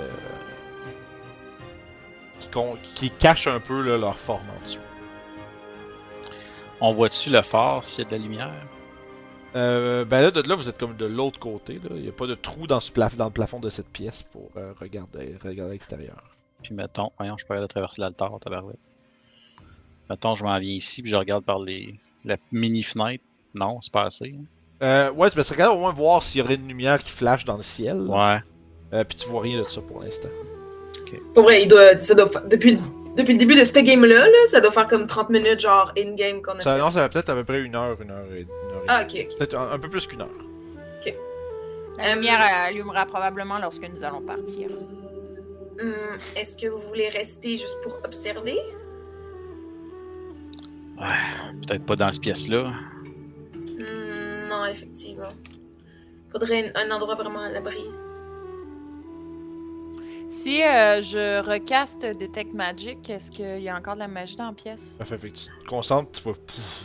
S1: euh, qui, con- qui cachent un peu là, leur forme en dessous.
S3: On voit-tu le phare s'il y a de la lumière?
S1: Euh, ben là, de là, vous êtes comme de l'autre côté. là. Il n'y a pas de trou dans, ce plaf- dans le plafond de cette pièce pour euh, regarder, regarder l'extérieur.
S3: Puis mettons, voyons, je peux aller traverser l'altar, tabarouette. Mettons, je m'en viens ici, puis je regarde par les, la mini-fenêtre. Non, c'est pas assez. hein.
S1: Euh, ouais, tu peux se regarder au moins voir s'il y aurait une lumière qui flash dans le ciel.
S3: Ouais.
S1: Euh, puis tu vois rien de ça pour l'instant.
S5: Pour vrai, il doit, ça doit fa- depuis, le- depuis le début de cette game-là, là, ça doit faire comme 30 minutes, genre in-game qu'on a
S1: Ça,
S5: fait.
S1: non, ça va peut-être à peu près une heure, une heure et, une heure et
S5: Ah, ok, ok.
S1: Peut-être un, un peu plus qu'une heure.
S4: La lumière euh, allumera probablement lorsque nous allons partir.
S5: Hmm, Hum, Est-ce que vous voulez rester juste pour observer
S3: Peut-être pas dans cette pièce-là.
S5: Hmm, non, effectivement. Faudrait un, un endroit vraiment à l'abri.
S7: Si euh, je recaste Detect Magic, est-ce qu'il y a encore de la magie dans la pièce?
S1: Fait que tu te concentres, tu vois. pouf.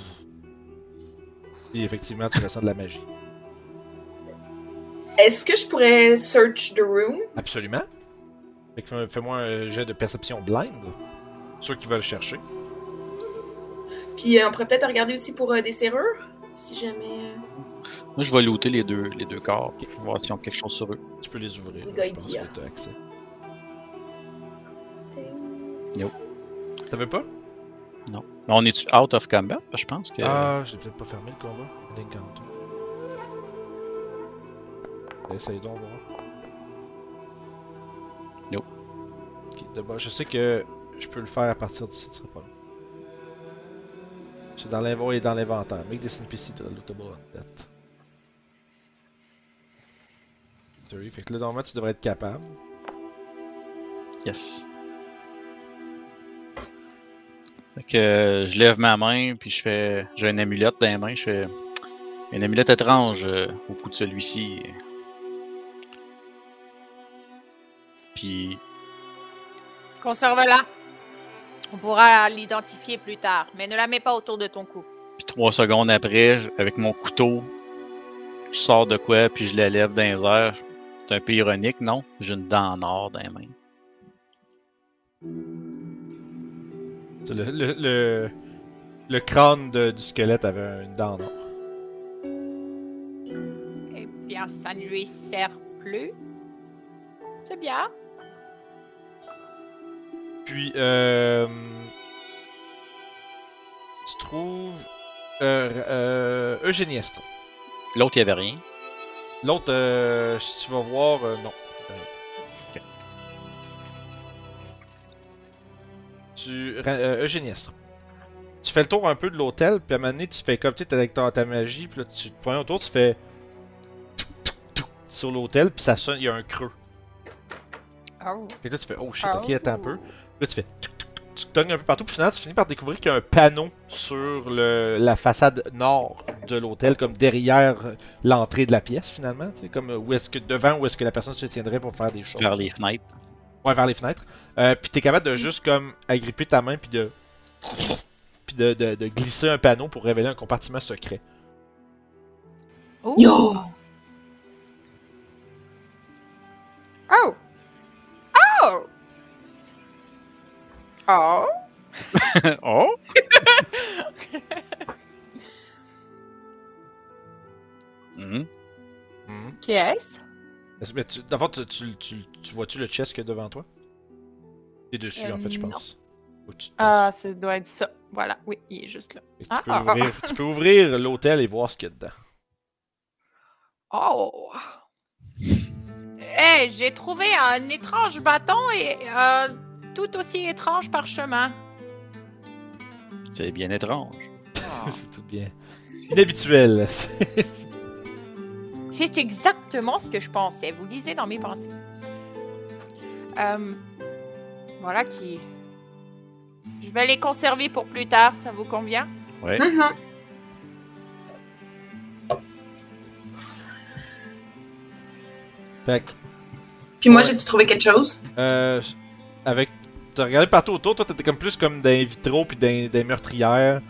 S1: Et effectivement, tu ressens de la magie.
S5: Est-ce que je pourrais search the room?
S1: Absolument. Fait que fais- fais-moi un jet de perception blind. Ceux qui veulent chercher.
S5: Puis euh, on pourrait peut-être regarder aussi pour euh, des serrures, si jamais. euh,
S3: Moi, je vais looter les deux, les deux corps. Voir s'ils ont quelque chose sur eux.
S1: Tu peux les ouvrir.
S5: Good
S1: là, je pense
S5: idea.
S1: que t'as accès.
S3: Yo.
S1: T'avais pas?
S3: Mais on est-tu out of combat? Je pense que.
S1: Ah, je l'ai peut-être pas fermé le combat. L'encounter. Essaye donc voir.
S3: Nope.
S1: Ok, de bas, je sais que je peux le faire à partir d'ici, ce sera pas long. C'est dans l'inventaire, et dans l'inventaire. Make this NPC to the lootable on that. Three. Fait que là, normalement, tu devrais être capable.
S3: Yes. Fait que euh, je lève ma main, puis je fais. J'ai une amulette dans les mains. Je fais. Une amulette étrange euh, au bout de celui-ci. Puis.
S4: Conserve-la. On pourra l'identifier plus tard, mais ne la mets pas autour de ton cou.
S3: Puis trois secondes après, je- avec mon couteau, je sors de quoi, puis je la lève dans les airs. C'est un peu ironique, non? J'ai une dent en or dans les mains.
S1: Tu sais, Le, le, le, le crâne de- du squelette avait une dent en or.
S4: Eh bien, ça ne lui sert plus. C'est bien.
S1: Puis, euh, tu trouves euh, euh, Eugénie Estre.
S3: L'autre, il n'y avait rien.
S1: L'autre, euh, si tu vas voir, euh, non.
S3: Ok.
S1: Tu, ra- euh, Eugénie Estre. Tu fais le tour un peu de l'hôtel, puis à un moment donné, tu fais comme, tu sais, t'es avec ta, ta magie, puis là, tu te prends autour, tu fais... tuk, tuk, tuk sur l'hôtel, puis ça sonne, il y a un creux.
S4: Oh.
S1: Puis là, tu fais, oh shit,
S4: Ah,
S1: ok, attends un
S4: ouh.
S1: peu. Là, tu fais, tuk, tuk, tuk, tu cognes un peu partout. Puis finalement, tu finis par découvrir qu'il y a un panneau sur le, la façade nord de l'hôtel, comme derrière euh, l'entrée de la pièce, finalement. Tu sais, comme euh, où est-ce que, devant où est-ce que la personne se tiendrait pour faire des choses.
S3: Vers les fenêtres.
S1: Ouais, vers les fenêtres. Euh, puis t'es capable de juste, comme, agripper ta main, puis de. Puis de, de- de glisser un panneau pour révéler un compartiment secret.
S4: Oh.
S5: Yo!
S4: Oh! Oh! Oh!
S3: oh! Mhm. Hmm.
S1: Mhm.
S4: Qui est-ce?
S1: Est-ce- Mais tu, d'abord, tu, tu, tu, tu vois-tu le chest qu'il y a devant toi T'es dessus,
S4: Euh,
S1: en fait, je
S4: non.
S1: pense. Faut que tu te
S4: Ah, ça doit être ça. Voilà, oui, il est juste là.
S1: Fait que
S4: Ah,
S1: Tu peux,
S4: ah, ah,
S1: ouvrir, tu peux ouvrir l'hôtel et voir ce qu'il y a dedans.
S4: Oh! Hey, j'ai trouvé un étrange bâton et un tout aussi étrange parchemin.
S3: C'est bien étrange.
S8: oh.
S1: C'est tout bien. Inhabituel.
S4: C'est exactement ce que je pensais. Vous lisez dans mes pensées. Euh, voilà qui. Je vais les conserver pour plus tard, ça vous convient?
S3: Ouais.
S5: Mhm.
S1: fait que,
S5: Puis moi,
S1: Ouais.
S5: j'ai-tu trouvé quelque chose?
S1: euh, avec. T'as regardé partout autour, toi t'étais comme plus comme d'un vitraux puis d'un des meurtrières.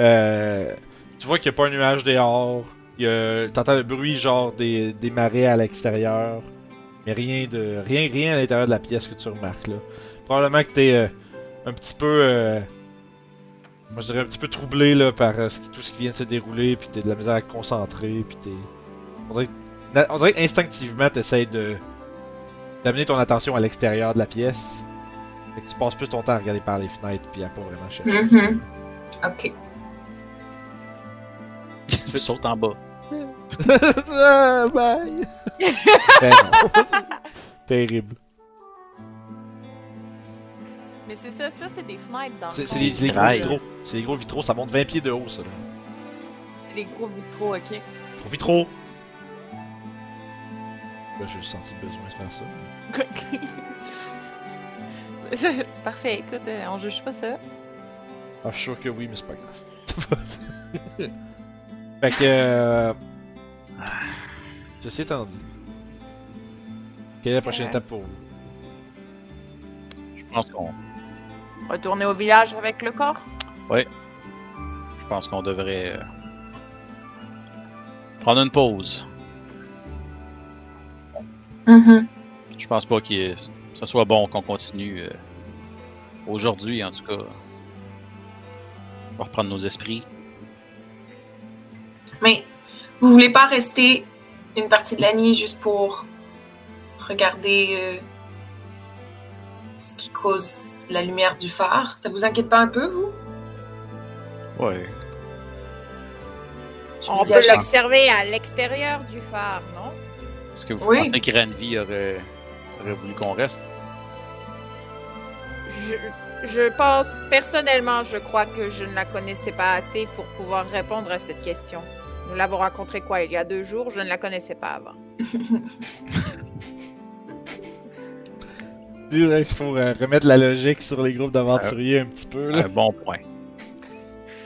S1: Euh, tu vois qu'il n'y a pas un nuage dehors. Il y a- T'entends le bruit genre des, des marées à l'extérieur. Mais rien de. rien rien à l'intérieur de la pièce que tu remarques là. Probablement que t'es euh, un petit peu euh, moi je dirais un petit peu troublé là par euh, ce qui- tout ce qui vient de se dérouler puis t'es de la misère à te concentrer puis t'es. On dirait, na- on dirait que instinctivement t'essayes de d'amener ton attention à l'extérieur de la pièce. Fait que tu passes plus ton temps à regarder par les fenêtres puis à pas vraiment chercher.
S5: Mhm. Ok.
S3: Tu sautes en bas.
S1: Ah, Bye! Ben non. Terrible.
S7: Mais c'est ça, ça c'est des fenêtres dans le
S1: C'est
S7: fond.
S1: c'est les, c'est les gros
S3: Aïe.
S1: vitraux. C'est les gros vitraux, ça monte 20 pieds de haut ça là.
S7: C'est les gros vitraux, ok.
S1: Gros vitraux! Là j'ai senti le besoin de faire ça. mais-
S7: c'est parfait, écoute, euh, on juge pas ça.
S1: Ah, je suis sûr que oui, mais c'est pas grave. fait que. euh, Ceci étant dit, quelle est la prochaine étape pour vous
S3: Je pense qu'on
S4: Retourner au village avec le corps?
S3: je pense qu'on devrait euh, prendre une pause.
S5: Mhm.
S3: Je pense pas que ce soit bon qu'on continue euh, aujourd'hui, en tout cas. On va reprendre nos esprits.
S5: Mais vous voulez pas rester une partie de la nuit juste pour regarder euh, ce qui cause la lumière du phare? Ça vous inquiète pas un peu, vous?
S3: Ouais.
S5: Je
S4: On
S5: me dis
S4: peut
S5: à chaque-
S4: l'observer à l'extérieur du phare, non?
S3: Est-ce que vous
S5: Oui.
S3: pensez que Ranvi aurait, aurait voulu qu'on reste
S4: Je, je pense, personnellement, je crois que je ne la connaissais pas assez pour pouvoir répondre à cette question. Nous l'avons rencontrée quoi, il y a deux jours, je ne la connaissais pas avant.
S1: Direct pour euh, remettre la logique sur les groupes d'aventuriers un petit peu. Là.
S3: Un bon point.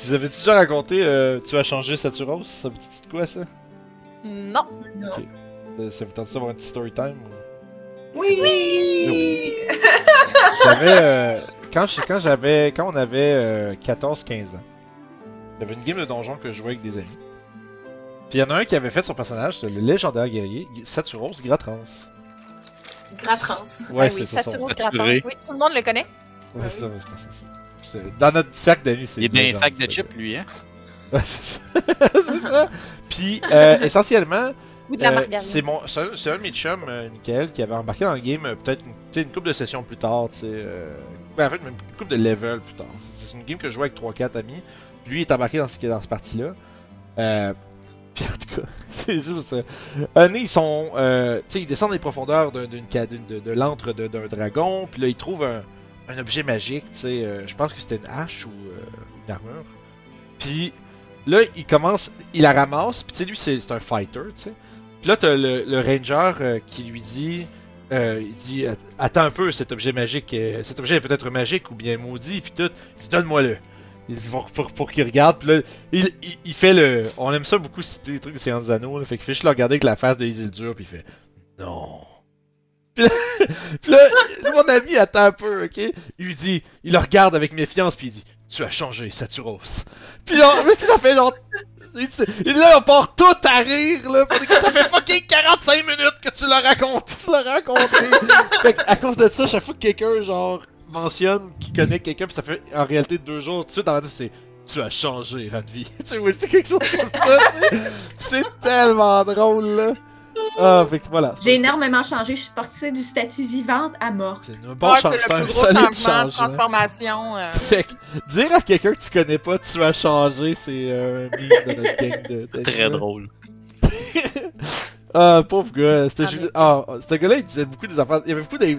S1: Tu vous avais déjà raconté, euh, tu as changé Saturos Ça vous dit de quoi ça
S8: Non.
S1: Euh, Ça vous tente d'avoir un petit story time ou-
S5: Oui!
S1: J'avais. euh, quand j'ai- quand j'avais. Quand on avait 14-15 ans, j'avais une game de donjon que je jouais avec des amis. Puis il y en a un qui avait fait son personnage, c'est le légendaire guerrier Saturos Gratrans.
S5: Gratrance.
S1: Ouais,
S4: Ben
S8: Ah oui,
S1: c'est ça. son-
S8: Saturno
S3: nom.
S8: Grattans.
S3: Saturé.
S8: Oui, tout le monde le connaît.
S1: Ouais, c'est ça, c'est ça, c'est ça. C'est- Dans notre sac d'amis, c'est
S3: Il est bien un
S1: légende,
S3: sac de
S1: ce
S3: chips, lui, hein
S1: gars. Ouais, c'est ça. C'est ça. Puis, euh, essentiellement,
S8: Ou de la
S1: euh,
S8: margarine.
S1: c'est mon, c'est un, c'est un de mes chums, euh, Michael, qui avait embarqué dans le game euh, peut-être une, tu sais, une couple de sessions plus tard, tu sais. euh, ben, en fait, même une couple de level plus tard. C'est c'est une game que je jouais avec 3-4 amis. Puis lui, il est embarqué dans ce, dans ce parti-là. Euh, puis en tout cas, c'est juste. euh, un nez, ils sont. euh, tu sais, ils descendent les profondeurs d'un- d'une ca- d'une- de, de l'antre de- d'un dragon, puis là, ils trouvent un, un objet magique, tu sais. euh, je pense que c'était une hache ou euh, une armure. Puis là, il commence, il la ramasse, puis tu sais, lui, c'est c'est un fighter, tu sais. Puis là, t'as le, le ranger euh, qui lui dit. euh, il dit Att- Attends un peu, cet objet magique, euh, cet objet est peut-être magique ou bien maudit, puis tout. Il dit Donne-moi-le. Il- Pour, pour, pour qu'il regarde, puis là, il, il, il fait le. On aime ça beaucoup citer des trucs de Seigneur des Anneaux, là. Fait que Fish l'a regardé avec la face de Isildur, puis il fait Non. Puis là, puis là, mon ami attend un peu, ok? Il lui dit, il le regarde avec méfiance, puis il dit Tu as changé, Saturos. Puis là, mais ça fait longtemps. Et là, on part tout à rire, là. Parce que ça fait fucking 45 minutes que tu l'as raconté, tu l'as raconté. fait que, à cause de ça, chaque fois que quelqu'un, genre, mentionne qu'il connaît quelqu'un, puis ça fait en réalité deux jours, tout de suite, dans la tête, c'est tu as changé, Ranvi. tu sais, ouais, c'est quelque chose comme ça. tu sais. c'est tellement drôle, là. Ah, fait que voilà.
S6: J'ai énormément changé. Je suis partie du statut vivante à morte.
S1: C'est un
S4: Je
S1: bon
S4: crois
S1: change,
S4: que
S1: c'est un
S4: Ah, le plus gros
S1: solide
S4: changement,
S1: change. hein.
S4: transformation. euh,
S1: Fait que dire à quelqu'un que tu connais pas, tu as changé, c'est euh, un meme de notre gang de. de-
S3: Très drôle.
S1: Ah, pauvre gars. C'était
S4: Ah,
S1: ju-
S4: mais-
S1: ah, ce gars-là, il disait beaucoup des affaires. Il y avait beaucoup des.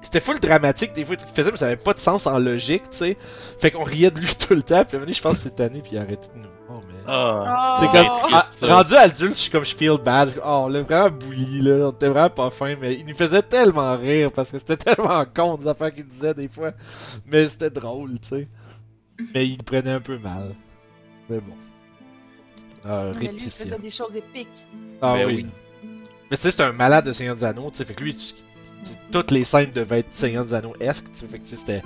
S1: C'était full dramatique, des fois, il faisait, mais ça avait pas de sens en logique, tu sais. Fait qu'on riait de lui tout le temps, puis à un moment donné, je pense que cette année, puis il a arrêté de nous voir, mais.
S3: Ah.
S1: C'est
S8: Oh.
S1: comme,
S3: Ouais,
S1: ah,
S3: ça.
S1: rendu adulte, je suis comme, je feel bad. Je- Oh, on l'a vraiment bouli, là. On était vraiment pas fin, mais il nous faisait tellement rire parce que c'était tellement con des affaires qu'il disait des fois. Mais c'était drôle, tu sais. Mais il le prenait un peu mal. Mais bon. Euh,
S8: Non, Mais lui, il faisait des choses épiques.
S1: ah
S3: Ben
S1: oui.
S3: oui.
S1: Mais tu sais, c'est un malade de Seigneur des Anneaux, tu sais. Fait que lui, tu- tu- toutes les scènes devaient être Seigneur des Anneaux-esque, tu sais. Fait que tu sais, c'était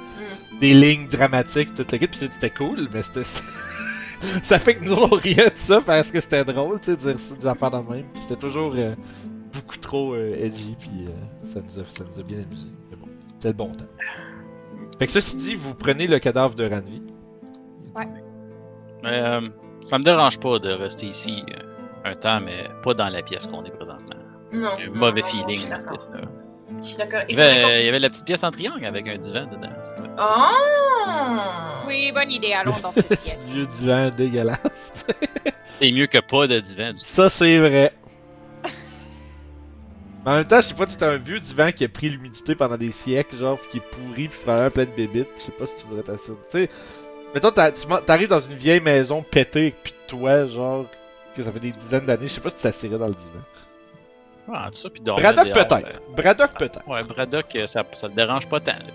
S1: des lignes dramatiques, toute la kit, pis c'est- c'était cool, mais c'était. ça fait que nous on riait de ça parce que c'était drôle, tu sais, dire ça, des affaires dans le même. pis C'était toujours euh, beaucoup trop euh, edgy, puis euh, ça, nous a, ça nous a bien amusé. Mais bon, c'est le bon temps. Fait que ceci dit, vous prenez le cadavre de Ranvi.
S3: Mais, euh, ça me dérange pas de rester ici euh, un temps, mais pas dans la pièce qu'on est présentement.
S5: Non.
S3: J'ai un mauvais
S5: non, non, Je
S3: feeling. euh, Ben- dans cette
S5: suis d'accord.
S3: pièce-là.
S5: Je suis d'accord.
S3: Il
S5: Il
S3: y, avait,
S5: faudrait
S3: il y avait la petite pièce en triangle avec un divan dedans. C'est pas-
S5: qu'on- Ah!
S4: Oui, bonne idée, allons dans cette pièce.
S1: Vieux divan dégueulasse.
S3: C'est mieux que pas de divan. Du...
S1: ça c'est vrai. Mais en même temps, je sais pas, tu t'as un vieux divan qui a pris l'humidité pendant des siècles, genre, pis qui est pourri, puis probablement plein de bébites. Je sais pas si tu voudrais t'assurer. Tu sais, mettons, t'as- tu m'en- t'arrives dans une vieille maison pétée, pis toi, genre, que ça fait des dizaines d'années, je sais pas si tu t'assirais dans le divan.
S3: Ah, tout ça, puis dormir
S1: Braddock
S3: dehors,
S1: peut-être. Braddock peut-être.
S3: euh, Ouais, Braddock, euh, ça, ça te dérange pas tant. là.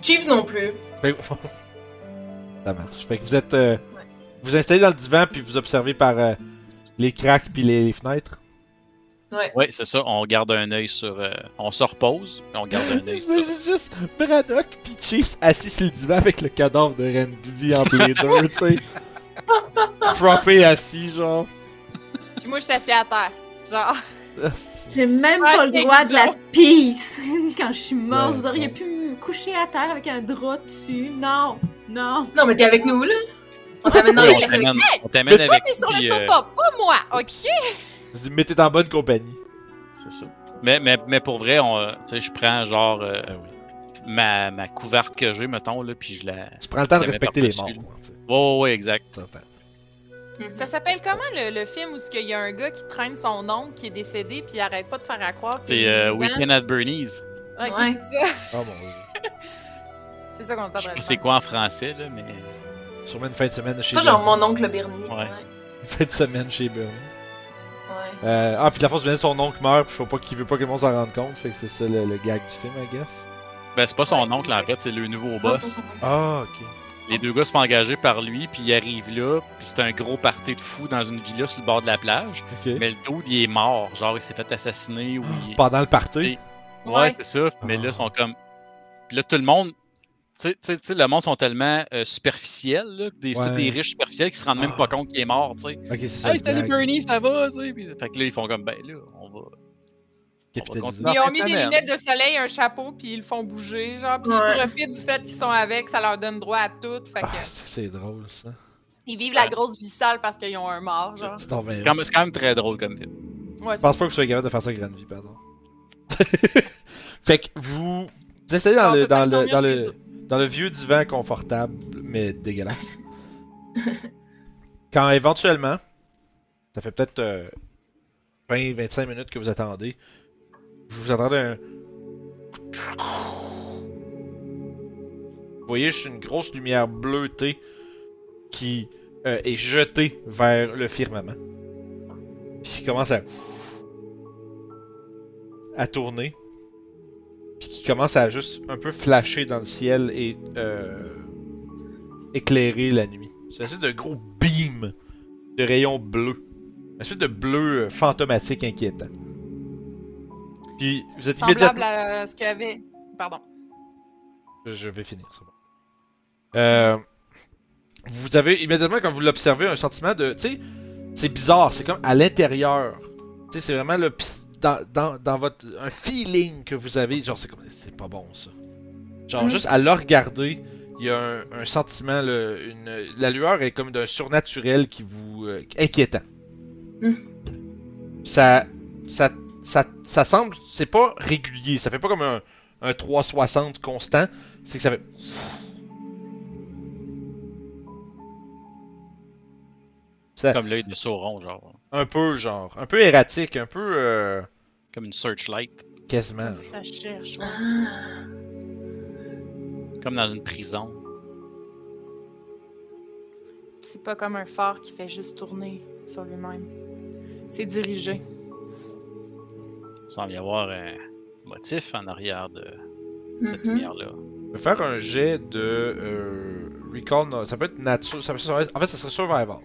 S5: Chiefs non plus.
S1: Ben, Ça marche. Fait que vous êtes. euh, Vous installez dans le divan, puis vous observez par euh, les cracks, puis les, les fenêtres.
S3: Oui, c'est ça. On garde un œil sur. euh, on se repose, puis on garde un œil sur.
S1: J'imagine juste Braddock, puis Chiefs assis sur le divan avec le cadavre de Randy entre les deux, tu sais. Frappé assis, genre.
S7: Puis moi, je suis assis à terre. Genre,
S2: J'ai même
S7: Ah,
S2: pas le
S7: c'est
S2: droit de la
S7: bizarre.
S2: peace. Quand je suis morte,
S1: Ouais,
S2: vous auriez
S1: ouais.
S2: pu me coucher à terre avec un drap dessus. Non, non.
S5: Non, mais t'es avec nous, là. On t'amène dans
S3: Oui,
S5: les
S3: on
S5: avec
S3: t'amène, on t'amène avec
S7: t'es sur le
S3: puis, euh,
S7: sofa, pas moi, ok?
S1: Vous dites, mettez en bonne compagnie.
S3: c'est ça. Mais, mais, mais pour vrai, on, euh, tu sais, je prends genre euh,
S1: Ah oui.
S3: ma, ma couverte que j'ai, mettons, là, puis je la.
S1: Tu prends le temps de
S3: Mais
S1: respecter les morts.
S3: par-dessus,
S1: hein, tu sais.
S3: Ouais, ouais, ouais, exact.
S1: Ça s'entend.
S7: Ça s'appelle comment le, le film où ce qu'il y a un gars qui traîne son oncle qui est décédé puis il arrête pas de faire à croire qu'il
S3: C'est
S7: est
S3: euh,
S7: vivant?
S3: Weekend at Bernie's.
S7: Ok,
S5: Ouais.
S7: c'est ça.
S1: Oh mon dieu.
S7: C'est ça qu'on est en
S3: Je sais
S7: train
S3: pas
S7: de
S3: c'est
S7: faire.
S3: quoi en français, là, mais.
S1: Sûrement une fin de semaine
S5: C'est
S1: chez
S5: pas genre
S1: Bernie.
S5: mon oncle Bernier.
S3: Ouais.
S5: Ouais.
S1: Une fin de semaine chez Bernie.
S5: ouais.
S1: Euh, ah, puis la force vient de son oncle meurt, puis faut pas qu'il veut pas que le monde s'en rende compte, fait que c'est ça le, le gag du film, I guess.
S3: Ben, c'est pas son oncle, en fait, c'est le nouveau boss.
S1: Ah, ok.
S3: Les deux gars se font engager par lui, puis ils arrivent là, puis c'est un gros party de fous dans une villa sur le bord de la plage.
S1: Ok.
S3: Mais le dude, il est mort. Genre, il s'est fait assassiner ou il.
S1: Pendant le party.
S3: Ouais,
S7: Ouais.
S3: c'est ça. Mais
S1: Ah.
S3: là, ils sont comme. Puis là, tout le monde. Tu sais- tu sais, tu sais, le monde sont tellement euh, superficiels, là, des, c'est tous
S1: Ouais.
S3: des riches superficiels qui se rendent même
S1: Ah.
S3: pas compte qu'il est mort, tu sais.
S1: Ok, c'est ça.
S3: Hey,
S1: le
S3: salut
S1: gag.
S3: Bernie, ça va, tu sais. Puis- Fait que là, ils font comme, ben là, on va.
S1: Capitalisme.
S3: continuer.
S7: Ils
S3: en
S7: ont
S3: fin
S7: mis
S3: de
S7: des
S3: semaine.
S7: lunettes de soleil, un chapeau, puis ils le font bouger, genre, puis
S5: Ouais.
S7: ils profitent du fait qu'ils sont avec, ça leur donne droit à tout, fait que
S1: Ah, c'est c'est drôle ça.
S7: ils vivent la grosse vie sale parce qu'ils ont un mort, genre.
S1: C'est quand même-
S3: C'est quand, même- c'est quand même très drôle comme film.
S7: Ouais,
S1: Je
S7: c'est
S1: pense pas que je sois capable de faire ça à grande vie, pardon. fait que vous vous installez dans
S7: On
S1: le
S7: peut
S1: dans
S7: pas
S1: le
S7: dormir
S1: dans
S7: chez
S1: le
S7: eux.
S1: dans le vieux divan confortable mais dégueulasse. Quand éventuellement, ça fait peut-être 20-25 minutes que vous attendez, vous entendez un. Vous voyez juste une grosse lumière bleutée qui euh, est jetée vers le firmament. Puis qui commence à. à tourner. Puis qui commence à juste un peu flasher dans le ciel et euh, éclairer la nuit. C'est une espèce de gros beam de rayons bleus. Une espèce de bleu euh, fantomatique inquiétant. Puis vous êtes
S7: semblable
S1: immédiatement.
S7: à euh, ce qu'il y avait. Pardon.
S1: Je- Je vais finir, c'est bon. Euh, vous avez immédiatement, quand vous l'observez, un sentiment de. Tu sais, c'est bizarre, c'est comme à l'intérieur. Tu sais, c'est vraiment le. pss- Dans, dans, dans votre. Un feeling que vous avez, genre, c'est comme. C'est pas bon ça. Genre,
S5: Mhm.
S1: juste à le regarder, il y a un, un sentiment, le- une, la lueur est comme d'un surnaturel qui vous. euh, inquiétant.
S5: Mhm.
S1: Ça, ça. Ça. Ça semble. C'est pas régulier, ça fait pas comme un, un 360 constant, c'est que ça fait. Ça-
S3: Comme l'œil de Sauron, genre.
S1: un peu genre, un peu erratique, un peu euh,
S3: Comme une searchlight.
S1: quasiment.
S7: Ça cherche.
S5: Ah.
S3: Comme dans une prison.
S7: C'est pas comme un phare qui fait juste tourner sur lui-même. C'est dirigé.
S3: Il semble y avoir un motif en arrière de cette
S5: Mhm.
S3: lumière-là.
S1: Je vais faire un jet de euh, recall, no- ça peut être nature, ça peut- ça peut- en fait ça serait survival.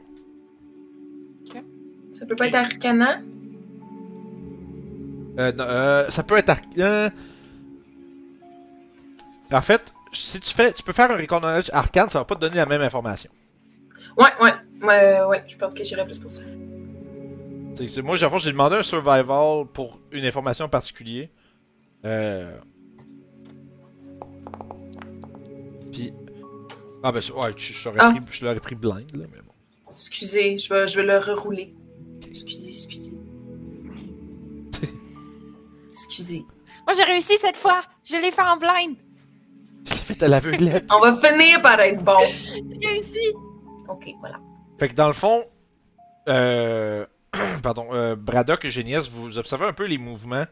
S5: Ça peut pas être Arcana?
S1: Euh, non, euh, ça peut être arc- euh, En fait, si tu fais, tu peux faire un recall knowledge arcane, ça va pas te donner la même information.
S5: Ouais, ouais. Ouais, ouais. Je pense que j'irais plus pour ça.
S1: C'est- c'est- moi, j'ai- j'ai demandé un survival pour une information en particulier. Euh... Puis. Ah, ben, ouais, je, je l'aurais
S5: Ah.
S1: pris, je l'aurais pris blind, là, mais bon.
S5: Excusez, je vais, je vais le rerouler. Excusez, excusez. excusez.
S7: Moi, j'ai réussi cette fois. Je l'ai fait en blind.
S1: Je l'ai fait à l'aveuglette.
S5: On va finir par être bon.
S7: J'ai réussi.
S5: Ok, voilà.
S1: fait que dans le fond, euh... pardon, euh, Braddock et Géniès, vous observez un peu les mouvements.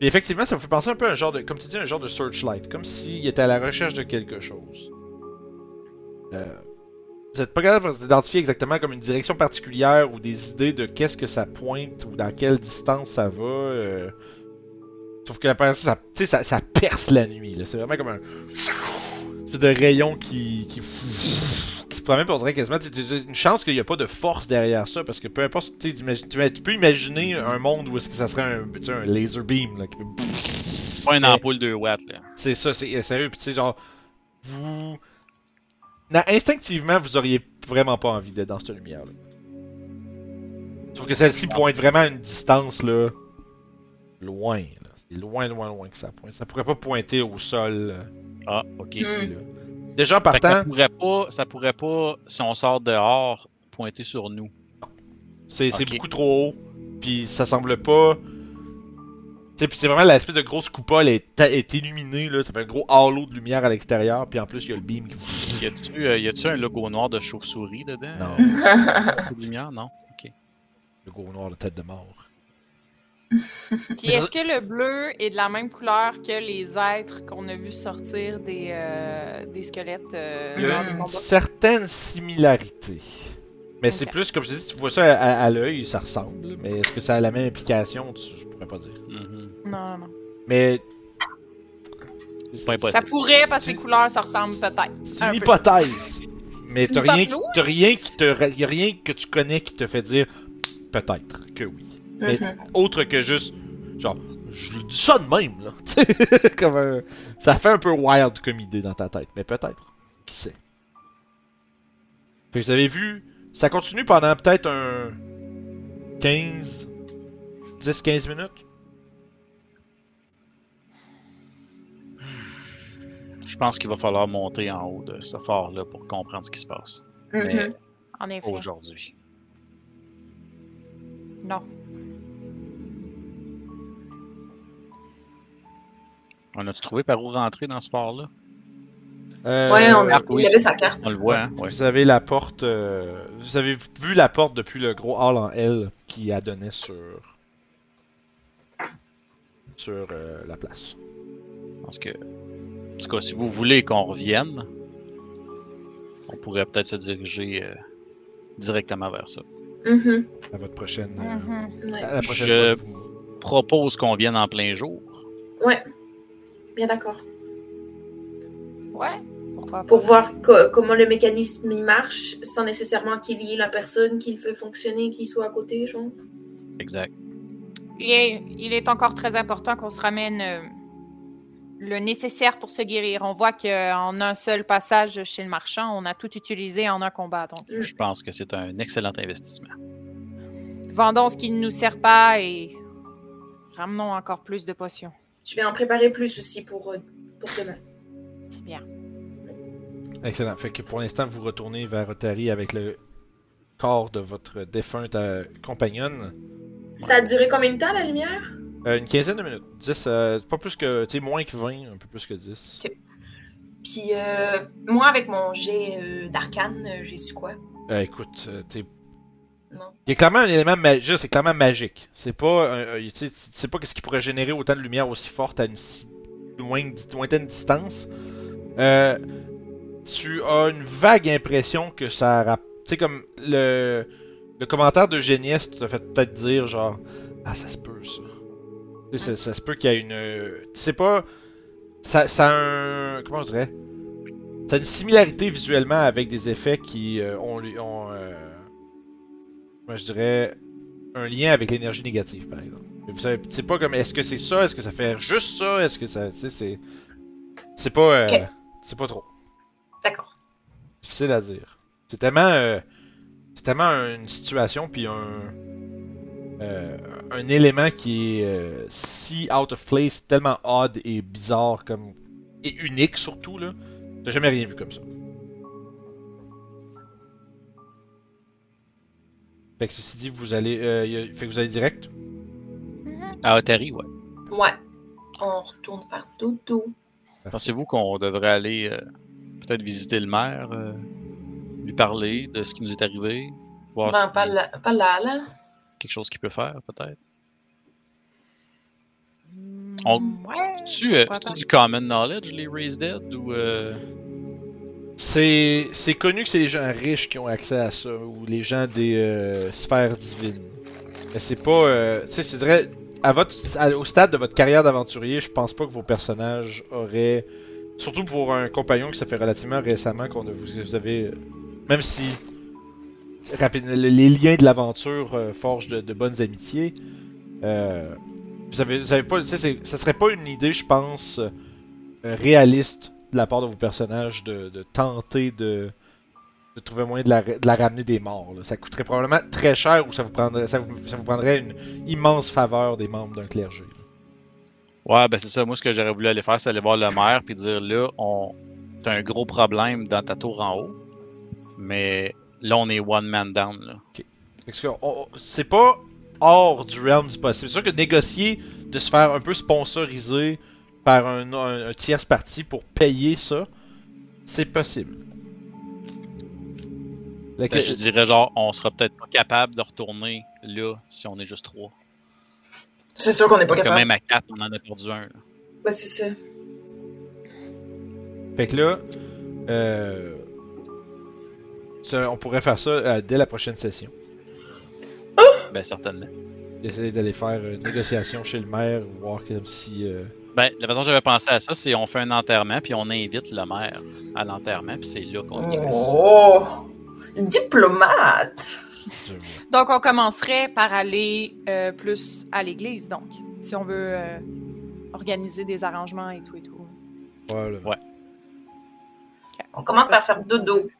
S1: Et effectivement, ça vous fait penser un peu à un genre de. Comme tu dis, un genre de searchlight. Comme s'il était à la recherche de quelque chose. Euh, vous n'êtes pas capable d'identifier exactement comme une direction particulière ou des idées de qu'est-ce que ça pointe ou dans quelle distance ça va. euh. Sauf que la personne, ça, tu sais, ça, ça perce la nuit. là. C'est vraiment comme un. espèce de rayon qui. qui. qui promène, puis on dirait quasiment. tu- tu- tu- Une chance qu'il n'y a pas de force derrière ça, parce que peu importe. tu sais, t'imagines- Tu tu peux imaginer un monde où est-ce que ça serait un, tu sais, un laser beam, là, qui peut
S3: C'est pas une ampoule de watts, là.
S1: C'est ça, c'est euh, sérieux. Puis tu sais, genre, vous. Na- instinctivement, vous auriez vraiment pas envie d'être dans cette lumière-là. Sauf que celle-ci pointe vraiment à une distance, là. Loin, là. C'est loin, loin, loin que ça pointe. Ça pourrait pas pointer au sol, là,
S3: Ah, ok.
S1: ici, là. Déjà en
S3: Fait que ça
S1: partant,
S3: pourrait pas, ça pourrait pas, si on sort dehors, pointer sur nous.
S1: c'est c'est
S3: Ok.
S1: beaucoup trop haut. Puis ça semble pas. Tu sais, puis c'est vraiment l'espèce de grosse coupole est, est illuminée, là. Ça fait un gros halo de lumière à l'extérieur. Puis en plus, il y a le beam qui vous.
S3: Y a-tu, euh, y a-tu un logo noir de chauve-souris dedans?
S1: Non,
S3: Cette lumière, non?
S1: le gros noir de tête de mort.
S4: Puis est-ce que le bleu est de la même couleur que les êtres qu'on a vu sortir des, euh, des squelettes euh,
S1: Il y
S4: lors
S1: a
S4: des
S1: une
S4: combats?
S1: certaine similarité. Mais c'est
S4: Ok.
S1: plus, comme je te dis, si tu vois ça à, à l'œil, ça ressemble. Mais est-ce que ça a la même implication Tu- Je pourrais pas dire.
S3: Mhm.
S4: Non, non, non.
S1: Mais
S3: C'est pas
S4: Ça
S3: impossible.
S4: pourrait parce que
S1: C'est-
S4: les couleurs se ressemblent peut-être.
S1: c'est
S4: Un
S1: une
S4: peu.
S1: hypothèse. Mais
S4: C'est
S1: t'as
S4: une
S1: rien,
S4: patte
S1: qui- t'as rien qui te, ra- y a rien que tu connais qui te fait dire peut-être que oui. Mais
S4: Mhm.
S1: autre que juste, genre, je dis ça de même là. Tu sais, comme un- ça fait un peu wild comme idée dans ta tête, mais peut-être. Qui sait. Fait que vous avez vu, ça continue pendant peut-être un 15, 10-15 minutes.
S3: Je pense qu'il va falloir monter en haut de ce fort-là pour comprendre ce qui se passe. Mais
S4: En effet.
S3: Oh, aujourd'hui.
S4: Non.
S3: On a-tu trouvé par où rentrer dans ce fort-là?
S1: Euh,
S5: Ouais, on a-
S3: Marc, oui.
S5: il avait sa carte.
S3: On le voit, hein? Ouais.
S1: Vous avez la porte, euh, vous avez vu la porte depuis le gros hall en L qui a donné sur sur euh, la place.
S3: Parce que, en tout cas, si vous voulez qu'on revienne, on pourrait peut-être se diriger euh, directement vers ça.
S5: Mhm.
S1: À votre prochaine, euh,
S4: Mhm.
S5: Ouais.
S1: à la prochaine
S3: Je-
S1: fois que vous-
S3: Propose qu'on vienne en plein jour.
S5: Bien d'accord.
S4: Ouais. Pourquoi pas?
S5: Pour voir co- comment le mécanisme il marche, sans nécessairement qu'il y ait la personne qui le fait fonctionner, qui soit à côté, genre.
S3: Exact.
S4: Il est, il est encore très important qu'on se ramène euh, le nécessaire pour se guérir. On voit qu'en un seul passage chez le marchand, on a tout utilisé en un combat. Donc,
S3: Je pense que c'est un excellent investissement.
S4: vendons ce qui ne nous sert pas et ramenons encore plus de potions.
S5: Je vais en préparer plus aussi pour, euh, pour demain.
S4: C'est bien.
S1: Excellent. Fait que pour l'instant, vous retournez vers Otari avec le corps de votre défunte euh, compagnonne.
S5: Ça a duré combien de temps la lumière
S1: Euh, une quinzaine de minutes. 10, euh, pas plus que, tu sais, moins que 20, un peu plus que 10.
S5: Ok. Puis euh, moi, avec mon jet euh, d'arcane, euh, j'ai su quoi
S1: Euh, écoute, euh, t'es-
S5: Non.
S1: Il y a clairement un élément magique, c'est clairement magique. C'est pas, un- un- tu sais, tu sais pas qu'est-ce qui pourrait générer autant de lumière aussi forte à une si loin- lointaine distance. Euh, tu as une vague impression que ça, rap- tu sais comme le, le commentaire de Génies te fait peut-être dire genre, ah ça se peut ça. Tu sais, Ça, ça se peut qu'il y a une, euh, tu sais pas, ça, ça a un, comment on dirait, ça a une similarité visuellement avec des effets qui euh, ont, lui- ont euh, moi, je dirais un lien avec l'énergie négative, par exemple. Vous savez, c'est pas comme est-ce que c'est ça, est-ce que ça fait juste ça, est-ce que ça, tu sais, c'est, c'est pas, euh,
S5: Ok.
S1: c'est pas trop
S5: D'accord.
S1: difficile à dire. C'est tellement, euh, c'est tellement une situation puis un, euh, un élément qui est euh, si out of place, tellement odd et bizarre comme et unique surtout là. T'as jamais rien vu comme ça. Fait que ceci dit, vous allez, euh, y a- fait que vous allez direct.
S3: À Otari, ouais.
S5: Ouais. On retourne faire dodo.
S3: Pensez-vous qu'on devrait aller euh, peut-être visiter le maire, euh, lui parler de ce qui nous est arrivé, voir
S5: Ben,
S3: si-
S5: pas, là, pas là, là.
S3: quelque chose qu'il peut faire, peut-être?
S4: Hmm, Ouais.
S3: Tu euh,
S4: pourquoi
S3: c'est-tu
S4: pas?
S3: du common knowledge, les Raised Dead, ou... euh,
S1: C'est, c'est connu que c'est les gens riches qui ont accès à ça, ou les gens des euh, sphères divines. Mais c'est pas. euh, tu sais, c'est vrai. À votre, à- au stade de votre carrière d'aventurier, je pense pas que vos personnages auraient Surtout pour un compagnon qui s'est fait relativement récemment qu'on a vous, vous avez. euh, Même si rapide- le- les liens de l'aventure euh, forgent de, de bonnes amitiés, euh, vous avez, vous avez pas. tu sais, c'est- ça serait pas une idée, je pense, euh, réaliste de la part de vos personnages de, de tenter de, de trouver moyen de la, ra- de la ramener des morts. là. Ça coûterait probablement très cher ou ça vous prendrait, ça vous, ça vous prendrait une immense faveur des membres d'un clergé.
S3: Ouais, ben c'est ça. Moi, ce que j'aurais voulu aller faire, c'est aller voir le maire puis dire là, on... t'as un gros problème dans ta tour en haut. Mais là, on est one man down. Là.
S1: Parce que on- on- c'est pas hors du realm du possible. C'est sûr que négocier de se faire un peu sponsoriser par un, un, un tierce parti pour payer ça, c'est possible. La
S3: Ben, je dirais genre, on sera peut-être pas capable de retourner là si on est juste trois.
S5: C'est sûr qu'on n'est pas
S3: Parce que
S5: capable.
S3: même à quatre, on en a perdu un. là.
S5: Ouais, c'est ça.
S1: Fait que là, euh, ça, on pourrait faire ça euh, dès la prochaine session.
S3: Ben certainement.
S1: Essayer d'aller faire une négociation chez le maire, voir comme si. euh,
S3: Ben, la façon dont j'avais pensé à ça, c'est on fait un enterrement puis on invite le maire à l'enterrement puis c'est là qu'on y reste.
S5: Oh! Diplomate!
S1: je-
S4: Donc, on commencerait par aller euh, plus à l'église, donc, si on veut euh, organiser des arrangements et tout et tout.
S1: probablement.
S5: On commence par faire dodo.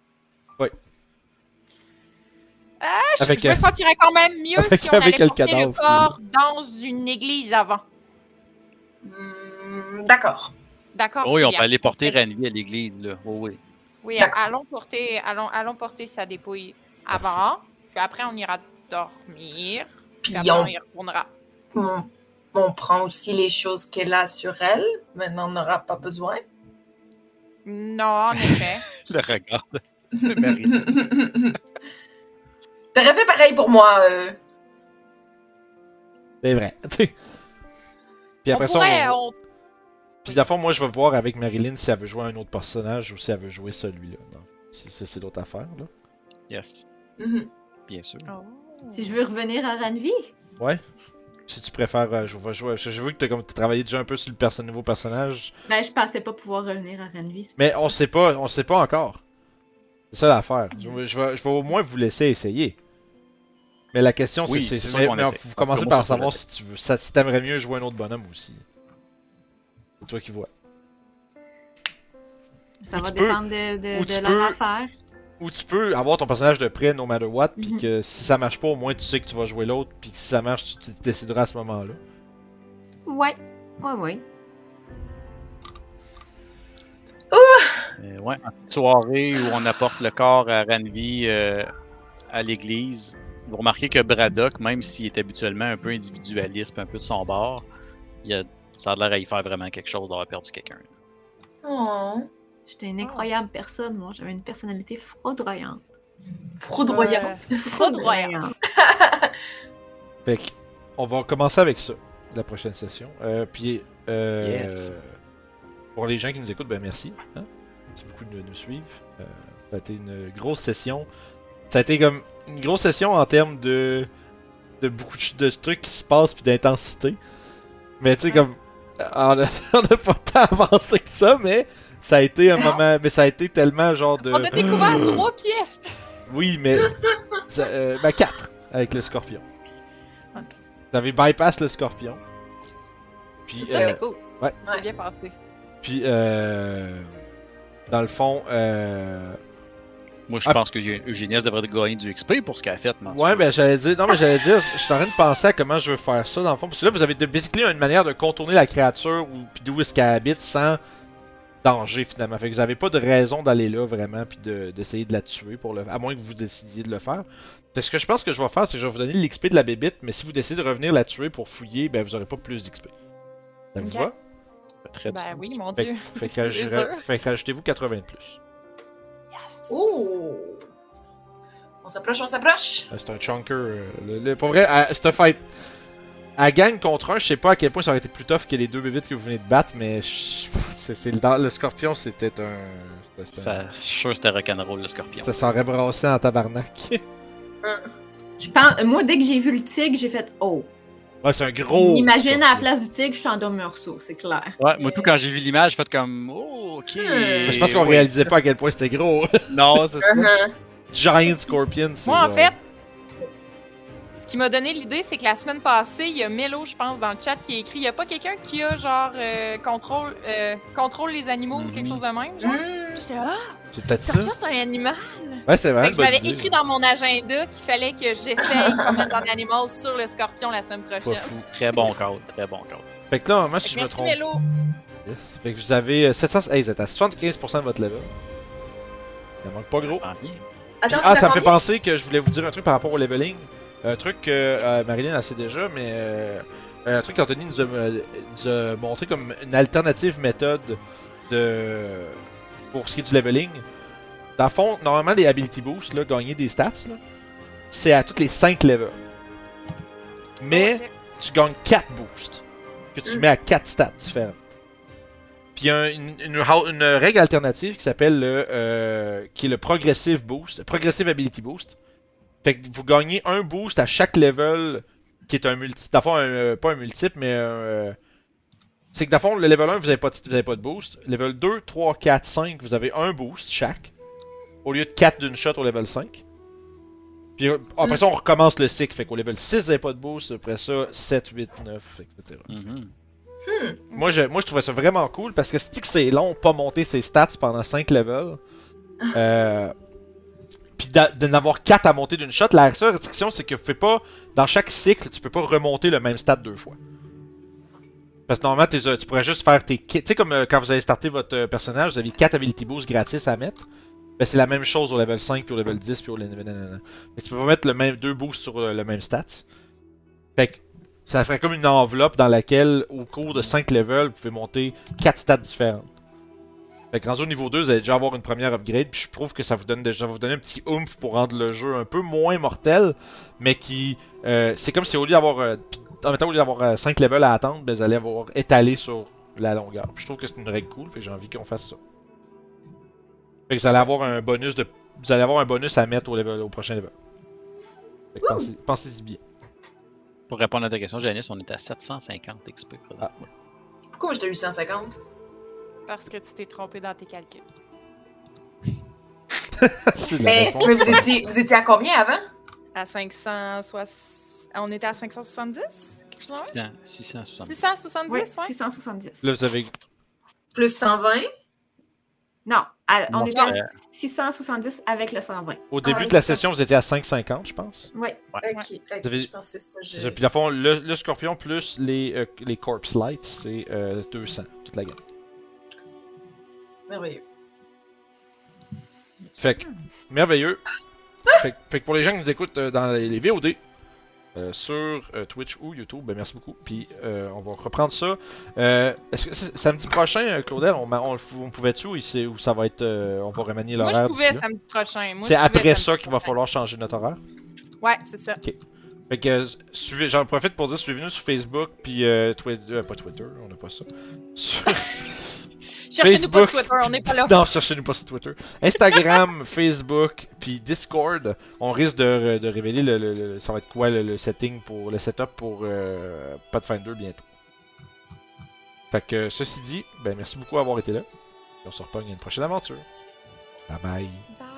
S4: Ah, Je-
S1: Avec,
S4: je me
S1: euh,
S4: sentirais quand même mieux
S1: avec-
S4: si on allait
S1: avec le
S4: porter le
S1: cadavre.
S4: corps dans une église avant.
S5: Hmm, D'accord.
S4: D'accord.
S3: Oui, on peut
S4: Sylvia.
S3: aller porter Ranvi à l'église, là. Oui, oui.
S4: Oui,
S5: D'accord.
S4: allons porter, allons, allons porter sa dépouille avant, puis après on ira dormir, puis
S5: Puis
S4: après on
S5: on,
S4: y retournera.
S5: on- Hmm, on prend aussi les choses qu'elle a sur elle. Maintenant, on n'aura pas besoin.
S4: Non, en effet.
S3: Le regard.
S1: Ben
S5: T'aurais fait pareil pour moi. euh.
S1: C'est vrai. Puis
S4: on
S1: après ça,
S4: pourrait,
S1: on-
S4: on-
S1: Puis d'abord, moi, je vais voir avec Marilyn si elle veut jouer un autre personnage ou si elle veut jouer celui-là. Non. Si si c'est l'autre affaire, là.
S3: Yes,
S5: Mhm.
S3: bien sûr.
S6: Si je veux revenir à Ranvi,
S1: Si tu préfères, euh, je vais jouer. Je, je veux que tu as travaillé déjà un peu sur le perso- nouveau personnage,
S6: ben, je pensais pas pouvoir revenir à Ranvi. c'est
S1: mais
S6: pour
S1: on
S6: ça.
S1: sait pas, on sait pas encore. C'est ça l'affaire. Je, vais- je vais, je vais au moins vous laisser essayer. Mais la question, c'est-
S3: Oui,
S1: c'est
S3: c'est
S1: c'est.
S3: sûr
S1: Mais,
S3: qu'on
S1: mais
S3: essaie.
S1: vous
S3: En
S1: commencez
S3: tout
S1: par
S3: cas, moi, ça, je
S1: savoir si tu veux, ça- si t'aimerais mieux jouer un autre bonhomme aussi. C'est toi qui vois.
S6: Ça
S1: ou
S6: va
S1: tu peux-
S6: dépendre de, de,
S1: ou
S6: de
S1: tu
S6: leur
S1: peux-
S6: affaire.
S1: Ou tu peux avoir ton personnage de près, no matter what, puis
S6: Mhm.
S1: que si ça marche pas, au moins tu sais que tu vas jouer l'autre, puis que si ça marche, tu, tu décideras à ce moment-là.
S6: Ouais. Ouais, ouais.
S3: Euh, ouais, en cette soirée où on apporte le corps à Ranvi euh, à l'église, vous remarquez que Braddock, même s'il est habituellement un peu individualiste, un peu de son bord, il a, ça a l'air à y faire vraiment quelque chose d'avoir perdu quelqu'un.
S5: Oh.
S6: J'étais une incroyable personne, moi. J'avais une personnalité foudroyante.
S5: Foudroyante.
S4: Foudroyante.
S1: Fait que, on va commencer avec ça, la prochaine session. Euh, puis, euh,
S3: Yes.
S1: pour les gens qui nous écoutent, ben merci. hein. Merci beaucoup de nous suivre. Euh, ça a été une grosse session. Ça a été comme une grosse session en termes de, de beaucoup de, ch- de trucs qui se passent puis d'intensité. Mais tu sais, comme, euh, on a, on a pas tant avancé que ça, mais ça a été un moment, mais ça a été tellement genre de.
S7: On a découvert trois pièces.
S1: Oui, mais. ça, euh, ben, 4 avec le scorpion.
S4: Ok.
S1: Vous avez bypass le scorpion. Puis,
S4: Ça,
S1: euh,
S4: c'était cool.
S1: ouais.
S4: C'est bien passé.
S1: puis euh, dans le fond, euh,
S3: Moi, je
S1: Ah.
S3: pense que Eugénie devrait gagner du XP pour ce qu'elle a fait. mais en tout
S1: ouais,
S3: cas,
S1: ben j'allais dire, non, mais j'allais dire, je suis en train de penser à comment je veux faire ça dans le fond, parce que là, vous avez de- basically une manière de contourner la créature ou puis d'où est-ce qu'elle habite sans danger finalement. Fait que vous avez pas de raison d'aller là vraiment puis de- d'essayer de, la tuer pour le, à moins que vous décidiez de le faire. Parce que je pense que je vais faire, c'est que je vais vous donner l'XP de la bébite, mais si vous décidez de revenir la tuer pour fouiller, ben vous aurez pas plus d'XP. Ça vous
S4: Ok.
S1: va?
S3: ça fait très
S4: Ben
S3: du-
S4: oui, mon
S1: Fait,
S4: Dieu.
S1: fait que
S4: C'est
S1: je-
S4: sûr.
S1: fait que rajoutez-vous 80 de plus.
S5: Oh. On s'approche, on s'approche.
S1: Euh, C'est un chunker. euh, le- le- pour vrai, à, cette fight. À gagne contre un, je sais pas à quel point ça aurait été plus tough que les deux bébites que vous venez de battre, mais je- c'est, c'est le, dans- le scorpion, c'était un. c'était- c'était un-
S3: Ça, je suis sûr que c'était rock'n'roll, le scorpion.
S1: ça s'aurait brassé en tabarnak.
S6: Je pense... Moi, dès que j'ai vu le tigre, j'ai fait « Oh!
S1: Ouais, c'est un gros.
S6: Imagine à la
S1: scorpion.
S6: place du tigre, je suis en deux morceaux, c'est clair.
S3: Ouais, moi, tout quand j'ai vu l'image, j'ai fait comme. Oh, ok.
S4: Hmm.
S1: Je pense qu'on
S3: Ouais.
S1: réalisait pas à quel point c'était gros.
S3: Non, c'est ça.
S5: Uh-huh.
S1: Giant Scorpion, c'est.
S4: Moi, en
S1: genre-
S4: fait, ce qui m'a donné l'idée, c'est que la semaine passée, il y a Melo, je pense, dans le chat qui a écrit il n'y a pas quelqu'un qui a genre euh, contrôle, euh, contrôle les animaux ou
S3: Mhm.
S4: quelque chose de même. Genre.
S5: Mm.
S4: J'étais là, ah,
S1: C'est peut-être ça.
S4: Scorpion, c'est un animal.
S1: Ouais, c'est vrai.
S4: Fait que je m'avais écrit dans mon agenda qu'il fallait que j'essaye de mettre un animal sur le scorpion la semaine
S1: Pas
S4: prochaine.
S1: fou.
S3: Très bon code, très bon code.
S1: Fait que là, moi,
S4: Fait
S1: si
S4: que
S1: je me
S4: merci
S1: trompe.
S4: Melo.
S1: Yes. Fait que vous avez euh, 700. Hey, vous êtes à 75% de votre level. Il en manque pas gros.
S3: Ça sent bien.
S5: Attends,
S1: ah,
S5: t'as
S1: ça me fait
S5: combien?
S1: penser que je voulais vous dire un truc par rapport au leveling. Un truc que euh, Marilyn elle sait déjà, mais euh, un truc qu'Anthony nous, a- euh, nous a montré comme une alternative méthode de pour ce qui est du leveling. Dans le fond, normalement, les ability boosts, là, gagner des stats, là, c'est à toutes les 5 levels. Mais tu gagnes 4 boosts que tu
S5: Mm.
S1: mets à 4 stats différentes. Puis il y a une, une ra- une règle alternative qui s'appelle le euh, qui est le progressive boost, progressive ability boost. Fait que vous gagnez un boost à chaque level qui est un multi, dans le fond, un, euh, pas un multiple mais euh, c'est que dans le fond le level 1 vous avez pas de, vous avez pas de boost, level 2, 3, 4, 5 vous avez un boost chaque au lieu de 4 d'une shot au level 5. Puis euh, après ça, on recommence le cycle. Fait qu'au level 6, vous avez pas de boost. Après ça, 7, 8, 9, etc.
S3: Mhm.
S1: Moi je, moi, je trouvais ça vraiment cool parce que c'est que c'est long, pas monter ses stats pendant 5 levels. Euh, puis d'a- de n'avoir 4 à monter d'une shot, la seule restriction, c'est que tu fais pas, dans chaque cycle, tu peux pas remonter le même stat deux fois. Parce que normalement, t'es, euh, tu pourrais juste faire tes. qui- Tu sais, comme euh, quand vous avez starté votre euh, personnage, vous avez 4 ability boosts gratis à mettre. Ben, c'est la même chose au level 5, puis au level 10, puis au level. nanana. Mais tu peux pas mettre le même, deux boosts sur euh, le même stat. Fait que ça ferait comme une enveloppe dans laquelle, au cours de 5 levels, vous pouvez monter 4 stats différentes. Fait que rendu au niveau 2, vous allez déjà avoir une première upgrade, puis je trouve que ça vous donne déjà ça va vous donner un petit oomph pour rendre le jeu un peu moins mortel, mais qui. euh, c'est comme si au lieu d'avoir. euh, puis en même temps, au lieu d'avoir 5 levels à attendre, ben, vous allez avoir étalé sur la longueur. Puis je trouve que c'est une règle cool, fait que j'ai envie qu'on fasse ça. Fait que vous allez avoir un bonus de. Vous allez avoir un bonus à mettre au, level, au prochain level. Fait que pensez- pensez-y bien.
S3: Pour répondre à ta question, Janice, on est à 750 XP. présentement.
S1: Ah.
S5: Pourquoi moi j'étais à 850?
S4: Parce que tu t'es trompé dans tes calculs.
S1: C'est de la
S5: Mais,
S1: réponse.
S5: Eh, mais vous, étiez, vous étiez à combien avant?
S4: À 500, soit... On était à 570? Quelque chose de même?
S3: 600, 670.
S4: 670,
S6: Oui,
S4: ouais.
S6: 670.
S1: Là, vous avez
S5: Plus 120?
S6: Non, à- on
S3: Mon
S6: est à 670 avec le 120.
S1: Au
S5: Ah,
S1: début
S5: oui,
S1: de la
S5: c'est ça.
S1: session, vous étiez à 5,50, je pense.
S6: Oui.
S5: Ok, ok,
S1: Vous avez-
S5: je pense que c'est ça.
S1: C'est
S5: Je...
S1: ça. Puis, à fond, le, le scorpion plus les, euh, les corpse lights, c'est euh, 200, toute la gamme.
S5: Merveilleux.
S1: Fait
S4: Ah.
S1: que, merveilleux. Fait, que- fait que pour les gens qui nous écoutent euh, dans les, les VOD, euh, sur euh, Twitch ou YouTube, ben merci beaucoup. Puis euh, on va reprendre ça. Euh, Est-ce que c'est- samedi prochain, euh, Claudel, on, ma- on, le f- on pouvait-tu ou, il s'est- ou ça va être. euh, on va remanier
S4: Moi,
S1: l'horaire
S4: je pouvais
S1: d'ici là?
S4: samedi prochain. Moi,
S1: C'est
S4: je pouvais
S1: après
S4: samedi
S1: ça qu'il va
S4: prochain.
S1: falloir changer notre horaire.
S4: Ouais, c'est ça.
S1: Fait que euh, suivez, j'en profite pour dire suivez-nous sur Facebook puis euh, Twitter, pas Twitter, on n'a pas ça. Sur-
S4: Cherchez-nous pas
S1: Facebook.
S4: sur Twitter, on n'est pas là.
S1: non, cherchez-nous pas sur Twitter. Instagram, Facebook puis Discord. On risque de, de révéler le, le- le- ça va être quoi le, le setting pour le setup pour euh, Pathfinder bientôt. Fait que ceci dit, ben merci beaucoup d'avoir été là. Et on se repogne à une prochaine aventure. Bye bye.
S4: Bye.